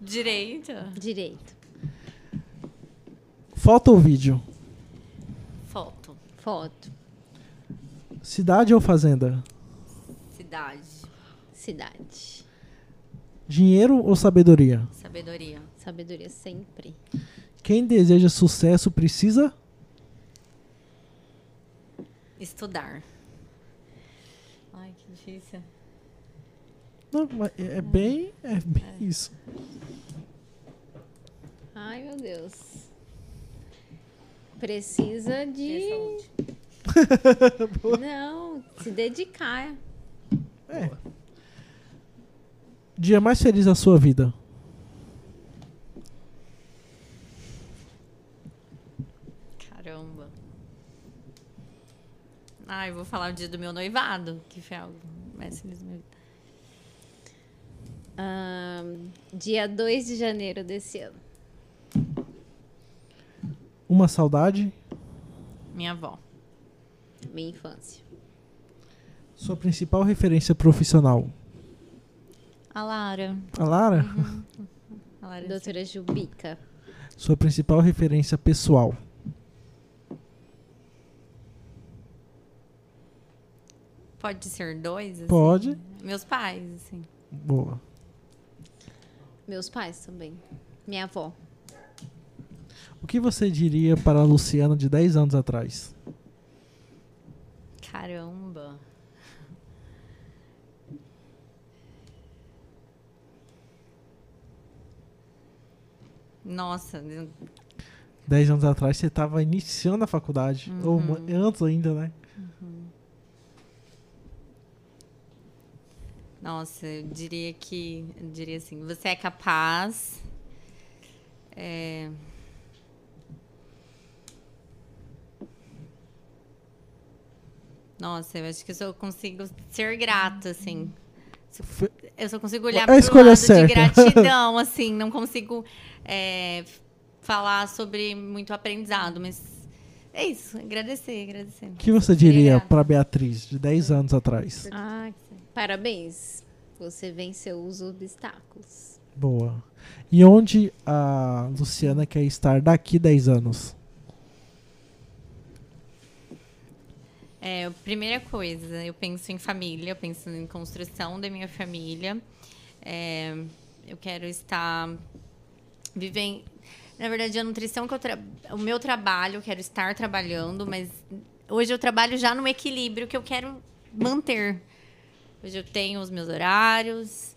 [SPEAKER 4] direita,
[SPEAKER 5] Direito.
[SPEAKER 1] Foto ou vídeo?
[SPEAKER 4] foto,
[SPEAKER 5] Foto.
[SPEAKER 1] Cidade ou fazenda?
[SPEAKER 4] cidade,
[SPEAKER 5] Cidade.
[SPEAKER 1] Dinheiro ou sabedoria?
[SPEAKER 4] sabedoria,
[SPEAKER 5] Sabedoria sempre.
[SPEAKER 1] Quem deseja sucesso precisa
[SPEAKER 4] estudar. Ai, que difícil.
[SPEAKER 1] Não, mas é é bem, é bem isso.
[SPEAKER 5] Ai, meu Deus. Precisa de.
[SPEAKER 4] Ter saúde.
[SPEAKER 5] Não, se dedicar.
[SPEAKER 1] É. Dia mais feliz da sua vida.
[SPEAKER 4] Caramba. Ai, eu vou falar o dia do meu noivado, que foi algo mais feliz da minha vida.
[SPEAKER 5] Ahn, dia 2 de janeiro desse ano.
[SPEAKER 1] Uma saudade.
[SPEAKER 4] Minha avó,
[SPEAKER 5] Minha infância.
[SPEAKER 1] Sua principal referência profissional.
[SPEAKER 4] a Lara,
[SPEAKER 1] A Lara?
[SPEAKER 4] a Lara
[SPEAKER 5] Doutora Jubica.
[SPEAKER 1] Sua principal referência pessoal.
[SPEAKER 4] assim, Pode ser dois? assim?
[SPEAKER 1] Pode.
[SPEAKER 4] Meus pais, assim.
[SPEAKER 1] Boa.
[SPEAKER 5] Meus pais também. Minha avó.
[SPEAKER 1] O que você diria para a Luciana de 10 anos atrás?
[SPEAKER 4] Caramba. Nossa,
[SPEAKER 1] 10 anos atrás você estava iniciando a faculdade. Ou ma- antes ainda, né?
[SPEAKER 4] nossa, eu diria que, eu diria assim, você é capaz, É, Nossa, eu acho que eu só consigo ser grata, assim.
[SPEAKER 1] Fe-
[SPEAKER 4] Eu só consigo olhar
[SPEAKER 1] É A
[SPEAKER 4] para pro
[SPEAKER 1] escolha
[SPEAKER 4] lado
[SPEAKER 1] certa.
[SPEAKER 4] de gratidão, assim. Não consigo é, falar sobre muito aprendizado, mas é isso. Agradecer, agradecer.
[SPEAKER 1] O que você diria
[SPEAKER 4] Obrigada.
[SPEAKER 1] pra Beatriz de 10 anos atrás?
[SPEAKER 4] Ah,
[SPEAKER 3] Parabéns. Você venceu os obstáculos.
[SPEAKER 1] Boa. E onde a Luciana quer estar daqui 10 anos?
[SPEAKER 4] É, a primeira coisa, eu penso em família, eu penso em construção da minha família. É, eu quero estar vivendo. Na verdade, a nutrição que eu tra... o meu trabalho, eu quero estar trabalhando, mas hoje eu trabalho já no equilíbrio que eu quero manter. Hoje eu tenho os meus horários.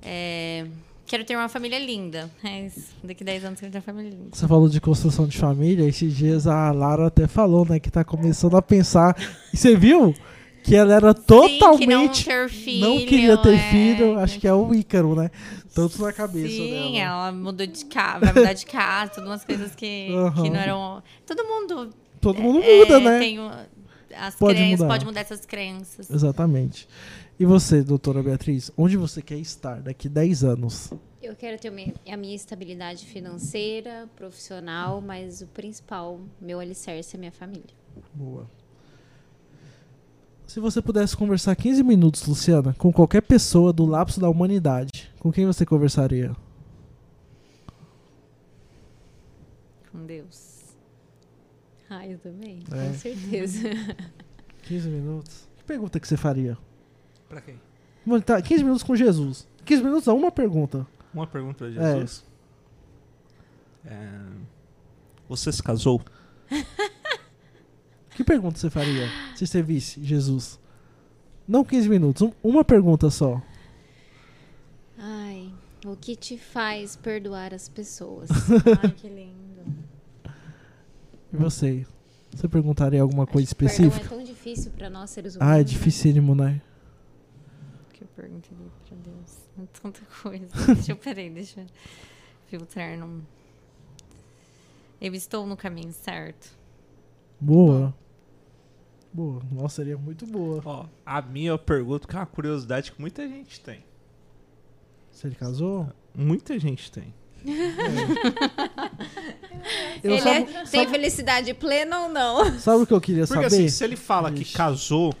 [SPEAKER 4] é, Quero ter uma família linda. É isso. Daqui 10 anos eu quero ter uma família linda.
[SPEAKER 1] Você falou de construção de família, esses dias a Lara até falou, né, que tá começando a pensar. E você viu? Que ela era
[SPEAKER 4] Sim, que não,
[SPEAKER 1] totalmente.
[SPEAKER 4] ter filho,
[SPEAKER 1] não queria ter
[SPEAKER 4] é,
[SPEAKER 1] filho, acho que é o Ícaro, né? Tanto na cabeça
[SPEAKER 4] Sim,
[SPEAKER 1] dela.
[SPEAKER 4] ela mudou de casa, vai mudar de casa, todas umas coisas que, que
[SPEAKER 1] Aham.
[SPEAKER 4] não eram. Todo mundo
[SPEAKER 1] Todo mundo muda,
[SPEAKER 4] é,
[SPEAKER 1] né?
[SPEAKER 4] tem o- as
[SPEAKER 1] Pode
[SPEAKER 4] crenças,
[SPEAKER 1] mudar.
[SPEAKER 4] pode mudar essas crenças.
[SPEAKER 1] Exatamente. E você, doutora Beatriz, onde você quer estar daqui 10 anos?
[SPEAKER 3] Eu quero ter mi- a minha estabilidade financeira, profissional, mas o principal, meu alicerce é minha família.
[SPEAKER 1] Boa. Se você pudesse conversar 15 minutos, Luciana, com qualquer pessoa do lapso da humanidade, com quem você conversaria?
[SPEAKER 4] Com Deus.
[SPEAKER 3] Ah, eu também,
[SPEAKER 1] É.
[SPEAKER 3] com certeza.
[SPEAKER 1] 15 minutos? Que pergunta que você faria?
[SPEAKER 2] Pra quem?
[SPEAKER 1] Mano, tá, 15 minutos com Jesus. 15 minutos a uma pergunta.
[SPEAKER 2] Uma pergunta pra Jesus. É, Você se casou?
[SPEAKER 1] Que pergunta você faria se você visse Jesus? Não 15 minutos, um- uma pergunta só.
[SPEAKER 3] Ai, o que te faz perdoar as pessoas?
[SPEAKER 4] Ai, que lindo.
[SPEAKER 2] Hum.
[SPEAKER 1] E você? Você perguntaria alguma coisa
[SPEAKER 3] Perdão é
[SPEAKER 1] específica?
[SPEAKER 3] tão difícil para nós seres humanos.
[SPEAKER 1] Ah, é
[SPEAKER 3] né?
[SPEAKER 1] dificílimo, né?
[SPEAKER 4] que eu perguntaria pra Deus? É Tanta coisa. Deixa eu, peraí, deixa eu filtrar num. Eu estou no caminho certo.
[SPEAKER 1] Boa. Boa. Nossa, seria muito boa.
[SPEAKER 2] Ó, a minha pergunta que é uma curiosidade que muita gente tem.
[SPEAKER 1] Você casou?
[SPEAKER 2] Muita gente tem.
[SPEAKER 1] Eu
[SPEAKER 3] Ele
[SPEAKER 1] sabe,
[SPEAKER 3] é- tem felicidade plena ou não?
[SPEAKER 1] sabe o que eu queria
[SPEAKER 2] Porque
[SPEAKER 1] saber?
[SPEAKER 2] assim, se ele fala que
[SPEAKER 1] Vixe.
[SPEAKER 2] casou,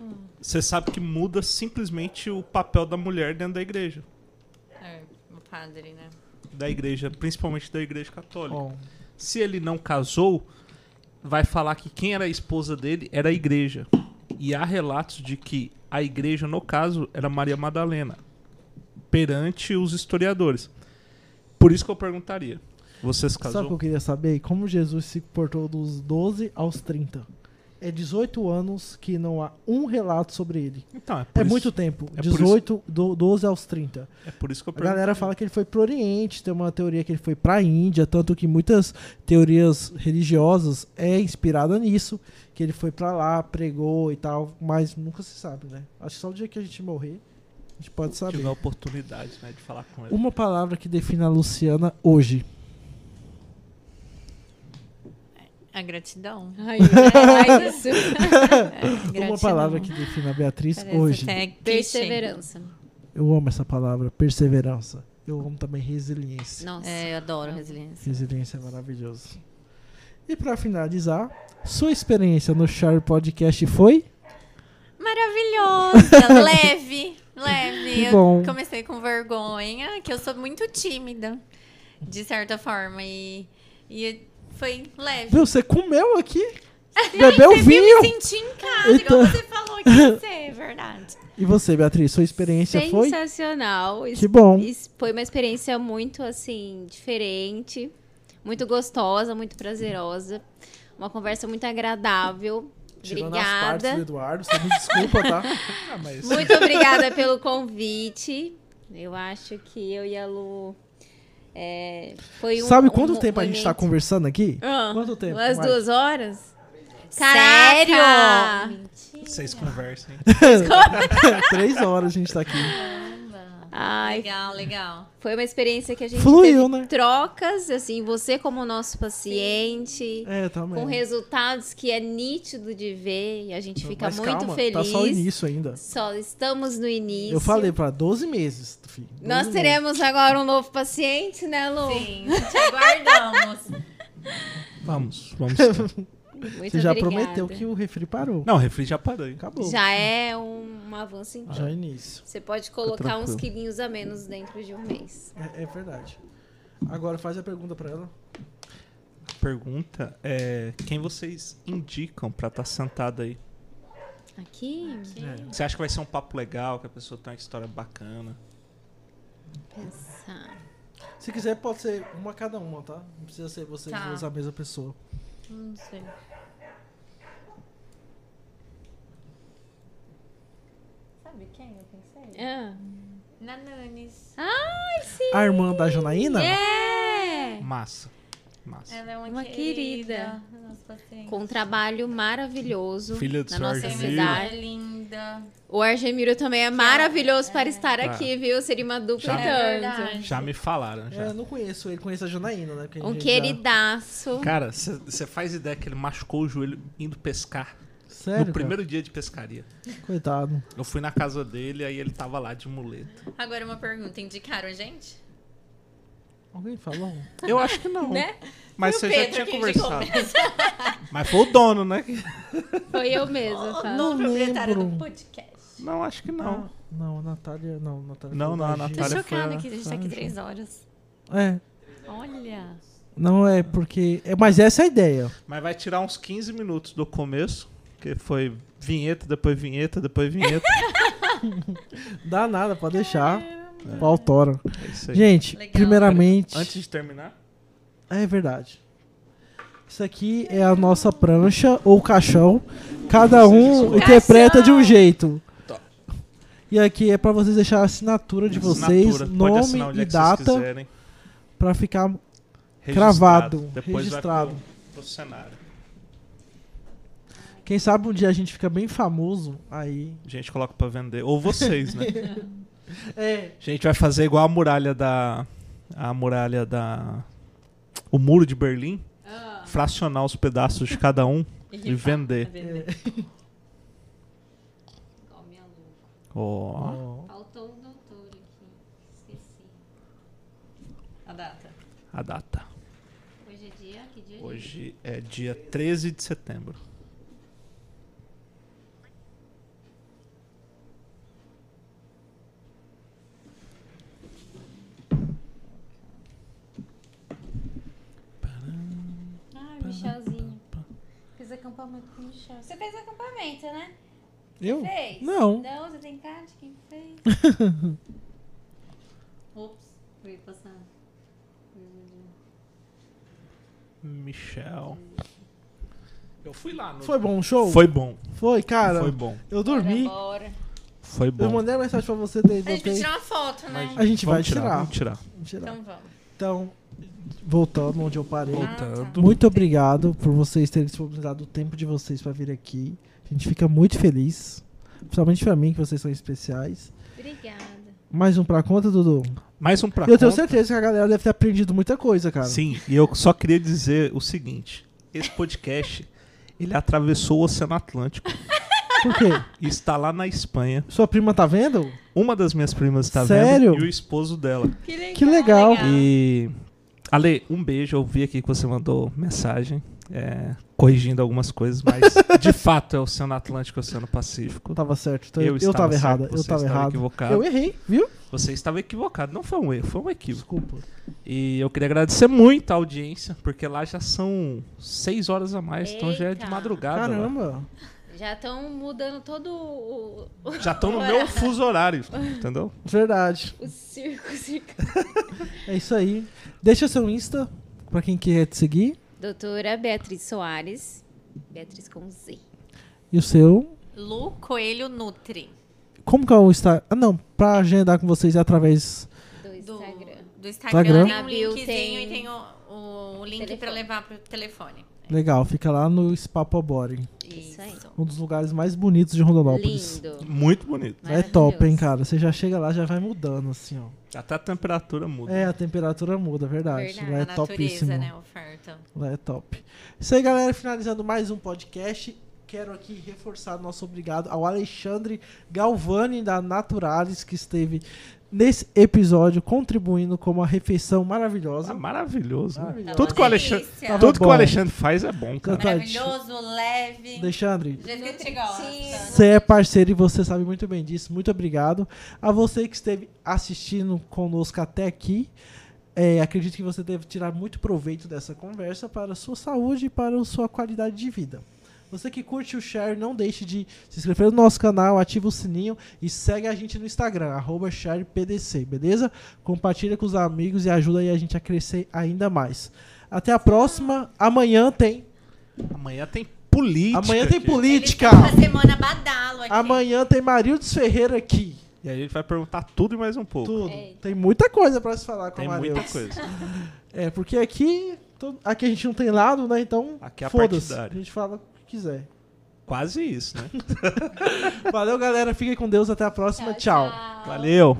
[SPEAKER 4] Hum.
[SPEAKER 2] você sabe que muda simplesmente o papel da mulher dentro da igreja.
[SPEAKER 4] É, o padre, né?
[SPEAKER 2] Da igreja, principalmente da igreja católica.
[SPEAKER 1] Ó,
[SPEAKER 2] Se ele não casou, vai falar que quem era a esposa dele era a igreja. E há relatos de que a igreja, no caso, era Maria Madalena, perante os historiadores. Por isso que eu perguntaria: você
[SPEAKER 1] sabe
[SPEAKER 2] se
[SPEAKER 1] o que eu
[SPEAKER 2] casou?
[SPEAKER 1] queria saber? Como Jesus se portou dos 12 aos 30. É 18 anos que não há um relato sobre ele.
[SPEAKER 2] Então, é, por
[SPEAKER 1] É
[SPEAKER 2] isso,
[SPEAKER 1] muito tempo.
[SPEAKER 2] é por isso-
[SPEAKER 1] 18, do, 12 aos 30.
[SPEAKER 2] é por isso que eu
[SPEAKER 1] A
[SPEAKER 2] perguntei.
[SPEAKER 1] galera fala que ele foi pro Oriente, tem uma teoria que ele foi pra Índia, tanto que muitas teorias religiosas é inspirada nisso, que ele foi pra lá, pregou e tal, mas nunca se sabe, né? Acho que só o dia que a gente morrer, a gente pode saber.
[SPEAKER 2] Tive a oportunidade né, de falar com ele.
[SPEAKER 1] Uma palavra que define a Luciana hoje.
[SPEAKER 4] A gratidão.
[SPEAKER 3] Ai, é mais isso.
[SPEAKER 1] Uma palavra que define a Beatriz
[SPEAKER 4] Parece
[SPEAKER 1] hoje.
[SPEAKER 4] até clichê.
[SPEAKER 3] Perseverança.
[SPEAKER 1] Eu amo essa palavra, perseverança. Eu amo também resiliência.
[SPEAKER 3] Nossa.
[SPEAKER 4] É, eu adoro resiliência.
[SPEAKER 1] Resiliência é maravilhoso. E pra finalizar, sua experiência no Char Podcast foi?
[SPEAKER 4] Maravilhosa, leve, leve.
[SPEAKER 1] Que
[SPEAKER 4] eu
[SPEAKER 1] bom.
[SPEAKER 4] comecei com vergonha, que eu sou muito tímida, de certa forma. E, e foi leve.
[SPEAKER 1] Viu, você comeu aqui? Bebeu
[SPEAKER 4] Você viu,
[SPEAKER 1] vinho?
[SPEAKER 4] me senti em casa, igual
[SPEAKER 1] Então.
[SPEAKER 4] você falou que você, é verdade.
[SPEAKER 1] E você, Beatriz, sua experiência foi?
[SPEAKER 3] Sensacional.
[SPEAKER 1] Que bom.
[SPEAKER 3] Isso foi uma experiência muito assim diferente, muito gostosa, muito prazerosa, uma conversa muito agradável. Obrigada.
[SPEAKER 1] Eduardo, você me desculpa, tá?
[SPEAKER 2] Ah, mas
[SPEAKER 3] Muito obrigada pelo convite. Eu acho que eu e a Lu é, foi um
[SPEAKER 1] Sabe quanto
[SPEAKER 3] um
[SPEAKER 1] tempo a gente tá
[SPEAKER 3] momento-
[SPEAKER 1] conversando aqui?
[SPEAKER 3] Ah,
[SPEAKER 1] Quanto tempo?
[SPEAKER 3] Umas
[SPEAKER 1] Mari?
[SPEAKER 3] duas horas?
[SPEAKER 4] Sério?
[SPEAKER 3] Caraca!
[SPEAKER 2] vocês conversem.
[SPEAKER 1] Três horas a gente tá aqui.
[SPEAKER 3] Ai,
[SPEAKER 4] Legal, legal.
[SPEAKER 3] foi uma experiência que a gente
[SPEAKER 1] Fluiu,
[SPEAKER 3] teve
[SPEAKER 1] né?
[SPEAKER 3] trocas, assim, você como nosso paciente,
[SPEAKER 1] É, também.
[SPEAKER 3] com resultados que é nítido de ver e a gente fica
[SPEAKER 1] Mas
[SPEAKER 3] muito
[SPEAKER 1] calma,
[SPEAKER 3] feliz.
[SPEAKER 1] Tá só o início ainda.
[SPEAKER 3] Só estamos no início.
[SPEAKER 1] Eu falei pra 12 meses, filho. 12
[SPEAKER 3] Nós
[SPEAKER 1] meses.
[SPEAKER 3] teremos agora um novo paciente, né, Lu?
[SPEAKER 4] Sim, te aguardamos.
[SPEAKER 2] Vamos, vamos. então.
[SPEAKER 3] Muito
[SPEAKER 1] Você já
[SPEAKER 3] obrigada.
[SPEAKER 1] prometeu que o refri parou.
[SPEAKER 2] Não, o refri já parei.
[SPEAKER 1] Acabou. Já,
[SPEAKER 3] Já é um, um avanço em
[SPEAKER 1] é início.
[SPEAKER 3] Você pode colocar uns
[SPEAKER 2] tranquilo.
[SPEAKER 3] quilinhos a menos dentro de um mês.
[SPEAKER 1] É, é verdade. Agora faz a pergunta pra ela.
[SPEAKER 2] Pergunta é quem vocês indicam pra estar sentado aí?
[SPEAKER 3] Aqui,
[SPEAKER 1] É.
[SPEAKER 2] Você acha que vai ser um papo legal, que a pessoa tem uma história bacana?
[SPEAKER 3] pensar.
[SPEAKER 1] Se quiser, pode ser uma cada uma, tá? Não precisa ser vocês
[SPEAKER 4] Tá.
[SPEAKER 1] duas a mesma pessoa.
[SPEAKER 4] Não sei. Sabe quem eu pensei?
[SPEAKER 3] Ah.
[SPEAKER 4] Nananis.
[SPEAKER 1] A irmã da Janaína?
[SPEAKER 3] É!
[SPEAKER 2] Massa. Massa.
[SPEAKER 4] Ela é uma,
[SPEAKER 3] Uma querida.
[SPEAKER 4] Nossa, paciente.
[SPEAKER 3] Com um trabalho maravilhoso
[SPEAKER 2] Filha do
[SPEAKER 3] na
[SPEAKER 2] seu
[SPEAKER 3] nossa
[SPEAKER 2] Argemiro.
[SPEAKER 3] cidade.
[SPEAKER 4] é linda.
[SPEAKER 3] O Argemiro também é maravilhoso para estar
[SPEAKER 1] É.
[SPEAKER 3] aqui, viu? Seria uma dupla
[SPEAKER 2] Já-
[SPEAKER 3] e
[SPEAKER 4] É
[SPEAKER 3] tanto.
[SPEAKER 4] verdade.
[SPEAKER 2] Já me falaram, já.
[SPEAKER 1] É, eu não conheço ele, conheço a Janaína, né? Porque a
[SPEAKER 3] Um
[SPEAKER 1] gente
[SPEAKER 3] queridaço.
[SPEAKER 2] Cara, você faz ideia que ele machucou o joelho indo pescar
[SPEAKER 1] já- Sério?
[SPEAKER 2] no
[SPEAKER 1] cara?
[SPEAKER 2] primeiro dia de pescaria.
[SPEAKER 1] Coitado.
[SPEAKER 2] Eu fui na casa dele, aí ele tava lá de muleta.
[SPEAKER 4] Agora uma pergunta, indicaram a gente?
[SPEAKER 1] Alguém falou?
[SPEAKER 2] Eu acho que não.
[SPEAKER 4] Né?
[SPEAKER 2] Mas
[SPEAKER 4] Foi
[SPEAKER 2] você
[SPEAKER 4] o
[SPEAKER 2] já
[SPEAKER 4] Pedro
[SPEAKER 2] tinha
[SPEAKER 4] que indicou
[SPEAKER 2] conversado. Mas foi o dono, né?
[SPEAKER 3] Foi eu mesma. tá?
[SPEAKER 1] não
[SPEAKER 4] proprietário
[SPEAKER 1] lembro. Ah,
[SPEAKER 4] do podcast.
[SPEAKER 2] Não, acho que não.
[SPEAKER 1] Não, a Natália. Não, a Natália.
[SPEAKER 2] Não,
[SPEAKER 1] falou
[SPEAKER 2] não,
[SPEAKER 1] da
[SPEAKER 2] a
[SPEAKER 1] Gi.
[SPEAKER 4] Tô
[SPEAKER 2] Natália- Olha, foi né?
[SPEAKER 4] chocada
[SPEAKER 2] a-
[SPEAKER 4] Ah, que a gente tá aqui três horas.
[SPEAKER 1] É.
[SPEAKER 4] Olha.
[SPEAKER 1] Não é porque. É, mas essa é a ideia.
[SPEAKER 2] Mas vai tirar uns 15 minutos do começo, que foi vinheta, depois vinheta, depois vinheta.
[SPEAKER 1] Dá nada, pode deixar. Pautora.
[SPEAKER 2] É isso aí.
[SPEAKER 1] Gente,
[SPEAKER 4] Legal.
[SPEAKER 1] primeiramente.
[SPEAKER 2] Antes de terminar,
[SPEAKER 1] É verdade. Isso aqui é a nossa prancha ou caixão. Cada um interpreta de um jeito.
[SPEAKER 2] Tá.
[SPEAKER 1] E aqui é pra vocês deixar a assinatura de vocês,
[SPEAKER 2] assinatura. Pode assinar
[SPEAKER 1] nome
[SPEAKER 2] onde
[SPEAKER 1] e
[SPEAKER 2] é que vocês
[SPEAKER 1] data,
[SPEAKER 2] quiserem.
[SPEAKER 1] pra ficar.
[SPEAKER 2] Registrado.
[SPEAKER 1] Cravado,
[SPEAKER 2] Depois
[SPEAKER 1] registrado.
[SPEAKER 2] vai pro, pro cenário.
[SPEAKER 1] Quem sabe um dia a gente fica bem famoso aí.
[SPEAKER 2] A gente coloca pra vender. Ou vocês, né?
[SPEAKER 1] É.
[SPEAKER 2] A gente vai fazer igual a muralha da. A muralha da. O muro de Berlim. Fracionar os pedaços de cada um e
[SPEAKER 4] tá
[SPEAKER 2] vender.
[SPEAKER 8] Igual minha louca.
[SPEAKER 2] Ó.
[SPEAKER 8] Faltou um doutor aqui. Esqueci.
[SPEAKER 4] A data.
[SPEAKER 2] a data.
[SPEAKER 8] Hoje é dia? Que dia? é dia?
[SPEAKER 2] Hoje é dia 13 de setembro.
[SPEAKER 8] Ah, Michelzinho. Fiz acampamento com o Michel. Você fez acampamento, né?
[SPEAKER 1] Eu?
[SPEAKER 8] Fez?
[SPEAKER 1] Não.
[SPEAKER 8] Não, você tem cara de quem fez. Ops, eu ia passar.
[SPEAKER 2] Michel. Eu fui lá no.
[SPEAKER 1] Foi bom o show?
[SPEAKER 2] Foi bom.
[SPEAKER 1] Foi, cara.
[SPEAKER 2] Foi bom.
[SPEAKER 1] Eu dormi.
[SPEAKER 3] Bora, bora.
[SPEAKER 2] Foi
[SPEAKER 1] Eu
[SPEAKER 2] bom.
[SPEAKER 1] mandei uma mensagem pra você, Denis.
[SPEAKER 4] A gente vai
[SPEAKER 1] ok?
[SPEAKER 4] tirar uma foto, né?
[SPEAKER 1] A gente vai
[SPEAKER 2] Vamos
[SPEAKER 1] tirar.
[SPEAKER 2] Vamos tirar.
[SPEAKER 1] Vamos tirar.
[SPEAKER 4] Então vamos.
[SPEAKER 1] Então, voltando onde eu parei.
[SPEAKER 2] Voltando.
[SPEAKER 1] Muito obrigado por vocês terem disponibilizado o tempo de vocês pra vir aqui. A gente fica muito feliz. Principalmente pra mim, que vocês são especiais.
[SPEAKER 3] Obrigada.
[SPEAKER 1] Mais um pra conta, Dudu?
[SPEAKER 2] Mais um pra
[SPEAKER 1] eu tenho
[SPEAKER 2] conta.
[SPEAKER 1] certeza que a galera deve ter aprendido muita coisa, cara.
[SPEAKER 2] Sim, e eu só queria dizer o seguinte: esse podcast ele atravessou o Oceano Atlântico
[SPEAKER 1] Por quê?
[SPEAKER 2] e está lá na Espanha.
[SPEAKER 1] Sua prima tá vendo?
[SPEAKER 2] Uma das minhas primas está
[SPEAKER 1] Sério?
[SPEAKER 2] vendo e o esposo dela.
[SPEAKER 4] Que legal.
[SPEAKER 1] Que legal.
[SPEAKER 2] E Ale, um beijo. Eu vi aqui que você mandou mensagem é, corrigindo algumas coisas, mas de fato é o Oceano Atlântico e o Oceano Pacífico.
[SPEAKER 1] Eu tava certo. então
[SPEAKER 2] Eu
[SPEAKER 1] eu,
[SPEAKER 2] estava
[SPEAKER 1] tava
[SPEAKER 2] certo,
[SPEAKER 1] errada.
[SPEAKER 2] você
[SPEAKER 1] Eu tava
[SPEAKER 2] estava
[SPEAKER 1] errado.
[SPEAKER 2] equivocado.
[SPEAKER 1] Eu errei, viu?
[SPEAKER 2] Você estava equivocado, não foi um erro, foi um equívoco.
[SPEAKER 1] Desculpa.
[SPEAKER 2] E eu queria agradecer muito a audiência, porque lá já são seis horas a mais, então já é de
[SPEAKER 3] Eita.
[SPEAKER 2] madrugada. lá.
[SPEAKER 1] Caramba.
[SPEAKER 3] Já estão mudando todo o, o,
[SPEAKER 2] Já estão no meu fuso horário, entendeu?
[SPEAKER 1] Verdade.
[SPEAKER 3] o circo, o circo.
[SPEAKER 1] É isso aí. Deixa seu Insta pra quem quer te seguir.
[SPEAKER 3] Doutora Beatriz Soares. Beatriz com Z.
[SPEAKER 1] E o seu.
[SPEAKER 4] Lu Coelho Nutri.
[SPEAKER 1] Como que é o Insta? Ah, não. Pra agendar com vocês é através.
[SPEAKER 3] Do
[SPEAKER 4] Do
[SPEAKER 3] Instagram.
[SPEAKER 4] Do Instagram.
[SPEAKER 1] Instagram.
[SPEAKER 4] Tem
[SPEAKER 3] Na
[SPEAKER 4] um
[SPEAKER 3] bio
[SPEAKER 4] linkzinho
[SPEAKER 3] tem
[SPEAKER 4] e tem o, o link
[SPEAKER 3] telefone.
[SPEAKER 4] pra levar pro telefone.
[SPEAKER 1] Legal, fica lá no Spa Poboring,
[SPEAKER 3] Isso aí.
[SPEAKER 1] um dos lugares mais bonitos de Rondonópolis.
[SPEAKER 5] Lindo.
[SPEAKER 2] Muito bonito.
[SPEAKER 1] É top, hein, cara? Você já chega lá, já vai mudando, assim, ó.
[SPEAKER 2] Até a temperatura muda.
[SPEAKER 1] É, a temperatura muda, é verdade.
[SPEAKER 4] Verdade,
[SPEAKER 1] Lá é
[SPEAKER 4] a natureza,
[SPEAKER 1] topíssimo.
[SPEAKER 4] né? Oferta.
[SPEAKER 1] Lá é top. Isso aí, galera. Finalizando mais um podcast. Quero aqui reforçar nosso obrigado ao Alexandre Galvani, da Naturalis, que esteve nesse episódio contribuindo com uma refeição maravilhosa.
[SPEAKER 2] Ah, maravilhoso. né?
[SPEAKER 1] Maravilhoso.
[SPEAKER 2] Tudo que o Alexandre,
[SPEAKER 4] Delícia.
[SPEAKER 2] tudo que
[SPEAKER 1] Bom.
[SPEAKER 2] o Alexandre faz é bom, cara.
[SPEAKER 4] Maravilhoso, leve.
[SPEAKER 1] Alexandre,
[SPEAKER 4] Do jeito que a gente gosta.
[SPEAKER 1] Você é parceiro e você sabe muito bem disso. Muito obrigado. A você que esteve assistindo conosco até aqui. é, acredito que você deve tirar muito proveito dessa conversa para a sua saúde e para a sua qualidade de vida. Você que curte o share, não deixe de se inscrever no nosso canal, ativa o sininho e segue a gente no Instagram, arroba sharepdc, beleza? Compartilha com os amigos e ajuda aí a gente a crescer ainda mais. Até a próxima. Amanhã tem.
[SPEAKER 2] Amanhã tem política.
[SPEAKER 1] Amanhã tem
[SPEAKER 2] aqui.
[SPEAKER 1] política.
[SPEAKER 4] Uma semana badalo aqui.
[SPEAKER 1] Amanhã tem Marildes Ferreira aqui.
[SPEAKER 2] E aí a gente vai perguntar tudo e mais um pouco.
[SPEAKER 1] Tudo. Tem muita coisa pra se falar com
[SPEAKER 2] Tem
[SPEAKER 1] a Maria.
[SPEAKER 2] muita coisa.
[SPEAKER 1] É, porque aqui, to- aqui a gente não tem lado, né? Então,
[SPEAKER 2] Aqui é a
[SPEAKER 1] foda-se. A
[SPEAKER 2] partidária.
[SPEAKER 1] gente fala o que quiser.
[SPEAKER 2] Quase isso, né?
[SPEAKER 1] Valeu, galera. Fiquem com Deus. Até a próxima. tchau.
[SPEAKER 2] Valeu.